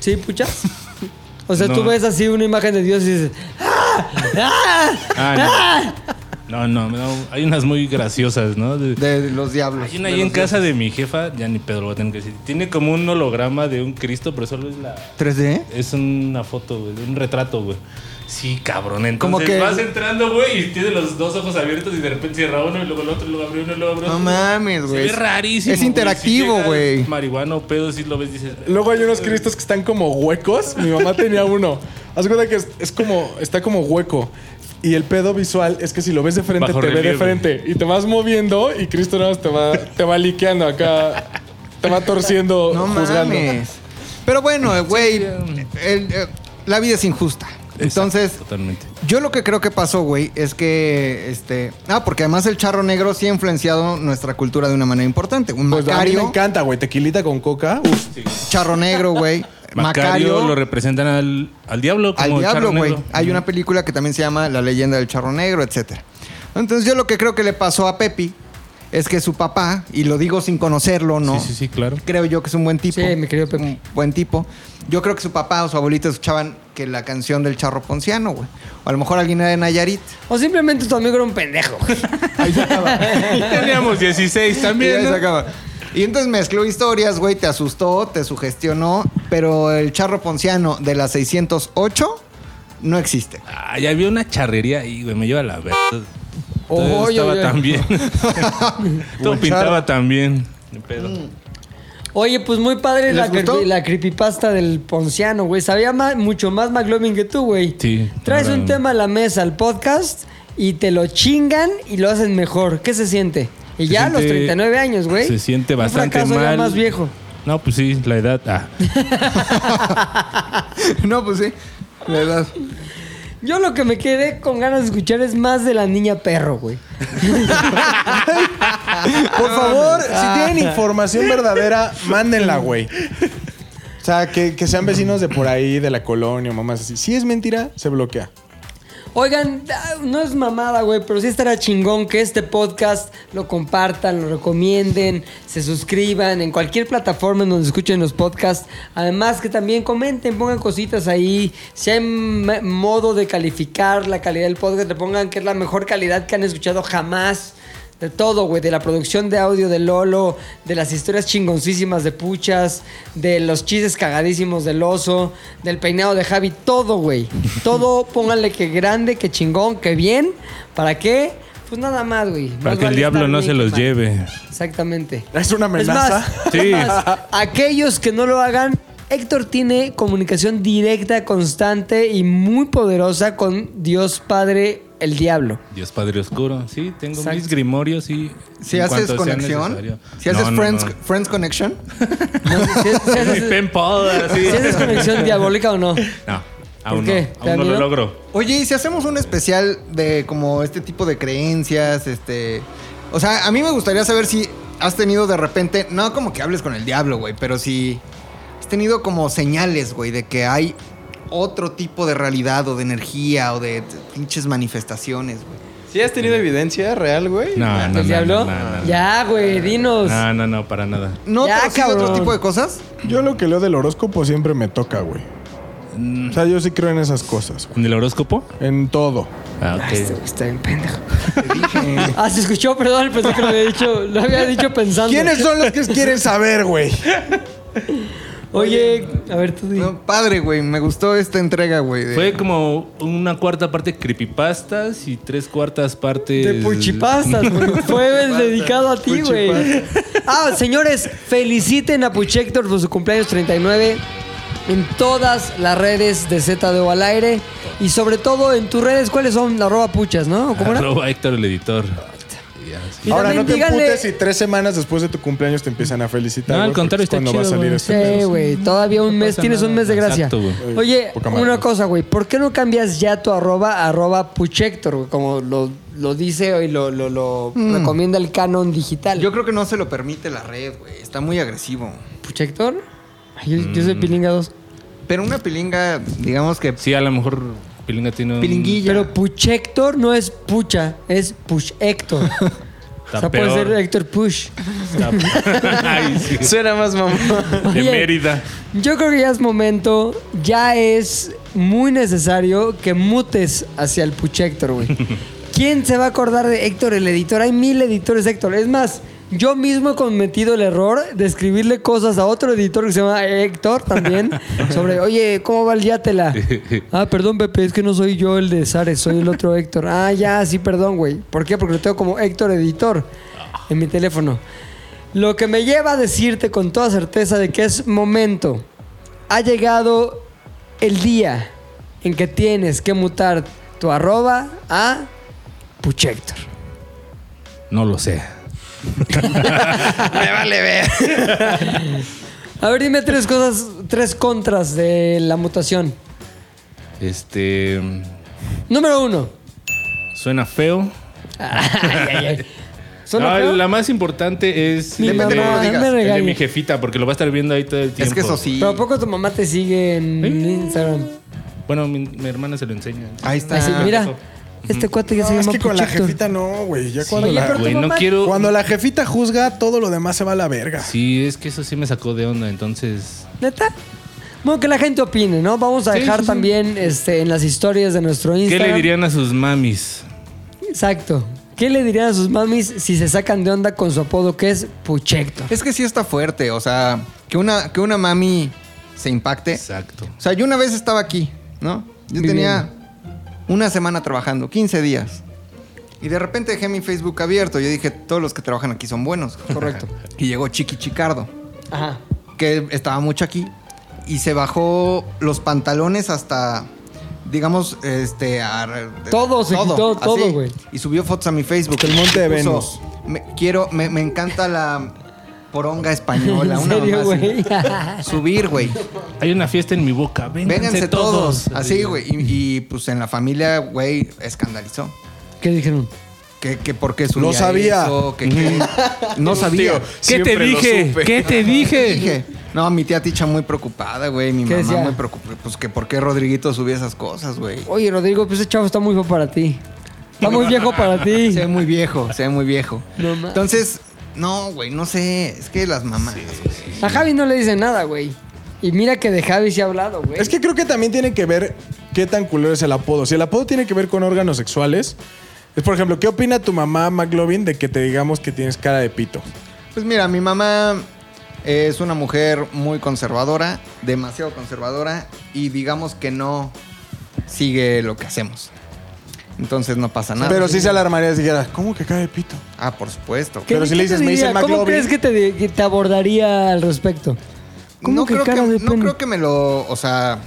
[SPEAKER 2] Sí, puchas. O sea,
[SPEAKER 8] No.
[SPEAKER 2] tú ves así una imagen de Dios y dices, ¡Ah! ¡Ah!
[SPEAKER 8] Ah, no. no, no, no, hay unas muy graciosas, ¿no? De-
[SPEAKER 3] De los diablos.
[SPEAKER 8] hay una
[SPEAKER 3] de
[SPEAKER 8] ahí
[SPEAKER 3] los
[SPEAKER 8] en casa de mi jefa, ya ni Pedro va a tener que decir. Tiene como un holograma de un Cristo, pero solo es la...
[SPEAKER 3] dioses. 3D.
[SPEAKER 8] Es una foto, güey, un retrato, güey. Sí, cabrón. Entonces
[SPEAKER 3] Como que-
[SPEAKER 8] vas entrando, güey, y tiene los dos ojos abiertos y de repente cierra uno y luego el otro, y luego abre uno y luego abre otro.
[SPEAKER 3] No mames,
[SPEAKER 8] Se
[SPEAKER 3] güey.
[SPEAKER 8] ve rarísimo.
[SPEAKER 3] Es
[SPEAKER 8] güey.
[SPEAKER 3] interactivo,
[SPEAKER 8] Si llega
[SPEAKER 3] güey.
[SPEAKER 8] el Marihuano, pedo, si lo ves, dices.
[SPEAKER 5] Luego hay unos cristos que están como huecos. Mi mamá tenía uno. Haz cuenta que es, es como, está como hueco. Y el pedo visual es que si lo ves de frente,
[SPEAKER 8] Bajo
[SPEAKER 5] te ve de
[SPEAKER 8] relieve.
[SPEAKER 5] frente. Y te vas moviendo y Cristo nada más te va, te va liqueando acá. Te va torciendo,
[SPEAKER 8] Oh,
[SPEAKER 3] No
[SPEAKER 5] juzgando.
[SPEAKER 3] mames. Pero bueno, eh, güey, el- eh, la vida es injusta. Entonces,
[SPEAKER 8] Totalmente.
[SPEAKER 3] Yo lo que creo que pasó, güey, es que este, ah, porque además el charro negro sí ha influenciado nuestra cultura de una manera importante. Un
[SPEAKER 5] Pues a mí me
[SPEAKER 3] Macario,
[SPEAKER 5] encanta, güey. Tequilita con coca. Uf.
[SPEAKER 3] charro negro, güey,
[SPEAKER 8] Macario,
[SPEAKER 3] Macario,
[SPEAKER 8] lo representan al, al diablo como
[SPEAKER 3] al
[SPEAKER 8] el charro
[SPEAKER 3] diablo, güey.
[SPEAKER 8] negro.
[SPEAKER 3] Hay una película que también se llama La leyenda del charro negro, etcétera. Entonces yo lo que creo que le pasó a Pepi es que su papá, y lo digo sin conocerlo, ¿no?
[SPEAKER 8] Sí, sí, sí, claro.
[SPEAKER 3] Creo yo que es un buen tipo.
[SPEAKER 2] Sí, mi querido Pepe.
[SPEAKER 3] Un buen tipo. Yo creo que su papá o su abuelita escuchaban que la canción del charro ponciano, güey. O a lo mejor alguien era de Nayarit.
[SPEAKER 2] O simplemente tu amigo era un pendejo.
[SPEAKER 8] Teníamos 16
[SPEAKER 3] Y ahí
[SPEAKER 8] también.
[SPEAKER 3] se
[SPEAKER 8] ¿no?
[SPEAKER 3] acaba. Y entonces mezcló historias, güey, te asustó, te sugestionó, pero el charro ponciano de la 608 no existe.
[SPEAKER 8] Ah, ya había una charrería ahí, güey. Me lleva la verga.
[SPEAKER 2] Oy,
[SPEAKER 8] Todo
[SPEAKER 2] oy,
[SPEAKER 8] estaba
[SPEAKER 2] oy.
[SPEAKER 8] tan bien. Todo pintaba tan bien. Ni pedo.
[SPEAKER 2] Mm. Oye, pues muy padre
[SPEAKER 3] ¿Les
[SPEAKER 2] la,
[SPEAKER 3] gustó?
[SPEAKER 2] creepy- la creepypasta del ponciano, güey. Sabía ma- mucho más McLovin que tú, güey.
[SPEAKER 8] Sí.
[SPEAKER 2] Traes
[SPEAKER 8] Ahora-
[SPEAKER 2] un tema a la mesa, al podcast, y te lo chingan y lo hacen mejor. ¿Qué se siente? Y
[SPEAKER 8] Se
[SPEAKER 2] ya a los
[SPEAKER 8] siente-
[SPEAKER 2] 39 años, güey.
[SPEAKER 8] Se siente
[SPEAKER 2] Un
[SPEAKER 8] bastante
[SPEAKER 2] fracaso ya
[SPEAKER 8] mal.
[SPEAKER 2] más viejo.
[SPEAKER 8] No, pues sí, la edad. Ah.
[SPEAKER 3] no, pues sí. La verdad.
[SPEAKER 2] Yo lo que me quedé con ganas de escuchar es más de la niña perro, güey.
[SPEAKER 5] Por favor, si tienen información verdadera, mándenla, güey. O sea, que, que sean vecinos de por ahí, de la colonia, mamás así. Si es mentira, se bloquea.
[SPEAKER 2] Oigan, ah, no es mamada, güey, pero sí estará chingón que este podcast lo compartan, lo recomienden, se suscriban en cualquier plataforma en donde escuchen los podcasts. Además que también comenten, pongan cositas ahí. Si hay m- modo de calificar la calidad del podcast, le pongan que es la mejor calidad que han escuchado jamás. De todo, güey. De la producción de audio de Lolo, de las historias chingoncísimas de Puchas, de los chistes cagadísimos del oso, del peinado de Javi, todo, güey. Todo, pónganle que grande, que chingón, que bien. ¿Para qué? Pues nada más, güey.
[SPEAKER 8] Para
[SPEAKER 2] Más
[SPEAKER 8] que el
[SPEAKER 2] vale
[SPEAKER 8] diablo
[SPEAKER 2] estar
[SPEAKER 8] no
[SPEAKER 2] bien
[SPEAKER 8] se
[SPEAKER 2] que
[SPEAKER 8] los
[SPEAKER 2] mal.
[SPEAKER 8] lleve.
[SPEAKER 2] Exactamente.
[SPEAKER 5] Es una amenaza.
[SPEAKER 8] Sí.
[SPEAKER 2] Es más, es más, aquellos que no lo hagan, Héctor tiene comunicación directa, constante y muy poderosa con Dios Padre, el diablo.
[SPEAKER 8] Dios Padre Oscuro. Sí, tengo
[SPEAKER 2] Exacto.
[SPEAKER 8] mis grimorios y.
[SPEAKER 3] Si
[SPEAKER 8] en
[SPEAKER 3] haces
[SPEAKER 8] cuanto sea
[SPEAKER 3] conexión,
[SPEAKER 8] necesario.
[SPEAKER 3] si haces
[SPEAKER 8] No, no,
[SPEAKER 3] friends,
[SPEAKER 8] no.
[SPEAKER 3] friends Connection,
[SPEAKER 2] No sé si es- si
[SPEAKER 8] Mi
[SPEAKER 2] es-
[SPEAKER 8] pen pod, así.
[SPEAKER 2] Si es desconexión diabólica o no.
[SPEAKER 8] No, aún
[SPEAKER 2] qué?
[SPEAKER 8] no.
[SPEAKER 2] ¿Te da
[SPEAKER 8] Aún no
[SPEAKER 2] miedo?
[SPEAKER 8] lo logro.
[SPEAKER 3] Oye, ¿y si hacemos un especial de como este tipo de creencias, este, o sea, a mí me gustaría saber si has tenido de repente, no como que hables con el diablo, güey, pero si has tenido como señales, güey, de que hay otro tipo de realidad o de energía o de pinches manifestaciones, güey.
[SPEAKER 4] ¿Sí has tenido evidencia real, güey?
[SPEAKER 8] No, no, no,
[SPEAKER 2] ¿El
[SPEAKER 8] no,
[SPEAKER 2] diablo?
[SPEAKER 8] no, no, no.
[SPEAKER 2] Ya, pues. güey, dinos.
[SPEAKER 8] No, no, no, para nada.
[SPEAKER 3] No,
[SPEAKER 2] Ya,
[SPEAKER 3] pero sí otro
[SPEAKER 2] cabrón.
[SPEAKER 3] tipo de cosas.
[SPEAKER 5] Yo lo que leo del horóscopo siempre me toca, güey. O sea, yo sí creo en esas cosas, güey.
[SPEAKER 8] ¿En el horóscopo?
[SPEAKER 5] En todo.
[SPEAKER 8] Ah,
[SPEAKER 2] Ah,
[SPEAKER 8] ok.
[SPEAKER 2] Este güey está bien pendejo. ah, se escuchó, perdón, pensé que lo había dicho, lo había dicho pensando.
[SPEAKER 5] ¿Quiénes son los que quieren saber, güey?
[SPEAKER 2] Oye, a ver, tú di.
[SPEAKER 3] No, padre, güey, me gustó esta entrega, güey. de-
[SPEAKER 8] Fue como una cuarta parte creepypastas y tres cuartas partes.
[SPEAKER 2] De puchipastas, güey. Fue el dedicado a ti, güey. Ah, señores, feliciten a Puchector por su cumpleaños 39 en todas las redes de ZDO al aire y sobre todo en tus redes, ¿cuáles son? La arroba puchas, ¿no? ¿Cómo era?
[SPEAKER 8] Arroba Héctor el editor. Ya, sí.
[SPEAKER 2] Y
[SPEAKER 5] Ahora,
[SPEAKER 2] también
[SPEAKER 5] no te
[SPEAKER 2] díganle-
[SPEAKER 5] emputes si tres semanas después de tu cumpleaños te empiezan a felicitar.
[SPEAKER 8] No,
[SPEAKER 5] güey,
[SPEAKER 8] al
[SPEAKER 5] porque
[SPEAKER 8] contrario,
[SPEAKER 5] es
[SPEAKER 8] está
[SPEAKER 5] cuando
[SPEAKER 8] chido,
[SPEAKER 5] va a salir
[SPEAKER 8] güey.
[SPEAKER 5] este
[SPEAKER 2] Sí,
[SPEAKER 5] pedo.
[SPEAKER 2] güey. Todavía un
[SPEAKER 8] No
[SPEAKER 2] mes,
[SPEAKER 8] pasa
[SPEAKER 2] tienes un
[SPEAKER 8] nada.
[SPEAKER 2] mes de gracia.
[SPEAKER 8] Exacto, güey.
[SPEAKER 2] Oye,
[SPEAKER 5] Poca madre.
[SPEAKER 2] una cosa, güey. ¿Por qué no cambias ya tu arroba, arroba puchector, güey? Como lo, lo dice hoy, lo, lo, lo
[SPEAKER 8] Mm.
[SPEAKER 2] recomienda el canon digital.
[SPEAKER 3] Yo creo que no se lo permite la red, güey. Está muy agresivo.
[SPEAKER 2] ¿Puchector? Ay, Yo, yo
[SPEAKER 8] Mm.
[SPEAKER 2] soy Pilinga 2.
[SPEAKER 3] Pero una pilinga, digamos que
[SPEAKER 8] Sí, a lo mejor Pilinga tiene un.
[SPEAKER 3] Pilinguilla.
[SPEAKER 2] Pero Puchector no es pucha, es Push Héctor.
[SPEAKER 8] Está
[SPEAKER 2] o sea, puede
[SPEAKER 8] peor.
[SPEAKER 2] ser Héctor Push.
[SPEAKER 8] Está- Ay, sí.
[SPEAKER 4] Suena más mamón.
[SPEAKER 8] De
[SPEAKER 2] Oye,
[SPEAKER 8] Mérida.
[SPEAKER 2] Yo creo que ya es momento, ya es muy necesario que mutes hacia el Puchector, güey. ¿Quién se va a acordar de Héctor el editor? Hay mil editores Héctor. Es más, yo mismo he cometido el error de escribirle cosas a otro editor que se llama Héctor también sobre, oye, ¿cómo va el yátela? Ah, perdón, Pepe, es que no soy yo el de Zares, soy el otro Héctor. Ah, ya, sí, perdón, güey. ¿Por qué? Porque lo tengo como Héctor editor en mi teléfono. Lo que me lleva a decirte con toda certeza de que es momento. Ha llegado el día en que tienes que mutar tu arroba a Puchector.
[SPEAKER 8] No lo sé.
[SPEAKER 2] A ver, dime tres cosas, tres contras de la mutación.
[SPEAKER 8] Este.
[SPEAKER 2] Número uno.
[SPEAKER 8] Suena feo.
[SPEAKER 2] Ay, ay, ay. ¿Suena
[SPEAKER 8] No,
[SPEAKER 2] feo?
[SPEAKER 8] La más importante es.
[SPEAKER 2] Mi
[SPEAKER 8] el
[SPEAKER 2] mamá
[SPEAKER 8] de-
[SPEAKER 3] cómo digas.
[SPEAKER 2] me
[SPEAKER 8] el de
[SPEAKER 2] regaña.
[SPEAKER 8] mi jefita, porque lo va a estar viendo ahí todo el tiempo.
[SPEAKER 3] es que eso sí.
[SPEAKER 2] Pero ¿a poco tu mamá te sigue en
[SPEAKER 8] Sí.
[SPEAKER 2] Instagram?
[SPEAKER 8] Bueno, mi, mi hermana se lo enseña.
[SPEAKER 2] Ah,
[SPEAKER 3] Ahí está.
[SPEAKER 2] Así, mira, Este cuate ya
[SPEAKER 5] No,
[SPEAKER 2] se
[SPEAKER 5] es
[SPEAKER 2] llama
[SPEAKER 5] que con la
[SPEAKER 2] Puchector.
[SPEAKER 5] jefita no, güey. Ya cuando,
[SPEAKER 2] Oye,
[SPEAKER 5] la,
[SPEAKER 2] pero tu
[SPEAKER 8] Güey, no
[SPEAKER 2] mamá-
[SPEAKER 8] quiero.
[SPEAKER 5] cuando la jefita juzga, todo lo demás se va a la verga.
[SPEAKER 8] Sí, es que eso sí me sacó de onda, entonces.
[SPEAKER 2] ¿Neta? Bueno, que la gente opine, ¿no? Vamos a
[SPEAKER 8] Sí,
[SPEAKER 2] dejar
[SPEAKER 8] sí, sí.
[SPEAKER 2] también este, en las historias de nuestro
[SPEAKER 8] ¿Qué
[SPEAKER 2] Instagram.
[SPEAKER 8] le dirían a sus mamis?
[SPEAKER 2] Exacto. ¿Qué le dirían a sus mamis si se sacan de onda con su apodo que es Puchector?
[SPEAKER 3] Es que sí está fuerte, o sea, que una, que una mami se impacte.
[SPEAKER 8] Exacto.
[SPEAKER 3] O sea, yo una vez estaba aquí, ¿no? Yo
[SPEAKER 2] Viviendo.
[SPEAKER 3] tenía una semana trabajando, 15 días. Y de repente dejé mi Facebook abierto. Yo dije, todos los que trabajan aquí son buenos.
[SPEAKER 2] Correcto.
[SPEAKER 3] Y llegó Chiqui Chicardo,
[SPEAKER 2] Ajá.
[SPEAKER 3] que estaba mucho aquí. Y se bajó los pantalones hasta, digamos, este... a-
[SPEAKER 2] Todo, se quitó todo,
[SPEAKER 3] así.
[SPEAKER 2] güey.
[SPEAKER 3] Y subió fotos a mi Facebook.
[SPEAKER 5] El monte de
[SPEAKER 3] Puso,
[SPEAKER 5] Venus.
[SPEAKER 3] "Me- quiero, me, me encanta la poronga española.
[SPEAKER 2] ¿En
[SPEAKER 3] una
[SPEAKER 2] serio,
[SPEAKER 3] mamá así.
[SPEAKER 2] güey?
[SPEAKER 3] Subir, güey.
[SPEAKER 8] Hay una fiesta en mi boca, vénganse,
[SPEAKER 3] Vénganse todos.
[SPEAKER 8] todos.
[SPEAKER 3] Así, güey. Y, y, pues en la familia, güey, escandalizó.
[SPEAKER 2] ¿Qué dijeron?
[SPEAKER 3] Que, que por qué subía
[SPEAKER 5] Lo sabía.
[SPEAKER 3] eso, que- que- no sabía.
[SPEAKER 4] Tío,
[SPEAKER 8] ¿Qué te
[SPEAKER 4] siempre lo
[SPEAKER 8] dije?
[SPEAKER 4] supe.
[SPEAKER 8] ¿Qué te dije?
[SPEAKER 3] Dije, no, mi tía Ticha muy preocupada, güey. Mi
[SPEAKER 2] ¿Qué
[SPEAKER 3] mamá
[SPEAKER 2] decía?
[SPEAKER 3] muy preocupada. Pues que por qué Rodriguito subía esas cosas, güey.
[SPEAKER 2] Oye, Rodrigo, pues ese chavo está muy viejo para ti. Está muy viejo para ti.
[SPEAKER 3] Se ve muy viejo, se ve muy viejo.
[SPEAKER 2] No mames.
[SPEAKER 3] Entonces, no, güey, no sé. Es que las mamás. güey.
[SPEAKER 2] A Javi no le dice nada, güey. Y mira que de Javi se ha hablado, güey.
[SPEAKER 5] Es que creo que también tiene que ver qué tan culero es el apodo. Si el apodo tiene que ver con órganos sexuales, es por ejemplo, ¿qué opina tu mamá, McLovin, de que te digamos que tienes cara de pito?
[SPEAKER 3] Pues mira, mi mamá es una mujer muy conservadora, demasiado conservadora, y digamos que no sigue lo que hacemos. Entonces no pasa nada.
[SPEAKER 5] Pero sí se alarmaría si dijera, ¿cómo que cara de pito?
[SPEAKER 3] Ah, por supuesto.
[SPEAKER 2] ¿Qué-
[SPEAKER 5] Pero si le
[SPEAKER 2] qué te
[SPEAKER 5] dices, me
[SPEAKER 2] diría?
[SPEAKER 5] dicen
[SPEAKER 2] ¿Cómo
[SPEAKER 5] McLovin?
[SPEAKER 2] crees que te, di- que te abordaría al respecto? ¿Cómo
[SPEAKER 3] no
[SPEAKER 2] que
[SPEAKER 3] creo
[SPEAKER 2] cara
[SPEAKER 3] que,
[SPEAKER 2] de
[SPEAKER 3] no
[SPEAKER 2] pene?
[SPEAKER 3] creo que me lo. O sea.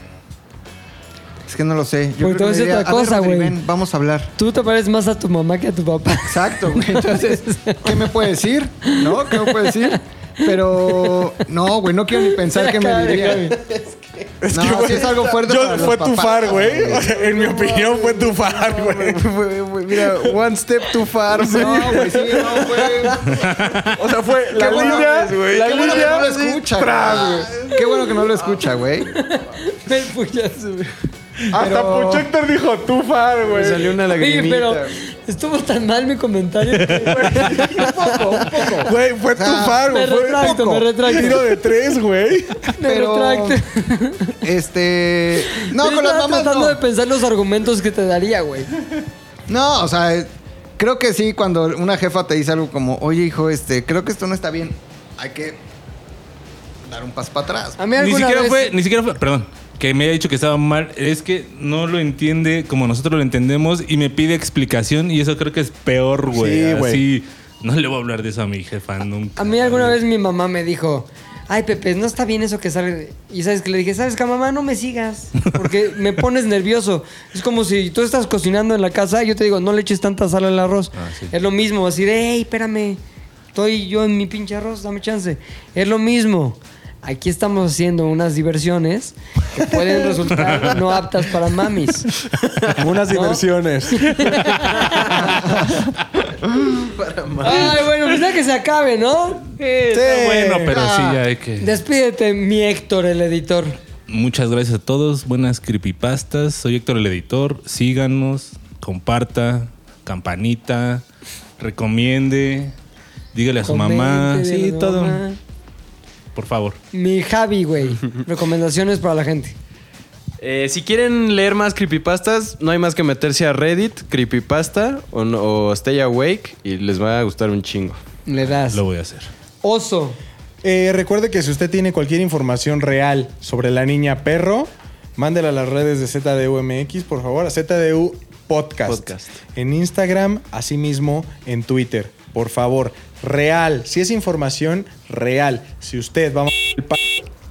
[SPEAKER 3] Es que no lo sé. Yo
[SPEAKER 2] Porque
[SPEAKER 3] creo que
[SPEAKER 2] es
[SPEAKER 3] me diría,
[SPEAKER 2] otra
[SPEAKER 3] "A ver,
[SPEAKER 2] cosa,
[SPEAKER 3] Rodri,
[SPEAKER 2] güey.
[SPEAKER 3] ven, Vamos a hablar.
[SPEAKER 2] Tú te pareces más a tu mamá que a tu papá.
[SPEAKER 3] Exacto, güey. Entonces, ¿qué me puede decir? ¿No? ¿Qué me puede decir? Pero no, güey, no quiero ni pensar qué me diría. No,
[SPEAKER 5] que, güey,
[SPEAKER 3] sí es algo fuerte.
[SPEAKER 5] Yo-
[SPEAKER 3] para los
[SPEAKER 5] fue
[SPEAKER 3] papás,
[SPEAKER 5] tu far, güey. O sea, en mi opinión, fue tu far, güey.
[SPEAKER 3] Fue- fue- Mira, one step too far. No, güey, sí, no, güey.
[SPEAKER 5] O sea, fue la
[SPEAKER 3] Qué bueno
[SPEAKER 5] línea,
[SPEAKER 3] que-
[SPEAKER 5] la
[SPEAKER 3] Qué bueno que
[SPEAKER 5] línea.
[SPEAKER 3] no lo escucha, güey. Qué bueno que no lo escucha, güey.
[SPEAKER 2] Me puñazo, güey.
[SPEAKER 5] Hasta
[SPEAKER 3] Pero-
[SPEAKER 5] Puchector dijo tu far, güey.
[SPEAKER 7] Salió una
[SPEAKER 2] Oye,
[SPEAKER 7] lagrimita.
[SPEAKER 2] pero estuvo tan mal mi comentario. que-
[SPEAKER 5] Güey, fue tu
[SPEAKER 3] sea,
[SPEAKER 5] far, güey.
[SPEAKER 2] me
[SPEAKER 5] Fue
[SPEAKER 2] retracto,
[SPEAKER 5] poco.
[SPEAKER 2] me retracto.
[SPEAKER 5] Tiro de tres, güey.
[SPEAKER 2] Me
[SPEAKER 3] Pero-
[SPEAKER 2] retracto.
[SPEAKER 3] Este. No,
[SPEAKER 2] Yo
[SPEAKER 3] con las
[SPEAKER 2] estaba
[SPEAKER 3] mamás.
[SPEAKER 2] tratando
[SPEAKER 3] No.
[SPEAKER 2] de pensar los argumentos que te daría, güey.
[SPEAKER 3] No, o sea, eh, creo que sí, cuando una jefa te dice algo como, oye, hijo, este, creo que esto no está bien, hay que dar un paso para atrás.
[SPEAKER 2] A mí
[SPEAKER 8] Ni
[SPEAKER 2] alguna
[SPEAKER 8] siquiera
[SPEAKER 2] vez...
[SPEAKER 8] fue, ni siquiera fue, perdón, que me haya dicho que estaba mal, es que no lo entiende como nosotros lo entendemos y me pide explicación y eso creo que es peor, güey.
[SPEAKER 5] Sí, güey.
[SPEAKER 8] Así, no le voy a hablar de eso a mi jefa nunca.
[SPEAKER 2] A mí alguna vez mi mamá me dijo, ay Pepe, no está bien eso que sale. de-". Y sabes que le dije, sabes que mamá, no me sigas, porque me pones nervioso. Es como si tú estás cocinando en la casa y yo te digo, no le eches tanta sal al arroz.
[SPEAKER 8] Ah, sí.
[SPEAKER 2] Es lo mismo, así de, hey, espérame, estoy yo en mi pinche arroz, dame chance. Es lo mismo. Aquí estamos haciendo unas diversiones que pueden resultar no aptas para mamis.
[SPEAKER 5] Unas
[SPEAKER 2] ¿No?
[SPEAKER 5] diversiones.
[SPEAKER 2] Ay, bueno, pues ya que se acabe, ¿no?
[SPEAKER 8] Está bueno, pero sí,
[SPEAKER 2] Ah.
[SPEAKER 8] ya hay que.
[SPEAKER 2] Despídete, mi Héctor, el editor.
[SPEAKER 8] Muchas gracias a todos, buenas creepypastas. Soy Héctor el editor. Síganos, comparta, campanita, recomiende, dígale a su mamá.
[SPEAKER 2] Comente,
[SPEAKER 8] Sí,
[SPEAKER 2] dígale a su
[SPEAKER 8] todo.
[SPEAKER 2] mamá.
[SPEAKER 8] Por favor.
[SPEAKER 2] Mi Javi, güey. Recomendaciones para la gente.
[SPEAKER 4] Eh, si quieren leer más creepypastas, no hay más que meterse a Reddit, creepypasta o, no- o Stay Awake y les va a gustar un chingo.
[SPEAKER 2] Le das.
[SPEAKER 8] Lo voy a hacer.
[SPEAKER 2] Oso.
[SPEAKER 5] Eh, recuerde que si usted tiene cualquier información real sobre la niña perro, mándela a las redes de ZDUMX, por favor, a ZDU Podcast.
[SPEAKER 4] Podcast.
[SPEAKER 5] En Instagram, asimismo en Twitter. Por favor, real. Si es información real, si usted va a... el pa-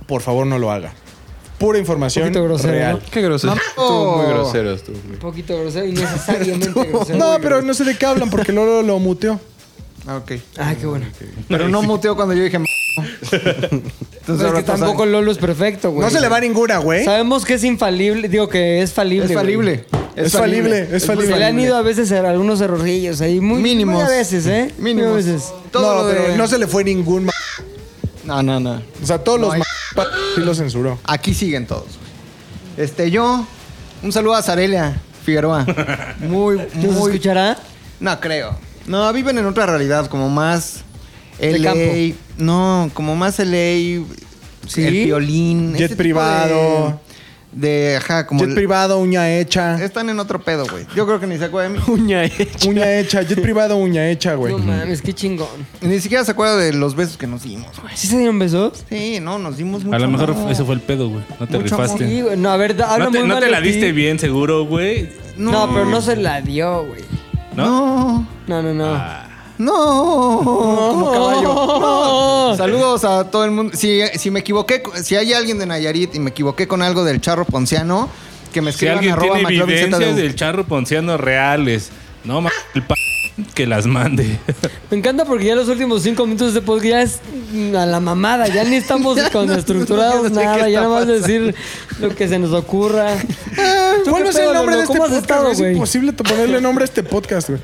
[SPEAKER 5] por favor no lo haga. Pura información
[SPEAKER 2] Poquito grosero,
[SPEAKER 5] real.
[SPEAKER 4] Qué grosero. Tú
[SPEAKER 3] Oh.
[SPEAKER 4] muy grosero tú.
[SPEAKER 2] Un poquito grosero, innecesariamente grosero.
[SPEAKER 5] No, pero no sé de qué hablan porque Lolo lo muteó.
[SPEAKER 3] Ah, ok.
[SPEAKER 2] Ay, qué bueno.
[SPEAKER 3] Pero no muteo cuando yo dije... "M-".
[SPEAKER 2] No,
[SPEAKER 3] Entonces
[SPEAKER 2] Pues es que
[SPEAKER 3] ahora pasan-
[SPEAKER 2] tampoco Lolo es perfecto, güey.
[SPEAKER 5] No se le va ninguna, güey.
[SPEAKER 2] Sabemos que es infalible. Digo que es falible.
[SPEAKER 3] Es falible.
[SPEAKER 2] güey.
[SPEAKER 5] Es falible, es falible.
[SPEAKER 2] Se le han ido a veces a algunos errorrillos ahí. Muy,
[SPEAKER 3] Mínimos.
[SPEAKER 2] Muy a veces, ¿eh? Muy
[SPEAKER 3] Mínimos.
[SPEAKER 2] a veces.
[SPEAKER 3] Todo
[SPEAKER 5] no,
[SPEAKER 3] lo de-
[SPEAKER 5] pero no se le fue ningún... ma-
[SPEAKER 3] No, no, no.
[SPEAKER 5] O sea, todos
[SPEAKER 3] No
[SPEAKER 5] los...
[SPEAKER 3] hay-
[SPEAKER 5] ma- pa- Sí lo censuró.
[SPEAKER 3] Aquí siguen todos. güey. Este, yo... Un saludo a Zarelia. Figueroa. Muy,
[SPEAKER 2] ¿Nos
[SPEAKER 3] muy.
[SPEAKER 2] escuchará?
[SPEAKER 3] No creo. No, viven en otra realidad, como más
[SPEAKER 2] De
[SPEAKER 3] LA.
[SPEAKER 2] campo.
[SPEAKER 3] No, como más LA.
[SPEAKER 2] Sí.
[SPEAKER 3] El violín.
[SPEAKER 5] Jet
[SPEAKER 3] tipo
[SPEAKER 5] privado.
[SPEAKER 3] De, de, ajá, como.
[SPEAKER 5] Jet
[SPEAKER 3] el-
[SPEAKER 5] privado, uña hecha.
[SPEAKER 3] Están en otro pedo, güey. Yo creo que ni se acuerdan de mí.
[SPEAKER 7] Uña hecha.
[SPEAKER 5] Uña hecha, jet privado, uña hecha, güey.
[SPEAKER 2] No mames, qué chingón.
[SPEAKER 3] Ni siquiera se acuerda de los besos que nos dimos, güey.
[SPEAKER 2] ¿Sí se dieron besos?
[SPEAKER 3] Sí, no, nos dimos mucho.
[SPEAKER 8] A lo mejor
[SPEAKER 3] amor.
[SPEAKER 8] ese fue el pedo, güey. No te
[SPEAKER 3] Mucho
[SPEAKER 8] rifaste.
[SPEAKER 2] Sí, güey. No, a ver, da- habla
[SPEAKER 8] No te,
[SPEAKER 2] muy
[SPEAKER 8] no
[SPEAKER 2] mal
[SPEAKER 8] te
[SPEAKER 2] de
[SPEAKER 8] la
[SPEAKER 2] ti.
[SPEAKER 8] diste bien, seguro, güey.
[SPEAKER 2] No, pero no se la dio, güey.
[SPEAKER 8] ¿No?
[SPEAKER 2] No, no, no.
[SPEAKER 8] Ah.
[SPEAKER 3] No, como caballo.
[SPEAKER 2] No.
[SPEAKER 3] Saludos a todo el mundo. Si, si me equivoqué, co- si hay alguien de Nayarit y me equivoqué con algo del charro ponciano, que me
[SPEAKER 8] Si
[SPEAKER 3] escriban
[SPEAKER 8] alguien
[SPEAKER 3] arroba
[SPEAKER 8] tiene
[SPEAKER 3] McLovin ZDU.
[SPEAKER 8] evidencias del charro ponciano reales, no ma- el pa- que las mande.
[SPEAKER 2] Me encanta porque ya los últimos cinco minutos de este podcast ya es mm, a la mamada. Ya ni estamos con estructurados
[SPEAKER 3] no sé qué
[SPEAKER 2] nada. Ya
[SPEAKER 3] está
[SPEAKER 2] nada más decir lo que se nos ocurra. ¿Tú qué
[SPEAKER 5] ¿Cuál va a ser
[SPEAKER 2] pedo,
[SPEAKER 5] el
[SPEAKER 2] Lolo?
[SPEAKER 5] nombre de este
[SPEAKER 2] ¿Cómo has
[SPEAKER 5] podcast?
[SPEAKER 2] estado,
[SPEAKER 5] güey? es
[SPEAKER 2] güey?
[SPEAKER 5] imposible to- ponerle nombre a este podcast, güey.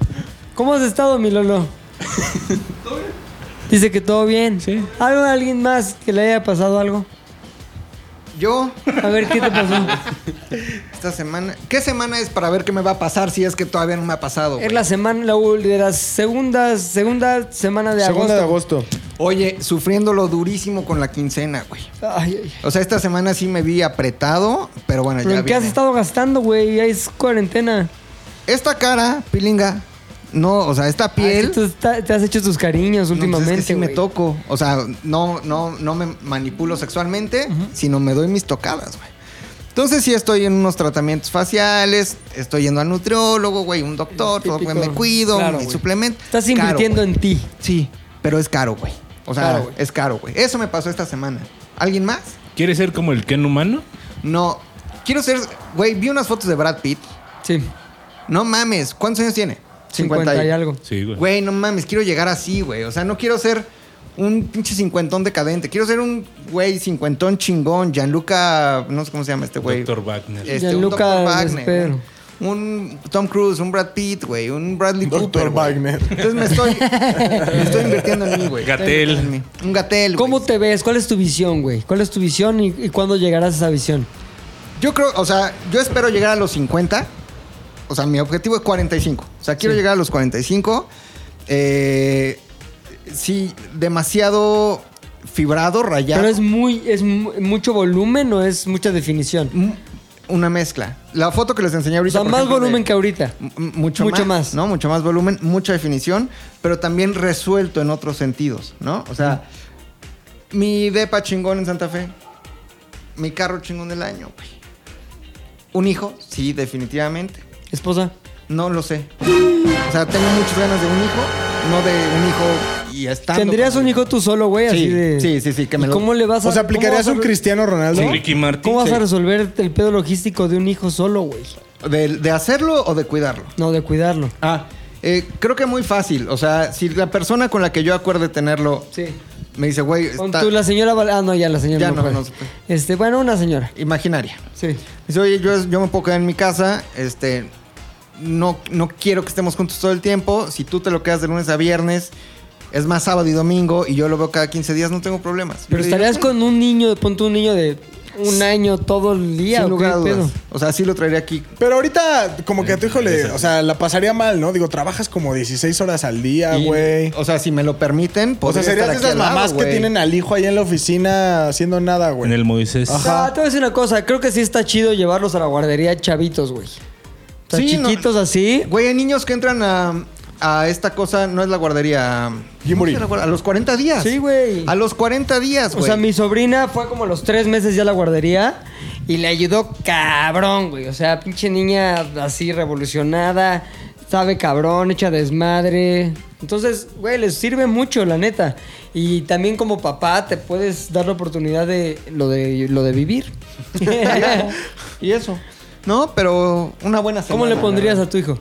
[SPEAKER 2] ¿Cómo has estado, mi Lolo? Dice que todo bien.
[SPEAKER 8] Sí.
[SPEAKER 2] ¿Algo a alguien más que le haya pasado algo?
[SPEAKER 3] Yo,
[SPEAKER 2] A ver, ¿qué te pasó?
[SPEAKER 3] esta semana. ¿Qué semana es para ver qué me va a pasar si es que todavía no me ha pasado? güey?
[SPEAKER 2] Es la semana la ul- de las segundas, segunda semana de
[SPEAKER 5] Segunda de
[SPEAKER 2] agosto.
[SPEAKER 5] agosto.
[SPEAKER 3] Oye, sufriéndolo durísimo con la quincena, güey.
[SPEAKER 2] Ay, ay, ay.
[SPEAKER 3] O sea, esta semana sí me vi apretado, pero bueno,
[SPEAKER 2] ¿Pero
[SPEAKER 3] ya.
[SPEAKER 2] en qué has
[SPEAKER 3] viene.
[SPEAKER 2] estado gastando, güey? Ya es cuarentena.
[SPEAKER 3] Esta cara, pilinga. No, o sea, esta piel.
[SPEAKER 2] Ay, tú está- te has hecho tus cariños
[SPEAKER 3] No, pues
[SPEAKER 2] últimamente.
[SPEAKER 3] es que sí me
[SPEAKER 2] güey.
[SPEAKER 3] toco. O sea, no, no, no me manipulo sexualmente, sino me doy mis tocadas, güey. Entonces sí estoy en unos tratamientos faciales, estoy yendo al nutriólogo, güey, un doctor, todo, güey, me
[SPEAKER 2] Típico.
[SPEAKER 3] cuido,
[SPEAKER 2] Claro,
[SPEAKER 3] me
[SPEAKER 2] güey.
[SPEAKER 3] suplemento.
[SPEAKER 2] Estás
[SPEAKER 3] Caro,
[SPEAKER 2] invirtiendo
[SPEAKER 3] güey.
[SPEAKER 2] en ti.
[SPEAKER 3] Sí, pero es caro, güey. O sea,
[SPEAKER 2] Caro, güey.
[SPEAKER 3] es caro, güey. Eso me pasó esta semana. ¿Alguien más?
[SPEAKER 8] ¿Quieres ser como el Ken humano?
[SPEAKER 3] No. Quiero ser, güey, vi unas fotos de Brad Pitt.
[SPEAKER 2] Sí.
[SPEAKER 3] No mames, ¿cuántos años tiene?
[SPEAKER 2] 50, y algo.
[SPEAKER 8] Sí, güey.
[SPEAKER 3] Güey, no mames, quiero llegar así, güey. O sea, no quiero ser un pinche cincuentón decadente. Quiero ser un güey cincuentón chingón. Gianluca, no sé cómo se llama este güey.
[SPEAKER 8] Doctor Wagner.
[SPEAKER 2] Eh,
[SPEAKER 3] Este, un
[SPEAKER 2] Gianluca
[SPEAKER 3] Dr. Wagner.
[SPEAKER 2] Vespero.
[SPEAKER 3] güey. Un Tom Cruise, un Brad Pitt, güey. Un Bradley
[SPEAKER 5] Dr.
[SPEAKER 3] Cooper. güey.
[SPEAKER 5] Wagner.
[SPEAKER 3] Entonces me estoy, me estoy invirtiendo en mí, güey.
[SPEAKER 8] Gatell.
[SPEAKER 3] En mí. Un gatel.
[SPEAKER 2] ¿Cómo te ves? ¿Cuál es tu visión, güey? ¿Cuál es tu visión y, y cuándo llegarás a esa visión?
[SPEAKER 3] Yo creo, o sea, yo espero llegar a los 50. O sea, mi objetivo es 45. O sea, quiero llegar a los 45. Eh, sí, demasiado fibrado, rayado.
[SPEAKER 2] Pero es muy, es mu- mucho volumen o es mucha definición.
[SPEAKER 3] Mm, una mezcla. La foto que les enseñé
[SPEAKER 2] O
[SPEAKER 3] ahorita.
[SPEAKER 2] sea,
[SPEAKER 3] por
[SPEAKER 2] más
[SPEAKER 3] ejemplo, de-
[SPEAKER 2] volumen que ahorita.
[SPEAKER 3] M- m- mucho,
[SPEAKER 2] Mucho
[SPEAKER 3] más,
[SPEAKER 2] más.
[SPEAKER 3] ¿no? Mucho más volumen, mucha definición, pero también resuelto en otros sentidos, ¿no? O sea, mi depa chingón en Santa Fe, mi carro chingón del año, güey. Un hijo, sí, definitivamente.
[SPEAKER 2] Esposa.
[SPEAKER 3] No lo sé. O sea, tengo muchas ganas de un hijo, no de un hijo y estando.
[SPEAKER 2] ¿Tendrías
[SPEAKER 3] con
[SPEAKER 2] un hijo tú solo, güey?
[SPEAKER 3] Sí,
[SPEAKER 2] así de-
[SPEAKER 3] sí, sí, sí, que me
[SPEAKER 2] ¿Y
[SPEAKER 3] lo-
[SPEAKER 2] ¿Cómo le vas a
[SPEAKER 5] O sea,
[SPEAKER 2] cómo vas
[SPEAKER 5] ¿aplicarías
[SPEAKER 2] a-
[SPEAKER 5] un Cristiano Ronaldo?
[SPEAKER 8] Con Ricky Martin.
[SPEAKER 2] ¿Cómo vas a
[SPEAKER 8] Sí.
[SPEAKER 2] resolver el pedo logístico de un hijo solo, güey?
[SPEAKER 3] ¿De, de hacerlo o de cuidarlo?
[SPEAKER 2] No, de cuidarlo.
[SPEAKER 3] Ah, eh, creo que muy fácil. O sea, si la persona con la que yo acuerde tenerlo
[SPEAKER 2] Sí.
[SPEAKER 3] me dice, güey,
[SPEAKER 2] Con
[SPEAKER 3] está
[SPEAKER 2] tú, la señora... Val- Ah, no, ya la señora
[SPEAKER 3] Ya
[SPEAKER 2] no,
[SPEAKER 3] no,
[SPEAKER 2] puede.
[SPEAKER 3] no se puede.
[SPEAKER 2] Este, bueno, una señora.
[SPEAKER 3] imaginaria.
[SPEAKER 2] Sí.
[SPEAKER 3] Dice, oye, yo, yo me puedo quedar en mi casa, este, no, no quiero que estemos juntos todo el tiempo. Si tú te lo quedas de lunes a viernes, es más sábado y domingo, y yo lo veo cada 15 días, no tengo problemas.
[SPEAKER 2] Pero
[SPEAKER 3] Yo le digo,
[SPEAKER 2] estarías
[SPEAKER 3] "Ok".
[SPEAKER 2] con un niño, pon tú un niño de un año todo el día.
[SPEAKER 3] Sin
[SPEAKER 2] ¿o qué
[SPEAKER 3] lugar a dudas.
[SPEAKER 2] pedo?
[SPEAKER 3] O sea, sí lo traería aquí.
[SPEAKER 5] Pero ahorita, como que a tu hijo le. O sea, la pasaría mal, ¿no? Digo, trabajas como 16 horas al día,
[SPEAKER 3] Y,
[SPEAKER 5] güey.
[SPEAKER 3] Ah, O sea, si me lo permiten,
[SPEAKER 5] O sea,
[SPEAKER 3] podría
[SPEAKER 5] serías
[SPEAKER 3] estar
[SPEAKER 5] de
[SPEAKER 3] aquí
[SPEAKER 5] esas
[SPEAKER 3] al lado,
[SPEAKER 5] mamás que
[SPEAKER 3] güey.
[SPEAKER 5] tienen al hijo ahí en la oficina haciendo nada,
[SPEAKER 8] En
[SPEAKER 5] güey.
[SPEAKER 8] el Moisés.
[SPEAKER 5] Ajá.
[SPEAKER 2] Ah, te voy a decir una cosa. Creo que sí está chido llevarlos a la guardería chavitos, güey. O sea,
[SPEAKER 3] Sí, no-
[SPEAKER 2] chiquitos así.
[SPEAKER 3] Güey, hay niños que entran a, a esta cosa, no es la guardería. ¿cómo
[SPEAKER 5] Gimuri.
[SPEAKER 3] se llama la guarda- A los 40 días.
[SPEAKER 2] Sí, güey.
[SPEAKER 3] A los 40 días, güey.
[SPEAKER 2] O sea, mi sobrina fue como a los tres meses ya a la guardería y le ayudó cabrón, güey. O sea, pinche niña así revolucionada, sabe cabrón, hecha desmadre. Entonces, güey, les sirve mucho, la neta. Y también como papá te puedes dar la oportunidad de lo de, lo de vivir.
[SPEAKER 3] Y eso. No, pero una buena semana.
[SPEAKER 2] ¿Cómo le
[SPEAKER 3] la
[SPEAKER 2] pondrías
[SPEAKER 3] verdad.
[SPEAKER 2] a tu hijo?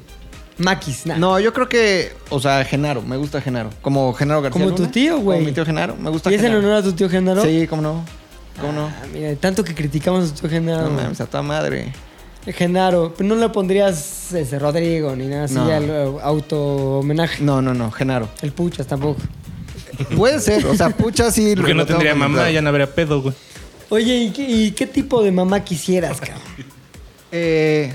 [SPEAKER 2] Maquis, nah.
[SPEAKER 3] No, yo creo que, o sea, Genaro, me gusta Genaro. Como Genaro García.
[SPEAKER 2] Como tu
[SPEAKER 3] Luna,
[SPEAKER 2] tío, güey.
[SPEAKER 3] Como mi tío Genaro, me gusta
[SPEAKER 2] ¿Y es en
[SPEAKER 3] Genaro.
[SPEAKER 2] honor a tu tío Genaro?
[SPEAKER 3] Sí, cómo no. Cómo no.
[SPEAKER 2] Ah, mira, tanto que criticamos a tu tío Genaro.
[SPEAKER 3] No mames, a toda madre.
[SPEAKER 2] Genaro, pero no le pondrías ese Rodrigo ni nada así
[SPEAKER 3] No.
[SPEAKER 2] al eh, auto homenaje.
[SPEAKER 3] No, no, no, Genaro.
[SPEAKER 2] El Puchas tampoco.
[SPEAKER 3] Puede ser, o sea, pucha sí.
[SPEAKER 8] Porque
[SPEAKER 3] lo
[SPEAKER 8] no
[SPEAKER 3] tengo
[SPEAKER 8] tendría mamá,
[SPEAKER 3] contemplado.
[SPEAKER 8] ya no habría pedo, güey.
[SPEAKER 2] Oye, ¿y qué, y qué tipo de mamá quisieras, cabrón?
[SPEAKER 3] Eh,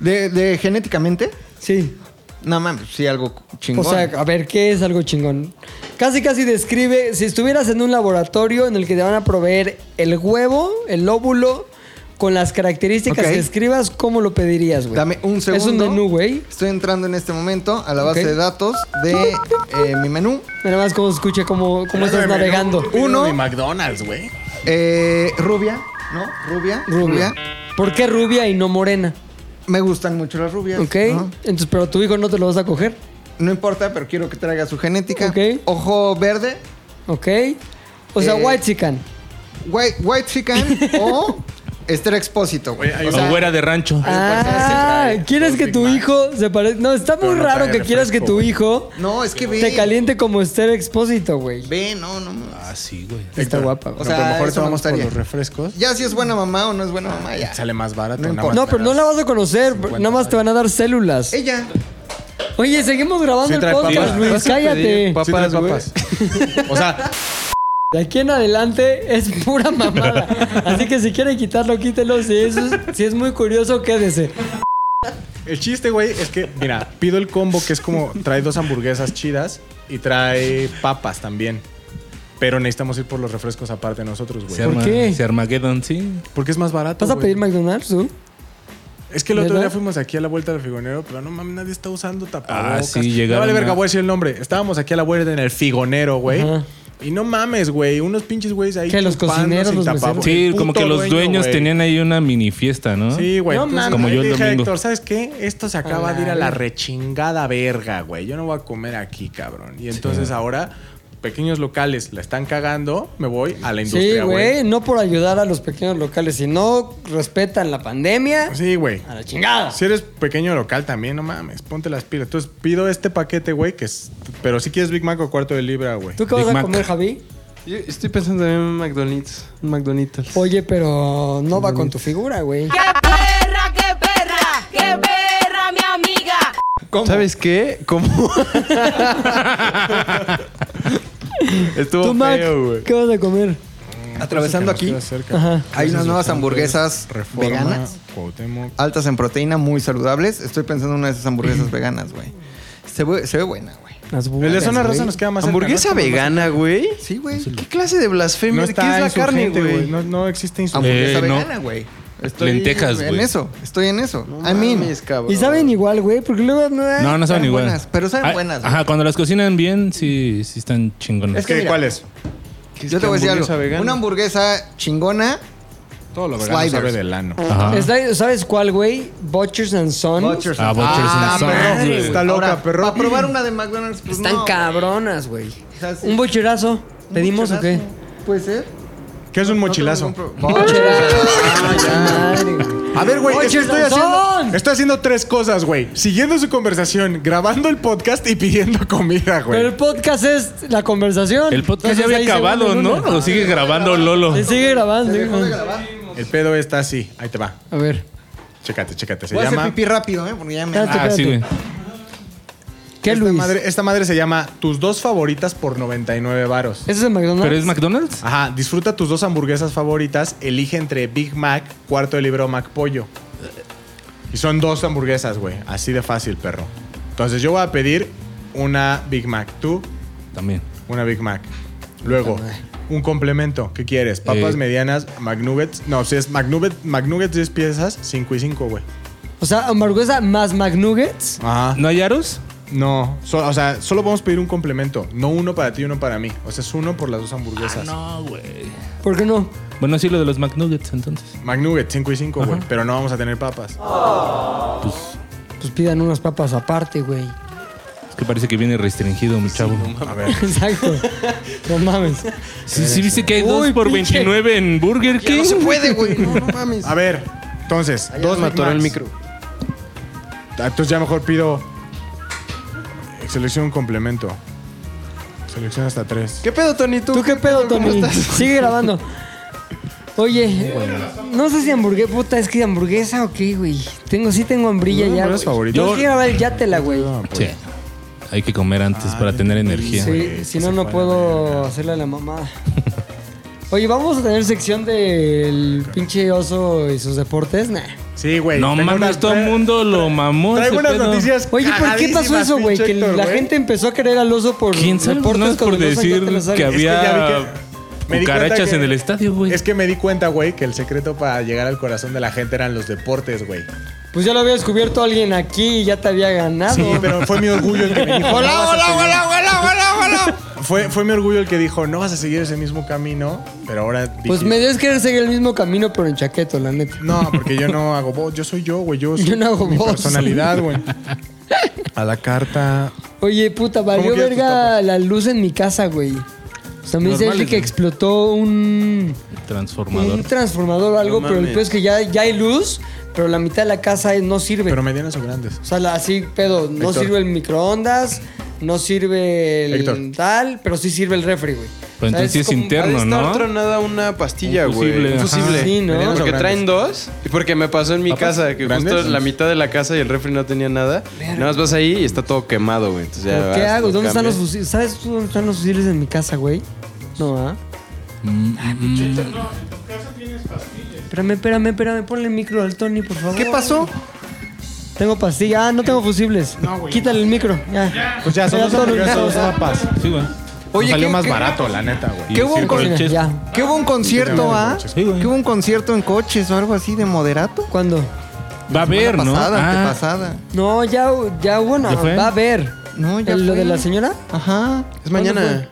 [SPEAKER 3] ¿De, de genéticamente?
[SPEAKER 2] Sí.
[SPEAKER 3] No mames, sí, algo
[SPEAKER 2] O
[SPEAKER 3] chingón.
[SPEAKER 2] sea, a ver, ¿qué es algo chingón? Casi, casi describe, si estuvieras en un laboratorio en el que te van a proveer el huevo, el óvulo, con las características
[SPEAKER 3] Ok.
[SPEAKER 2] que escribas, ¿cómo lo pedirías, güey?
[SPEAKER 3] Dame un
[SPEAKER 2] Es
[SPEAKER 3] segundo.
[SPEAKER 2] un menú, güey.
[SPEAKER 3] Estoy entrando en este momento a la base
[SPEAKER 2] Ok.
[SPEAKER 3] de datos de eh, mi menú.
[SPEAKER 2] Nada más cómo se escucha, cómo, cómo estás navegando.
[SPEAKER 3] Uno.
[SPEAKER 10] de McDonald's, güey.
[SPEAKER 3] Eh, rubia, ¿no? Rubia.
[SPEAKER 2] Rubia. ¿Por qué rubia y no morena?
[SPEAKER 3] Me gustan mucho las rubias.
[SPEAKER 2] ¿Ok?
[SPEAKER 3] ¿no?
[SPEAKER 2] Entonces, pero tu hijo no te lo vas a coger.
[SPEAKER 3] No importa, pero quiero que traiga su genética.
[SPEAKER 2] Ok.
[SPEAKER 3] Ojo verde,
[SPEAKER 2] ¿Ok? O sea,
[SPEAKER 3] Eh,
[SPEAKER 2] white chican.
[SPEAKER 3] white, white chicken o Esther Expósito, güey.
[SPEAKER 10] hay
[SPEAKER 3] O
[SPEAKER 8] O
[SPEAKER 3] sea,
[SPEAKER 8] güera de rancho.
[SPEAKER 2] Ah,
[SPEAKER 10] trae
[SPEAKER 2] ¿quieres
[SPEAKER 10] dos
[SPEAKER 2] que
[SPEAKER 10] Big
[SPEAKER 2] tu
[SPEAKER 10] Macs.
[SPEAKER 2] hijo se parezca? No, está muy
[SPEAKER 10] Pero no
[SPEAKER 2] raro
[SPEAKER 10] trae
[SPEAKER 2] que quieras que
[SPEAKER 10] refresco,
[SPEAKER 2] tu
[SPEAKER 10] güey.
[SPEAKER 2] hijo
[SPEAKER 3] no, es que ve.
[SPEAKER 2] te caliente como Esther Expósito, güey.
[SPEAKER 3] Ve, no, no. no.
[SPEAKER 8] Ah, sí, güey.
[SPEAKER 2] Está guapa,
[SPEAKER 3] O
[SPEAKER 2] güey.
[SPEAKER 3] sea,
[SPEAKER 5] a lo mejor
[SPEAKER 3] eso
[SPEAKER 5] eso
[SPEAKER 3] me
[SPEAKER 5] vamos por
[SPEAKER 3] gustaría.
[SPEAKER 5] los refrescos.
[SPEAKER 3] Ya si es buena mamá o no es buena mamá, ya.
[SPEAKER 10] Sale más barato.
[SPEAKER 3] No
[SPEAKER 10] nada
[SPEAKER 3] importa.
[SPEAKER 10] más
[SPEAKER 2] No, pero no la vas a conocer, nada más te van a dar células.
[SPEAKER 3] Ella.
[SPEAKER 2] Oye, seguimos grabando el podcast, Luis, cállate.
[SPEAKER 4] Papas, papas. O sea,
[SPEAKER 2] De aquí en adelante es pura mamada. Así que si quieren quitarlo, quítelo. Si es, si es muy curioso, quédese.
[SPEAKER 5] El chiste, güey, es que, mira, pido el combo que es como trae dos hamburguesas chidas y trae papas también. Pero necesitamos ir por los refrescos aparte nosotros, güey.
[SPEAKER 8] Se
[SPEAKER 2] ¿Por
[SPEAKER 8] arma,
[SPEAKER 2] qué?
[SPEAKER 8] Se Armageddon, sí.
[SPEAKER 5] Porque es más barato.
[SPEAKER 2] ¿Vas a
[SPEAKER 5] güey.
[SPEAKER 2] pedir McDonald's tú?
[SPEAKER 5] Es que el otro
[SPEAKER 2] ¿Verdad?
[SPEAKER 5] día fuimos aquí a la vuelta del figonero, pero no mames, nadie está usando tapabocas.
[SPEAKER 8] Ah, sí, llegaron
[SPEAKER 5] No vale verga,
[SPEAKER 8] a-
[SPEAKER 5] voy a decir el nombre. Estábamos aquí a la vuelta en el figonero, güey.
[SPEAKER 2] Ajá.
[SPEAKER 5] Y no mames, güey. Unos pinches güeyes ahí.
[SPEAKER 2] ¿Qué, los
[SPEAKER 5] chupando
[SPEAKER 2] cocineros,
[SPEAKER 5] sin
[SPEAKER 2] los meseros?
[SPEAKER 5] tapabocas.
[SPEAKER 8] Sí,
[SPEAKER 5] El
[SPEAKER 8] como
[SPEAKER 5] puto
[SPEAKER 8] que los
[SPEAKER 5] dueño,
[SPEAKER 8] dueños
[SPEAKER 5] güey.
[SPEAKER 8] tenían ahí una mini fiesta, ¿no?
[SPEAKER 5] Sí, güey.
[SPEAKER 2] No
[SPEAKER 5] Entonces,
[SPEAKER 2] mames.
[SPEAKER 8] Como yo el
[SPEAKER 5] dije,
[SPEAKER 8] domingo.
[SPEAKER 5] Héctor, ¿sabes qué? Esto se acaba
[SPEAKER 2] A
[SPEAKER 5] de ir a
[SPEAKER 2] la
[SPEAKER 5] la rechingada verga, güey. Yo no voy a comer aquí, cabrón. Y entonces ahora, pequeños locales la están cagando, me voy a la
[SPEAKER 2] Sí,
[SPEAKER 5] industria,
[SPEAKER 2] güey.
[SPEAKER 5] güey.
[SPEAKER 2] No por ayudar a los pequeños locales. Si no respetan la pandemia,
[SPEAKER 5] Pues Sí, güey.
[SPEAKER 2] a la chingada.
[SPEAKER 5] Si eres pequeño local también, no mames, ponte las pilas. Entonces pido este paquete, güey, que es. Pero si quieres Big Mac o cuarto de libra, güey.
[SPEAKER 2] ¿Tú qué vas
[SPEAKER 8] Big
[SPEAKER 2] a
[SPEAKER 8] Mac.
[SPEAKER 2] comer, Javi?
[SPEAKER 7] yo estoy pensando en un McDonald's. Un McDonald's.
[SPEAKER 2] Oye, pero no va con tu figura, güey.
[SPEAKER 8] Ah,
[SPEAKER 11] perra, qué perra, qué perra, mi amiga.
[SPEAKER 7] ¿Sabes qué? Como. Estuvo
[SPEAKER 2] ¿Tú, Mac?
[SPEAKER 7] feo, güey.
[SPEAKER 2] ¿Qué vas a comer?
[SPEAKER 3] Atravesando aquí,
[SPEAKER 2] Ajá.
[SPEAKER 3] hay unas nuevas hamburguesas veganas,
[SPEAKER 5] Cuauhtémoc.
[SPEAKER 3] altas en proteína, muy saludables. Estoy pensando en una de esas hamburguesas veganas, güey. Se ve, se ve buena, güey.
[SPEAKER 5] El de zona rosa nos queda más. cerca,
[SPEAKER 7] ¿Hamburguesa
[SPEAKER 5] ¿no?
[SPEAKER 7] vegana, güey?
[SPEAKER 3] Sí, güey.
[SPEAKER 7] ¿Qué clase de blasfemia?
[SPEAKER 5] No
[SPEAKER 7] ¿Qué es
[SPEAKER 5] está
[SPEAKER 7] la carne, güey?
[SPEAKER 5] No, no existe insurgente.
[SPEAKER 3] Hamburguesa
[SPEAKER 8] Eh, no.
[SPEAKER 3] vegana, güey. Estoy
[SPEAKER 8] Lentejas,
[SPEAKER 3] en
[SPEAKER 8] güey.
[SPEAKER 3] eso, estoy en eso. I mean,
[SPEAKER 7] Mames, cabrón.
[SPEAKER 2] Y saben igual, güey, porque luego... No,
[SPEAKER 8] No, no saben
[SPEAKER 3] Saben
[SPEAKER 8] igual.
[SPEAKER 3] buenas, pero saben
[SPEAKER 8] Ah,
[SPEAKER 3] buenas, güey.
[SPEAKER 8] Ajá, cuando las cocinan bien, sí, sí están chingonas.
[SPEAKER 3] Es que mira,
[SPEAKER 5] ¿Cuáles?
[SPEAKER 3] Yo te voy a decir algo.
[SPEAKER 7] Hamburguesa vegana.
[SPEAKER 3] Una hamburguesa chingona.
[SPEAKER 5] Todo lo vegano
[SPEAKER 3] Sliders.
[SPEAKER 5] sabe del ano.
[SPEAKER 8] Ajá.
[SPEAKER 2] Está- ¿Sabes cuál, güey? Butchers and Sons.
[SPEAKER 3] Butchers
[SPEAKER 8] Ah, Butchers and Sons,
[SPEAKER 3] perro.
[SPEAKER 8] güey.
[SPEAKER 5] Está loca,
[SPEAKER 3] Ahora,
[SPEAKER 5] perro.
[SPEAKER 3] Para probar una de McDonald's, pues
[SPEAKER 2] Están
[SPEAKER 3] no, güey.
[SPEAKER 2] cabronas, güey.
[SPEAKER 3] sea, sí.
[SPEAKER 2] Un bocherazo.
[SPEAKER 3] Un
[SPEAKER 2] ¿Pedimos o qué?
[SPEAKER 3] mochilazo. Puede ser.
[SPEAKER 5] ¿Qué es un mochilazo?
[SPEAKER 3] No tengo ningún pro-
[SPEAKER 5] A ver, güey, es
[SPEAKER 2] Oye,
[SPEAKER 5] que estoy
[SPEAKER 2] Sazón.
[SPEAKER 5] haciendo, estoy haciendo tres cosas, güey. Siguiendo su conversación, grabando el podcast y pidiendo comida,
[SPEAKER 2] Pero el
[SPEAKER 5] güey.
[SPEAKER 2] podcast es la conversación.
[SPEAKER 8] El podcast ya
[SPEAKER 2] Entonces,
[SPEAKER 8] había
[SPEAKER 2] ahí se
[SPEAKER 8] acabado,
[SPEAKER 2] vuelve
[SPEAKER 8] ¿no?
[SPEAKER 2] una.
[SPEAKER 8] O sigue grabando Lolo.
[SPEAKER 2] Se sigue grabando. sigue
[SPEAKER 3] Dejó de
[SPEAKER 2] grabando.
[SPEAKER 3] grabar.
[SPEAKER 5] El pedo está así. Ahí te va.
[SPEAKER 2] A ver.
[SPEAKER 5] Chécate, chécate. Se
[SPEAKER 3] Voy a hacer
[SPEAKER 5] llama.
[SPEAKER 3] pipí rápido, ¿eh? Porque ya me.
[SPEAKER 2] Espérate.
[SPEAKER 8] Ah, sí, güey.
[SPEAKER 2] ¿Qué,
[SPEAKER 5] esta,
[SPEAKER 2] Luis?
[SPEAKER 5] madre, esta madre se llama Tus dos favoritas por 99 varos.
[SPEAKER 2] ¿Eso es de McDonald's?
[SPEAKER 8] ¿Pero es McDonald's?
[SPEAKER 5] Ajá, disfruta tus dos hamburguesas favoritas. Elige entre Big Mac, cuarto de libro Mac Pollo. Y son dos hamburguesas, güey. Así de fácil, perro. Entonces yo voy a pedir una Big Mac. Tú,
[SPEAKER 8] También.
[SPEAKER 5] una Big Mac. Luego, un complemento. ¿Qué quieres? Papas
[SPEAKER 8] Eh.
[SPEAKER 5] medianas, McNuggets. No, si es McNuggets, McNuggets 10 piezas, 5 y 5, güey.
[SPEAKER 2] O sea, hamburguesa más McNuggets.
[SPEAKER 5] Ajá.
[SPEAKER 8] ¿No hay aros?
[SPEAKER 5] No, so- o sea, solo podemos pedir un complemento. No uno para ti y uno para mí. O sea, es uno por las dos hamburguesas.
[SPEAKER 8] Ah, No, güey.
[SPEAKER 2] ¿Por qué no?
[SPEAKER 8] Bueno, sí, lo de los McNuggets, entonces.
[SPEAKER 5] McNuggets 5 y 5, güey.
[SPEAKER 8] Ajá. Ah.
[SPEAKER 5] Pero no vamos a tener papas.
[SPEAKER 2] Pues pidan unas papas aparte, güey.
[SPEAKER 8] Es que parece que viene restringido, mi chavo.
[SPEAKER 5] A ver.
[SPEAKER 2] Exacto. no mames.
[SPEAKER 8] Sí, sí, viste que hay dos
[SPEAKER 2] Uy,
[SPEAKER 8] por
[SPEAKER 2] pinche.
[SPEAKER 8] 29 en Burger King.
[SPEAKER 3] No se puede, güey. No, no mames.
[SPEAKER 5] A ver, entonces, dos
[SPEAKER 7] me
[SPEAKER 5] Big
[SPEAKER 7] atoró el
[SPEAKER 5] Macs.
[SPEAKER 7] micro.
[SPEAKER 5] Ah, Entonces ya mejor pido. Selección un complemento. Selección hasta tres.
[SPEAKER 7] ¿Qué pedo, Tony?
[SPEAKER 2] ¿Tú qué pedo, Tony? Sigue grabando. Oye, no sé si hamburguesa, puta, es que hamburguesa o qué, güey. Tengo, sí tengo hambrilla
[SPEAKER 5] No,
[SPEAKER 2] ya.
[SPEAKER 5] no eres
[SPEAKER 2] güey.
[SPEAKER 5] favorito.
[SPEAKER 2] Tengo
[SPEAKER 8] Yo-
[SPEAKER 2] que grabar el yátela, güey.
[SPEAKER 8] Sí. Hay
[SPEAKER 5] Ah,
[SPEAKER 8] que comer antes para tener energía.
[SPEAKER 2] Sí, si no, no puedo hacerle a la mamada. Oye, ¿vamos a tener sección del pinche oso y sus deportes? Nah.
[SPEAKER 5] Sí, güey.
[SPEAKER 8] No
[SPEAKER 5] tengo
[SPEAKER 8] mames,
[SPEAKER 5] unas-
[SPEAKER 8] todo el mundo lo mamó.
[SPEAKER 5] Traigo
[SPEAKER 8] ese
[SPEAKER 5] unas
[SPEAKER 8] pedo.
[SPEAKER 5] noticias.
[SPEAKER 2] Oye, ¿por qué pasó
[SPEAKER 5] cagadísimas,
[SPEAKER 2] eso, güey?
[SPEAKER 5] pinche
[SPEAKER 2] Que
[SPEAKER 5] Héctor,
[SPEAKER 2] la
[SPEAKER 5] güey.
[SPEAKER 2] gente empezó a querer al oso por
[SPEAKER 8] ¿Quién sabe?
[SPEAKER 2] deportes
[SPEAKER 8] No es por
[SPEAKER 2] cuando el oso ya
[SPEAKER 8] decir
[SPEAKER 2] te la sabe.
[SPEAKER 8] que
[SPEAKER 5] Es que ya
[SPEAKER 8] había
[SPEAKER 5] vi me di cuenta
[SPEAKER 8] cucarachas
[SPEAKER 5] que-
[SPEAKER 8] en el estadio, güey.
[SPEAKER 5] Es que me di cuenta, güey, que el secreto para llegar al corazón de la gente eran los deportes, güey.
[SPEAKER 2] Pues ya lo había descubierto alguien aquí y ya te había ganado.
[SPEAKER 5] Sí, pero fue mi orgullo el que me dijo. "No vas a seguir".
[SPEAKER 3] hola, hola, hola!
[SPEAKER 5] Fue, fue mi orgullo el que dijo, no vas a seguir ese mismo camino, pero ahora dije,
[SPEAKER 2] Pues me dio es querer seguir el mismo camino, pero en chaqueto, la neta.
[SPEAKER 5] No, porque yo no hago voz, yo soy yo, güey, yo soy
[SPEAKER 2] Yo no hago
[SPEAKER 5] mi
[SPEAKER 2] voz.
[SPEAKER 5] personalidad, güey. A la carta.
[SPEAKER 2] Oye, puta,
[SPEAKER 5] ¿Cómo
[SPEAKER 2] valió
[SPEAKER 5] quieres tus
[SPEAKER 2] verga
[SPEAKER 5] tapas?
[SPEAKER 2] la luz en mi casa, güey. O sea, me dice
[SPEAKER 8] Normales,
[SPEAKER 2] Henry que
[SPEAKER 8] ¿no?
[SPEAKER 2] explotó un,
[SPEAKER 8] Transformador.
[SPEAKER 2] un transformador o algo,
[SPEAKER 4] No
[SPEAKER 2] pero el
[SPEAKER 4] mames.
[SPEAKER 2] peor es que ya, ya hay luz, pero la mitad de la casa no sirve.
[SPEAKER 5] Pero medianas o grandes.
[SPEAKER 2] O sea, la- así, pedo, no
[SPEAKER 5] Héctor.
[SPEAKER 2] sirve el microondas, no sirve el
[SPEAKER 5] Héctor.
[SPEAKER 2] tal, pero sí sirve el refri, güey.
[SPEAKER 8] Pero
[SPEAKER 2] O sea,
[SPEAKER 8] entonces sí es
[SPEAKER 2] como-
[SPEAKER 8] interno.
[SPEAKER 4] Ha de estar
[SPEAKER 8] ¿no?
[SPEAKER 4] tronada una pastilla,
[SPEAKER 8] Un
[SPEAKER 4] güey.
[SPEAKER 8] fusible,
[SPEAKER 4] Un
[SPEAKER 8] ajá.
[SPEAKER 4] fusible.
[SPEAKER 2] Sí, ¿no?
[SPEAKER 4] Porque
[SPEAKER 5] Medianos o
[SPEAKER 4] traen dos. Y porque me pasó en mi
[SPEAKER 8] ¿Papas
[SPEAKER 4] casa, que
[SPEAKER 5] grandes?
[SPEAKER 4] justo la mitad de la casa y el refri no tenía nada. Nada más vas ahí y está todo quemado, güey. Entonces ya
[SPEAKER 2] ¿Pero ¿Qué
[SPEAKER 4] vas,
[SPEAKER 2] hago?
[SPEAKER 4] lo
[SPEAKER 2] ¿Dónde están los
[SPEAKER 4] cambias.
[SPEAKER 2] fusiles? ¿Sabes tú dónde están los fusiles en mi casa, güey? No, ¿ah? Ay, pinche Héctor, no. Espérame, espérame, espérame. Ponle el micro al Tony, por favor.
[SPEAKER 3] ¿Qué pasó?
[SPEAKER 2] Tengo pastilla. Ah, no tengo fusibles. Quítale el micro. Ya.
[SPEAKER 5] Pues ya, son
[SPEAKER 2] Ya
[SPEAKER 5] dos
[SPEAKER 2] todo
[SPEAKER 5] hamburguesas,
[SPEAKER 2] lo-
[SPEAKER 5] dos mapas.
[SPEAKER 8] Sí, güey.
[SPEAKER 3] Oye,
[SPEAKER 5] Nos salió
[SPEAKER 3] ¿qué-
[SPEAKER 5] más
[SPEAKER 3] qué-
[SPEAKER 5] barato, la neta, güey.
[SPEAKER 8] Y
[SPEAKER 3] hubo
[SPEAKER 8] el circo
[SPEAKER 3] con-
[SPEAKER 8] del
[SPEAKER 2] Mira,
[SPEAKER 8] Chess.
[SPEAKER 2] Ya.
[SPEAKER 3] ¿Qué hubo un concierto, ah?
[SPEAKER 8] Sí,
[SPEAKER 3] ¿Qué
[SPEAKER 8] güey.
[SPEAKER 3] hubo un concierto en coches o algo así de moderato?
[SPEAKER 2] ¿Cuándo?
[SPEAKER 8] Va a haber,
[SPEAKER 3] Semana
[SPEAKER 8] ¿no?
[SPEAKER 3] Pasada,
[SPEAKER 8] Ah,
[SPEAKER 3] antepasada.
[SPEAKER 2] No, ya, ya bueno,
[SPEAKER 8] ¿Ya fue?
[SPEAKER 2] va a haber.
[SPEAKER 3] No, ya
[SPEAKER 2] ¿Lo
[SPEAKER 3] fue.
[SPEAKER 2] de la señora?
[SPEAKER 3] Ajá.
[SPEAKER 4] Es mañana.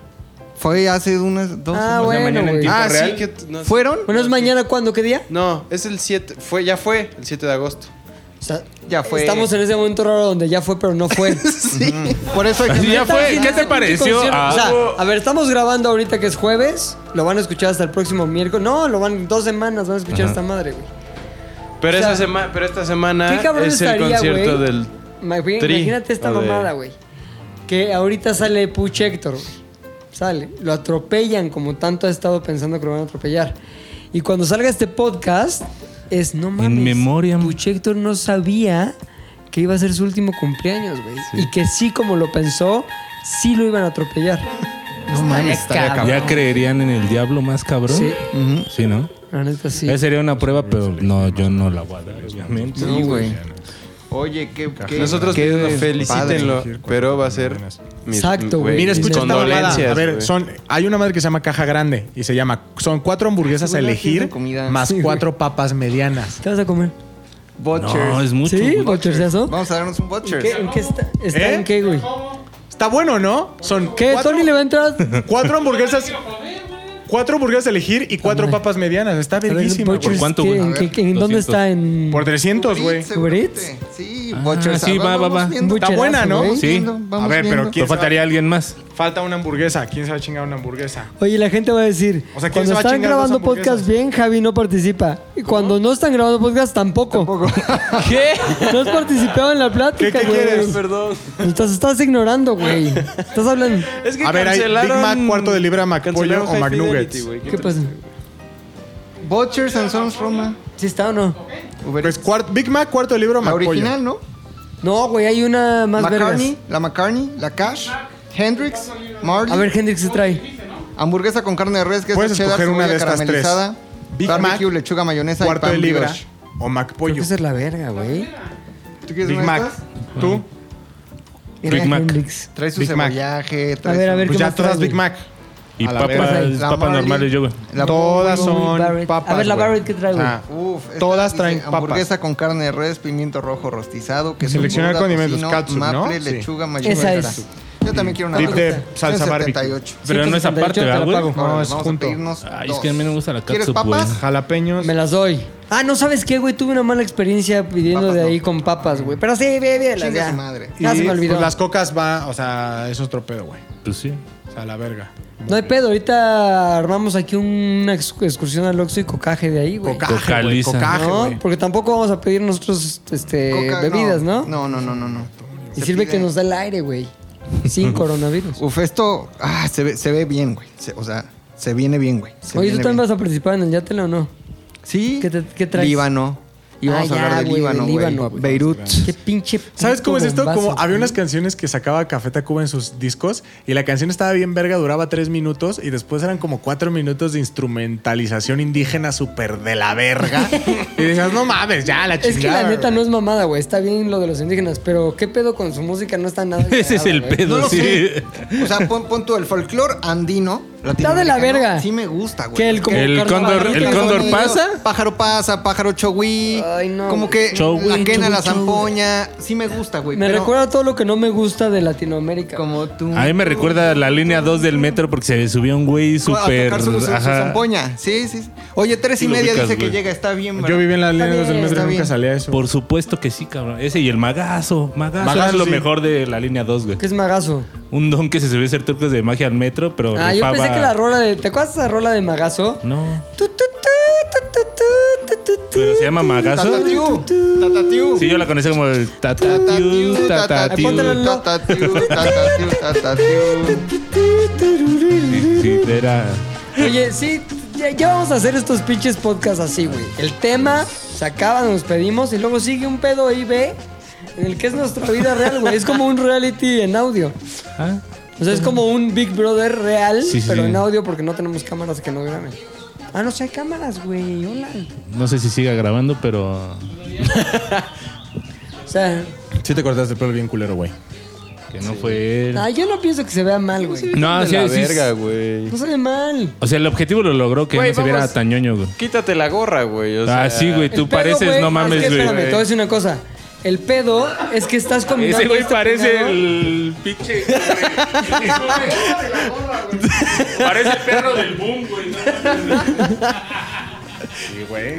[SPEAKER 3] Fue hace unas dos
[SPEAKER 2] Ah,
[SPEAKER 3] semanas.
[SPEAKER 2] bueno,
[SPEAKER 8] mañana en
[SPEAKER 2] güey.
[SPEAKER 8] tiempo
[SPEAKER 2] Ah,
[SPEAKER 4] Ah,
[SPEAKER 8] real.
[SPEAKER 4] sí. Que, no,
[SPEAKER 3] ¿Fueron?
[SPEAKER 2] Bueno, es mañana, ¿cuándo? ¿Qué día?
[SPEAKER 4] No, es el 7. Fue, ya fue el 7 de agosto.
[SPEAKER 2] O sea,
[SPEAKER 3] Ya fue.
[SPEAKER 2] Estamos en ese momento raro donde ya fue, pero no fue.
[SPEAKER 3] Sí. Por eso hay que...
[SPEAKER 8] Así ya fue. ¿Qué te pareció?
[SPEAKER 2] O sea,
[SPEAKER 8] Ah,
[SPEAKER 2] a ver, estamos grabando ahorita que es jueves. Lo van a escuchar hasta el próximo miércoles. No, lo van dos semanas, van a escuchar
[SPEAKER 8] Ajá.
[SPEAKER 2] esta madre, güey.
[SPEAKER 4] Pero,
[SPEAKER 2] O sea,
[SPEAKER 4] esa sema- pero esta semana
[SPEAKER 2] qué cabrón
[SPEAKER 4] es
[SPEAKER 2] estaría,
[SPEAKER 4] el concierto
[SPEAKER 2] güey.
[SPEAKER 4] del.
[SPEAKER 2] Ma- güey,
[SPEAKER 4] Tri,
[SPEAKER 2] Imagínate esta
[SPEAKER 4] o de-
[SPEAKER 2] mamada, güey. Que ahorita sale Puch Héctor. güey. Sale. Lo atropellan como tanto ha estado pensando que lo van a atropellar. Y cuando salga este podcast, es no mames.
[SPEAKER 8] memoriam.
[SPEAKER 2] Puch Héctor no sabía que iba a ser su último cumpleaños, güey. Y que sí, como lo pensó, sí lo iban a atropellar.
[SPEAKER 3] No mames, estaría cabrón.
[SPEAKER 8] ¿Ya creerían en el diablo más cabrón?
[SPEAKER 2] Sí.
[SPEAKER 3] Ujú.
[SPEAKER 8] Sí, ¿no?
[SPEAKER 2] La neta sí.
[SPEAKER 8] Esa sería una prueba, pero no, yo no la voy a dar, obviamente.
[SPEAKER 3] Sí, güey. Oye, qué... qué-
[SPEAKER 4] Nosotros
[SPEAKER 3] qué
[SPEAKER 4] mismos felicítenlo,
[SPEAKER 3] padre.
[SPEAKER 4] pero va a ser. mis-
[SPEAKER 2] Exacto, güey.
[SPEAKER 5] Mira, escucha
[SPEAKER 4] mis
[SPEAKER 5] esta mamada.
[SPEAKER 4] condolencias,
[SPEAKER 5] A ver,
[SPEAKER 4] güey.
[SPEAKER 5] son, hay una madre que se llama caja grande y se llama, son cuatro hamburguesas a
[SPEAKER 3] Seguro tienen
[SPEAKER 5] elegir
[SPEAKER 3] comida.
[SPEAKER 5] más
[SPEAKER 3] Sí, güey.
[SPEAKER 5] cuatro papas medianas.
[SPEAKER 2] ¿Qué vas a comer?
[SPEAKER 3] Butchers.
[SPEAKER 8] No, es mucho.
[SPEAKER 2] ¿Sí? pues,
[SPEAKER 8] güey.
[SPEAKER 2] ¿Bocherseazo?
[SPEAKER 3] Vamos a darnos un Butchers.
[SPEAKER 2] ¿Qué- ¿En qué está? ¿Está
[SPEAKER 5] ¿Eh?
[SPEAKER 2] en qué, güey?
[SPEAKER 5] Está bueno, ¿no? Son
[SPEAKER 2] ¿Qué?
[SPEAKER 5] cuatro,
[SPEAKER 2] ¿Tony le va a entrar?
[SPEAKER 5] cuatro hamburguesas. Cuatro hamburguesas a elegir y cuatro papas medianas. Está
[SPEAKER 2] A ver,
[SPEAKER 5] verguísima,
[SPEAKER 2] Butchers,
[SPEAKER 5] güey.
[SPEAKER 8] cuánto,
[SPEAKER 2] ¿qué-
[SPEAKER 8] güey?
[SPEAKER 2] en qué- en
[SPEAKER 8] 200.
[SPEAKER 2] ¿Dónde está? En...
[SPEAKER 5] Por 300, güey.
[SPEAKER 2] Uber Eats.
[SPEAKER 3] seguramente. Sí,
[SPEAKER 8] Ah,
[SPEAKER 3] Butchers.
[SPEAKER 8] sí,
[SPEAKER 3] Ah,
[SPEAKER 8] va, va,
[SPEAKER 3] vamos
[SPEAKER 8] va.
[SPEAKER 3] viendo.
[SPEAKER 2] Bucherazo,
[SPEAKER 5] buena, ¿no?
[SPEAKER 2] güey.
[SPEAKER 8] Sí.
[SPEAKER 5] A ver, pero
[SPEAKER 3] viendo.
[SPEAKER 5] ¿quién
[SPEAKER 8] Pero
[SPEAKER 5] se va-
[SPEAKER 8] faltaría alguien más.
[SPEAKER 5] Falta una hamburguesa. ¿Quién se va a chingar una hamburguesa?
[SPEAKER 2] Oye, la gente va a decir,
[SPEAKER 5] O sea, ¿quién
[SPEAKER 2] cuando
[SPEAKER 5] se va a
[SPEAKER 2] están
[SPEAKER 5] chingar dos
[SPEAKER 2] grabando podcast
[SPEAKER 5] hamburguesas?
[SPEAKER 2] bien, Javi no participa. Y cuando no están grabando podcast, tampoco. ¿Qué? No has participado en la
[SPEAKER 5] ¿Qué,
[SPEAKER 2] plática,
[SPEAKER 5] qué
[SPEAKER 2] güey. Pues
[SPEAKER 5] quieres?
[SPEAKER 4] Perdón.
[SPEAKER 2] Estás, estás ignorando, güey. Estás hablando.
[SPEAKER 4] Es que
[SPEAKER 5] A ver, hay Big
[SPEAKER 4] cancelaron-
[SPEAKER 5] Mac, cuarto de libra, Macpollo
[SPEAKER 4] cancelaron
[SPEAKER 5] o
[SPEAKER 4] High
[SPEAKER 5] McNuggets.
[SPEAKER 4] Fidelity, güey.
[SPEAKER 2] ¿Qué pasa?
[SPEAKER 3] Butchers and Sons Roma.
[SPEAKER 2] ¿Sí está o no?
[SPEAKER 3] Uber
[SPEAKER 5] Pues
[SPEAKER 3] Eats.
[SPEAKER 5] cuart- Big Mac, cuarto de libra,
[SPEAKER 3] La
[SPEAKER 5] Macpollo.
[SPEAKER 3] original, ¿no?
[SPEAKER 2] No, güey, hay una más
[SPEAKER 3] McCartney,
[SPEAKER 2] vergas.
[SPEAKER 3] la McCartney, la Cash, Hendrix, Marley.
[SPEAKER 2] A ver, Hendrix se trae.
[SPEAKER 3] Hamburguesa con carne de res, que
[SPEAKER 5] Puedes
[SPEAKER 3] es cheddar,
[SPEAKER 5] escoger una
[SPEAKER 3] cebolla
[SPEAKER 5] de estas tres.
[SPEAKER 3] caramelizada,
[SPEAKER 5] Big
[SPEAKER 3] barbecue,
[SPEAKER 5] Mac,
[SPEAKER 3] lechuga, mayonesa
[SPEAKER 5] Cuarto
[SPEAKER 3] y pan
[SPEAKER 5] de libra
[SPEAKER 3] brioche.
[SPEAKER 5] o
[SPEAKER 2] Creo que
[SPEAKER 5] McPollo.
[SPEAKER 2] esa es la verga, güey.
[SPEAKER 3] ¿Tú quieres
[SPEAKER 5] Big
[SPEAKER 3] una de
[SPEAKER 5] Mac.
[SPEAKER 3] estas?
[SPEAKER 5] ¿Tú?
[SPEAKER 2] Mira,
[SPEAKER 8] Big Mac.
[SPEAKER 2] Hendrix.
[SPEAKER 3] Trae su
[SPEAKER 5] Big Mac.
[SPEAKER 3] cebollaje, trae
[SPEAKER 2] ver,
[SPEAKER 3] su-
[SPEAKER 2] a ver.
[SPEAKER 5] Pues
[SPEAKER 2] ¿qué
[SPEAKER 5] ya
[SPEAKER 2] más
[SPEAKER 5] todas
[SPEAKER 2] traes, güey?
[SPEAKER 5] Big Mac.
[SPEAKER 8] Y
[SPEAKER 5] A la
[SPEAKER 8] papas,
[SPEAKER 3] verga. La
[SPEAKER 8] papas
[SPEAKER 3] Marley.
[SPEAKER 8] normales, yo, güey.
[SPEAKER 3] La-
[SPEAKER 5] todas
[SPEAKER 2] Bowling
[SPEAKER 5] son
[SPEAKER 2] Barrett.
[SPEAKER 5] papas.
[SPEAKER 2] A ver, la
[SPEAKER 5] güey. Ah.
[SPEAKER 2] Barrett que trae, güey.
[SPEAKER 3] Uf, esta
[SPEAKER 5] Todas
[SPEAKER 3] dice,
[SPEAKER 5] traen papas.
[SPEAKER 3] Hamburguesa con carne de res, pimiento rojo rostizado, que
[SPEAKER 5] Seleccionar condimentos, catsup, ¿no?
[SPEAKER 3] maple,
[SPEAKER 5] Sí.
[SPEAKER 3] lechuga, mayonesa.
[SPEAKER 2] Esa es.
[SPEAKER 3] Yo también quiero una
[SPEAKER 5] Dip de
[SPEAKER 3] hamburguesa.
[SPEAKER 5] salsa
[SPEAKER 3] 178.
[SPEAKER 8] Pero no es
[SPEAKER 2] 178, te
[SPEAKER 8] aparte,
[SPEAKER 2] la
[SPEAKER 8] ¿verdad, güey?
[SPEAKER 2] pago.
[SPEAKER 5] No,
[SPEAKER 3] Órale,
[SPEAKER 5] es
[SPEAKER 3] vamos
[SPEAKER 5] junto.
[SPEAKER 3] a pedirnos
[SPEAKER 8] Ay, es
[SPEAKER 3] dos.
[SPEAKER 8] que a mí no me gusta la
[SPEAKER 3] ¿Quieres
[SPEAKER 8] catsup, güey.
[SPEAKER 3] papas?
[SPEAKER 5] Jalapeños.
[SPEAKER 2] Me las doy. Ah, no sabes qué, güey. Tuve una mala experiencia pidiendo
[SPEAKER 3] Papas
[SPEAKER 2] de
[SPEAKER 3] no.
[SPEAKER 2] ahí con papas, güey. Pero sí, ve, ve,
[SPEAKER 3] Chinga
[SPEAKER 2] las ya.
[SPEAKER 3] su madre.
[SPEAKER 5] Y,
[SPEAKER 2] Ya se me olvidó.
[SPEAKER 5] pues, las cocas va, o sea, es otro pedo, güey.
[SPEAKER 8] Pues sí.
[SPEAKER 5] O sea, la verga.
[SPEAKER 2] No hay pedo. Ahorita armamos aquí una ex- excursión al Oxxo y cocaje de ahí, güey.
[SPEAKER 5] Cocaje, güey.
[SPEAKER 8] Cocaliza.
[SPEAKER 5] Cocaje,
[SPEAKER 2] ¿No?
[SPEAKER 5] güey.
[SPEAKER 2] Porque tampoco vamos a pedir nosotros este,
[SPEAKER 3] Coca,
[SPEAKER 2] bebidas, ¿no?
[SPEAKER 3] No, no, no, no, no.
[SPEAKER 2] Y
[SPEAKER 3] Se
[SPEAKER 2] sirve
[SPEAKER 3] pide-
[SPEAKER 2] que nos da el aire, güey. Sin coronavirus.
[SPEAKER 3] Uf, esto ah, se, ve, se ve bien, güey. Se- o sea, se viene bien, güey. Se
[SPEAKER 2] Oye, ¿tú
[SPEAKER 3] viene
[SPEAKER 2] también
[SPEAKER 3] bien.
[SPEAKER 2] vas a participar en el Yatela o no?
[SPEAKER 3] Sí.
[SPEAKER 2] ¿Qué te- qué traes?
[SPEAKER 3] Líbano, Y vamos
[SPEAKER 2] Ah,
[SPEAKER 3] a hablar
[SPEAKER 2] ya,
[SPEAKER 3] del
[SPEAKER 2] güey,
[SPEAKER 3] Líbano,
[SPEAKER 2] del Líbano,
[SPEAKER 3] güey.
[SPEAKER 2] güey.
[SPEAKER 3] Beirut.
[SPEAKER 2] Qué pinche.
[SPEAKER 5] ¿Sabes cómo es
[SPEAKER 2] puto
[SPEAKER 5] esto? Como
[SPEAKER 2] bombazo,
[SPEAKER 5] había unas
[SPEAKER 2] güey.
[SPEAKER 5] canciones que sacaba Café Tacuba en sus discos y la canción estaba bien verga, duraba tres minutos y después eran como cuatro minutos de instrumentalización indígena súper de la verga. y decías, no mames, ya la chingada.
[SPEAKER 2] Es que la neta
[SPEAKER 5] güey".
[SPEAKER 2] no es mamada, güey. Está bien lo de los indígenas, pero ¿qué pedo con su música? No está nada.
[SPEAKER 8] Ese es
[SPEAKER 2] agradable,
[SPEAKER 8] el
[SPEAKER 2] güey.
[SPEAKER 8] pedo,
[SPEAKER 3] No lo
[SPEAKER 8] sí.
[SPEAKER 3] sé. O sea, pon, pon tú el folclore andino.
[SPEAKER 2] Está de la
[SPEAKER 3] latinoamericano,
[SPEAKER 2] verga.
[SPEAKER 3] Sí me gusta, güey.
[SPEAKER 2] Que el, como
[SPEAKER 8] El
[SPEAKER 2] carnavalito,
[SPEAKER 8] cóndor- el
[SPEAKER 2] güey.
[SPEAKER 8] cóndor
[SPEAKER 3] sonido,
[SPEAKER 8] pasa?
[SPEAKER 3] Pájaro pasa, pájaro chowí.
[SPEAKER 2] Ay, no,
[SPEAKER 3] Como
[SPEAKER 2] güey.
[SPEAKER 3] que
[SPEAKER 8] Chowí,
[SPEAKER 3] la quena,
[SPEAKER 8] chowí,
[SPEAKER 3] la
[SPEAKER 8] chowí.
[SPEAKER 3] zampoña. Sí me gusta, güey.
[SPEAKER 2] Me
[SPEAKER 3] pero
[SPEAKER 2] recuerda todo lo que no me gusta de Latinoamérica.
[SPEAKER 3] Como tú.
[SPEAKER 8] A mí me recuerda la línea 2 del metro porque se subió un güey
[SPEAKER 3] A
[SPEAKER 8] súper.
[SPEAKER 3] tocar su, su- su
[SPEAKER 8] ajá.
[SPEAKER 3] zampoña. Sí, sí. sí. Oye, tres
[SPEAKER 8] Sí
[SPEAKER 3] y
[SPEAKER 8] lo
[SPEAKER 3] media
[SPEAKER 8] ubicas,
[SPEAKER 3] dice que
[SPEAKER 8] güey.
[SPEAKER 3] llega. Está bien,
[SPEAKER 5] Yo
[SPEAKER 3] ¿verdad?
[SPEAKER 5] viví en las líneas
[SPEAKER 2] bien,
[SPEAKER 5] del metro y
[SPEAKER 3] está
[SPEAKER 5] nunca
[SPEAKER 3] bien.
[SPEAKER 5] salía eso.
[SPEAKER 8] Por supuesto que sí, cabrón. Ese y el magazo. Magazo,
[SPEAKER 5] Magazo,
[SPEAKER 8] es lo
[SPEAKER 5] sí.
[SPEAKER 8] mejor de la línea 2, güey.
[SPEAKER 2] Que es magazo.
[SPEAKER 8] Un don que se subió a hacer trucos de magia al metro, pero.
[SPEAKER 2] Ah, yo
[SPEAKER 8] rifaba-
[SPEAKER 2] pensé que la rola de. ¿Te acuerdas de esa rola de magazo?
[SPEAKER 8] No.
[SPEAKER 2] Tu, tu, tu, tu, tu, tu, tu, tu.
[SPEAKER 8] Pero se llama magazo.
[SPEAKER 3] Tatatiu. Tatatiu.
[SPEAKER 8] Sí, yo la conocía como el tatatiu,
[SPEAKER 3] Tatatiu,
[SPEAKER 8] tatatiu.
[SPEAKER 2] Póntelo.
[SPEAKER 3] tatatiu, tatatiu, tatatiu.
[SPEAKER 8] Sí, sí, era.
[SPEAKER 2] Oye, sí, ya, ya vamos a hacer estos pinches podcasts así, güey. El tema se acaba, nos pedimos y luego sigue un pedo ahí, ve, en el que es nuestra vida real, güey. Es como un reality en audio.
[SPEAKER 8] Ah,
[SPEAKER 2] O sea, es como un Big Brother real,
[SPEAKER 8] Sí, sí,
[SPEAKER 2] pero
[SPEAKER 8] sí.
[SPEAKER 2] en audio porque no tenemos cámaras que no graben. Ah, no, sí hay cámaras, güey. Hola.
[SPEAKER 8] no sé si siga grabando, pero.
[SPEAKER 2] O sea,
[SPEAKER 5] Sí te cortaste el pelo bien culero, güey.
[SPEAKER 8] Que no fue él.
[SPEAKER 2] ah, yo no pienso que se vea mal, güey.
[SPEAKER 8] No, sí,
[SPEAKER 4] de la
[SPEAKER 8] sí,
[SPEAKER 4] verga, güey.
[SPEAKER 2] No se ve mal.
[SPEAKER 8] O sea, el objetivo lo logró que
[SPEAKER 4] Güey,
[SPEAKER 8] no se viera
[SPEAKER 4] vamos.
[SPEAKER 8] tan ñoño, güey.
[SPEAKER 4] Quítate la gorra, güey. o sea,
[SPEAKER 8] ah, sí, güey. Tú
[SPEAKER 2] El pedo,
[SPEAKER 8] pareces,
[SPEAKER 2] güey,
[SPEAKER 8] no mames,
[SPEAKER 2] es que
[SPEAKER 8] güey.
[SPEAKER 2] Espérame, te voy a decir una cosa. El pedo es que estás combinando.
[SPEAKER 8] Ese güey
[SPEAKER 2] este
[SPEAKER 8] parece
[SPEAKER 2] peinado-
[SPEAKER 8] el pinche. parece el perro del boom, güey.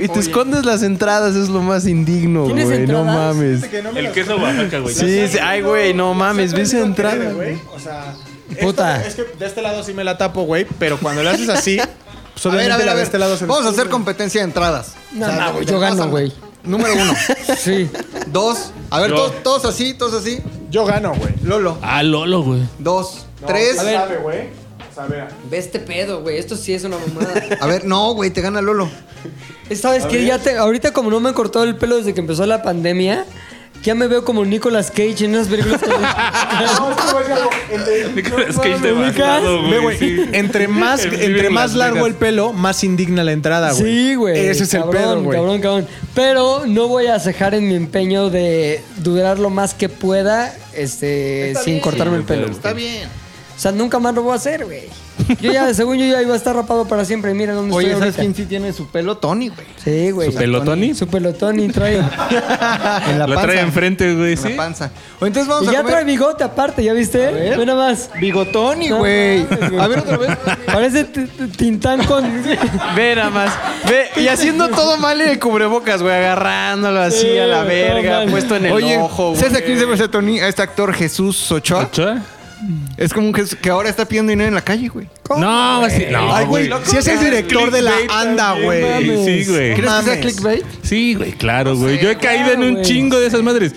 [SPEAKER 7] Y te escondes las entradas, es lo más indigno,
[SPEAKER 2] ¿Tienes
[SPEAKER 7] güey. No
[SPEAKER 2] entradas?
[SPEAKER 7] mames.
[SPEAKER 8] El queso Oaxaca, güey.
[SPEAKER 7] Sí, sí, ay, güey, no mames, ves esa entrada. güey.
[SPEAKER 5] O sea,
[SPEAKER 2] Puta.
[SPEAKER 5] es que de este lado sí me la tapo, güey, pero cuando le haces así, pues
[SPEAKER 3] A ver,
[SPEAKER 5] obviamente
[SPEAKER 3] a ver,
[SPEAKER 5] la
[SPEAKER 3] a
[SPEAKER 5] de
[SPEAKER 3] ver.
[SPEAKER 5] este lado se-
[SPEAKER 3] Vamos a hacer competencia de entradas.
[SPEAKER 2] No,
[SPEAKER 3] O sea,
[SPEAKER 2] no, güey, yo gano,
[SPEAKER 3] pásame.
[SPEAKER 2] güey.
[SPEAKER 3] Número uno.
[SPEAKER 2] Sí.
[SPEAKER 3] Dos. A ver,
[SPEAKER 8] Yo.
[SPEAKER 3] todos, todos así, todos así.
[SPEAKER 5] Yo gano, güey.
[SPEAKER 3] Lolo.
[SPEAKER 8] Ah, Lolo, güey.
[SPEAKER 3] Dos. tres.
[SPEAKER 5] A
[SPEAKER 3] A ver.
[SPEAKER 5] ver, güey. O sea, vea.
[SPEAKER 2] Ve este pedo, güey. Esto sí es una mamada.
[SPEAKER 3] no, güey, te gana Lolo.
[SPEAKER 2] ¿Sabes qué? Ya te, ahorita como no me han cortado el pelo desde que empezó la pandemia, ya me veo como Nicolas Cage en unas películas. que-
[SPEAKER 5] Ah, No, es que, güey, ya, el de-
[SPEAKER 8] Nicolas Cage de
[SPEAKER 2] ubicas?
[SPEAKER 8] bajado,
[SPEAKER 5] Ve, güey,
[SPEAKER 8] güey. sí.
[SPEAKER 5] Entre más,
[SPEAKER 8] El
[SPEAKER 5] entre
[SPEAKER 8] Vive
[SPEAKER 5] más
[SPEAKER 8] Las
[SPEAKER 5] largo
[SPEAKER 8] Vegas.
[SPEAKER 5] el pelo, más indigna la entrada, güey.
[SPEAKER 2] sí, güey.
[SPEAKER 5] Ese es
[SPEAKER 2] cabrón,
[SPEAKER 5] el pedo, güey.
[SPEAKER 2] Cabrón, cabrón. Pero no voy a cejar en mi empeño de durar lo más que pueda este, sin cortarme el pelo.
[SPEAKER 3] Está bien.
[SPEAKER 2] O sea, nunca más lo voy a hacer, güey. Yo ya, según yo, ya iba a estar rapado para siempre. Mira dónde
[SPEAKER 3] Oye,
[SPEAKER 2] estoy
[SPEAKER 3] ¿sabes
[SPEAKER 2] ahorita.
[SPEAKER 3] quién sí tiene su pelo? Tony, güey.
[SPEAKER 2] Sí, güey.
[SPEAKER 8] ¿Su pelotoni?
[SPEAKER 2] Su pelotón y trae.
[SPEAKER 3] En la
[SPEAKER 8] Lo
[SPEAKER 3] panza.
[SPEAKER 8] trae enfrente, güey,
[SPEAKER 3] En
[SPEAKER 8] sí.
[SPEAKER 3] la panza. O entonces vamos
[SPEAKER 2] y
[SPEAKER 3] a
[SPEAKER 2] ya
[SPEAKER 3] comer
[SPEAKER 2] trae bigote aparte, ¿ya viste?
[SPEAKER 3] ver.
[SPEAKER 2] Ve nada más.
[SPEAKER 3] bigotoni,
[SPEAKER 2] No,
[SPEAKER 3] güey.
[SPEAKER 2] mames, güey.
[SPEAKER 3] A ver otra vez.
[SPEAKER 2] Parece t- t- Tintán con.
[SPEAKER 7] Ve nada más. Ve, y haciendo todo mal el cubrebocas, güey, agarrándolo así
[SPEAKER 2] Sí,
[SPEAKER 7] a la
[SPEAKER 2] güey, todo
[SPEAKER 7] verga,
[SPEAKER 2] mal.
[SPEAKER 7] puesto en el
[SPEAKER 3] Oye,
[SPEAKER 7] ojo, güey.
[SPEAKER 3] ¿sabes a quién se parece Tony? A este actor Jesús Ochoa.
[SPEAKER 8] ¿Ochoa?
[SPEAKER 3] Es como un Jesús que ahora está pidiendo dinero en la calle, güey.
[SPEAKER 8] No, sí. No,
[SPEAKER 5] Ay, güey, si es el director de la
[SPEAKER 8] Clickbait
[SPEAKER 5] anda,
[SPEAKER 8] también,
[SPEAKER 5] güey.
[SPEAKER 8] Sí, güey.
[SPEAKER 3] ¿Crees que sea
[SPEAKER 5] mames.
[SPEAKER 3] clickbait?
[SPEAKER 8] Sí, güey, claro, güey. Yo he caído en
[SPEAKER 2] claro,
[SPEAKER 8] un
[SPEAKER 2] güey.
[SPEAKER 8] chingo de esas madres.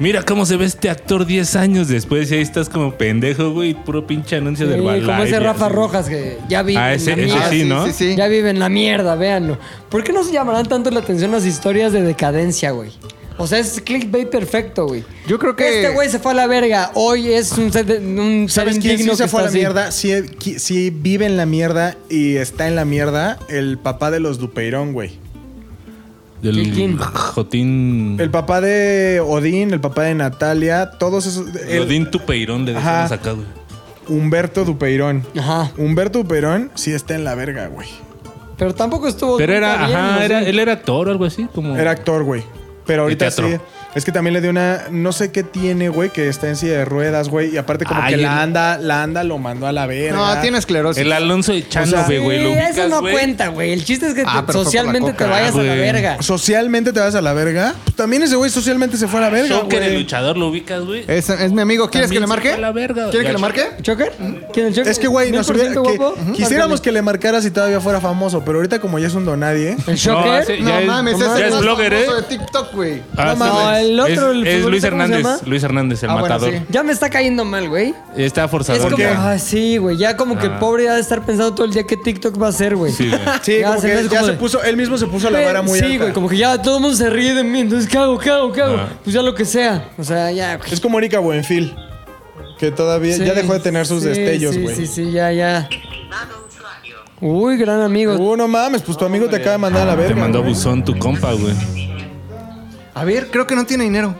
[SPEAKER 8] Mira cómo se ve este actor 10 años después y ahí estás como pendejo, güey. Puro pinche anuncio del
[SPEAKER 2] Sí,
[SPEAKER 8] balay.
[SPEAKER 2] como ese Rafa Rojas que ya vive
[SPEAKER 8] Ah, ese-
[SPEAKER 2] en la
[SPEAKER 8] ese
[SPEAKER 2] mierda.
[SPEAKER 8] sí, ¿no?
[SPEAKER 3] Sí, sí.
[SPEAKER 2] Ya vive en la mierda, véanlo. ¿Por qué no se llamarán tanto la atención las historias de decadencia, güey? O sea, es clickbait perfecto, güey.
[SPEAKER 3] Yo creo que-
[SPEAKER 2] Este güey se fue a la verga. Hoy es un ser, de- un ser
[SPEAKER 5] ¿Sabes quién
[SPEAKER 2] indigno
[SPEAKER 5] sí se
[SPEAKER 2] que
[SPEAKER 5] fue a
[SPEAKER 2] está
[SPEAKER 5] la
[SPEAKER 2] así.
[SPEAKER 5] mierda? Sí, qui- sí vive en la mierda y está en la mierda el papá de los Dupeirón, güey.
[SPEAKER 8] Del
[SPEAKER 2] ¿Quién?
[SPEAKER 8] Jotín.
[SPEAKER 5] El papá de Odín, el papá de Natalia, todos esos... el-
[SPEAKER 8] Rodín Tupeirón le
[SPEAKER 5] Ajá.
[SPEAKER 8] decimos acá, güey.
[SPEAKER 5] Humberto Dupeirón.
[SPEAKER 2] Ajá.
[SPEAKER 5] Humberto Dupeirón sí está en la verga, güey.
[SPEAKER 2] Pero tampoco estuvo.
[SPEAKER 8] Pero
[SPEAKER 2] nunca
[SPEAKER 8] era,
[SPEAKER 2] bien,
[SPEAKER 8] ajá,
[SPEAKER 2] no sé.
[SPEAKER 8] era, él era actor o algo así, como.
[SPEAKER 5] Era actor, güey. Pero ahorita
[SPEAKER 8] De
[SPEAKER 5] sí.
[SPEAKER 8] teatro.
[SPEAKER 5] Es que también le dio una... No sé qué tiene, güey, que está en silla de ruedas, güey. Y aparte como
[SPEAKER 8] Ay,
[SPEAKER 5] que
[SPEAKER 8] el-
[SPEAKER 5] la anda, la anda lo mandó a la verga.
[SPEAKER 3] No, tiene esclerosis.
[SPEAKER 8] El Alonso de
[SPEAKER 5] sea,
[SPEAKER 8] Chándove, güey. lo
[SPEAKER 2] Sí, eso
[SPEAKER 8] ubicas,
[SPEAKER 2] no
[SPEAKER 8] güey.
[SPEAKER 2] cuenta, güey. El chiste es que
[SPEAKER 3] Ah,
[SPEAKER 2] te-
[SPEAKER 3] pero fue por la
[SPEAKER 2] socialmente te
[SPEAKER 3] coca,
[SPEAKER 2] vayas a la
[SPEAKER 8] güey.
[SPEAKER 2] verga.
[SPEAKER 5] Socialmente te vas a la verga. Pues también ese güey socialmente se fue a la verga,
[SPEAKER 8] Shocker, el
[SPEAKER 5] güey.
[SPEAKER 8] luchador, lo ubicas, güey.
[SPEAKER 3] Es, es mi amigo. ¿Quieres que
[SPEAKER 8] También
[SPEAKER 3] le
[SPEAKER 8] se fue
[SPEAKER 3] marque?
[SPEAKER 8] a la verga.
[SPEAKER 3] ¿Quieres
[SPEAKER 8] Ya,
[SPEAKER 3] que le marque?
[SPEAKER 2] ¿Choker? ¿Quién el Choker?
[SPEAKER 5] Es que, güey, nos
[SPEAKER 2] 100%
[SPEAKER 5] hubiera- que-
[SPEAKER 2] guapo.
[SPEAKER 5] quisiéramos
[SPEAKER 2] Ándale.
[SPEAKER 5] que le marcara si todavía fuera famoso, pero ahorita como ya es un donadie,
[SPEAKER 2] ¿El
[SPEAKER 8] No,
[SPEAKER 2] Shocker?
[SPEAKER 8] ese-
[SPEAKER 3] No
[SPEAKER 8] ya es-
[SPEAKER 3] mames,
[SPEAKER 8] ya
[SPEAKER 3] ese
[SPEAKER 8] es
[SPEAKER 3] más
[SPEAKER 8] blogger, ¿eh?
[SPEAKER 3] famoso de TikTok, güey.
[SPEAKER 8] Ah,
[SPEAKER 2] No,
[SPEAKER 8] sí, güey.
[SPEAKER 1] el otro, el
[SPEAKER 8] es,
[SPEAKER 1] futbolista,
[SPEAKER 8] es Luis
[SPEAKER 1] ¿cómo se
[SPEAKER 8] Hernández.
[SPEAKER 1] llama?
[SPEAKER 8] Luis Hernández, el
[SPEAKER 3] Ah, bueno,
[SPEAKER 8] matador.
[SPEAKER 3] sí.
[SPEAKER 1] Ya me está cayendo mal, güey.
[SPEAKER 8] Está forzado.
[SPEAKER 1] Es como,
[SPEAKER 5] qué?
[SPEAKER 1] ah, sí, güey. Ya como que
[SPEAKER 8] Ah.
[SPEAKER 1] pobre ha de estar pensando todo el día qué TikTok va a hacer, güey.
[SPEAKER 8] Sí, güey.
[SPEAKER 5] Sí,
[SPEAKER 1] Ya
[SPEAKER 5] como
[SPEAKER 1] se
[SPEAKER 5] que
[SPEAKER 1] me hace
[SPEAKER 5] ya
[SPEAKER 1] como
[SPEAKER 5] se
[SPEAKER 1] de-
[SPEAKER 5] puso, él mismo se puso la vara muy
[SPEAKER 1] Sí,
[SPEAKER 5] alta.
[SPEAKER 1] güey, como que ya todo el mundo se ríe de mí, entonces ¿qué hago, qué hago, qué hago?
[SPEAKER 8] Ah.
[SPEAKER 1] Pues ya lo que sea. O sea, ya. güey.
[SPEAKER 5] Es como Erika Buenfil, que todavía
[SPEAKER 1] Sí,
[SPEAKER 5] ya dejó de tener sus
[SPEAKER 1] sí,
[SPEAKER 5] destellos,
[SPEAKER 1] sí,
[SPEAKER 5] güey.
[SPEAKER 1] Sí, sí, ya, ya. Uy, gran amigo.
[SPEAKER 5] Uh, no mames, pues tu amigo te acaba de mandar a la verga.
[SPEAKER 8] Te mandó
[SPEAKER 5] güey.
[SPEAKER 8] buzón tu compa, güey.
[SPEAKER 3] A ver, creo que no tiene dinero.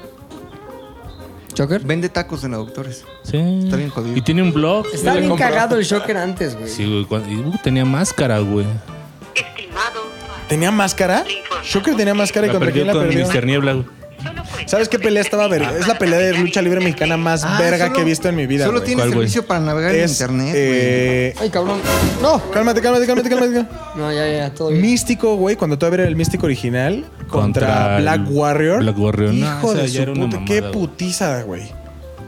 [SPEAKER 1] ¿Choker?
[SPEAKER 3] Vende tacos en doctores.
[SPEAKER 8] Sí.
[SPEAKER 3] Está bien jodido.
[SPEAKER 8] Y tiene un blog.
[SPEAKER 1] Está
[SPEAKER 8] güey.
[SPEAKER 1] bien cagado el Shocker antes, güey.
[SPEAKER 8] Sí, güey. cuando- y, uh, tenía máscara, güey.
[SPEAKER 5] ¿Tenía máscara? Shocker tenía máscara y
[SPEAKER 8] La
[SPEAKER 5] contra
[SPEAKER 8] perdió
[SPEAKER 5] quién la
[SPEAKER 8] con
[SPEAKER 5] perdió.
[SPEAKER 8] Mr. Niebla, güey.
[SPEAKER 5] ¿Sabes qué pelea estaba verga? Es la pelea de lucha libre mexicana más
[SPEAKER 3] Ah,
[SPEAKER 5] verga
[SPEAKER 3] solo-
[SPEAKER 5] que he visto en mi vida.
[SPEAKER 3] Solo
[SPEAKER 5] güey.
[SPEAKER 3] tiene
[SPEAKER 8] ¿Cuál, güey?
[SPEAKER 3] servicio para navegar en
[SPEAKER 5] Es,
[SPEAKER 3] internet. güey.
[SPEAKER 5] eh,
[SPEAKER 1] Ay, cabrón.
[SPEAKER 5] No, cálmate, cálmate, cálmate, cálmate.
[SPEAKER 1] No, ya, ya, todo bien.
[SPEAKER 5] Místico, güey, cuando todavía era el Místico original contra,
[SPEAKER 8] Contra el
[SPEAKER 5] Black Warrior.
[SPEAKER 8] Black Warrior. No,
[SPEAKER 5] Hijo
[SPEAKER 8] esa
[SPEAKER 5] de
[SPEAKER 8] ya
[SPEAKER 5] su
[SPEAKER 8] era una
[SPEAKER 5] puta, qué
[SPEAKER 8] mamada, güey.
[SPEAKER 5] putiza, güey.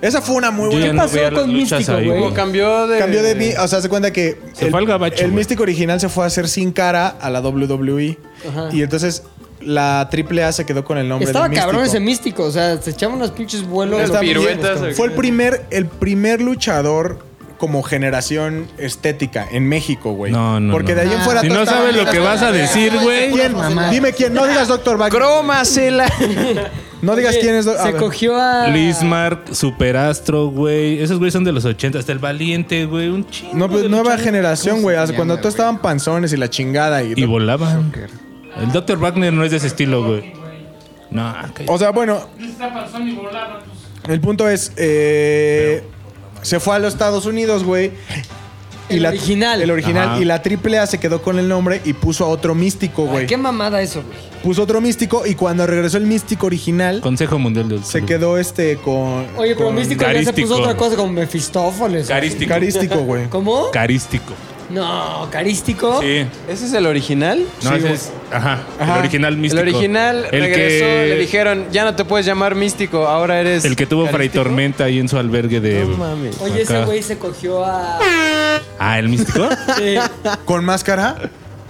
[SPEAKER 5] Esa fue una muy
[SPEAKER 8] Yo ya
[SPEAKER 5] buena.
[SPEAKER 8] no
[SPEAKER 1] pasó
[SPEAKER 8] veía las
[SPEAKER 1] con
[SPEAKER 8] luchas
[SPEAKER 1] Místico,
[SPEAKER 8] ahí,
[SPEAKER 1] güey?
[SPEAKER 8] güey.
[SPEAKER 4] Cambió de.
[SPEAKER 5] Cambió de mí, o sea, se cuenta que
[SPEAKER 8] Se fue al gabacho,
[SPEAKER 5] el
[SPEAKER 8] güey.
[SPEAKER 5] Místico original se fue a hacer sin cara a la WWE
[SPEAKER 1] Ajá.
[SPEAKER 5] y entonces la AAA se quedó con el nombre
[SPEAKER 1] Estaba
[SPEAKER 5] del Místico.
[SPEAKER 1] cabrón ese místico, o sea, se echaba unos pinches vuelos.
[SPEAKER 4] Unas
[SPEAKER 1] los
[SPEAKER 4] piruetas,
[SPEAKER 1] güey.
[SPEAKER 4] güey.
[SPEAKER 5] Fue el primer, el primer luchador como generación estética en México, güey.
[SPEAKER 8] No, no,
[SPEAKER 5] Porque de ahí en
[SPEAKER 8] no.
[SPEAKER 5] fuera
[SPEAKER 8] Si
[SPEAKER 5] todo
[SPEAKER 8] no
[SPEAKER 5] estaba-
[SPEAKER 8] sabes lo que vas a decir, güey.
[SPEAKER 5] ¿Quién?
[SPEAKER 3] Mamá.
[SPEAKER 5] Dime quién, no digas Doctor Wagner.
[SPEAKER 4] Cromacela.
[SPEAKER 5] No digas
[SPEAKER 1] Oye,
[SPEAKER 5] quién es Doctor
[SPEAKER 1] Se cogió a.
[SPEAKER 8] Lismark, Superastro, güey. Esos güey son de los 80. Hasta el Valiente, güey. Un chingo.
[SPEAKER 5] No, pues
[SPEAKER 8] de
[SPEAKER 5] nueva
[SPEAKER 8] luchadores.
[SPEAKER 5] generación, güey. Hace Cuando todos estaban panzones y la chingada. Y,
[SPEAKER 8] Y volaban. El Dr. Wagner no es de ese estilo, güey. No, cállate.
[SPEAKER 5] o sea, bueno. El punto es. eh, se fue a los Estados Unidos, güey.
[SPEAKER 1] El original.
[SPEAKER 5] El original.
[SPEAKER 8] Ajá.
[SPEAKER 5] Y la AAA se quedó con el nombre y puso a otro místico,
[SPEAKER 1] Ay,
[SPEAKER 5] güey.
[SPEAKER 1] Qué mamada eso, güey.
[SPEAKER 5] Puso otro místico y cuando regresó el místico original,
[SPEAKER 8] Consejo Mundial del
[SPEAKER 5] se
[SPEAKER 8] Club.
[SPEAKER 5] quedó este con.
[SPEAKER 1] Oye, pero
[SPEAKER 5] con
[SPEAKER 1] místico ya se
[SPEAKER 8] Carístico.
[SPEAKER 1] puso otra cosa como Mefistófeles.
[SPEAKER 8] Carístico.
[SPEAKER 5] Carístico, güey.
[SPEAKER 1] ¿Cómo?
[SPEAKER 8] Carístico.
[SPEAKER 1] No, carístico.
[SPEAKER 8] Sí.
[SPEAKER 4] ¿Ese es el original?
[SPEAKER 8] No,
[SPEAKER 5] Sí,
[SPEAKER 8] ese
[SPEAKER 5] güey.
[SPEAKER 8] es. Ajá.
[SPEAKER 5] Ajá.
[SPEAKER 8] El original místico.
[SPEAKER 4] El original
[SPEAKER 8] El
[SPEAKER 4] regresó,
[SPEAKER 8] que-
[SPEAKER 4] le dijeron, ya no te puedes llamar místico, ahora eres.
[SPEAKER 8] El que tuvo Fray
[SPEAKER 4] carístico".
[SPEAKER 8] Tormenta ahí en su albergue de.
[SPEAKER 4] No mames.
[SPEAKER 1] Oye, ese
[SPEAKER 8] Acá.
[SPEAKER 1] güey se cogió a.
[SPEAKER 8] Ah, el místico.
[SPEAKER 1] Sí.
[SPEAKER 5] ¿Con máscara?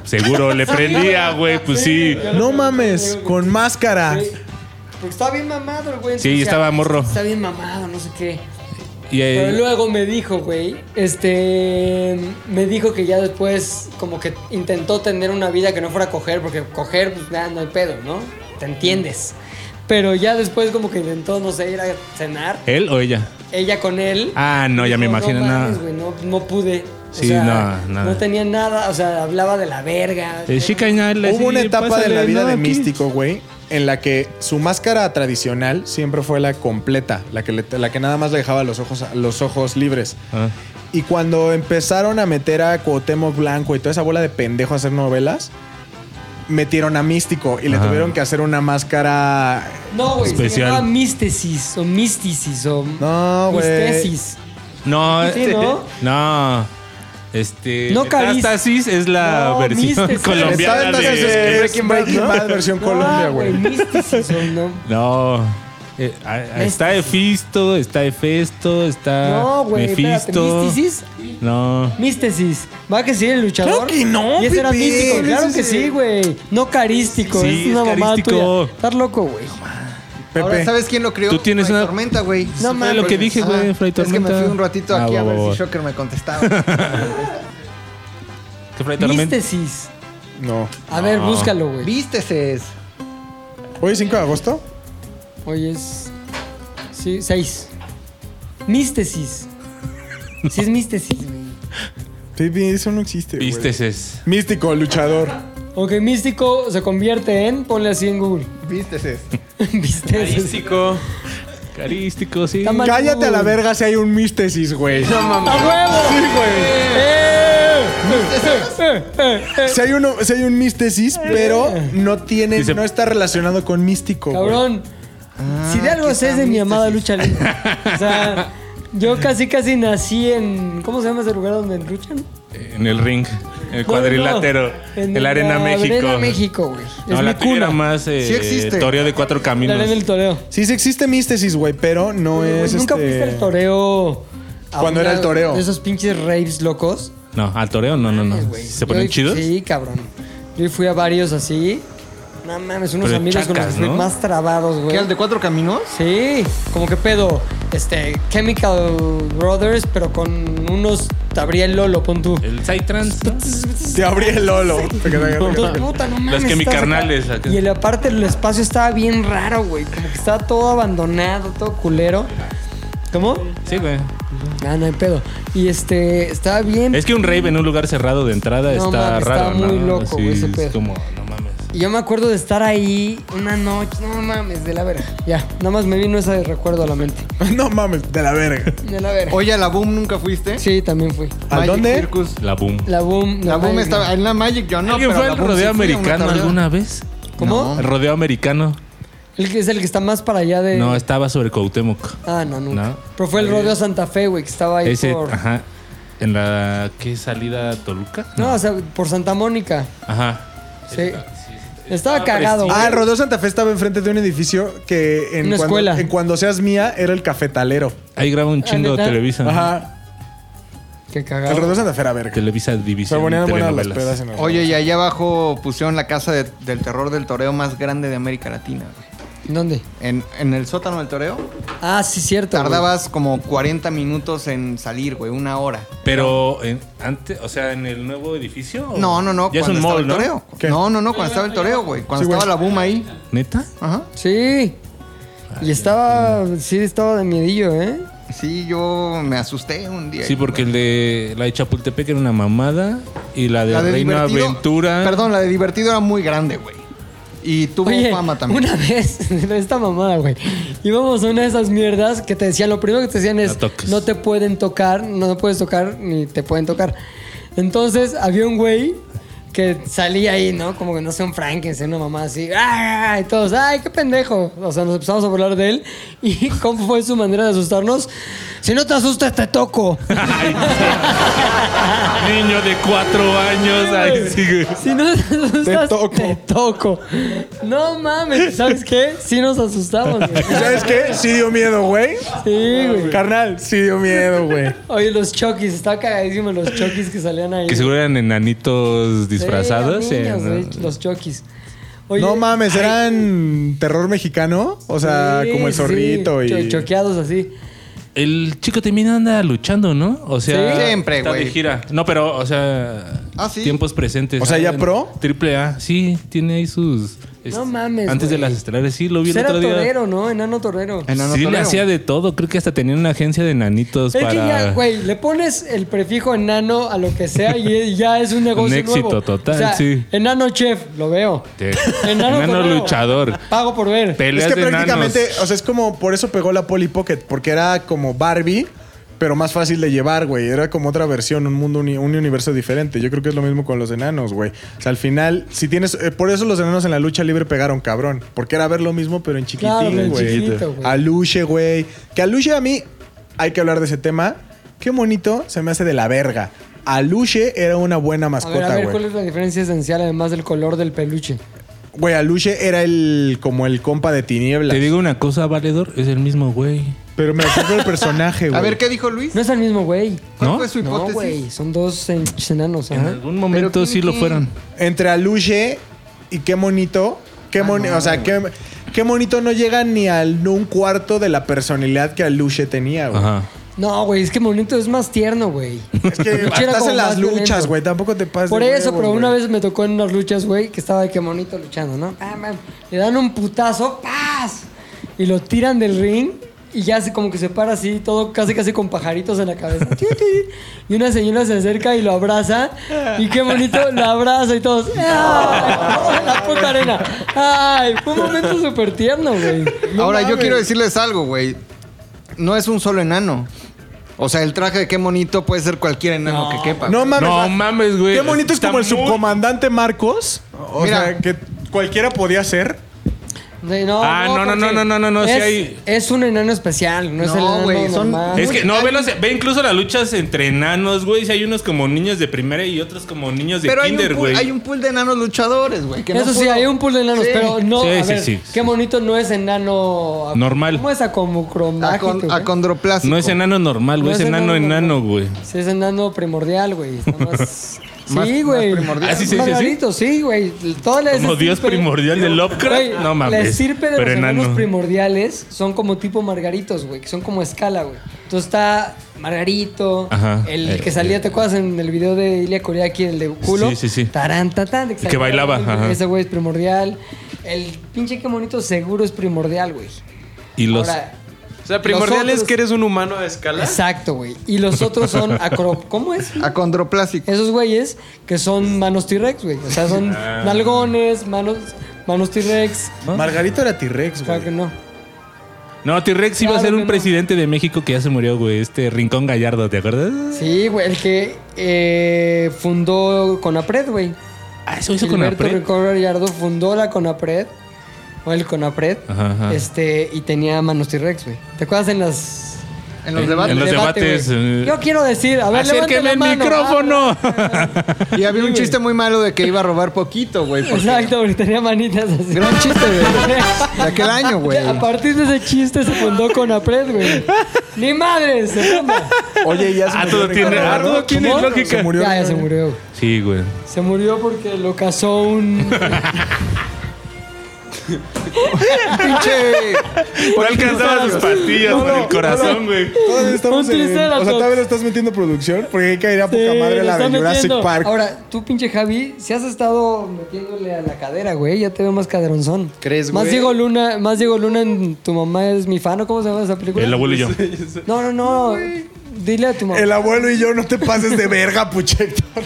[SPEAKER 8] Seguro, le prendía, güey. Pues sí.
[SPEAKER 5] No mames, con máscara.
[SPEAKER 1] Sí. Porque estaba bien mamado el güey.
[SPEAKER 8] Sí,
[SPEAKER 1] entonces,
[SPEAKER 8] estaba morro.
[SPEAKER 1] Está bien mamado, no sé qué.
[SPEAKER 8] Y eh,
[SPEAKER 1] Pero luego me dijo, güey, este, me dijo que ya después como que intentó tener una vida que no fuera a coger, porque coger, pues nada, no hay pedo, ¿no? Te entiendes. Pero ya después como que intentó, no sé, ir a cenar,
[SPEAKER 8] ¿Él o ella?
[SPEAKER 1] ella con él.
[SPEAKER 8] Ah, no, ya me
[SPEAKER 1] Dijo,
[SPEAKER 8] imagino.
[SPEAKER 1] No,
[SPEAKER 8] no.
[SPEAKER 1] mames, güey, no, no pude. O
[SPEAKER 8] Sí,
[SPEAKER 1] sea,
[SPEAKER 8] no, nada.
[SPEAKER 1] No tenía nada, o sea, hablaba de la verga.
[SPEAKER 8] Eh, chica, y nada, le-
[SPEAKER 5] Hubo una
[SPEAKER 8] sí,
[SPEAKER 5] etapa de la
[SPEAKER 8] pásale,
[SPEAKER 5] vida
[SPEAKER 8] no,
[SPEAKER 5] de
[SPEAKER 8] aquí.
[SPEAKER 5] Místico, güey, en la que su máscara tradicional siempre fue la completa, la que, le- la que nada más le dejaba los ojos, los ojos libres.
[SPEAKER 8] Ah.
[SPEAKER 5] Y cuando empezaron a meter a Cuauhtémoc Blanco y toda esa bola de pendejo a hacer novelas, metieron a Místico y le
[SPEAKER 8] Ajá.
[SPEAKER 5] tuvieron que hacer una máscara...
[SPEAKER 1] No, güey, se
[SPEAKER 8] Especial.
[SPEAKER 1] llamaba místesis o místicis o
[SPEAKER 5] No, güey. Ah,
[SPEAKER 1] mistesis.
[SPEAKER 8] No,
[SPEAKER 1] Sí,
[SPEAKER 8] este,
[SPEAKER 1] ¿no?
[SPEAKER 8] no. Este.
[SPEAKER 1] No, Caris.
[SPEAKER 8] Metástasis es la
[SPEAKER 1] No,
[SPEAKER 8] versión
[SPEAKER 1] Místesis.
[SPEAKER 8] colombiana
[SPEAKER 5] Estaba entonces,
[SPEAKER 8] de.
[SPEAKER 5] es Breaking Bad, versión Colombia, güey.
[SPEAKER 1] Místicis Ah, o no.
[SPEAKER 8] No. Eh, a- a- está Efisto, está Hefesto, está.
[SPEAKER 1] No, güey, espérate,
[SPEAKER 8] Mefisto.
[SPEAKER 1] ¿Místicis?
[SPEAKER 8] No.
[SPEAKER 1] Místesis. ¿Va que sí el luchador?
[SPEAKER 5] Claro que no,
[SPEAKER 1] Y ese era
[SPEAKER 5] bebé.
[SPEAKER 1] místico, claro que sí, güey. No carístico, es
[SPEAKER 8] Sí,
[SPEAKER 1] una
[SPEAKER 8] es
[SPEAKER 1] mamá
[SPEAKER 8] carístico.
[SPEAKER 1] tuya. Estás loco, güey.
[SPEAKER 3] Ahora,
[SPEAKER 5] Pepe.
[SPEAKER 3] ¿sabes quién lo crió?
[SPEAKER 8] Tú tienes
[SPEAKER 3] Fray
[SPEAKER 8] una-
[SPEAKER 3] Tormenta, güey.
[SPEAKER 8] No fue lo que dije, güey, Fray
[SPEAKER 3] Es que
[SPEAKER 8] Tormenta.
[SPEAKER 3] me fui un ratito
[SPEAKER 8] Ah,
[SPEAKER 3] aquí a
[SPEAKER 8] va,
[SPEAKER 3] ver
[SPEAKER 8] va, va.
[SPEAKER 3] si Shocker me contestaba.
[SPEAKER 8] ¿Qué fue Tormenta?
[SPEAKER 1] Místesis.
[SPEAKER 5] No.
[SPEAKER 1] A ver,
[SPEAKER 8] No.
[SPEAKER 1] búscalo, güey.
[SPEAKER 3] Vísteses.
[SPEAKER 5] Hoy es 5 de agosto.
[SPEAKER 1] Hoy es. Sí, seis. Místesis. Sí, es místesis, güey.
[SPEAKER 5] Pepe, eso no existe, güey.
[SPEAKER 8] Vísteses.
[SPEAKER 5] Místico, luchador.
[SPEAKER 1] Ok, místico se convierte en. Ponle así en Google.
[SPEAKER 3] Vísteses.
[SPEAKER 1] Místesis.
[SPEAKER 4] Místico.
[SPEAKER 8] Carístico, sí.
[SPEAKER 1] Está mal
[SPEAKER 5] Cállate a la
[SPEAKER 1] Google.
[SPEAKER 5] verga si hay un místesis, güey.
[SPEAKER 4] No mames.
[SPEAKER 5] Sí, güey.
[SPEAKER 1] Eh, eh, eh.
[SPEAKER 5] Si hay, uno, si hay un místesis, pero no tiene,
[SPEAKER 8] Dice-
[SPEAKER 5] no está relacionado con místico, güey.
[SPEAKER 1] Cabrón.
[SPEAKER 5] Ah,
[SPEAKER 1] si de algo sé es de mi amada lucha libre. O sea, yo casi casi nací en. ¿Cómo se llama ese lugar donde luchan?
[SPEAKER 8] En el ring, el
[SPEAKER 1] No, no, no.
[SPEAKER 8] cuadrilátero,
[SPEAKER 1] En
[SPEAKER 8] el Arena
[SPEAKER 1] la
[SPEAKER 8] México.
[SPEAKER 1] Arena México, güey.
[SPEAKER 8] No,
[SPEAKER 1] es mi
[SPEAKER 8] la tuya era
[SPEAKER 1] cuna.
[SPEAKER 8] más eh,
[SPEAKER 3] Sí existe.
[SPEAKER 8] toreo de cuatro
[SPEAKER 1] La
[SPEAKER 8] caminos.
[SPEAKER 1] arena del toreo.
[SPEAKER 5] Sí, sí existe místesis, güey, pero no
[SPEAKER 1] Güey,
[SPEAKER 5] es
[SPEAKER 1] Nunca
[SPEAKER 5] este...
[SPEAKER 1] fuiste al toreo. a
[SPEAKER 5] Cuando era
[SPEAKER 1] una
[SPEAKER 5] el toreo.
[SPEAKER 1] de esos pinches raves locos.
[SPEAKER 8] No, al toreo no, no, no.
[SPEAKER 1] güey.
[SPEAKER 8] ¿Se
[SPEAKER 1] Yo-
[SPEAKER 8] ponen chidos?
[SPEAKER 1] Sí, cabrón. Yo fui a varios así. No mames, unos
[SPEAKER 8] Pero
[SPEAKER 1] amigos con los
[SPEAKER 8] chacas,
[SPEAKER 1] que fui
[SPEAKER 8] ¿no?
[SPEAKER 1] más trabados,
[SPEAKER 3] ¿Qué,
[SPEAKER 1] güey.
[SPEAKER 3] el de cuatro caminos?
[SPEAKER 1] Sí, como que pedo. Este, Chemical Brothers, pero con unos. Te abría el Lolo, pon tú.
[SPEAKER 8] El Psytrance. ¿no?
[SPEAKER 5] Te abrí el lolo.
[SPEAKER 1] Entonces, puta, no mames,
[SPEAKER 8] Las que mi
[SPEAKER 1] estás acá.
[SPEAKER 8] carnales, acá.
[SPEAKER 1] Y el- aparte el espacio estaba bien raro, güey. Como que estaba todo abandonado, todo culero. ¿Cómo?
[SPEAKER 8] Sí, güey.
[SPEAKER 1] Ah, no hay pedo. Y este, estaba bien.
[SPEAKER 8] Es que un rave en un lugar cerrado de entrada
[SPEAKER 1] No
[SPEAKER 8] está
[SPEAKER 1] mames, está
[SPEAKER 8] raro, ¿no?
[SPEAKER 1] muy loco, güey, ese
[SPEAKER 8] es
[SPEAKER 1] pedo.
[SPEAKER 8] como, no mames.
[SPEAKER 1] Y yo me acuerdo de estar ahí una noche. No mames, de la verga. Ya, nada más me vino ese recuerdo a la mente.
[SPEAKER 5] No mames, de la verga.
[SPEAKER 1] De la verga.
[SPEAKER 3] Oye, a la Boom nunca fuiste.
[SPEAKER 1] Sí, también fui.
[SPEAKER 5] ¿A
[SPEAKER 3] Magic
[SPEAKER 5] dónde?
[SPEAKER 3] Circus.
[SPEAKER 8] La boom.
[SPEAKER 1] La boom.
[SPEAKER 3] La Boom
[SPEAKER 1] Magic.
[SPEAKER 3] estaba en la Magic, yo no.
[SPEAKER 8] ¿Alguien
[SPEAKER 3] pero
[SPEAKER 8] fue
[SPEAKER 3] la
[SPEAKER 8] al
[SPEAKER 3] Boom sí
[SPEAKER 8] rodeo
[SPEAKER 3] fui a una
[SPEAKER 8] americano
[SPEAKER 3] tablada.
[SPEAKER 8] alguna vez?
[SPEAKER 1] ¿Cómo?
[SPEAKER 8] ¿El rodeo americano?
[SPEAKER 1] El que es el que está más para allá de.
[SPEAKER 8] No, estaba sobre Cuauhtémoc.
[SPEAKER 1] Ah, no, nunca.
[SPEAKER 8] No.
[SPEAKER 1] Pero fue el rodeo a Santa Fe, güey, que estaba ahí
[SPEAKER 8] Ese,
[SPEAKER 1] por.
[SPEAKER 8] ajá. En la. ¿Qué salida Toluca?
[SPEAKER 1] No, o sea, por Santa Mónica.
[SPEAKER 8] Ajá.
[SPEAKER 1] Sí. Estaba cagado, güey.
[SPEAKER 5] Ah, el Rodeo Santa Fe estaba enfrente de un edificio que en,
[SPEAKER 1] Una
[SPEAKER 5] cuando,
[SPEAKER 1] escuela.
[SPEAKER 5] en cuando seas mía era el cafetalero.
[SPEAKER 8] Ahí graba un chingo
[SPEAKER 1] Ah, ¿neta?
[SPEAKER 8] Televisa. ¿no?
[SPEAKER 5] Ajá.
[SPEAKER 1] Qué
[SPEAKER 5] El Rodeo
[SPEAKER 1] cagado.
[SPEAKER 5] Santa Fe era verga.
[SPEAKER 8] Televisa
[SPEAKER 5] Se
[SPEAKER 8] División.
[SPEAKER 5] ponían buenas las
[SPEAKER 8] telenovelas.
[SPEAKER 5] pedas en el
[SPEAKER 3] Oye, y allá abajo pusieron la casa de- del terror del toreo más grande de América Latina. güey.
[SPEAKER 1] ¿Dónde?
[SPEAKER 3] En, en el sótano del toreo
[SPEAKER 1] Ah, sí, cierto. güey.
[SPEAKER 3] tardabas como 40 minutos en salir, güey, una hora.
[SPEAKER 8] Pero en- antes, o sea, en el nuevo edificio. ¿o?
[SPEAKER 3] No, no, no.
[SPEAKER 8] Ya es un
[SPEAKER 3] cuando estaba
[SPEAKER 8] mall,
[SPEAKER 3] el
[SPEAKER 8] ¿no?
[SPEAKER 3] toreo.
[SPEAKER 5] ¿Qué?
[SPEAKER 3] No, no, no, cuando estaba el toreo, güey. Cuando estaba la boom ahí.
[SPEAKER 8] ¿Neta?
[SPEAKER 3] Ajá.
[SPEAKER 1] Sí.
[SPEAKER 5] Ah,
[SPEAKER 1] Y estaba.
[SPEAKER 8] Mm.
[SPEAKER 1] Sí, estaba de miedillo, ¿eh?
[SPEAKER 3] Sí, yo me asusté un día.
[SPEAKER 8] Sí, porque el de la de Chapultepec era una mamada y la de,
[SPEAKER 3] La de
[SPEAKER 8] Reino
[SPEAKER 3] divertido.
[SPEAKER 8] Aventura.
[SPEAKER 3] Perdón, la de divertido era muy grande, güey. Y tuvo
[SPEAKER 1] Oye,
[SPEAKER 3] fama también.
[SPEAKER 1] una vez, esta mamada, güey. Íbamos a una de esas mierdas que te decían, lo primero que te decían es,
[SPEAKER 8] No toques.
[SPEAKER 1] no te pueden tocar, no puedes tocar, ni te pueden tocar. Entonces, había un güey que salía ahí, ¿no? Como que no sé, un Frankenstein, una mamá así. ¡Ah! Y todos, ¡ay, qué pendejo! O sea, nos empezamos a burlar de él. ¿Y cómo fue su manera de asustarnos? Si no te asustas, te toco.
[SPEAKER 8] Niño de cuatro años. Ay, sí, güey.
[SPEAKER 1] Si no te asustas,
[SPEAKER 5] toco.
[SPEAKER 1] te toco. No mames, ¿sabes qué? Sí nos asustamos, güey.
[SPEAKER 5] ¿Y ¿Sabes qué? Sí dio miedo, güey.
[SPEAKER 1] Sí, güey.
[SPEAKER 5] Carnal, sí dio miedo, güey.
[SPEAKER 1] Oye, los chokis, está cagadísimo los chokis que salían ahí.
[SPEAKER 8] Que seguro eran
[SPEAKER 1] Sí,
[SPEAKER 8] enanitos disfrazados.
[SPEAKER 1] eran niños,
[SPEAKER 8] sí, ¿no?
[SPEAKER 1] güey, Los chokis. Oye,
[SPEAKER 5] No mames, eran terror mexicano. O sea,
[SPEAKER 1] sí,
[SPEAKER 5] como el
[SPEAKER 1] sí,
[SPEAKER 5] zorrito
[SPEAKER 1] cho-
[SPEAKER 5] y.
[SPEAKER 1] Choqueados así.
[SPEAKER 8] El chico también anda luchando, ¿no? O sea,
[SPEAKER 3] Sí. Siempre,
[SPEAKER 8] está de
[SPEAKER 3] güey.
[SPEAKER 8] gira. No, pero, o sea,
[SPEAKER 3] Ah, sí.
[SPEAKER 8] tiempos presentes.
[SPEAKER 5] O sea, ¿ya
[SPEAKER 8] en
[SPEAKER 5] pro?
[SPEAKER 8] Triple A, sí, tiene ahí sus.
[SPEAKER 1] No
[SPEAKER 8] este,
[SPEAKER 1] mames,
[SPEAKER 8] Antes de
[SPEAKER 1] güey.
[SPEAKER 8] las estelares, sí, lo vi
[SPEAKER 1] Pues
[SPEAKER 8] el
[SPEAKER 1] era
[SPEAKER 8] otro día.
[SPEAKER 1] torero, ¿no? Enano torero.
[SPEAKER 3] Enano
[SPEAKER 8] sí, le
[SPEAKER 3] torero.
[SPEAKER 8] hacía de todo. Creo que hasta tenía una agencia de nanitos
[SPEAKER 1] Es
[SPEAKER 8] para.
[SPEAKER 1] que ya, güey, le pones el prefijo enano a lo que sea y es- ya es un negocio
[SPEAKER 8] Un éxito
[SPEAKER 1] nuevo.
[SPEAKER 8] total,
[SPEAKER 1] O sea,
[SPEAKER 8] sí.
[SPEAKER 1] Enano chef, lo veo.
[SPEAKER 8] Sí.
[SPEAKER 1] Enano,
[SPEAKER 8] Enano
[SPEAKER 1] torero.
[SPEAKER 8] luchador.
[SPEAKER 1] Pago por ver.
[SPEAKER 5] Es
[SPEAKER 8] Peleas
[SPEAKER 5] que
[SPEAKER 8] de enanos.
[SPEAKER 5] prácticamente, o sea, es como por eso pegó la Polly Pocket, porque era como Barbie, pero más fácil de llevar, güey. Era como otra versión, un mundo, uni- un universo diferente. Yo creo que es lo mismo con los enanos, güey. O sea, al final, si tienes. eh, por eso los enanos en la lucha libre pegaron, cabrón. Porque era ver lo mismo, pero en
[SPEAKER 1] Claro,
[SPEAKER 5] chiquitín,
[SPEAKER 1] en
[SPEAKER 5] güey.
[SPEAKER 1] chiquito, güey.
[SPEAKER 5] Aluche, güey. Que Aluche a mí, hay que hablar de ese tema. Qué bonito se me hace de la verga. Aluche era una buena
[SPEAKER 1] A ver, a
[SPEAKER 5] mascota,
[SPEAKER 1] ver, ¿cuál
[SPEAKER 5] güey.
[SPEAKER 1] es la diferencia esencial además del color del peluche?
[SPEAKER 5] Güey, Aluche era el como el compa de tinieblas.
[SPEAKER 8] Te digo una cosa, valedor. Es el mismo güey.
[SPEAKER 5] Pero me acuerdo el personaje, güey.
[SPEAKER 3] A ver, ¿qué dijo Luis?
[SPEAKER 1] No es el mismo güey.
[SPEAKER 3] ¿Cuál
[SPEAKER 8] ¿no?
[SPEAKER 3] fue su
[SPEAKER 1] No,
[SPEAKER 3] hipótesis?
[SPEAKER 1] güey, son dos en- enanos.
[SPEAKER 8] En
[SPEAKER 1] ajá.
[SPEAKER 8] algún momento
[SPEAKER 3] Pero
[SPEAKER 8] sí lo
[SPEAKER 3] ¿quién-
[SPEAKER 8] fueron.
[SPEAKER 5] entre Aluche y qué monito.
[SPEAKER 8] Ah,
[SPEAKER 5] Qué moni- o sea, qué, qué monito no llega ni al un cuarto de la personalidad que Aluche tenía, güey.
[SPEAKER 8] Ajá.
[SPEAKER 1] No, güey, es que Monito es más tierno, güey.
[SPEAKER 5] Es que
[SPEAKER 1] Aluche era
[SPEAKER 5] estás
[SPEAKER 1] como
[SPEAKER 5] en
[SPEAKER 1] más
[SPEAKER 5] las luchas,
[SPEAKER 1] violento.
[SPEAKER 5] güey. Tampoco te pases.
[SPEAKER 1] Por
[SPEAKER 5] de
[SPEAKER 1] eso,
[SPEAKER 5] huevos,
[SPEAKER 1] pero una
[SPEAKER 5] güey.
[SPEAKER 1] vez me tocó en unas luchas, güey, que estaba de que Monito luchando, ¿no? Pam, pam. Le dan un putazo, ¡paz! Y lo tiran del ring y ya se, como que se para así, todo casi casi con pajaritos en la cabeza. Ti, ti. Y una señora se acerca y lo abraza. Y qué bonito, lo abraza y todos. ¡ah! La puta arena. Ay, fue un momento súper tierno, güey.
[SPEAKER 3] Ahora, yo
[SPEAKER 5] mames.
[SPEAKER 3] quiero decirles algo, güey. No es un solo enano. O sea, el traje de qué monito puede ser cualquier enano que quepa.
[SPEAKER 5] No
[SPEAKER 3] güey.
[SPEAKER 5] mames.
[SPEAKER 8] No
[SPEAKER 5] va-
[SPEAKER 8] mames, güey.
[SPEAKER 5] Qué bonito es
[SPEAKER 8] Está
[SPEAKER 5] como el
[SPEAKER 8] muy-
[SPEAKER 5] subcomandante Marcos. O
[SPEAKER 3] Mira.
[SPEAKER 5] sea, que cualquiera podía ser.
[SPEAKER 1] Sí, No,
[SPEAKER 8] Ah, no, no,
[SPEAKER 1] porque
[SPEAKER 8] no, no, no, no, sí
[SPEAKER 1] es,
[SPEAKER 8] hay-
[SPEAKER 1] es un enano especial, no, es el
[SPEAKER 3] No,
[SPEAKER 1] enano
[SPEAKER 3] güey, son-
[SPEAKER 1] normal.
[SPEAKER 8] Es que no,
[SPEAKER 3] Ay.
[SPEAKER 8] ve, los- ve incluso las luchas entre enanos, güey. Si hay unos como niños de primera y otros como niños de
[SPEAKER 3] Pero hay
[SPEAKER 8] kinder,
[SPEAKER 3] un, pool,
[SPEAKER 8] güey.
[SPEAKER 3] hay un pool de enanos luchadores, güey. que no
[SPEAKER 1] Eso sí,
[SPEAKER 3] pudo-
[SPEAKER 1] hay un pool de enanos,
[SPEAKER 3] Sí.
[SPEAKER 1] pero no,
[SPEAKER 8] Sí,
[SPEAKER 1] a
[SPEAKER 8] sí,
[SPEAKER 1] ver,
[SPEAKER 8] sí, sí.
[SPEAKER 1] qué bonito no es enano...
[SPEAKER 8] Normal.
[SPEAKER 1] ¿Cómo es acomocromágico?
[SPEAKER 3] Acon-
[SPEAKER 1] güey?
[SPEAKER 3] acondroplásico.
[SPEAKER 8] No es enano normal,
[SPEAKER 1] No
[SPEAKER 8] güey. es enano enano,
[SPEAKER 1] normal.
[SPEAKER 8] güey.
[SPEAKER 1] Sí, es enano primordial, güey. Nada más
[SPEAKER 3] Más-
[SPEAKER 1] Sí,
[SPEAKER 3] más
[SPEAKER 1] güey.
[SPEAKER 3] primordial.
[SPEAKER 8] ¿Así se dice así?
[SPEAKER 1] Margarito, sí, güey. Todas las
[SPEAKER 8] Como dios
[SPEAKER 1] estirpe-
[SPEAKER 8] primordial de Lovecraft.
[SPEAKER 1] Güey,
[SPEAKER 8] no
[SPEAKER 1] La
[SPEAKER 8] mames.
[SPEAKER 1] estirpe de
[SPEAKER 8] pero
[SPEAKER 1] los
[SPEAKER 8] enano.
[SPEAKER 1] hermanos primordiales son como tipo margaritos, güey, que son como escala, güey. Entonces está Margarito,
[SPEAKER 8] Ajá.
[SPEAKER 1] el
[SPEAKER 8] Eh,
[SPEAKER 1] que salía, ¿te acuerdas en el video de Ilia Kuriaki, el de culo?
[SPEAKER 8] Sí, sí, sí.
[SPEAKER 1] Tarán, tatán,
[SPEAKER 8] Y que bailaba, ajá.
[SPEAKER 1] Ese güey es primordial. El pinche qué bonito seguro es primordial, güey.
[SPEAKER 8] Y los.
[SPEAKER 1] Ahora,
[SPEAKER 4] O sea, primordial
[SPEAKER 1] Los
[SPEAKER 4] es
[SPEAKER 1] otros-
[SPEAKER 4] que eres un humano a escala.
[SPEAKER 1] exacto, güey. Y los otros son acro... ¿Cómo es?
[SPEAKER 3] Acondroplásico.
[SPEAKER 1] Esos güeyes que son manos T-Rex, güey. O sea, son
[SPEAKER 8] Ah.
[SPEAKER 1] nalgones, manos, manos T-Rex.
[SPEAKER 5] Margarito era T-Rex,
[SPEAKER 1] Claro que
[SPEAKER 5] güey.
[SPEAKER 1] no.
[SPEAKER 8] No, T-Rex iba a
[SPEAKER 1] Claro
[SPEAKER 8] ser
[SPEAKER 1] que
[SPEAKER 8] un
[SPEAKER 1] no.
[SPEAKER 8] presidente de México que ya se murió, güey. Este Rincón Gallardo, ¿te acuerdas?
[SPEAKER 1] Sí, güey, el que eh, fundó Conapred, güey.
[SPEAKER 8] Ah, eso hizo con la
[SPEAKER 1] Gilberto
[SPEAKER 8] pre.
[SPEAKER 1] Rincón Gallardo fundó la Conapred, o el Conapred,
[SPEAKER 8] Ajá, ajá.
[SPEAKER 1] este, y tenía manos T-Rex, güey. ¿Te acuerdas en las...
[SPEAKER 3] En los
[SPEAKER 8] En-
[SPEAKER 3] debates.
[SPEAKER 8] en los
[SPEAKER 1] debate,
[SPEAKER 8] debates,
[SPEAKER 1] güey?
[SPEAKER 8] eh,
[SPEAKER 1] Yo quiero decir, a ver, levanten
[SPEAKER 8] ¡Acérqueme
[SPEAKER 1] la
[SPEAKER 8] el
[SPEAKER 1] mano.
[SPEAKER 8] micrófono!
[SPEAKER 3] Y había un chiste muy malo de que iba a robar poquito, güey. porque-
[SPEAKER 1] Exacto, güey, tenía manitas así.
[SPEAKER 3] Gran chiste, güey. De aquel año, güey.
[SPEAKER 1] A partir de ese chiste se fundó Conapred, güey. ¡Ni madre! ¡Se funda!
[SPEAKER 5] Oye, ya se
[SPEAKER 8] Ah,
[SPEAKER 5] murió
[SPEAKER 8] todo tiene-
[SPEAKER 5] Ricardo,
[SPEAKER 8] ah, todo
[SPEAKER 5] ¿no?
[SPEAKER 8] tiene
[SPEAKER 5] ¿Cómo?
[SPEAKER 8] lógica.
[SPEAKER 5] Se murió.
[SPEAKER 1] ya, ya se murió. güey.
[SPEAKER 8] sí, güey.
[SPEAKER 1] Se murió porque lo casó un...
[SPEAKER 3] Pinche.
[SPEAKER 8] No alcanzaba sus pastillas
[SPEAKER 5] No,
[SPEAKER 8] por
[SPEAKER 5] no,
[SPEAKER 8] el corazón,
[SPEAKER 5] no.
[SPEAKER 8] güey.
[SPEAKER 5] Todavía estamos
[SPEAKER 1] Un
[SPEAKER 5] en-
[SPEAKER 1] triceratops.
[SPEAKER 5] O sea, todavía le estás metiendo producción porque ahí caería poca
[SPEAKER 1] Sí,
[SPEAKER 5] madre
[SPEAKER 1] le
[SPEAKER 5] la
[SPEAKER 1] está
[SPEAKER 5] de Jurassic
[SPEAKER 1] metiendo.
[SPEAKER 5] Park.
[SPEAKER 1] Ahora, tú, pinche Javi, si has estado metiéndole a la cadera, güey, ya te veo más caderonzón.
[SPEAKER 4] ¿Crees,
[SPEAKER 1] Más
[SPEAKER 4] güey?
[SPEAKER 1] Diego Luna, más Diego Luna en Tu mamá es mi fan, ¿o cómo se llama esa película?
[SPEAKER 8] El abuelo y yo.
[SPEAKER 1] No, no, no. Dile a tu mamá.
[SPEAKER 5] el abuelo y yo no te pases de verga, Puchector.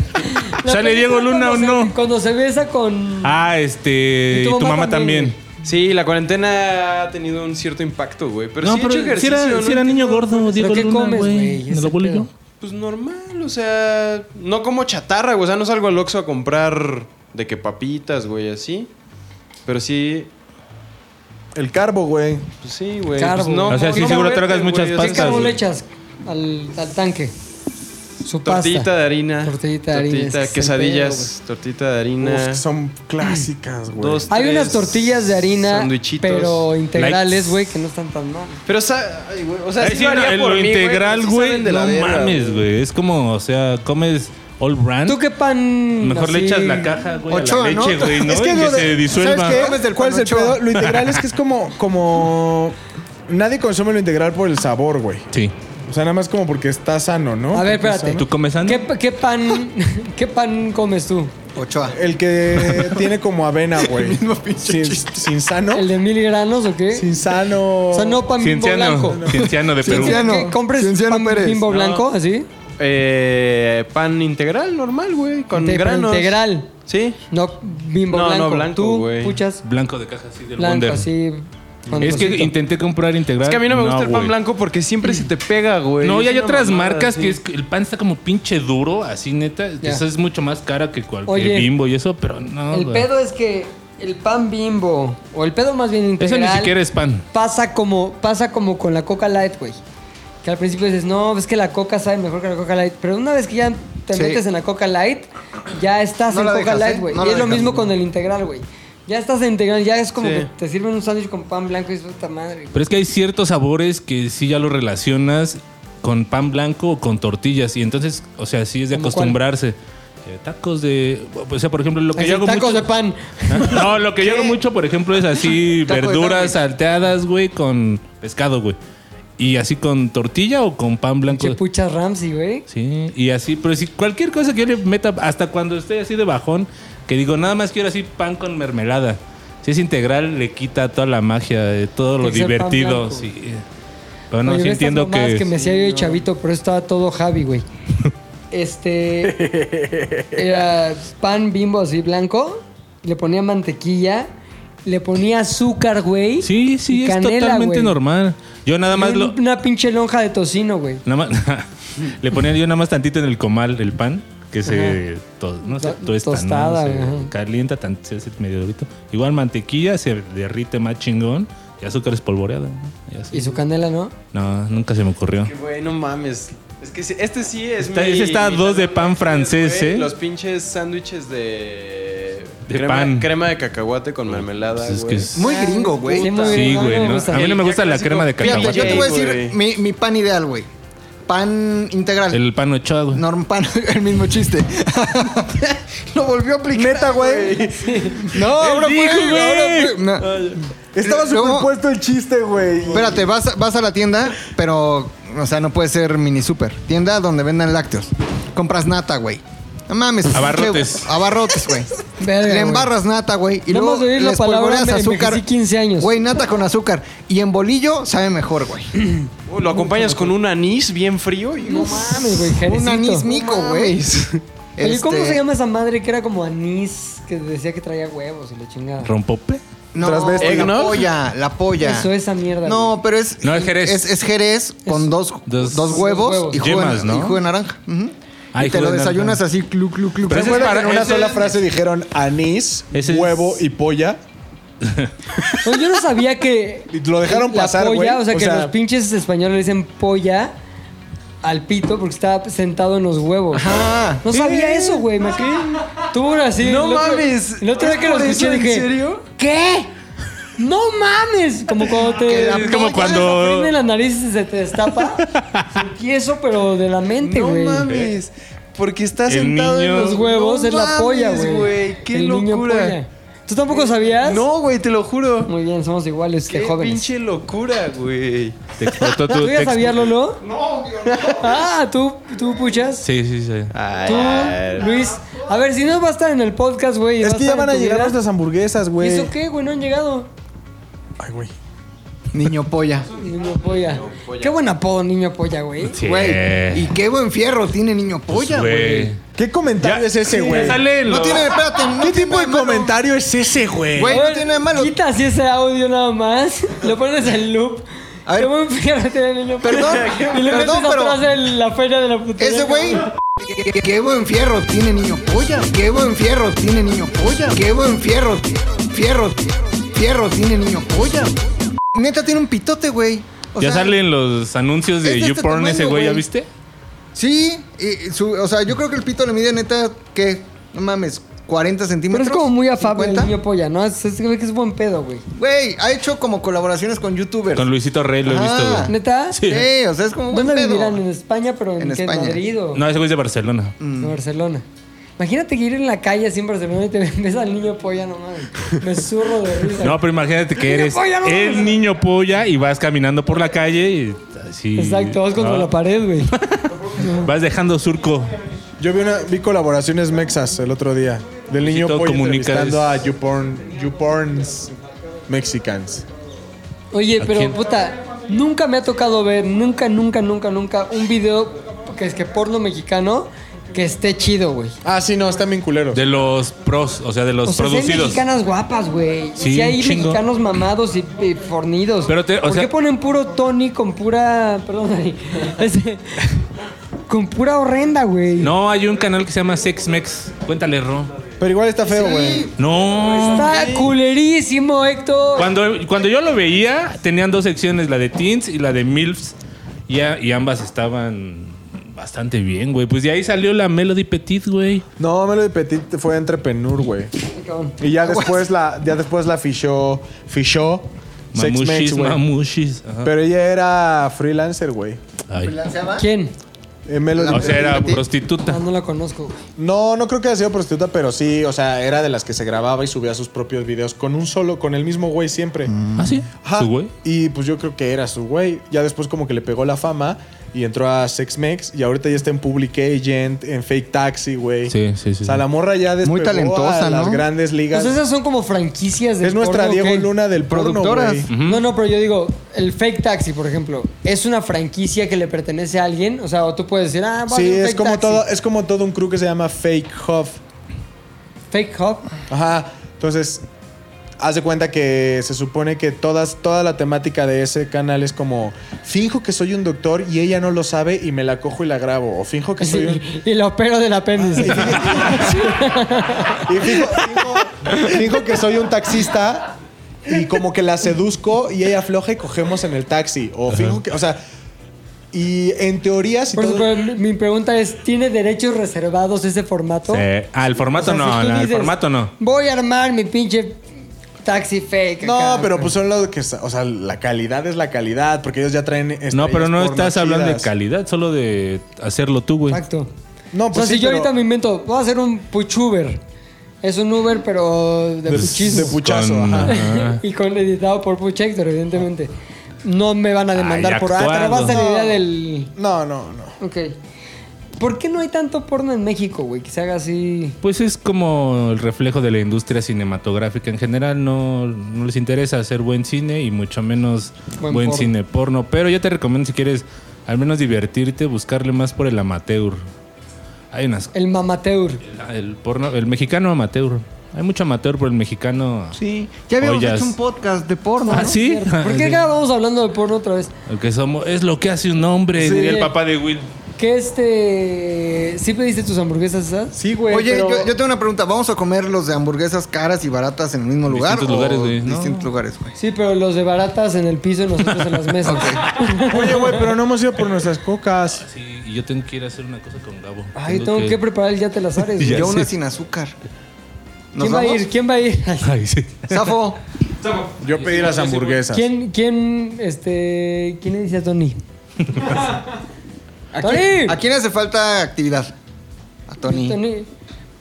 [SPEAKER 1] La
[SPEAKER 8] ¿Sale Diego
[SPEAKER 1] película
[SPEAKER 8] Luna
[SPEAKER 1] cuando
[SPEAKER 8] o
[SPEAKER 1] se-
[SPEAKER 8] no?
[SPEAKER 1] Cuando se besa con...
[SPEAKER 8] Ah, este. Y tu mamá, también.
[SPEAKER 4] Sí, la cuarentena ha tenido un cierto impacto, güey. Pero sí he hecho
[SPEAKER 8] si
[SPEAKER 4] ejercicio.
[SPEAKER 8] era,
[SPEAKER 4] ¿no?
[SPEAKER 8] si era niño gordo,
[SPEAKER 1] ¿Pero
[SPEAKER 8] Diego
[SPEAKER 1] qué
[SPEAKER 8] Luna,
[SPEAKER 1] comes, güey?
[SPEAKER 8] güey. El
[SPEAKER 1] Ese
[SPEAKER 8] abuelo y
[SPEAKER 1] pedo.
[SPEAKER 8] yo.
[SPEAKER 4] Pues normal, o sea, no como chatarra, güey. O sea, no salgo al Oxxo a comprar de que papitas, güey, así. Pero sí,
[SPEAKER 5] El carbo, güey.
[SPEAKER 4] pues sí, güey.
[SPEAKER 1] Carbo.
[SPEAKER 4] Pues no,
[SPEAKER 8] O sea, sí,
[SPEAKER 4] no
[SPEAKER 8] seguro
[SPEAKER 4] moverte,
[SPEAKER 8] tragas
[SPEAKER 4] güey,
[SPEAKER 8] muchas
[SPEAKER 4] o sea,
[SPEAKER 1] ¿Qué
[SPEAKER 8] pastas,
[SPEAKER 1] carbón
[SPEAKER 8] güey.
[SPEAKER 1] le echas al, al tanque? Su
[SPEAKER 4] Tortillita
[SPEAKER 1] pasta.
[SPEAKER 4] de harina.
[SPEAKER 1] Tortillita de harina,
[SPEAKER 4] Tortillita,
[SPEAKER 1] ese es el
[SPEAKER 4] quesadillas, tortita de harina.
[SPEAKER 8] Eh.
[SPEAKER 5] Uf, son clásicas, güey.
[SPEAKER 4] Dos,
[SPEAKER 1] Hay
[SPEAKER 4] tres
[SPEAKER 1] unas tortillas de harina,
[SPEAKER 4] sandwichitos.
[SPEAKER 1] pero integrales,
[SPEAKER 8] Lights.
[SPEAKER 1] güey, que no están tan mal.
[SPEAKER 4] Pero, o sea, ay, güey, o sea,
[SPEAKER 8] Ay,
[SPEAKER 4] sí
[SPEAKER 8] sí,
[SPEAKER 4] lo haría
[SPEAKER 8] no, el-
[SPEAKER 4] por
[SPEAKER 8] lo
[SPEAKER 4] mí, güey,
[SPEAKER 8] integral,
[SPEAKER 4] pero sí
[SPEAKER 8] güey.
[SPEAKER 4] saben de la
[SPEAKER 8] No
[SPEAKER 4] verga,
[SPEAKER 8] mames, güey. Es como, o sea, comes all brand.
[SPEAKER 1] ¿Tú qué pan?
[SPEAKER 8] Mejor le
[SPEAKER 1] así-
[SPEAKER 8] echas la caja, güey, a
[SPEAKER 3] Ochoa,
[SPEAKER 8] la
[SPEAKER 3] ¿no?
[SPEAKER 8] leche, güey, ¿no?
[SPEAKER 5] Es
[SPEAKER 8] y
[SPEAKER 5] que,
[SPEAKER 8] que
[SPEAKER 5] lo de-
[SPEAKER 8] se disuelva.
[SPEAKER 5] ¿Sabes qué? ¿Cuál es el
[SPEAKER 3] Con Ochoa.
[SPEAKER 5] pedo? Lo integral es que es como, como... Nadie consume lo integral por el sabor, güey.
[SPEAKER 8] Sí.
[SPEAKER 5] O sea, nada más como porque está sano, ¿no?
[SPEAKER 1] A ver, espérate.
[SPEAKER 8] ¿Tú comes ano?
[SPEAKER 1] ¿Qué, qué pan, ¿Qué pan comes tú?
[SPEAKER 3] Ochoa.
[SPEAKER 5] El que tiene como avena, güey. sin, sin sano.
[SPEAKER 1] ¿El de mil granos o qué?
[SPEAKER 5] Sin sano.
[SPEAKER 1] O sea, no pan bimbo blanco.
[SPEAKER 8] Cienciano. Cienciano de Perú.
[SPEAKER 3] Cienciano.
[SPEAKER 1] ¿Qué compres
[SPEAKER 3] Cienciano
[SPEAKER 1] pan
[SPEAKER 3] Pérez.
[SPEAKER 1] bimbo
[SPEAKER 3] No.
[SPEAKER 1] blanco así?
[SPEAKER 4] güey. Eh, pan integral, normal, güey, con
[SPEAKER 1] Inte- pero
[SPEAKER 4] granos.
[SPEAKER 1] Integral.
[SPEAKER 4] Sí.
[SPEAKER 1] No bimbo
[SPEAKER 4] No, no,
[SPEAKER 1] blanco.
[SPEAKER 4] blanco,
[SPEAKER 1] Tú
[SPEAKER 4] güey.
[SPEAKER 1] puchas
[SPEAKER 8] Blanco de caja, así del
[SPEAKER 1] blanco
[SPEAKER 8] Wonder.
[SPEAKER 1] así. con
[SPEAKER 8] Es que
[SPEAKER 1] trocito.
[SPEAKER 8] intenté comprar integral.
[SPEAKER 4] Es que a mí no me gusta el pan
[SPEAKER 8] güey.
[SPEAKER 4] blanco porque siempre se te pega, güey.
[SPEAKER 8] No, y
[SPEAKER 4] Es
[SPEAKER 8] hay
[SPEAKER 4] una
[SPEAKER 8] otras
[SPEAKER 4] mamada,
[SPEAKER 8] marcas
[SPEAKER 4] sí.
[SPEAKER 8] que es, el pan está como pinche duro, así neta.
[SPEAKER 1] Ya.
[SPEAKER 8] Eso es mucho más cara que cualquier
[SPEAKER 1] Oye,
[SPEAKER 8] bimbo y eso, pero no.
[SPEAKER 1] El
[SPEAKER 8] güey.
[SPEAKER 1] pedo es que el pan bimbo, o el pedo más bien
[SPEAKER 8] Eso
[SPEAKER 1] integral,
[SPEAKER 8] ni siquiera es pan.
[SPEAKER 1] pasa, como, pasa como con la Coca Light, güey. Que al principio dices, no, es que la Coca sabe mejor que la Coca Light. Pero una vez que ya te
[SPEAKER 3] Sí.
[SPEAKER 1] metes en la Coca Light, ya estás
[SPEAKER 3] No
[SPEAKER 1] en
[SPEAKER 3] la
[SPEAKER 1] Coca
[SPEAKER 3] dejas,
[SPEAKER 1] Light,
[SPEAKER 3] ¿eh?
[SPEAKER 1] güey.
[SPEAKER 3] No
[SPEAKER 1] y
[SPEAKER 3] la
[SPEAKER 1] es lo
[SPEAKER 3] dejas.
[SPEAKER 1] mismo con el integral, güey. Ya estás en integral, ya es como
[SPEAKER 4] Sí.
[SPEAKER 1] que te sirven un sándwich con pan blanco y es puta madre. güey.
[SPEAKER 8] Pero es que hay ciertos sabores que sí ya lo relacionas con pan blanco o con tortillas. Y entonces, o sea, sí es de
[SPEAKER 1] ¿Cómo
[SPEAKER 8] acostumbrarse. Eh, Tacos de. O sea, por ejemplo, lo que
[SPEAKER 1] Así,
[SPEAKER 8] yo hago
[SPEAKER 1] tacos de
[SPEAKER 8] mucho.
[SPEAKER 1] pan.
[SPEAKER 8] No, lo que yo hago mucho, por ejemplo, es así
[SPEAKER 3] Taco de pan, güey.
[SPEAKER 8] verduras salteadas, güey, con pescado, güey. Y así con tortilla o con pan blanco.
[SPEAKER 1] Che puchas Ramsey, güey.
[SPEAKER 8] Sí, y así, pero si cualquier cosa que yo le meta, hasta cuando estoy así de bajón, que digo, nada más quiero así pan con mermelada. Si es integral, le quita toda la magia, de todo lo
[SPEAKER 1] Tiene que ser pan
[SPEAKER 8] divertido.
[SPEAKER 1] blanco.
[SPEAKER 8] Sí. Pero no,
[SPEAKER 1] Oye,
[SPEAKER 8] sí
[SPEAKER 1] ve estas
[SPEAKER 8] entiendo
[SPEAKER 1] mamadas
[SPEAKER 8] que.
[SPEAKER 1] me hacía yo de chavito, pero estaba todo Javi, güey. Este. era pan bimbo así blanco. Le ponía mantequilla. Le ponía azúcar, güey.
[SPEAKER 8] Sí, sí,
[SPEAKER 1] y
[SPEAKER 8] es
[SPEAKER 1] canela,
[SPEAKER 8] totalmente
[SPEAKER 1] güey.
[SPEAKER 8] normal. Yo nada
[SPEAKER 1] Y
[SPEAKER 8] más
[SPEAKER 1] un-
[SPEAKER 8] lo.
[SPEAKER 1] Una pinche lonja de tocino, güey.
[SPEAKER 8] Nada más, le ponía yo nada más tantito en el comal el pan, que se, to- no sé,
[SPEAKER 1] To-
[SPEAKER 8] tuesta, ¿no?
[SPEAKER 1] tostada,
[SPEAKER 8] Se
[SPEAKER 1] ajá.
[SPEAKER 8] calienta, tan- se hace medio durito. Igual mantequilla, se derrite más chingón y azúcar espolvoreado. ¿no? Y así.
[SPEAKER 1] Y su canela, ¿no?
[SPEAKER 8] No, nunca se me ocurrió.
[SPEAKER 4] Que, Güey, no mames. Es que sí- este sí es
[SPEAKER 8] Está- ese está a dos de pan francés,
[SPEAKER 4] güey.
[SPEAKER 8] ¿eh?
[SPEAKER 4] Los pinches sándwiches de...
[SPEAKER 8] De
[SPEAKER 4] crema,
[SPEAKER 8] pan.
[SPEAKER 4] Crema de cacahuate con mermelada,
[SPEAKER 8] Pues es
[SPEAKER 4] güey.
[SPEAKER 8] que es-
[SPEAKER 3] Muy gringo, güey.
[SPEAKER 1] Sí, muy
[SPEAKER 8] Sí,
[SPEAKER 1] gringo,
[SPEAKER 8] güey,
[SPEAKER 1] no me
[SPEAKER 8] ¿no?
[SPEAKER 1] gusta.
[SPEAKER 8] A mí no me
[SPEAKER 4] Ya
[SPEAKER 8] gusta la
[SPEAKER 4] clásico.
[SPEAKER 8] crema de
[SPEAKER 4] Fíjate,
[SPEAKER 3] Fíjate, yo
[SPEAKER 8] cacahuate.
[SPEAKER 3] te voy a
[SPEAKER 4] güey.
[SPEAKER 3] decir mi, mi pan ideal, güey. pan integral.
[SPEAKER 8] El pan ochoa, güey.
[SPEAKER 3] Norm pan, el mismo chiste. Lo volvió a aplicar.
[SPEAKER 5] Neta, güey.
[SPEAKER 3] No, ahora
[SPEAKER 8] dijo,
[SPEAKER 3] fue,
[SPEAKER 8] güey.
[SPEAKER 3] ahora fue- no.
[SPEAKER 5] Estaba
[SPEAKER 3] Luego-
[SPEAKER 5] superpuesto el chiste, güey.
[SPEAKER 3] Espérate, vas, a- vas a la tienda, pero, o sea, no puede ser mini super. Tienda donde vendan lácteos. Compras nata, güey. No mames. pues,
[SPEAKER 8] Abarrotes.
[SPEAKER 3] qué- abarrotes, güey.
[SPEAKER 1] Verga,
[SPEAKER 3] Le
[SPEAKER 1] güey.
[SPEAKER 3] embarras nata, güey.
[SPEAKER 1] Nada
[SPEAKER 3] Y luego
[SPEAKER 1] más de oír la
[SPEAKER 3] le
[SPEAKER 1] palabra
[SPEAKER 3] espolvoreas
[SPEAKER 1] me
[SPEAKER 3] azúcar.
[SPEAKER 1] envejecí 15 años.
[SPEAKER 3] Güey, nata con azúcar. Y en bolillo sabe mejor, güey.
[SPEAKER 4] Uh, lo acompañas con un anís bien frío y
[SPEAKER 1] No mames, güey.
[SPEAKER 3] Un
[SPEAKER 1] Jerecito.
[SPEAKER 3] anís mico, güey.
[SPEAKER 1] Oye, ¿Cómo
[SPEAKER 3] Este,
[SPEAKER 1] se llama esa madre que era como anís que decía que traía huevos y la chingada?
[SPEAKER 8] ¿Rompope?
[SPEAKER 3] No,
[SPEAKER 5] Transvesti.
[SPEAKER 3] la polla, la polla.
[SPEAKER 1] Eso, esa mierda.
[SPEAKER 3] No, pero es.
[SPEAKER 8] No, es Jerez.
[SPEAKER 3] Es, es Jerez con
[SPEAKER 1] Es-
[SPEAKER 3] dos,
[SPEAKER 8] dos-
[SPEAKER 3] dos, huevos,
[SPEAKER 1] huevos.
[SPEAKER 3] y, jugo, de-
[SPEAKER 8] Yemas, ¿no?
[SPEAKER 3] y jugo de naranja. Ujú.
[SPEAKER 8] Ah,
[SPEAKER 3] y
[SPEAKER 8] y
[SPEAKER 3] te
[SPEAKER 8] jugo
[SPEAKER 3] lo
[SPEAKER 8] de naranja.
[SPEAKER 3] desayunas así, clu, clu,
[SPEAKER 8] Pero
[SPEAKER 3] clu. clu.
[SPEAKER 8] ese es
[SPEAKER 5] Recuerda que
[SPEAKER 8] para-
[SPEAKER 5] en una
[SPEAKER 8] ese
[SPEAKER 5] sola
[SPEAKER 8] es-
[SPEAKER 5] frase dijeron anís,
[SPEAKER 8] Ese es-
[SPEAKER 5] huevo y polla.
[SPEAKER 1] Oye, Pues yo no sabía que.
[SPEAKER 5] Y lo dejaron
[SPEAKER 1] la
[SPEAKER 5] pasar,
[SPEAKER 1] polla,
[SPEAKER 5] güey.
[SPEAKER 1] O sea,
[SPEAKER 5] O
[SPEAKER 1] que
[SPEAKER 5] sea-
[SPEAKER 1] los pinches españoles le dicen polla al pito porque estaba sentado en los huevos.
[SPEAKER 3] Ajá.
[SPEAKER 1] No sabía eso, güey. Me acabé. Tú así.
[SPEAKER 4] No
[SPEAKER 1] el otro-
[SPEAKER 4] mames.
[SPEAKER 1] El otro día
[SPEAKER 4] ¿Es
[SPEAKER 1] que lo
[SPEAKER 4] por
[SPEAKER 1] escuché
[SPEAKER 4] eso, en
[SPEAKER 1] dije.
[SPEAKER 4] serio?
[SPEAKER 1] ¿Qué? ¡No mames! Como cuando te.
[SPEAKER 3] la
[SPEAKER 8] Es como
[SPEAKER 3] polla
[SPEAKER 1] Te prende
[SPEAKER 8] cuando...
[SPEAKER 1] la nariz y se te destapa. Sentí eso, pero de la mente,
[SPEAKER 4] No
[SPEAKER 1] güey.
[SPEAKER 4] mames. Porque está
[SPEAKER 8] El
[SPEAKER 4] sentado
[SPEAKER 8] niño-
[SPEAKER 4] en
[SPEAKER 1] Los
[SPEAKER 4] los
[SPEAKER 1] huevos
[SPEAKER 4] No
[SPEAKER 1] es la polla,
[SPEAKER 4] mames,
[SPEAKER 1] güey.
[SPEAKER 4] Qué
[SPEAKER 1] El niño polla.
[SPEAKER 4] locura. Eh,
[SPEAKER 1] ¿Tú tampoco sabías?
[SPEAKER 4] No, güey, te lo juro.
[SPEAKER 1] Muy bien, somos iguales
[SPEAKER 4] Qué
[SPEAKER 1] que jóvenes.
[SPEAKER 4] pinche locura, güey.
[SPEAKER 8] Te explotó tu
[SPEAKER 1] ¿Tú ya
[SPEAKER 8] te expl-
[SPEAKER 1] sabías, Lolo? No, Ah, ¿tú, tú puchas?
[SPEAKER 8] Sí, sí, sí.
[SPEAKER 1] ¿Tú, Luis? A ver, si no va a estar en el podcast, güey.
[SPEAKER 5] Es
[SPEAKER 1] va
[SPEAKER 5] que
[SPEAKER 1] estar
[SPEAKER 5] ya
[SPEAKER 1] en
[SPEAKER 5] van a
[SPEAKER 1] tu
[SPEAKER 5] llegar
[SPEAKER 1] vida.
[SPEAKER 5] nuestras hamburguesas,
[SPEAKER 1] ¿Y
[SPEAKER 5] güey.
[SPEAKER 1] eso qué, güey? No han llegado.
[SPEAKER 5] Ay, güey.
[SPEAKER 3] Niño polla.
[SPEAKER 1] Niño polla. Qué buen apodo, niño polla, güey.
[SPEAKER 8] Sí.
[SPEAKER 3] Güey, y qué buen fierro tiene niño
[SPEAKER 8] Pues,
[SPEAKER 3] polla, güey.
[SPEAKER 5] ¿Qué comentario es ese, güey?
[SPEAKER 8] Sale lo-
[SPEAKER 3] No tiene, espérate, no
[SPEAKER 5] ¿Qué
[SPEAKER 3] tiene
[SPEAKER 5] tipo de
[SPEAKER 3] nada malo.
[SPEAKER 5] comentario es ese, güey?
[SPEAKER 3] Güey,
[SPEAKER 1] A
[SPEAKER 3] no
[SPEAKER 1] ver,
[SPEAKER 3] tiene nada de malo.
[SPEAKER 1] Quitas ese audio nada más, lo pones en loop.
[SPEAKER 3] A ver.
[SPEAKER 1] Qué buen fierro tiene el niño polla.
[SPEAKER 3] Perdón,
[SPEAKER 1] Y le
[SPEAKER 3] perdón,
[SPEAKER 1] metes
[SPEAKER 3] pero-
[SPEAKER 1] atrás de la feria de la putería.
[SPEAKER 3] Ese güey. Qué- Qué buen fierro tiene niño polla. Qué buen fierro tiene niño polla. Qué buen fierro. Fierro. Fierro tiene niño polla. Neta tiene un pitote, güey. O
[SPEAKER 8] Ya
[SPEAKER 3] sea,
[SPEAKER 8] salen los anuncios de
[SPEAKER 3] es de este
[SPEAKER 8] YouPorn ese
[SPEAKER 3] tamaño,
[SPEAKER 8] güey, ¿ya
[SPEAKER 3] güey.
[SPEAKER 8] viste?
[SPEAKER 3] Sí, y su- o sea, yo creo que el pito le mide neta que, no mames, 40
[SPEAKER 1] Pero
[SPEAKER 3] centímetros.
[SPEAKER 1] es como muy afable el
[SPEAKER 3] 50.
[SPEAKER 1] niño polla, ¿no? Es, es, que es buen pedo, güey.
[SPEAKER 3] Güey, ha hecho como colaboraciones con youtubers.
[SPEAKER 8] Con Luisito Rey lo he visto,
[SPEAKER 3] Ah.
[SPEAKER 8] güey.
[SPEAKER 1] ¿Neta?
[SPEAKER 8] Sí.
[SPEAKER 3] Sí, o sea, es como buen
[SPEAKER 1] ¿Dónde
[SPEAKER 3] pedo.
[SPEAKER 1] vivirán? ¿En España? ¿Pero en,
[SPEAKER 3] En
[SPEAKER 1] qué?
[SPEAKER 3] España.
[SPEAKER 1] ¿Madrid o
[SPEAKER 8] No, ese güey es de Barcelona.
[SPEAKER 1] en Barcelona? Imagínate que ir en la calle así en Barcelona y te ves al niño polla, no mames. Me zurro de risa.
[SPEAKER 8] No, pero imagínate que eres
[SPEAKER 1] polla, no mames.
[SPEAKER 8] el niño polla y vas caminando por la calle y así.
[SPEAKER 1] Exacto, vas contra
[SPEAKER 8] ¿no?
[SPEAKER 1] la pared, güey.
[SPEAKER 8] Vas dejando surco.
[SPEAKER 5] Yo vi, una, vi colaboraciones mexas el otro día. Del niño
[SPEAKER 8] Luisito
[SPEAKER 5] pollo
[SPEAKER 8] Comunica
[SPEAKER 5] entrevistando a
[SPEAKER 8] es-
[SPEAKER 5] YouPorn, YouPorns Mexicans.
[SPEAKER 1] Oye,
[SPEAKER 8] ¿A
[SPEAKER 1] pero
[SPEAKER 8] quién?
[SPEAKER 1] puta, nunca me ha tocado ver, nunca, nunca, nunca, nunca, un video que es que porno mexicano que esté chido, güey.
[SPEAKER 5] Ah, sí, no, están bien culeros.
[SPEAKER 8] De los pros, o sea, de los
[SPEAKER 1] O sea, sí hay
[SPEAKER 8] producidos.
[SPEAKER 1] mexicanas guapas, güey.
[SPEAKER 8] Sí,
[SPEAKER 1] Sí, hay
[SPEAKER 8] un chingo.
[SPEAKER 1] mexicanos mamados y, y fornidos.
[SPEAKER 8] Pero te- o
[SPEAKER 1] ¿Por
[SPEAKER 8] sea-
[SPEAKER 1] qué ponen puro Tony con pura. Perdón, Dani. Este, con pura horrenda, güey.
[SPEAKER 8] No, hay un canal que se llama Sex Mex. Cuéntale, Ro.
[SPEAKER 5] Pero igual está feo, güey.
[SPEAKER 8] No.
[SPEAKER 1] Está culerísimo, Héctor.
[SPEAKER 8] Cuando, cuando yo lo veía, tenían dos secciones, la de teens y la de MILFs. Y, a- y ambas estaban bastante bien, güey. Pues de ahí salió la Melody Petit, güey.
[SPEAKER 5] No, Melody Petit fue entrepreneur, güey.
[SPEAKER 1] Cabrón.
[SPEAKER 5] Y ya después la, ya después la fichó, fichó Sex Mex,
[SPEAKER 8] Mamushis,
[SPEAKER 5] güey.
[SPEAKER 8] mamushis. ajá.
[SPEAKER 5] Pero ella era freelancer, güey.
[SPEAKER 8] Ay.
[SPEAKER 1] ¿Quién?
[SPEAKER 5] Eh, Melody
[SPEAKER 8] O sea, era
[SPEAKER 3] Petit.
[SPEAKER 1] Ah,
[SPEAKER 8] prostituta.
[SPEAKER 1] no la conozco, güey.
[SPEAKER 5] No, no creo que haya sido prostituta, pero sí, o sea, era de las que se grababa y subía sus propios videos con un solo, con el mismo güey siempre.
[SPEAKER 8] ¿Ah, sí?
[SPEAKER 5] Ajá.
[SPEAKER 8] ¿Su güey?
[SPEAKER 5] Y pues yo creo que era su güey. Ya después como que le pegó la fama y entró a Sex Mex y ahorita ya está en Public Agent, en Fake Taxi, güey.
[SPEAKER 8] Sí, sí, sí.
[SPEAKER 5] O sea, la morra ya despegó
[SPEAKER 3] Muy talentosa,
[SPEAKER 5] a
[SPEAKER 3] ¿no?
[SPEAKER 5] las grandes ligas.
[SPEAKER 1] Pues esas son como franquicias de.
[SPEAKER 5] es nuestra Diego Luna del porno,
[SPEAKER 3] Productoras.
[SPEAKER 5] güey.
[SPEAKER 1] No, no, pero yo digo, el fake taxi, por ejemplo, es una franquicia que le pertenece a alguien. O sea, o tú puedes decir, ah, voy a
[SPEAKER 5] Sí,
[SPEAKER 1] hacer un
[SPEAKER 5] es
[SPEAKER 1] fake
[SPEAKER 5] como,
[SPEAKER 1] taxi.
[SPEAKER 5] todo, es como todo un crew que se llama Fake Huff.
[SPEAKER 1] Fake hub.
[SPEAKER 5] Ajá. Entonces, haz de cuenta que se supone que todas, toda la temática de ese canal es como finjo que soy un doctor y ella no lo sabe y me la cojo y la grabo. O finjo que soy un.
[SPEAKER 1] Y lo opero del apéndice.
[SPEAKER 5] Y finjo, finjo- finjo que soy un taxista y como que la seduzco y ella afloja y cogemos en el taxi. O finjo que. O sea. Y en teoría, si
[SPEAKER 1] Por
[SPEAKER 5] todo-
[SPEAKER 1] eso, pero mi pregunta es, ¿tiene derechos reservados ese formato?
[SPEAKER 8] Sí. Ah, el
[SPEAKER 1] O
[SPEAKER 8] formato
[SPEAKER 1] sea,
[SPEAKER 8] no,
[SPEAKER 1] si tú
[SPEAKER 8] no, el
[SPEAKER 1] dices, Este,
[SPEAKER 8] formato no.
[SPEAKER 1] Voy a armar mi pinche Taxi fake.
[SPEAKER 5] No,
[SPEAKER 1] acá,
[SPEAKER 5] pero
[SPEAKER 1] güey.
[SPEAKER 5] pues son los que. sa- O sea, la calidad es la calidad, porque ellos ya traen.
[SPEAKER 8] No, pero no
[SPEAKER 5] estrellas
[SPEAKER 8] estás
[SPEAKER 5] porno
[SPEAKER 8] hablando de
[SPEAKER 5] chidas.
[SPEAKER 8] calidad, solo de hacerlo tú, güey.
[SPEAKER 1] Exacto.
[SPEAKER 5] No,
[SPEAKER 1] o sea,
[SPEAKER 5] pues sí,
[SPEAKER 1] si yo
[SPEAKER 5] pero-
[SPEAKER 1] ahorita me invento, voy a hacer un puchuber. Es un Uber, pero de
[SPEAKER 8] Pues,
[SPEAKER 1] puchismo.
[SPEAKER 5] de puchazo,
[SPEAKER 8] Con-
[SPEAKER 5] ajá.
[SPEAKER 8] ajá.
[SPEAKER 1] y con editado por Puch Héctor, evidentemente. No me van a demandar
[SPEAKER 8] Ay,
[SPEAKER 1] por ah, te
[SPEAKER 8] actuado.
[SPEAKER 1] robaste la
[SPEAKER 5] No.
[SPEAKER 1] idea del.
[SPEAKER 5] No, no, no.
[SPEAKER 1] Ok. ¿Por qué no hay tanto porno en México, güey? Que se haga así.
[SPEAKER 8] Pues es como el reflejo de la industria cinematográfica en general. No, no les interesa hacer buen cine y mucho menos
[SPEAKER 1] Buen
[SPEAKER 8] buen,
[SPEAKER 1] porno.
[SPEAKER 8] cine porno. Pero yo te recomiendo, si quieres al menos divertirte, buscarle más por el amateur. Hay unas.
[SPEAKER 1] El mamateur.
[SPEAKER 8] El, porno, el mexicano amateur. Hay mucho amateur por el mexicano.
[SPEAKER 3] Sí. Ya habíamos
[SPEAKER 8] Ollas.
[SPEAKER 3] hecho un podcast de porno.
[SPEAKER 8] Ah,
[SPEAKER 3] ¿no?
[SPEAKER 8] sí.
[SPEAKER 1] ¿Por qué
[SPEAKER 8] Sí.
[SPEAKER 1] acabamos hablando de porno otra vez?
[SPEAKER 8] El que somos. Es lo que hace un hombre,
[SPEAKER 1] Sí.
[SPEAKER 8] diría el papá de Will.
[SPEAKER 1] Que este. ¿Sí pediste tus hamburguesas esas?
[SPEAKER 5] Sí, güey.
[SPEAKER 3] Oye,
[SPEAKER 5] pero-
[SPEAKER 3] yo, yo tengo una pregunta. ¿Vamos a comer los de hamburguesas caras y baratas en el mismo lugar?
[SPEAKER 8] Distintos
[SPEAKER 3] o
[SPEAKER 8] lugares, güey, ¿no?
[SPEAKER 3] Distintos lugares, güey.
[SPEAKER 1] Sí, pero los de baratas en el piso y nosotros en las mesas.
[SPEAKER 5] Oye, güey, pero no hemos ido por nuestras cocas.
[SPEAKER 8] Sí, y yo tengo que ir a hacer una cosa con Gabo.
[SPEAKER 1] Ay, tengo que preparar el yate Lazares. güey.
[SPEAKER 3] Yo una sin azúcar. ¿Nos
[SPEAKER 1] ¿Quién va a
[SPEAKER 3] vamos?
[SPEAKER 1] ir? ¿Quién va a ir?
[SPEAKER 8] Ay, sí.
[SPEAKER 3] Safo.
[SPEAKER 5] Yo pedí las hamburguesas.
[SPEAKER 1] ¿Quién, quién, este, quién le dice a Tony?
[SPEAKER 3] ¿A
[SPEAKER 1] ¡Tony!
[SPEAKER 3] quién, a quién hace falta actividad? A Tony.
[SPEAKER 1] Tony,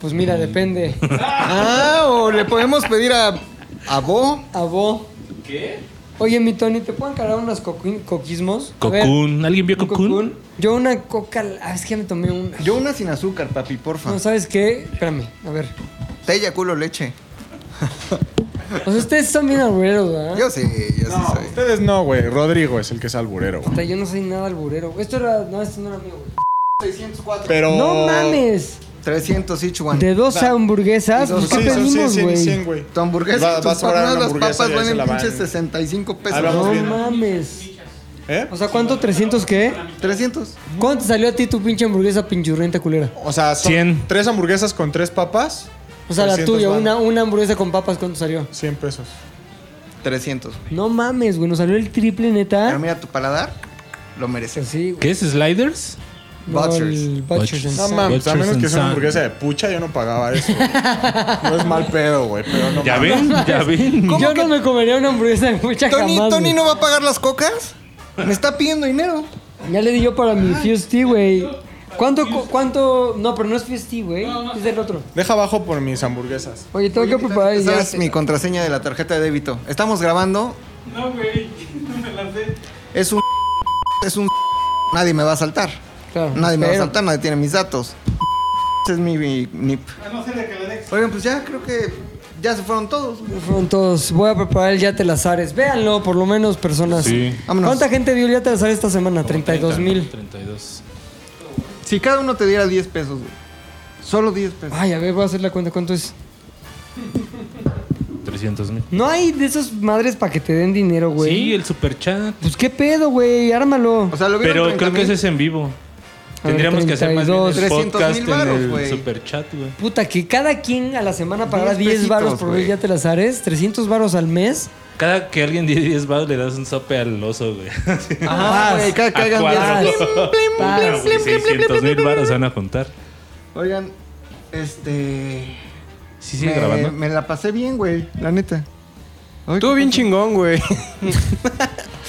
[SPEAKER 1] pues mira, depende.
[SPEAKER 3] Ah, o le podemos pedir a, a Bo.
[SPEAKER 1] A vos. ¿Qué? Oye, mi Tony, ¿te puedo encargar unos coquin- coquismos? A ver,
[SPEAKER 8] Cocoon. ¿Alguien vio
[SPEAKER 1] ¿un
[SPEAKER 8] Cocoon?
[SPEAKER 1] cocoon? Yo una coca... Ah, es que me tomé una.
[SPEAKER 3] Yo una sin azúcar, papi, porfa.
[SPEAKER 1] No, ¿sabes qué? Espérame, a ver.
[SPEAKER 3] Tella, culo, leche.
[SPEAKER 1] O sea, ustedes son bien albureros, ¿verdad?
[SPEAKER 3] Yo sí, yo sí
[SPEAKER 5] No,
[SPEAKER 3] soy.
[SPEAKER 5] ustedes no, güey. Rodrigo es el que es alburero, güey.
[SPEAKER 1] Puta, yo no soy nada alburero. Esto era... No, esto no era mío, güey.
[SPEAKER 3] 604.
[SPEAKER 5] Pero.
[SPEAKER 1] ¡No mames!
[SPEAKER 3] 300 each one.
[SPEAKER 1] De dos hamburguesas,
[SPEAKER 3] Y dos
[SPEAKER 1] pues, ¿qué
[SPEAKER 5] Sí, son
[SPEAKER 1] pedimos,
[SPEAKER 5] 100,
[SPEAKER 1] güey?
[SPEAKER 5] 100, güey.
[SPEAKER 3] Tu hamburguesa,
[SPEAKER 5] Va-
[SPEAKER 3] y
[SPEAKER 5] vas
[SPEAKER 3] tus
[SPEAKER 5] a parar
[SPEAKER 3] papas,
[SPEAKER 5] una
[SPEAKER 3] las
[SPEAKER 5] hamburguesa
[SPEAKER 3] papas
[SPEAKER 5] y ahí se
[SPEAKER 3] valen
[SPEAKER 5] la van. ¿Eh?
[SPEAKER 3] pinches 65 pesos.
[SPEAKER 5] Ahí vamos
[SPEAKER 1] No
[SPEAKER 5] bien.
[SPEAKER 1] mames.
[SPEAKER 5] ¿Eh?
[SPEAKER 1] O sea, ¿cuánto? ¿300 qué?
[SPEAKER 3] 300.
[SPEAKER 1] ¿Cuánto te salió a ti tu pinche hamburguesa pinchurrienta culera?
[SPEAKER 5] O sea, son
[SPEAKER 8] 100.
[SPEAKER 5] tres hamburguesas con tres papas.
[SPEAKER 1] O sea, la
[SPEAKER 5] 300
[SPEAKER 1] tuya,
[SPEAKER 5] van.
[SPEAKER 1] una, una hamburguesa con papas, ¿cuánto salió?
[SPEAKER 5] 100 pesos.
[SPEAKER 3] 300.
[SPEAKER 1] No mames, güey, nos salió el triple
[SPEAKER 3] Pero
[SPEAKER 1] neta.
[SPEAKER 3] mira, tu paladar lo merece.
[SPEAKER 1] Sí, güey.
[SPEAKER 8] ¿Qué es? ¿Sliders?
[SPEAKER 1] No,
[SPEAKER 3] Butchers.
[SPEAKER 1] el Butchers and
[SPEAKER 5] No
[SPEAKER 1] Sun.
[SPEAKER 5] mames, a
[SPEAKER 8] Butchers
[SPEAKER 5] menos que
[SPEAKER 8] and
[SPEAKER 5] sea una
[SPEAKER 8] Sun.
[SPEAKER 5] hamburguesa de pucha, yo no pagaba eso. güey. no es mal pedo, güey, pero no
[SPEAKER 8] ¿Ya
[SPEAKER 5] mames.
[SPEAKER 8] ven? ¿Ya ven?
[SPEAKER 1] Yo no me comería una hamburguesa de mucha
[SPEAKER 3] Tony,
[SPEAKER 1] jamás,
[SPEAKER 3] Tony
[SPEAKER 1] güey.
[SPEAKER 3] no va a pagar las cocas. Me está pidiendo dinero.
[SPEAKER 1] Ya le di yo para mi Fiesti, güey. ¿Cuánto, cu- cuánto? No, pero no es Fiesti, güey. Es del otro.
[SPEAKER 5] Deja abajo por mis hamburguesas.
[SPEAKER 1] Oye, tengo que preparar el
[SPEAKER 3] Esa es
[SPEAKER 1] yate.
[SPEAKER 3] mi contraseña de la tarjeta de débito. Estamos grabando.
[SPEAKER 8] No, güey. No me la sé.
[SPEAKER 3] Es un. Es un. Nadie me va a saltar.
[SPEAKER 1] Claro,
[SPEAKER 3] Nadie me va a
[SPEAKER 1] pero-
[SPEAKER 3] saltar, nadie tiene mis datos. Ese es mi, mi NIP. Oigan, pues ya creo que ya se fueron todos. güey.
[SPEAKER 1] Fueron todos. Voy a preparar el Yate Lazares. Véanlo, por lo menos, personas.
[SPEAKER 8] Sí.
[SPEAKER 3] Vámonos.
[SPEAKER 1] ¿Cuánta gente vio el Yate Lazares esta semana? 32 mil.
[SPEAKER 8] 32.
[SPEAKER 3] Si cada uno te diera 10 pesos, güey. Solo 10 pesos.
[SPEAKER 1] Ay, a ver, voy a hacer la cuenta. ¿Cuánto es?
[SPEAKER 8] 300 mil.
[SPEAKER 1] No hay de esos madres para que te den dinero, güey.
[SPEAKER 8] Sí, el super chat.
[SPEAKER 1] Pues qué pedo, güey. Ármalo.
[SPEAKER 3] O sea, lo vieron
[SPEAKER 8] Pero creo que
[SPEAKER 3] 30,000.
[SPEAKER 8] ese es en vivo.
[SPEAKER 1] A ver,
[SPEAKER 8] Tendríamos que hacer más bien
[SPEAKER 1] 32,
[SPEAKER 8] el
[SPEAKER 3] 300,000
[SPEAKER 8] podcast
[SPEAKER 3] varos,
[SPEAKER 8] en
[SPEAKER 3] güey.
[SPEAKER 8] el super chat, güey.
[SPEAKER 1] Puta, que cada quien a la semana pagará
[SPEAKER 3] 10
[SPEAKER 1] 10 varos por ver
[SPEAKER 3] güey.
[SPEAKER 1] Yate Lazares. 300 varos al mes.
[SPEAKER 8] Cada que alguien dice 10 varos le das un sope al oso, güey.
[SPEAKER 1] Ah,
[SPEAKER 3] Ajá, güey, cada que
[SPEAKER 8] A
[SPEAKER 3] hagan 10
[SPEAKER 8] cuadros. Ah,
[SPEAKER 3] pesos.
[SPEAKER 1] Paz.
[SPEAKER 8] Güey, 600 mil varos se van a juntar.
[SPEAKER 3] Oigan, este.
[SPEAKER 8] Sí, sigue
[SPEAKER 3] me,
[SPEAKER 8] grabando.
[SPEAKER 3] me la pasé bien, güey, la neta.
[SPEAKER 4] Estuvo bien chingón, güey.